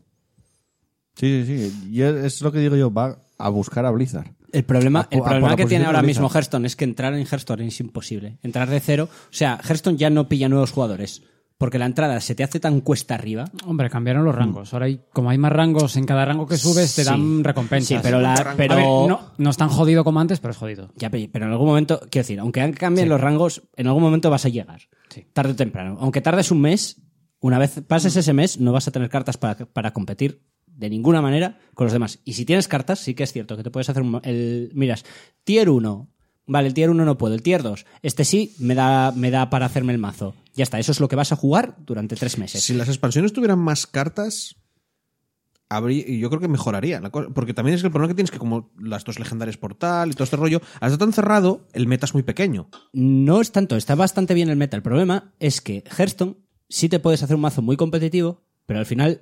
Speaker 1: Sí, sí, sí. Y es, es lo que digo yo, va a buscar a Blizzard.
Speaker 2: El problema,
Speaker 1: A-
Speaker 2: el
Speaker 1: a-
Speaker 2: problema
Speaker 1: para
Speaker 2: que tiene
Speaker 1: posicionar
Speaker 2: ahora
Speaker 1: a
Speaker 2: mismo
Speaker 1: Blizzard.
Speaker 2: Hearthstone es que entrar en Hearthstone es imposible. Entrar de cero. O sea, Hearthstone ya no pilla nuevos jugadores. Porque la entrada se te hace tan cuesta arriba.
Speaker 5: Hombre, cambiaron los rangos. Ahora, hay, como hay más rangos, en cada rango que subes te
Speaker 2: Sí.
Speaker 5: dan recompensas.
Speaker 2: Sí, pero la-
Speaker 5: A ver,
Speaker 2: pero-
Speaker 5: no, no es tan jodido como antes, pero es jodido.
Speaker 2: Ya, pe- pero en algún momento, quiero decir, aunque cambien los rangos, en algún momento vas a llegar.
Speaker 5: Sí.
Speaker 2: Tarde o temprano. Aunque tardes un mes, una vez pases ese mes, no vas a tener cartas para, para competir de ninguna manera con los demás. Y si tienes cartas, sí que es cierto que te puedes hacer un, el. Miras, tier 1. Vale, el tier 1 no puedo. El tier 2. Este sí me da, me da para hacerme el mazo. Ya está, eso es lo que vas a jugar durante tres meses.
Speaker 3: Si las expansiones tuvieran más cartas, habría, y yo creo que mejoraría la cosa. Porque también es que el problema que tienes que, como las dos legendarias portal y todo este rollo, al estar tan cerrado, el meta es muy pequeño.
Speaker 2: No es tanto, está bastante bien el meta. El problema es que Hearthstone sí te puedes hacer un mazo muy competitivo, pero al final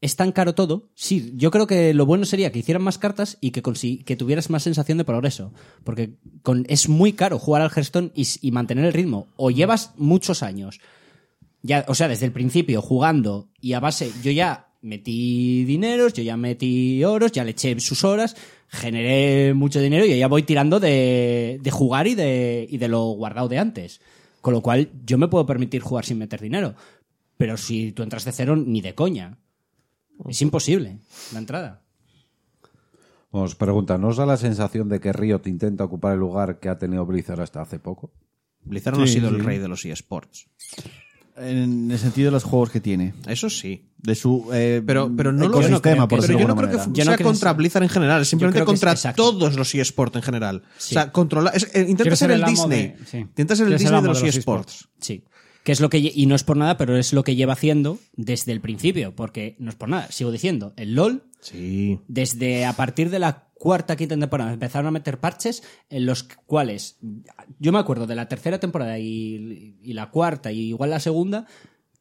Speaker 2: es tan caro todo. Sí, yo creo que lo bueno sería que hicieran más cartas y que, consi- que tuvieras más sensación de progreso. Porque con- es muy caro jugar al Hearthstone y, s- y mantener el ritmo. O llevas muchos años, ya, o sea, desde el principio jugando y a base, yo ya metí dineros, yo ya metí oros, ya le eché sus horas, generé mucho dinero y ya voy tirando de, de jugar y de, y de lo guardado de antes. Con lo cual, yo me puedo permitir jugar sin meter dinero. Pero si tú entras de cero, ni de coña. Es imposible la entrada.
Speaker 4: Bueno, Os pregunta, ¿no os da la sensación de que Riot intenta ocupar el lugar que ha tenido Blizzard hasta hace poco?
Speaker 3: Blizzard no ha sido el rey de los eSports.
Speaker 1: En el sentido de los juegos que tiene.
Speaker 3: Eso sí.
Speaker 1: De su eh,
Speaker 3: Pero, pero no lo
Speaker 1: ecosistema, por
Speaker 3: Pero
Speaker 1: decirlo
Speaker 3: yo
Speaker 1: de
Speaker 3: no
Speaker 1: alguna
Speaker 3: creo que
Speaker 1: manera.
Speaker 3: fu-
Speaker 2: Yo no
Speaker 3: sea
Speaker 2: creo que
Speaker 3: contra
Speaker 2: sea-
Speaker 3: Blizzard en general, es simplemente
Speaker 2: creo que es-
Speaker 3: contra
Speaker 2: exacto.
Speaker 3: todos los eSports en general.
Speaker 2: Sí.
Speaker 3: O sea, controla, es- eh, intenta
Speaker 5: Quiero
Speaker 3: ser
Speaker 5: ser
Speaker 3: el,
Speaker 5: el amo
Speaker 3: Disney.
Speaker 5: de- sí.
Speaker 3: Intenta ser el
Speaker 5: Quiero ser el
Speaker 3: Disney de
Speaker 5: amo
Speaker 3: los,
Speaker 5: de los
Speaker 3: eSports.
Speaker 2: Sí. Que es lo que, lle- y no es por nada, pero es lo que lleva haciendo desde el principio. Porque no es por nada, sigo diciendo, el LOL
Speaker 3: Sí.
Speaker 2: desde a partir de la cuarta, quinta temporada, empezaron a meter parches en los cuales, yo me acuerdo de la tercera temporada y, y la cuarta y igual la segunda,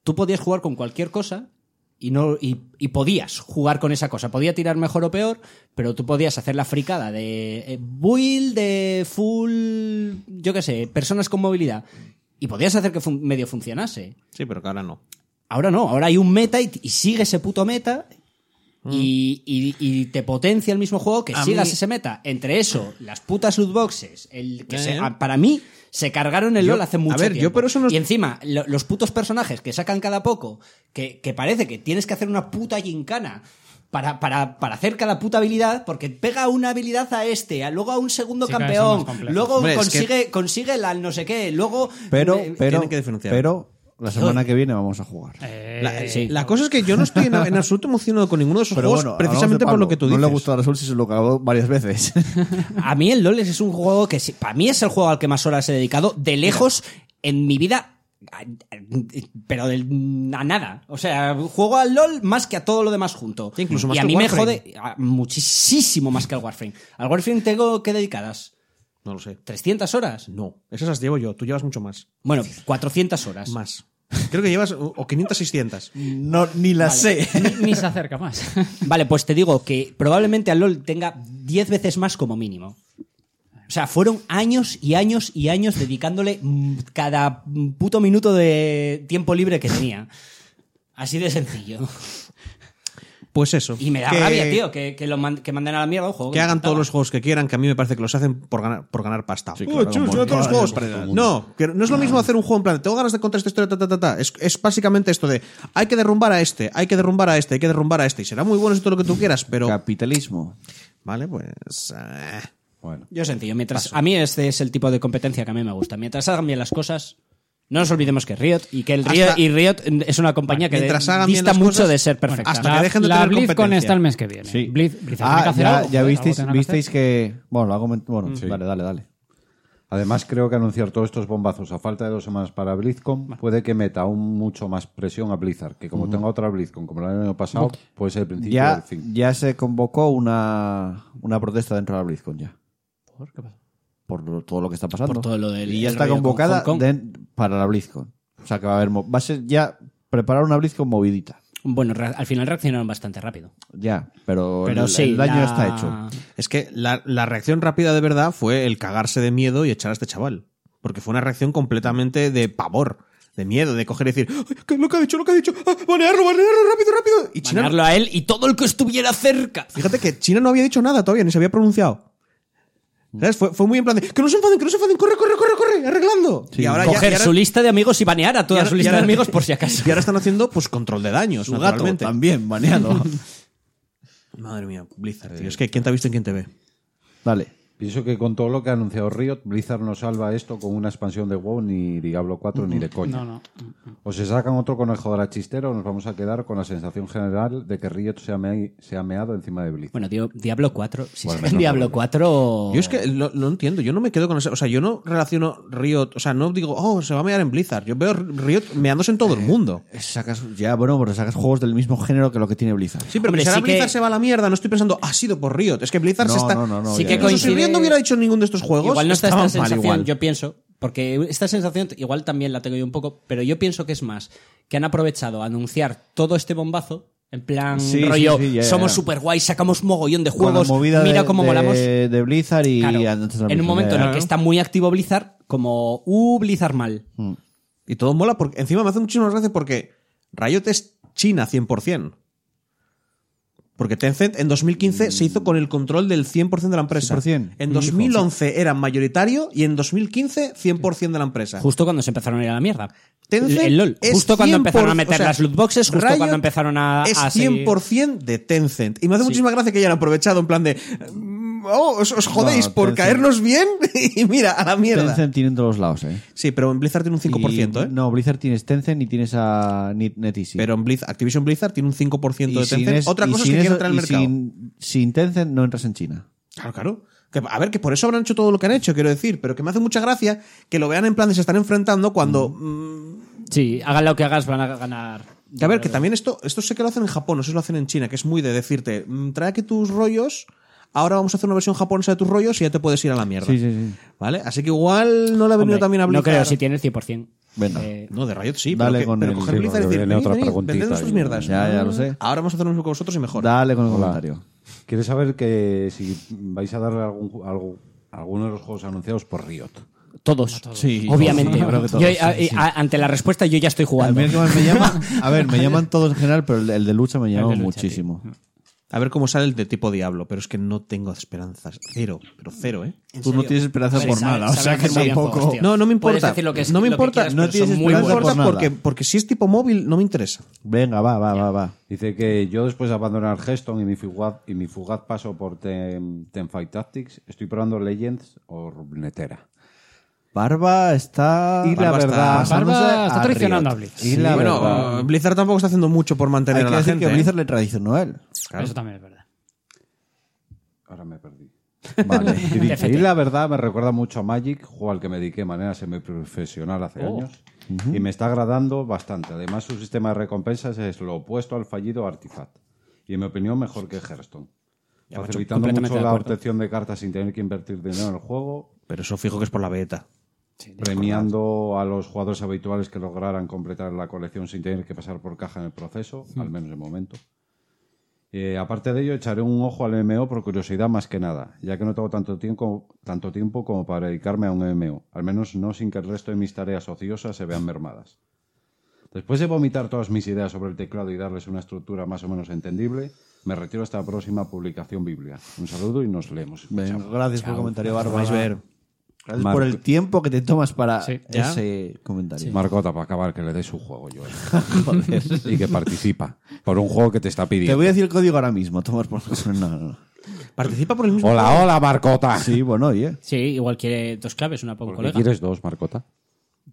Speaker 2: tú podías jugar con cualquier cosa y no y, y podías jugar con esa cosa. Podía tirar mejor o peor, pero tú podías hacer la fricada de eh, build, de full, yo qué sé, personas con movilidad. Y podías hacer que fun- medio funcionase.
Speaker 3: Sí, pero que ahora no.
Speaker 2: Ahora no, ahora hay un meta y, y sigue ese puto meta y, y- y te potencia el mismo juego que
Speaker 3: Mm. A
Speaker 2: sigas
Speaker 3: mí-
Speaker 2: ese meta. Entre eso, las putas loot boxes, el que
Speaker 3: Eh.
Speaker 2: se- a- para mí se cargaron el
Speaker 3: Yo-
Speaker 2: LOL hace
Speaker 3: a
Speaker 2: mucho
Speaker 3: ver, yo
Speaker 2: tiempo.
Speaker 3: por eso no-
Speaker 2: Y encima, lo- los putos personajes que sacan cada poco, que, que parece que tienes que hacer una puta gincana. Para, para, para hacer cada puta habilidad, porque pega una habilidad a este, a- luego a un segundo
Speaker 5: Sí, cada vez son más
Speaker 2: campeón,
Speaker 5: complejos.
Speaker 2: luego
Speaker 3: Hombre, es que-
Speaker 2: consigue, consigue la no sé qué, luego
Speaker 1: Pero,
Speaker 2: eh,
Speaker 1: pero,
Speaker 3: tienen que diferenciar. Eh,
Speaker 1: pero La semana que viene vamos a jugar.
Speaker 5: Eh,
Speaker 3: La,
Speaker 2: Eh, sí.
Speaker 3: la cosa es que yo no estoy en, en absoluto emocionado con ninguno de esos
Speaker 1: Pero
Speaker 3: juegos,
Speaker 1: bueno, hablamos
Speaker 3: precisamente
Speaker 1: de
Speaker 3: por
Speaker 1: Pablo.
Speaker 3: lo que tú dices.
Speaker 1: No le ha gustado a Rasul si se lo cagó varias veces.
Speaker 2: A mí el LOL es un juego que, sí- para mí es el juego al que más horas he dedicado, de lejos, en mi vida, a- a- pero de- a nada. O sea, juego al LOL más que a todo lo demás junto.
Speaker 3: Sí, incluso más
Speaker 2: y a
Speaker 3: que
Speaker 2: mí
Speaker 3: al
Speaker 2: me
Speaker 3: Warframe.
Speaker 2: jode a- muchísimo más que al Warframe. Al Warframe tengo que dedicadas
Speaker 3: No lo sé.
Speaker 2: 300 horas.
Speaker 3: No, esas las llevo yo. Tú llevas mucho más.
Speaker 2: Bueno, 400 horas.
Speaker 3: Más. Creo que llevas o o 500, 600.
Speaker 1: no, ni la sé.
Speaker 5: Ni, ni se acerca más.
Speaker 2: Vale, pues te digo que probablemente al LOL tenga 10 veces más como mínimo. O sea, fueron años y años y años dedicándole mm, cada mm, puto minuto de tiempo libre que tenía. Así de sencillo.
Speaker 3: Pues eso.
Speaker 2: Y me da
Speaker 3: Que-
Speaker 2: rabia, tío, que, que lo man- que manden a la mierda un juego.
Speaker 3: Que
Speaker 2: me
Speaker 3: hagan
Speaker 2: encantaba.
Speaker 3: todos los juegos que quieran, que a mí me parece que los hacen por ganar, por ganar pasta.
Speaker 1: Sí, claro, como-
Speaker 3: todos
Speaker 1: como-
Speaker 3: los
Speaker 1: como todo el
Speaker 3: juegos.
Speaker 1: mundo.
Speaker 3: No, que no es lo mismo hacer un juego en plan, tengo ganas de contar esta historia, ta, ta, ta, ta. Es, es básicamente esto de, hay que derrumbar a este, hay que derrumbar a este, hay que derrumbar a este. Y será muy bueno esto lo que tú quieras, pero...
Speaker 1: Capitalismo.
Speaker 3: Vale, pues... eh,
Speaker 4: Bueno.
Speaker 2: Yo sencillo, mientras a mí este es el tipo de competencia que a mí me gusta. Mientras hagan bien las cosas, no nos olvidemos que Riot y que el Riot,
Speaker 3: Hasta-
Speaker 2: y Riot es una compañía que
Speaker 3: Mientras hagan bien
Speaker 2: dista
Speaker 3: las
Speaker 2: mucho
Speaker 3: cosas,
Speaker 2: de ser perfecta.
Speaker 3: hasta que dejen de
Speaker 5: la
Speaker 3: tener
Speaker 5: BlizzCon
Speaker 3: competencia.
Speaker 5: está el mes que viene. Blizz- Blizzard tiene que
Speaker 1: ah,
Speaker 5: hacer
Speaker 1: ya,
Speaker 5: algo,
Speaker 1: ya
Speaker 5: joder,
Speaker 1: visteis,
Speaker 5: algo tendrá que
Speaker 1: visteis
Speaker 5: hacer.
Speaker 1: que... Bueno, lo ha coment- Bueno,
Speaker 4: Sí.
Speaker 1: dale, dale, dale.
Speaker 4: Además, creo que anunciar todos estos bombazos a falta de dos semanas para BlizzCon puede que meta aún mucho más presión a Blizzard, que como tenga otra BlizzCon, como el año pasado, puede ser el principio del
Speaker 1: Ya,
Speaker 4: fin.
Speaker 1: ya se convocó una, una protesta dentro de la BlizzCon ya. ¿Por lo- todo lo que está pasando.
Speaker 2: Por todo lo del-
Speaker 1: y ya
Speaker 2: el
Speaker 1: está
Speaker 2: rollo con
Speaker 1: convocada
Speaker 2: Hong Kong.
Speaker 1: den- para la BlizzCon. O sea que va a haber... mo- Va a ser ya preparar una BlizzCon movidita.
Speaker 2: Bueno, re- al final reaccionaron bastante rápido.
Speaker 1: Ya, pero,
Speaker 2: Pero
Speaker 1: Pues el,
Speaker 2: sí,
Speaker 1: el daño
Speaker 2: la-
Speaker 1: está hecho.
Speaker 3: Es que la, la reacción rápida de verdad fue el cagarse de miedo y echar a este chaval. Porque fue una reacción completamente de pavor, de miedo, de coger y decir, "Ay, ¿qué es lo que ha dicho? Lo que ha dicho, ah, banearlo, banearlo, rápido, rápido. Y China,
Speaker 2: Mandarlo a él y todo el que estuviera cerca.
Speaker 3: fíjate que China no había dicho nada todavía, ni se había pronunciado. ¿Sabes? Fue, fue muy en plan de, que no se enfaden, que no se enfaden, corre, corre, corre, corre, arreglando. Y ahora ya-
Speaker 2: Coger
Speaker 3: y ahora-
Speaker 2: su lista de amigos y banear a toda
Speaker 3: y ahora-
Speaker 2: su
Speaker 3: y
Speaker 2: lista
Speaker 3: ahora-
Speaker 2: de amigos por si acaso.
Speaker 3: Y ahora están haciendo pues control de daños,
Speaker 1: Su gato
Speaker 3: naturalmente.
Speaker 1: también, baneado.
Speaker 3: Madre mía, Blizzard, tío. Es que ¿quién te ha visto y quién te ve?
Speaker 1: dale.
Speaker 4: Pienso que con todo lo que ha anunciado Riot, Blizzard no salva esto con una expansión de WoW ni Diablo 4 ni de coña.
Speaker 5: No, no.
Speaker 4: O se sacan otro conejo de la chistera o nos vamos a quedar con la sensación general de que Riot se ha, mea- se ha meado encima de Blizzard.
Speaker 2: Bueno, tío, Diablo 4. Si
Speaker 4: Bueno,
Speaker 2: sacan
Speaker 4: no,
Speaker 2: Diablo 4.
Speaker 3: Yo es que lo, lo entiendo, yo no me quedo con eso. O sea, yo no relaciono Riot, o sea, no digo, oh, se va a mear en Blizzard. Yo veo Riot meándose en todo el mundo.
Speaker 1: Sacas, ya, bueno, pero sacas juegos del mismo género que lo que tiene Blizzard.
Speaker 3: Sí, pero
Speaker 2: Hombre,
Speaker 3: si ahora
Speaker 2: sí que-
Speaker 3: Blizzard se va a la mierda, no estoy pensando, ha sido por Riot. Es que Blizzard
Speaker 1: No,
Speaker 3: se está.
Speaker 1: no, no, no,
Speaker 2: Sí
Speaker 1: ya,
Speaker 2: que
Speaker 1: ya.
Speaker 3: Incluso si
Speaker 2: coincide-
Speaker 3: Riot no hubiera hecho ninguno de estos juegos,
Speaker 2: Igual no está
Speaker 3: estaban
Speaker 2: esta
Speaker 3: mal
Speaker 2: sensación,
Speaker 3: igual.
Speaker 2: yo pienso, porque esta sensación igual también la tengo yo un poco, pero yo pienso que es más que han aprovechado a anunciar todo este bombazo en plan
Speaker 1: Sí,
Speaker 2: rollo,
Speaker 1: sí, sí, ya,
Speaker 2: somos
Speaker 1: ya.
Speaker 2: super guays, sacamos mogollón de
Speaker 1: Con la
Speaker 2: juegos,
Speaker 1: movida
Speaker 2: mira
Speaker 1: de,
Speaker 2: cómo
Speaker 1: de-
Speaker 2: volamos.
Speaker 1: de Blizzard y
Speaker 2: Claro,
Speaker 1: antes de la
Speaker 2: en un
Speaker 1: Blizzard,
Speaker 2: momento en
Speaker 1: ya,
Speaker 2: el que está muy activo Blizzard, como, uh, Blizzard mal.
Speaker 3: Y todo mola porque encima me hace muchísimas gracias porque Riot es China 100%. Porque Tencent en 2015 se hizo con el control del 100% de la empresa.
Speaker 1: 100%.
Speaker 3: En 2011 era mayoritario y en 2015 100% de la empresa.
Speaker 2: Justo cuando se empezaron a ir a la mierda.
Speaker 3: Tencent
Speaker 2: el LOL.
Speaker 3: es
Speaker 2: Justo cuando
Speaker 3: 100%,
Speaker 2: empezaron a meter
Speaker 3: o sea,
Speaker 2: las loot boxes, justo
Speaker 3: Riot
Speaker 2: cuando empezaron a.
Speaker 3: Es
Speaker 2: a seguir-
Speaker 3: 100% de Tencent. Y me hace muchísima gracia que hayan aprovechado en plan de. mm, Oh, os, os jodéis
Speaker 1: No,
Speaker 3: por
Speaker 1: Tencent-
Speaker 3: caernos bien y mira, a la mierda.
Speaker 1: Tencent tiene en todos los lados, ¿eh?
Speaker 3: Sí, pero en Blizzard tiene un 5%,
Speaker 1: Y-
Speaker 3: ¿eh?
Speaker 1: No, Blizzard tienes Tencent y tienes a Net- NetEasy.
Speaker 3: Pero en Blizz- Activision Blizzard tiene un 5%
Speaker 1: Y
Speaker 3: de
Speaker 1: sin
Speaker 3: Tencent.
Speaker 1: es-
Speaker 3: Otra
Speaker 1: y
Speaker 3: cosa es
Speaker 1: sin
Speaker 3: que quiera
Speaker 1: eso-
Speaker 3: entrar al
Speaker 1: y
Speaker 3: mercado.
Speaker 1: Sin, sin Tencent no entras en China.
Speaker 3: Claro, claro. Que, a ver, que por eso habrán hecho todo lo que han hecho, quiero decir. Pero que me hace mucha gracia que lo vean en plan de se están enfrentando cuando. mm,
Speaker 2: Sí, hagan lo que hagas, van a ganar.
Speaker 3: que a ver, que también esto, esto sé que lo hacen en Japón, no sé si lo hacen en China, que es muy de decirte, mm, trae aquí tus rollos, ahora vamos a hacer una versión japonesa de tus rollos y ya te puedes ir a la mierda.
Speaker 1: Sí, sí, sí.
Speaker 3: ¿Vale? Así que igual no le ha venido
Speaker 2: Hombre,
Speaker 3: también a
Speaker 2: no
Speaker 3: Blizzard.
Speaker 2: creo, si tiene el 100%.
Speaker 1: Venga.
Speaker 2: Eh,
Speaker 3: No, de Riot sí,
Speaker 1: Dale
Speaker 3: pero, que-
Speaker 1: con
Speaker 3: pero
Speaker 1: el-
Speaker 3: coger
Speaker 1: sí,
Speaker 3: Blizzard y
Speaker 4: porque
Speaker 3: decir,
Speaker 4: viene
Speaker 3: venid,
Speaker 4: otra
Speaker 3: venid,
Speaker 4: preguntita
Speaker 3: vended nuestras
Speaker 4: y-
Speaker 3: mierdas. Mm,
Speaker 1: Ya, ya lo sé.
Speaker 3: Ahora vamos a hacerlo mismo con vosotros y mejor.
Speaker 1: Dale con el
Speaker 4: Hola.
Speaker 1: comentario.
Speaker 4: ¿Quieres saber que si vais a darle algún, ju- algo- alguno de los juegos anunciados por Riot?
Speaker 2: Todos.
Speaker 1: Sí,
Speaker 2: Obviamente.
Speaker 1: yo creo que todos,
Speaker 2: Yo,
Speaker 1: sí,
Speaker 2: a-
Speaker 1: sí.
Speaker 2: a- ante la respuesta yo ya estoy
Speaker 1: A
Speaker 2: jugando.
Speaker 1: mí el que más me llama. A ver, me llaman todos en general, pero el de, el de lucha me llama
Speaker 5: de lucha,
Speaker 1: muchísimo.
Speaker 3: A ver cómo sale el de tipo Diablo, pero es que no tengo esperanzas. Cero, pero cero, ¿eh?
Speaker 1: Tú no tienes esperanza
Speaker 2: Hombre,
Speaker 1: por
Speaker 2: sabe-
Speaker 1: nada, o
Speaker 2: sabe
Speaker 1: sea que
Speaker 2: hacer muy bien juegos,
Speaker 1: tampoco.
Speaker 2: tío.
Speaker 3: No, no
Speaker 2: Puedes
Speaker 3: me importa.
Speaker 2: decir lo que es-
Speaker 3: no me
Speaker 2: lo que
Speaker 3: importa.
Speaker 2: quieras,
Speaker 1: No
Speaker 2: pero
Speaker 1: tienes
Speaker 2: son muy
Speaker 3: No
Speaker 1: esperanza
Speaker 2: buenos.
Speaker 3: importa
Speaker 1: por nada.
Speaker 3: porque, porque si es tipo móvil no me interesa.
Speaker 1: Venga, va, va, va, va.
Speaker 4: Dice que yo después de abandonar Hearthstone y mi fugaz, y mi fugaz paso por Ten, Ten Fight Tactics, estoy probando Legends o Runetera.
Speaker 1: Barba está.
Speaker 4: Y la
Speaker 3: Barba está-
Speaker 4: verdad.
Speaker 5: Barba
Speaker 1: pasándose
Speaker 5: está
Speaker 1: a
Speaker 5: traicionando
Speaker 1: Riot.
Speaker 5: a Blitz.
Speaker 1: Y
Speaker 5: Sí,
Speaker 1: la
Speaker 3: bueno,
Speaker 1: verdad.
Speaker 3: eh, Blizzard tampoco está haciendo mucho por mantener
Speaker 1: Hay
Speaker 3: a
Speaker 1: que
Speaker 3: la
Speaker 1: decir
Speaker 3: gente.
Speaker 1: que
Speaker 3: ¿eh?
Speaker 1: Blizzard le traicionó a él.
Speaker 5: Eso también es verdad.
Speaker 4: Ahora me perdí.
Speaker 1: Vale.
Speaker 4: Y dice, y la verdad me recuerda mucho a Magic, juego al que me dediqué de manera semiprofesional hace
Speaker 5: Oh.
Speaker 4: años. Y me está agradando bastante. Además, su sistema de recompensas es lo opuesto al fallido Artifact. Y en mi opinión, mejor que Hearthstone. Facilitando
Speaker 5: completamente
Speaker 4: mucho
Speaker 5: de
Speaker 4: la
Speaker 5: acuerdo.
Speaker 4: obtención de cartas sin tener que invertir dinero en el juego,
Speaker 3: Pero eso fijo que es por la beta.
Speaker 4: premiando a los jugadores habituales que lograran completar la colección sin tener que pasar por caja en el proceso, al menos de momento. Eh, aparte de ello, echaré un ojo al MMO por curiosidad más que nada, ya que no tengo tanto tiempo, tanto tiempo como para dedicarme a un MMO, al menos no sin que el resto de mis tareas ociosas se vean mermadas. Después de vomitar todas mis ideas sobre el teclado y darles una estructura más o menos entendible, me retiro hasta la próxima publicación biblia. Un saludo y nos leemos.
Speaker 1: Venga, gracias por el comentario, Barba.
Speaker 3: Vais a ver.
Speaker 1: Gracias
Speaker 4: Marco.
Speaker 1: por el tiempo que te tomas para
Speaker 5: Sí.
Speaker 3: Ya.
Speaker 1: ese comentario.
Speaker 4: Marcota, para acabar, que le dé su juego, yo. y que participa por un juego que te está
Speaker 1: Te
Speaker 4: pidiendo.
Speaker 1: voy a decir el código ahora mismo. Tomas por no, no, no.
Speaker 3: Participa por el mismo.
Speaker 4: Hola, hola, Marcota.
Speaker 1: Sí, bueno, oye.
Speaker 2: Sí, igual quiere dos claves, una para un
Speaker 4: ¿Por qué
Speaker 2: colega.
Speaker 4: quieres dos, Marcota?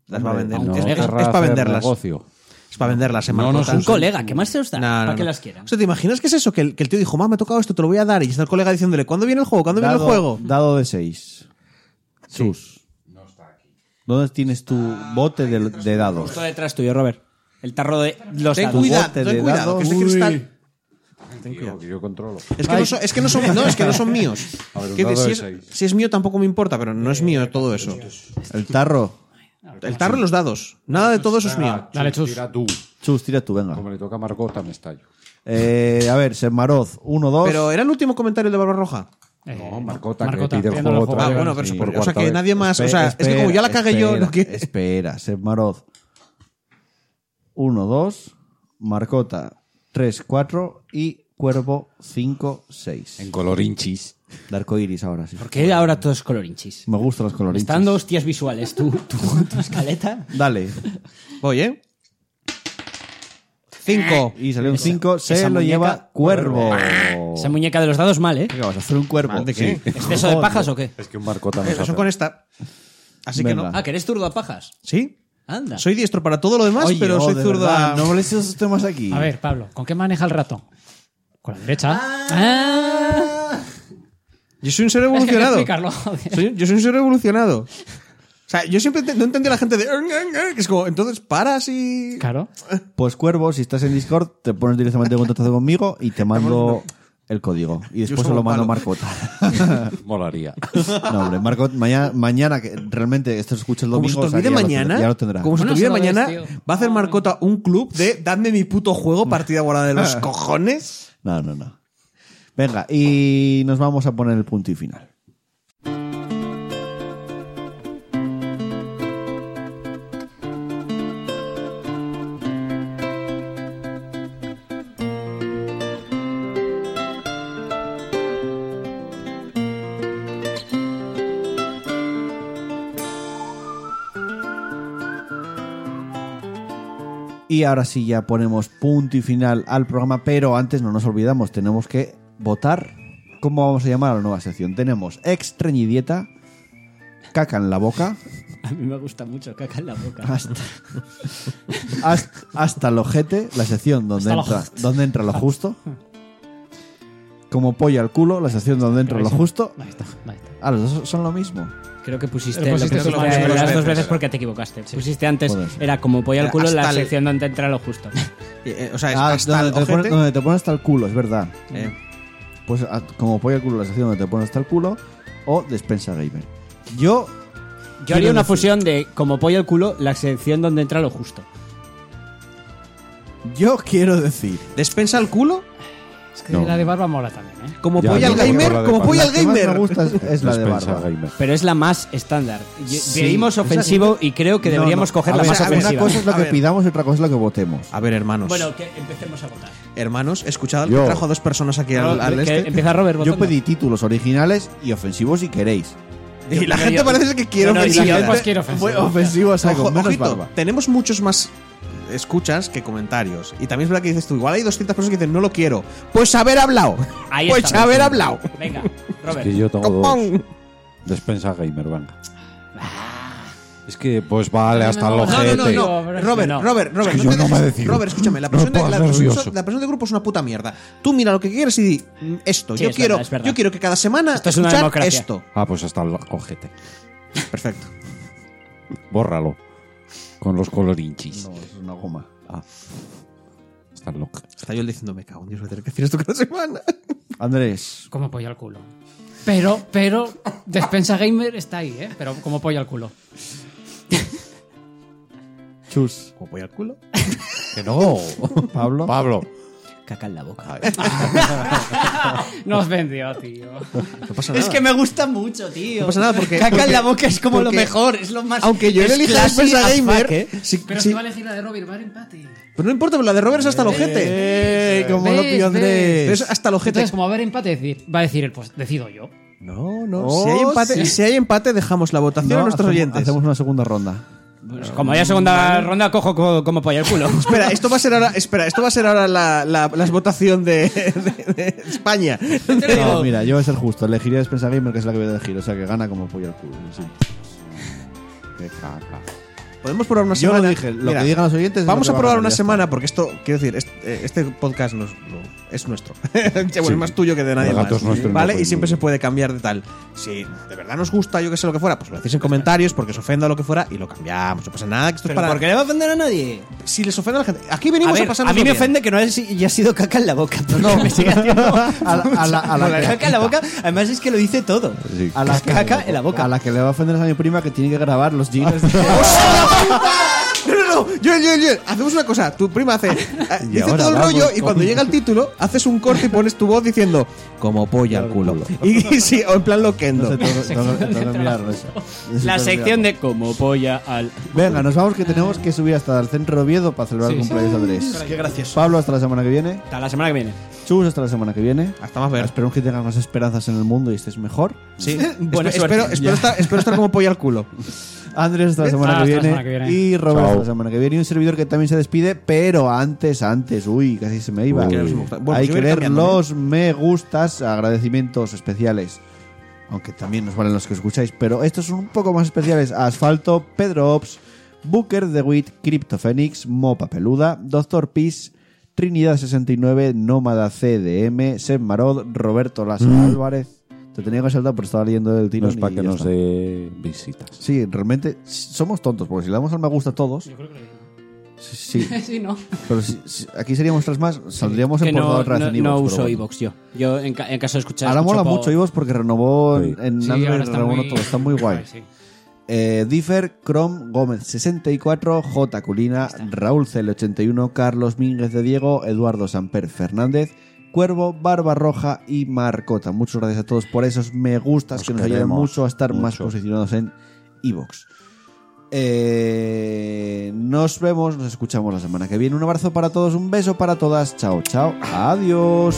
Speaker 3: Las va a vender.
Speaker 4: No
Speaker 3: es, es- es
Speaker 4: querrás
Speaker 3: para
Speaker 4: hacer
Speaker 3: venderlas.
Speaker 4: negocio.
Speaker 3: Es para venderlas, en
Speaker 4: No nos
Speaker 3: Marcota.
Speaker 2: Un colega, ¿qué más se os da?
Speaker 3: No, no,
Speaker 2: ¿Para
Speaker 3: no.
Speaker 2: qué las quieran?
Speaker 3: O sea, ¿te imaginas qué es eso? Que el, que el tío dijo, mamá, me ha tocado esto, te lo voy a dar. Y está el colega diciéndole, ¿cuándo viene el juego? ¿Cuándo viene el juego?
Speaker 1: Dado de 6. Sus. ¿Dónde tienes tu
Speaker 3: Ah,
Speaker 1: bote de, de dados?
Speaker 2: Justo detrás tuyo, Robert. El tarro de los
Speaker 3: Ten
Speaker 2: dados.
Speaker 3: cuidado,
Speaker 1: bote
Speaker 3: ten
Speaker 1: de
Speaker 3: cuidado, que
Speaker 1: dados.
Speaker 3: este cristal...
Speaker 4: Tío, que yo controlo.
Speaker 3: Es que, no son, es, que no son, no, es que no son míos.
Speaker 4: A ver, un
Speaker 3: Que
Speaker 4: dado
Speaker 3: si,
Speaker 4: de
Speaker 3: es,
Speaker 4: seis.
Speaker 3: si es mío tampoco me importa, pero no es mío todo eso.
Speaker 1: El tarro.
Speaker 3: El tarro y los dados. Nada de todo eso es mío.
Speaker 5: Dale, Chus.
Speaker 4: Tira tú.
Speaker 1: Chus, tira tú, venga.
Speaker 4: Como le toca a Marcota, me estallo.
Speaker 1: Eh, a ver, Semaroz, 1, 2.
Speaker 3: Pero era el último comentario de Barba Roja.
Speaker 5: Eh,
Speaker 4: No, Marcota,
Speaker 5: Marcota,
Speaker 4: que pide el
Speaker 5: pidiendo
Speaker 4: juego
Speaker 5: el
Speaker 4: otra
Speaker 3: Ah,
Speaker 4: vez.
Speaker 3: bueno, pero
Speaker 4: Sí,
Speaker 3: por- o sea,
Speaker 4: cuarta
Speaker 3: que
Speaker 4: vez.
Speaker 3: nadie más- o sea, es que como ya la cagué yo,
Speaker 1: espera,
Speaker 3: ¿no? ¿Qué?
Speaker 1: Espera, Semaroz. 1, 2. Marcota, 3, 4. Y Cuervo, 5, 6.
Speaker 4: En colorinchis.
Speaker 1: De arco iris ahora sí.
Speaker 2: ¿Por qué ahora todos colorinchis?
Speaker 1: Me gustan los
Speaker 2: Me
Speaker 1: colores.
Speaker 2: Están dando hostias visuales. ¿Tú, tú, tu escaleta?
Speaker 1: Dale.
Speaker 3: Voy, ¿eh? Cinco.
Speaker 4: Eh.
Speaker 1: Y salió un 5. Se
Speaker 2: esa
Speaker 1: lo lleva
Speaker 2: muñeca- Ah,
Speaker 1: Cuervo. Oh.
Speaker 2: Esa muñeca de los dados mal, ¿eh?
Speaker 1: Venga, vas a hacer un cuervo.
Speaker 3: Madre, ¿qué?
Speaker 2: ¿Exceso de pajas o qué?
Speaker 4: Es que un Marcota
Speaker 1: Eh,
Speaker 4: no
Speaker 3: Eso son
Speaker 4: sabe.
Speaker 3: con esta. Así que
Speaker 1: Venga.
Speaker 3: no.
Speaker 2: Ah, que eres zurdo a pajas.
Speaker 3: ¿Sí.
Speaker 2: Anda.
Speaker 3: Soy diestro para todo lo demás,
Speaker 1: Oye,
Speaker 3: pero
Speaker 1: oh,
Speaker 3: soy
Speaker 1: de
Speaker 3: zurdo
Speaker 1: verdad,
Speaker 3: a-
Speaker 1: No hables de esos temas aquí.
Speaker 5: A ver, Pablo, ¿con qué maneja el ratón? Con la derecha. Ah,
Speaker 3: Yo soy un ser
Speaker 5: es que hay que
Speaker 3: evolucionado.
Speaker 5: explicarlo, joder.
Speaker 3: Soy- yo soy un ser evolucionado. O sea, yo siempre te- no entendí a la gente de... Que es como, entonces paras y...
Speaker 5: Claro.
Speaker 1: Pues Cuervo, si estás en Discord, te pones directamente en contacto conmigo y te mando el código. Y después se
Speaker 3: soy
Speaker 1: lo
Speaker 3: un
Speaker 1: mando a
Speaker 3: palo.
Speaker 1: Marcota.
Speaker 4: Molaría.
Speaker 1: No, hombre, Marcot, mañana, mañana que realmente esto se escucha el
Speaker 3: Como
Speaker 1: domingo.
Speaker 3: se te
Speaker 1: o sea,
Speaker 3: olvide
Speaker 1: que ya lo
Speaker 3: mañana,
Speaker 1: tendrá- ya lo tendrá.
Speaker 3: como se te
Speaker 5: Bueno,
Speaker 3: olvide
Speaker 5: se lo ves,
Speaker 3: mañana,
Speaker 5: tío.
Speaker 3: va a hacer Marcota un club de dadme mi puto juego, partida guardada de los cojones.
Speaker 1: No, no, no. Venga, y nos vamos a poner el punto y final. Y ahora sí ya ponemos punto y final al programa, pero antes no nos olvidamos, tenemos que votar cómo vamos a llamar a la nueva sección. Tenemos extrañidieta, caca en la boca,
Speaker 2: A mí me gusta mucho caca en la boca.
Speaker 1: hasta, hasta, hasta el ojete, la sección donde
Speaker 5: Hasta lo
Speaker 1: entra,
Speaker 5: justo.
Speaker 1: donde entra lo justo. Como pollo al culo, la sección donde entra lo justo.
Speaker 5: Ahí está, ahí está.
Speaker 1: Ah, los dos son lo mismo.
Speaker 2: Creo que pusiste,
Speaker 5: Pero pusiste
Speaker 2: lo que
Speaker 5: lo
Speaker 2: tú-
Speaker 5: mismo
Speaker 2: las
Speaker 3: dos
Speaker 2: dos
Speaker 3: veces.
Speaker 2: veces porque te equivocaste. Pusiste antes,
Speaker 1: Joder, Eh, sí.
Speaker 2: era como pollo al
Speaker 3: Era
Speaker 2: culo en la
Speaker 3: hasta el-
Speaker 2: sección donde entra lo justo.
Speaker 3: Eh, eh, o sea, es
Speaker 1: Ah,
Speaker 3: hasta el
Speaker 1: donde, te
Speaker 3: ojete.
Speaker 1: pones, donde te pones hasta el culo, es verdad.
Speaker 3: Eh,
Speaker 1: Pues a- como pollo al culo la sección donde te pones hasta el culo o despensa gamer. Yo
Speaker 2: Yo haría
Speaker 1: Quiero
Speaker 2: una
Speaker 1: decir-
Speaker 2: fusión de como pollo al culo, la sección donde entra lo justo.
Speaker 1: yo quiero decir
Speaker 3: despensa el culo
Speaker 5: Es que la de barba mola también, ¿eh?
Speaker 3: como
Speaker 4: Ya,
Speaker 3: pollo al
Speaker 4: ya, ya,
Speaker 3: gamer,
Speaker 4: ya, ya,
Speaker 3: como
Speaker 4: ya,
Speaker 3: pollo
Speaker 4: ya,
Speaker 3: al
Speaker 1: la que más
Speaker 3: gamer.
Speaker 1: me gusta es, es la de
Speaker 4: Despensa
Speaker 1: barba.
Speaker 4: gamer.
Speaker 2: Pero es la más estándar.
Speaker 1: Sí,
Speaker 2: Veímos
Speaker 1: esa-
Speaker 2: ofensivo y creo que
Speaker 1: No,
Speaker 2: deberíamos
Speaker 1: no.
Speaker 2: coger
Speaker 1: A
Speaker 2: la
Speaker 1: ver,
Speaker 2: más
Speaker 3: a ver,
Speaker 1: Una
Speaker 2: ofensiva.
Speaker 1: cosa es lo
Speaker 3: A
Speaker 1: que
Speaker 3: ver.
Speaker 1: pidamos y otra cosa es lo que votemos.
Speaker 3: A ver, hermanos.
Speaker 2: Bueno, que empecemos a votar.
Speaker 3: hermanos, escuchad al
Speaker 4: Yo.
Speaker 3: que trajo a dos personas aquí al, al
Speaker 2: Que
Speaker 3: este.
Speaker 2: empieza Robert
Speaker 1: Yo
Speaker 2: votando.
Speaker 1: pedí títulos originales y ofensivos si queréis.
Speaker 3: Y la
Speaker 2: yo-
Speaker 3: gente
Speaker 2: yo-
Speaker 3: parece que quiere
Speaker 2: No, no, y la
Speaker 3: ofensiva.
Speaker 2: gente-
Speaker 5: Pues quiero ofensivo.
Speaker 1: Fue ofensivo a saco,
Speaker 3: Ojo,
Speaker 1: menos
Speaker 3: ojito,
Speaker 1: barba.
Speaker 3: tenemos muchos más escuchas que comentarios. Y también es verdad que dices tú, igual hay 200 personas que dicen, no lo quiero. Pues haber hablado.
Speaker 2: Ahí
Speaker 3: pues
Speaker 2: está.
Speaker 3: haber hablado.
Speaker 2: Venga,
Speaker 4: Es
Speaker 2: Robert.
Speaker 4: que yo tengo dos.
Speaker 3: Copón.
Speaker 4: Despensa gamer, venga. Es que, pues vale, hasta el
Speaker 3: Ah. No, no,
Speaker 4: ojete.
Speaker 3: no, no.
Speaker 5: Pero es que
Speaker 3: Robert,
Speaker 5: no.
Speaker 3: Robert, Robert,
Speaker 4: que
Speaker 3: no
Speaker 4: yo
Speaker 3: te
Speaker 4: no
Speaker 3: dejes-
Speaker 4: me decido.
Speaker 3: Robert, escúchame, la
Speaker 4: Me
Speaker 3: presión, de,
Speaker 4: pongo
Speaker 3: la, presión,
Speaker 4: nervioso.
Speaker 3: la presión de grupo es una puta mierda. Tú mira lo que quieres y di mm, esto.
Speaker 2: Sí,
Speaker 3: yo
Speaker 2: es
Speaker 3: quiero,
Speaker 2: verdad, es verdad.
Speaker 3: yo quiero que cada semana
Speaker 2: Esto es una
Speaker 3: escuchar
Speaker 2: democracia.
Speaker 3: esto.
Speaker 4: Ah, pues hasta el ojete.
Speaker 3: Perfecto.
Speaker 4: Bórralo. Con los colorinchis.
Speaker 1: No, es una goma.
Speaker 4: Ah. Está loco.
Speaker 3: Está yo diciendo, me cago en Dios, voy a tener que decir esto cada semana.
Speaker 1: Andrés,
Speaker 5: Como pollo al culo. Pero, pero, Despensa Gamer está ahí, ¿eh? Pero como pollo al culo.
Speaker 1: chus.
Speaker 3: Como voy al culo.
Speaker 4: Que no. Pablo. Pablo.
Speaker 2: Caca en la boca.
Speaker 5: Nos vendió, tío.
Speaker 3: No pasa nada.
Speaker 2: Es que me gusta mucho, tío.
Speaker 3: No pasa nada, porque-
Speaker 2: Caca en
Speaker 3: porque-
Speaker 2: la boca es como lo
Speaker 3: porque-
Speaker 2: mejor, es lo más.
Speaker 3: Aunque yo
Speaker 2: es
Speaker 3: elija
Speaker 2: classy
Speaker 3: Despensa
Speaker 2: as
Speaker 3: Gamer.
Speaker 2: fuck, ¿eh?
Speaker 3: sí-
Speaker 5: Pero
Speaker 3: sí,
Speaker 5: si va a elegir la de Robert, va a empate.
Speaker 3: pero no importa, pero la de Robert es hasta el ojete.
Speaker 1: ¡Eh! ¡Cómo lo
Speaker 5: ¿Ves?
Speaker 1: pilló
Speaker 3: Pero es
Speaker 1: Andrés!
Speaker 3: hasta el ojete.
Speaker 5: Entonces, como va a haber empate, decir- va a decir él, pues decido yo.
Speaker 3: No, no.
Speaker 1: Oh,
Speaker 3: si, hay empate,
Speaker 1: sí.
Speaker 3: si hay empate, dejamos la votación a
Speaker 1: No,
Speaker 3: nuestros
Speaker 1: hacemos-
Speaker 3: oyentes.
Speaker 1: Hacemos una segunda ronda.
Speaker 2: pues Como haya segunda ronda, cojo co- como pollo al culo.
Speaker 3: Espera, esto va a ser ahora, espera, esto va a ser ahora la, la, las votación de, de- de España.
Speaker 1: No, mira, yo voy a ser justo. Elegiría Despensa Gamer, que es la que voy a elegir. O sea, que gana como pollo al culo. sí.
Speaker 4: Qué caca.
Speaker 3: Podemos probar una
Speaker 1: Yo
Speaker 3: semana.
Speaker 1: lo dije, lo
Speaker 3: Mira,
Speaker 1: que digan los oyentes. es
Speaker 3: Vamos
Speaker 1: lo que
Speaker 3: a probar
Speaker 1: ganar,
Speaker 3: una
Speaker 1: ya
Speaker 3: semana
Speaker 1: está.
Speaker 3: porque esto, quiero decir, este, este podcast no es, no- es nuestro. bueno, es más tuyo que de nadie
Speaker 4: El gato
Speaker 3: más.
Speaker 4: es nuestro y no
Speaker 3: ¿Vale?
Speaker 4: fue
Speaker 3: y siempre
Speaker 4: tuyo.
Speaker 3: se puede cambiar de tal. Si de verdad nos gusta, yo que sé lo que fuera, pues lo decís en comentarios porque se ofenda o lo que fuera y lo cambiamos. No pasa nada, que esto
Speaker 2: Pero
Speaker 3: es para.
Speaker 2: ¿Por qué le va a ofender a nadie?
Speaker 3: Si les ofende a la gente. Aquí venimos
Speaker 2: a,
Speaker 3: a,
Speaker 2: ver,
Speaker 3: pasarnos
Speaker 2: a mí me
Speaker 3: bien.
Speaker 2: ofende que no haya sido caca en la boca. No, me sigue haciendo.
Speaker 1: A la- a la- a la-
Speaker 2: Con la caca en la boca, además es que lo dice todo.
Speaker 4: Sí.
Speaker 2: A la caca en la boca.
Speaker 1: A la que le va a ofender es a mi prima que tiene que grabar los jeans.
Speaker 3: No, no, no. Yo, yo, yo. Hacemos una cosa. Tu prima hace. ah,
Speaker 4: Y
Speaker 3: dice
Speaker 4: ahora
Speaker 3: todo el
Speaker 4: vamos
Speaker 3: rollo y
Speaker 4: con-
Speaker 3: cuando llega el título, haces un corte y pones tu voz diciendo. Como polla al culo. Y, sí, o en plan
Speaker 1: No
Speaker 3: loquendo.
Speaker 1: sé, tengo, tengo- tengo que mirarlo eso.
Speaker 2: La
Speaker 1: Tengo que
Speaker 2: sección
Speaker 1: mirarlo.
Speaker 2: de como polla al.
Speaker 1: Venga, nos vamos que tenemos que subir hasta el centro Oviedo para celebrar el cumpleaños de Andrés. Qué gracias. Pablo, hasta la semana que viene.
Speaker 2: Hasta la semana que viene.
Speaker 1: Chus, hasta la semana que viene.
Speaker 3: Hasta más ver.
Speaker 1: Esperemos que tengas más esperanzas en el mundo y estés mejor.
Speaker 3: Sí.
Speaker 2: Buena
Speaker 3: Espe- espero,
Speaker 2: suerte.
Speaker 3: espero, estar, espero estar como polla al culo.
Speaker 1: Andrés, hasta la semana,
Speaker 5: Ah,
Speaker 1: que,
Speaker 5: hasta la
Speaker 1: viene.
Speaker 5: semana que viene.
Speaker 1: Y Robert,
Speaker 4: Chao.
Speaker 1: hasta la semana que viene. Y un servidor que también se despide, pero antes, antes. Uy, casi se me iba.
Speaker 4: Uy.
Speaker 3: Queremos un gusta- Bueno,
Speaker 1: Hay que
Speaker 3: pues yo voy
Speaker 1: leer
Speaker 3: cambiando, ¿eh?
Speaker 1: los me gustas, agradecimientos especiales. Aunque también nos valen los que escucháis, pero estos son un poco más especiales. Asfalto, Pedro Ops, Booker DeWitt, Crypto Phoenix, Mopa Peluda, Doctor Peace, Trinidad69, Nómada CDM, Seb Marod, Roberto Lazo Álvarez. Te tenía que saltar, pero estaba leyendo el tiro.
Speaker 4: Mm. No es para que nos dé visitas.
Speaker 1: Sí, realmente somos tontos, porque si le damos al me gusta a todos. Sí, sí,
Speaker 5: Sí, no.
Speaker 1: pero si, si- aquí seríamos tres más, saldríamos
Speaker 2: Que
Speaker 1: en portada
Speaker 2: no,
Speaker 1: otra vez
Speaker 2: no-
Speaker 1: en
Speaker 2: no
Speaker 1: iVoox, pero
Speaker 2: uso
Speaker 1: bueno.
Speaker 2: iVoox yo. Yo, en, ca- en caso de escuchar.
Speaker 1: Ahora
Speaker 2: escucho
Speaker 1: mola
Speaker 2: po-
Speaker 1: mucho Ivos porque renovó en-
Speaker 4: Sí.
Speaker 1: en
Speaker 5: Sí,
Speaker 1: Android,
Speaker 5: ahora está
Speaker 1: renovó
Speaker 5: muy-
Speaker 1: todo, está muy guay.
Speaker 5: Sí.
Speaker 1: Eh, Differ, Chrome, Gómez 64, J. Culina, Raúl Cel 81, Carlos Mínguez de Diego, Eduardo Samper Fernández, Cuervo, Barba Roja y Marcota. Muchas gracias a todos por esos me gustas
Speaker 4: Os
Speaker 1: que nos ayudan
Speaker 4: queremos
Speaker 1: mucho a estar más
Speaker 4: mucho.
Speaker 1: posicionados en Evox. Eh, nos vemos, nos escuchamos la semana que viene. Un abrazo para todos, un beso para todas. Chao, chao. Adiós.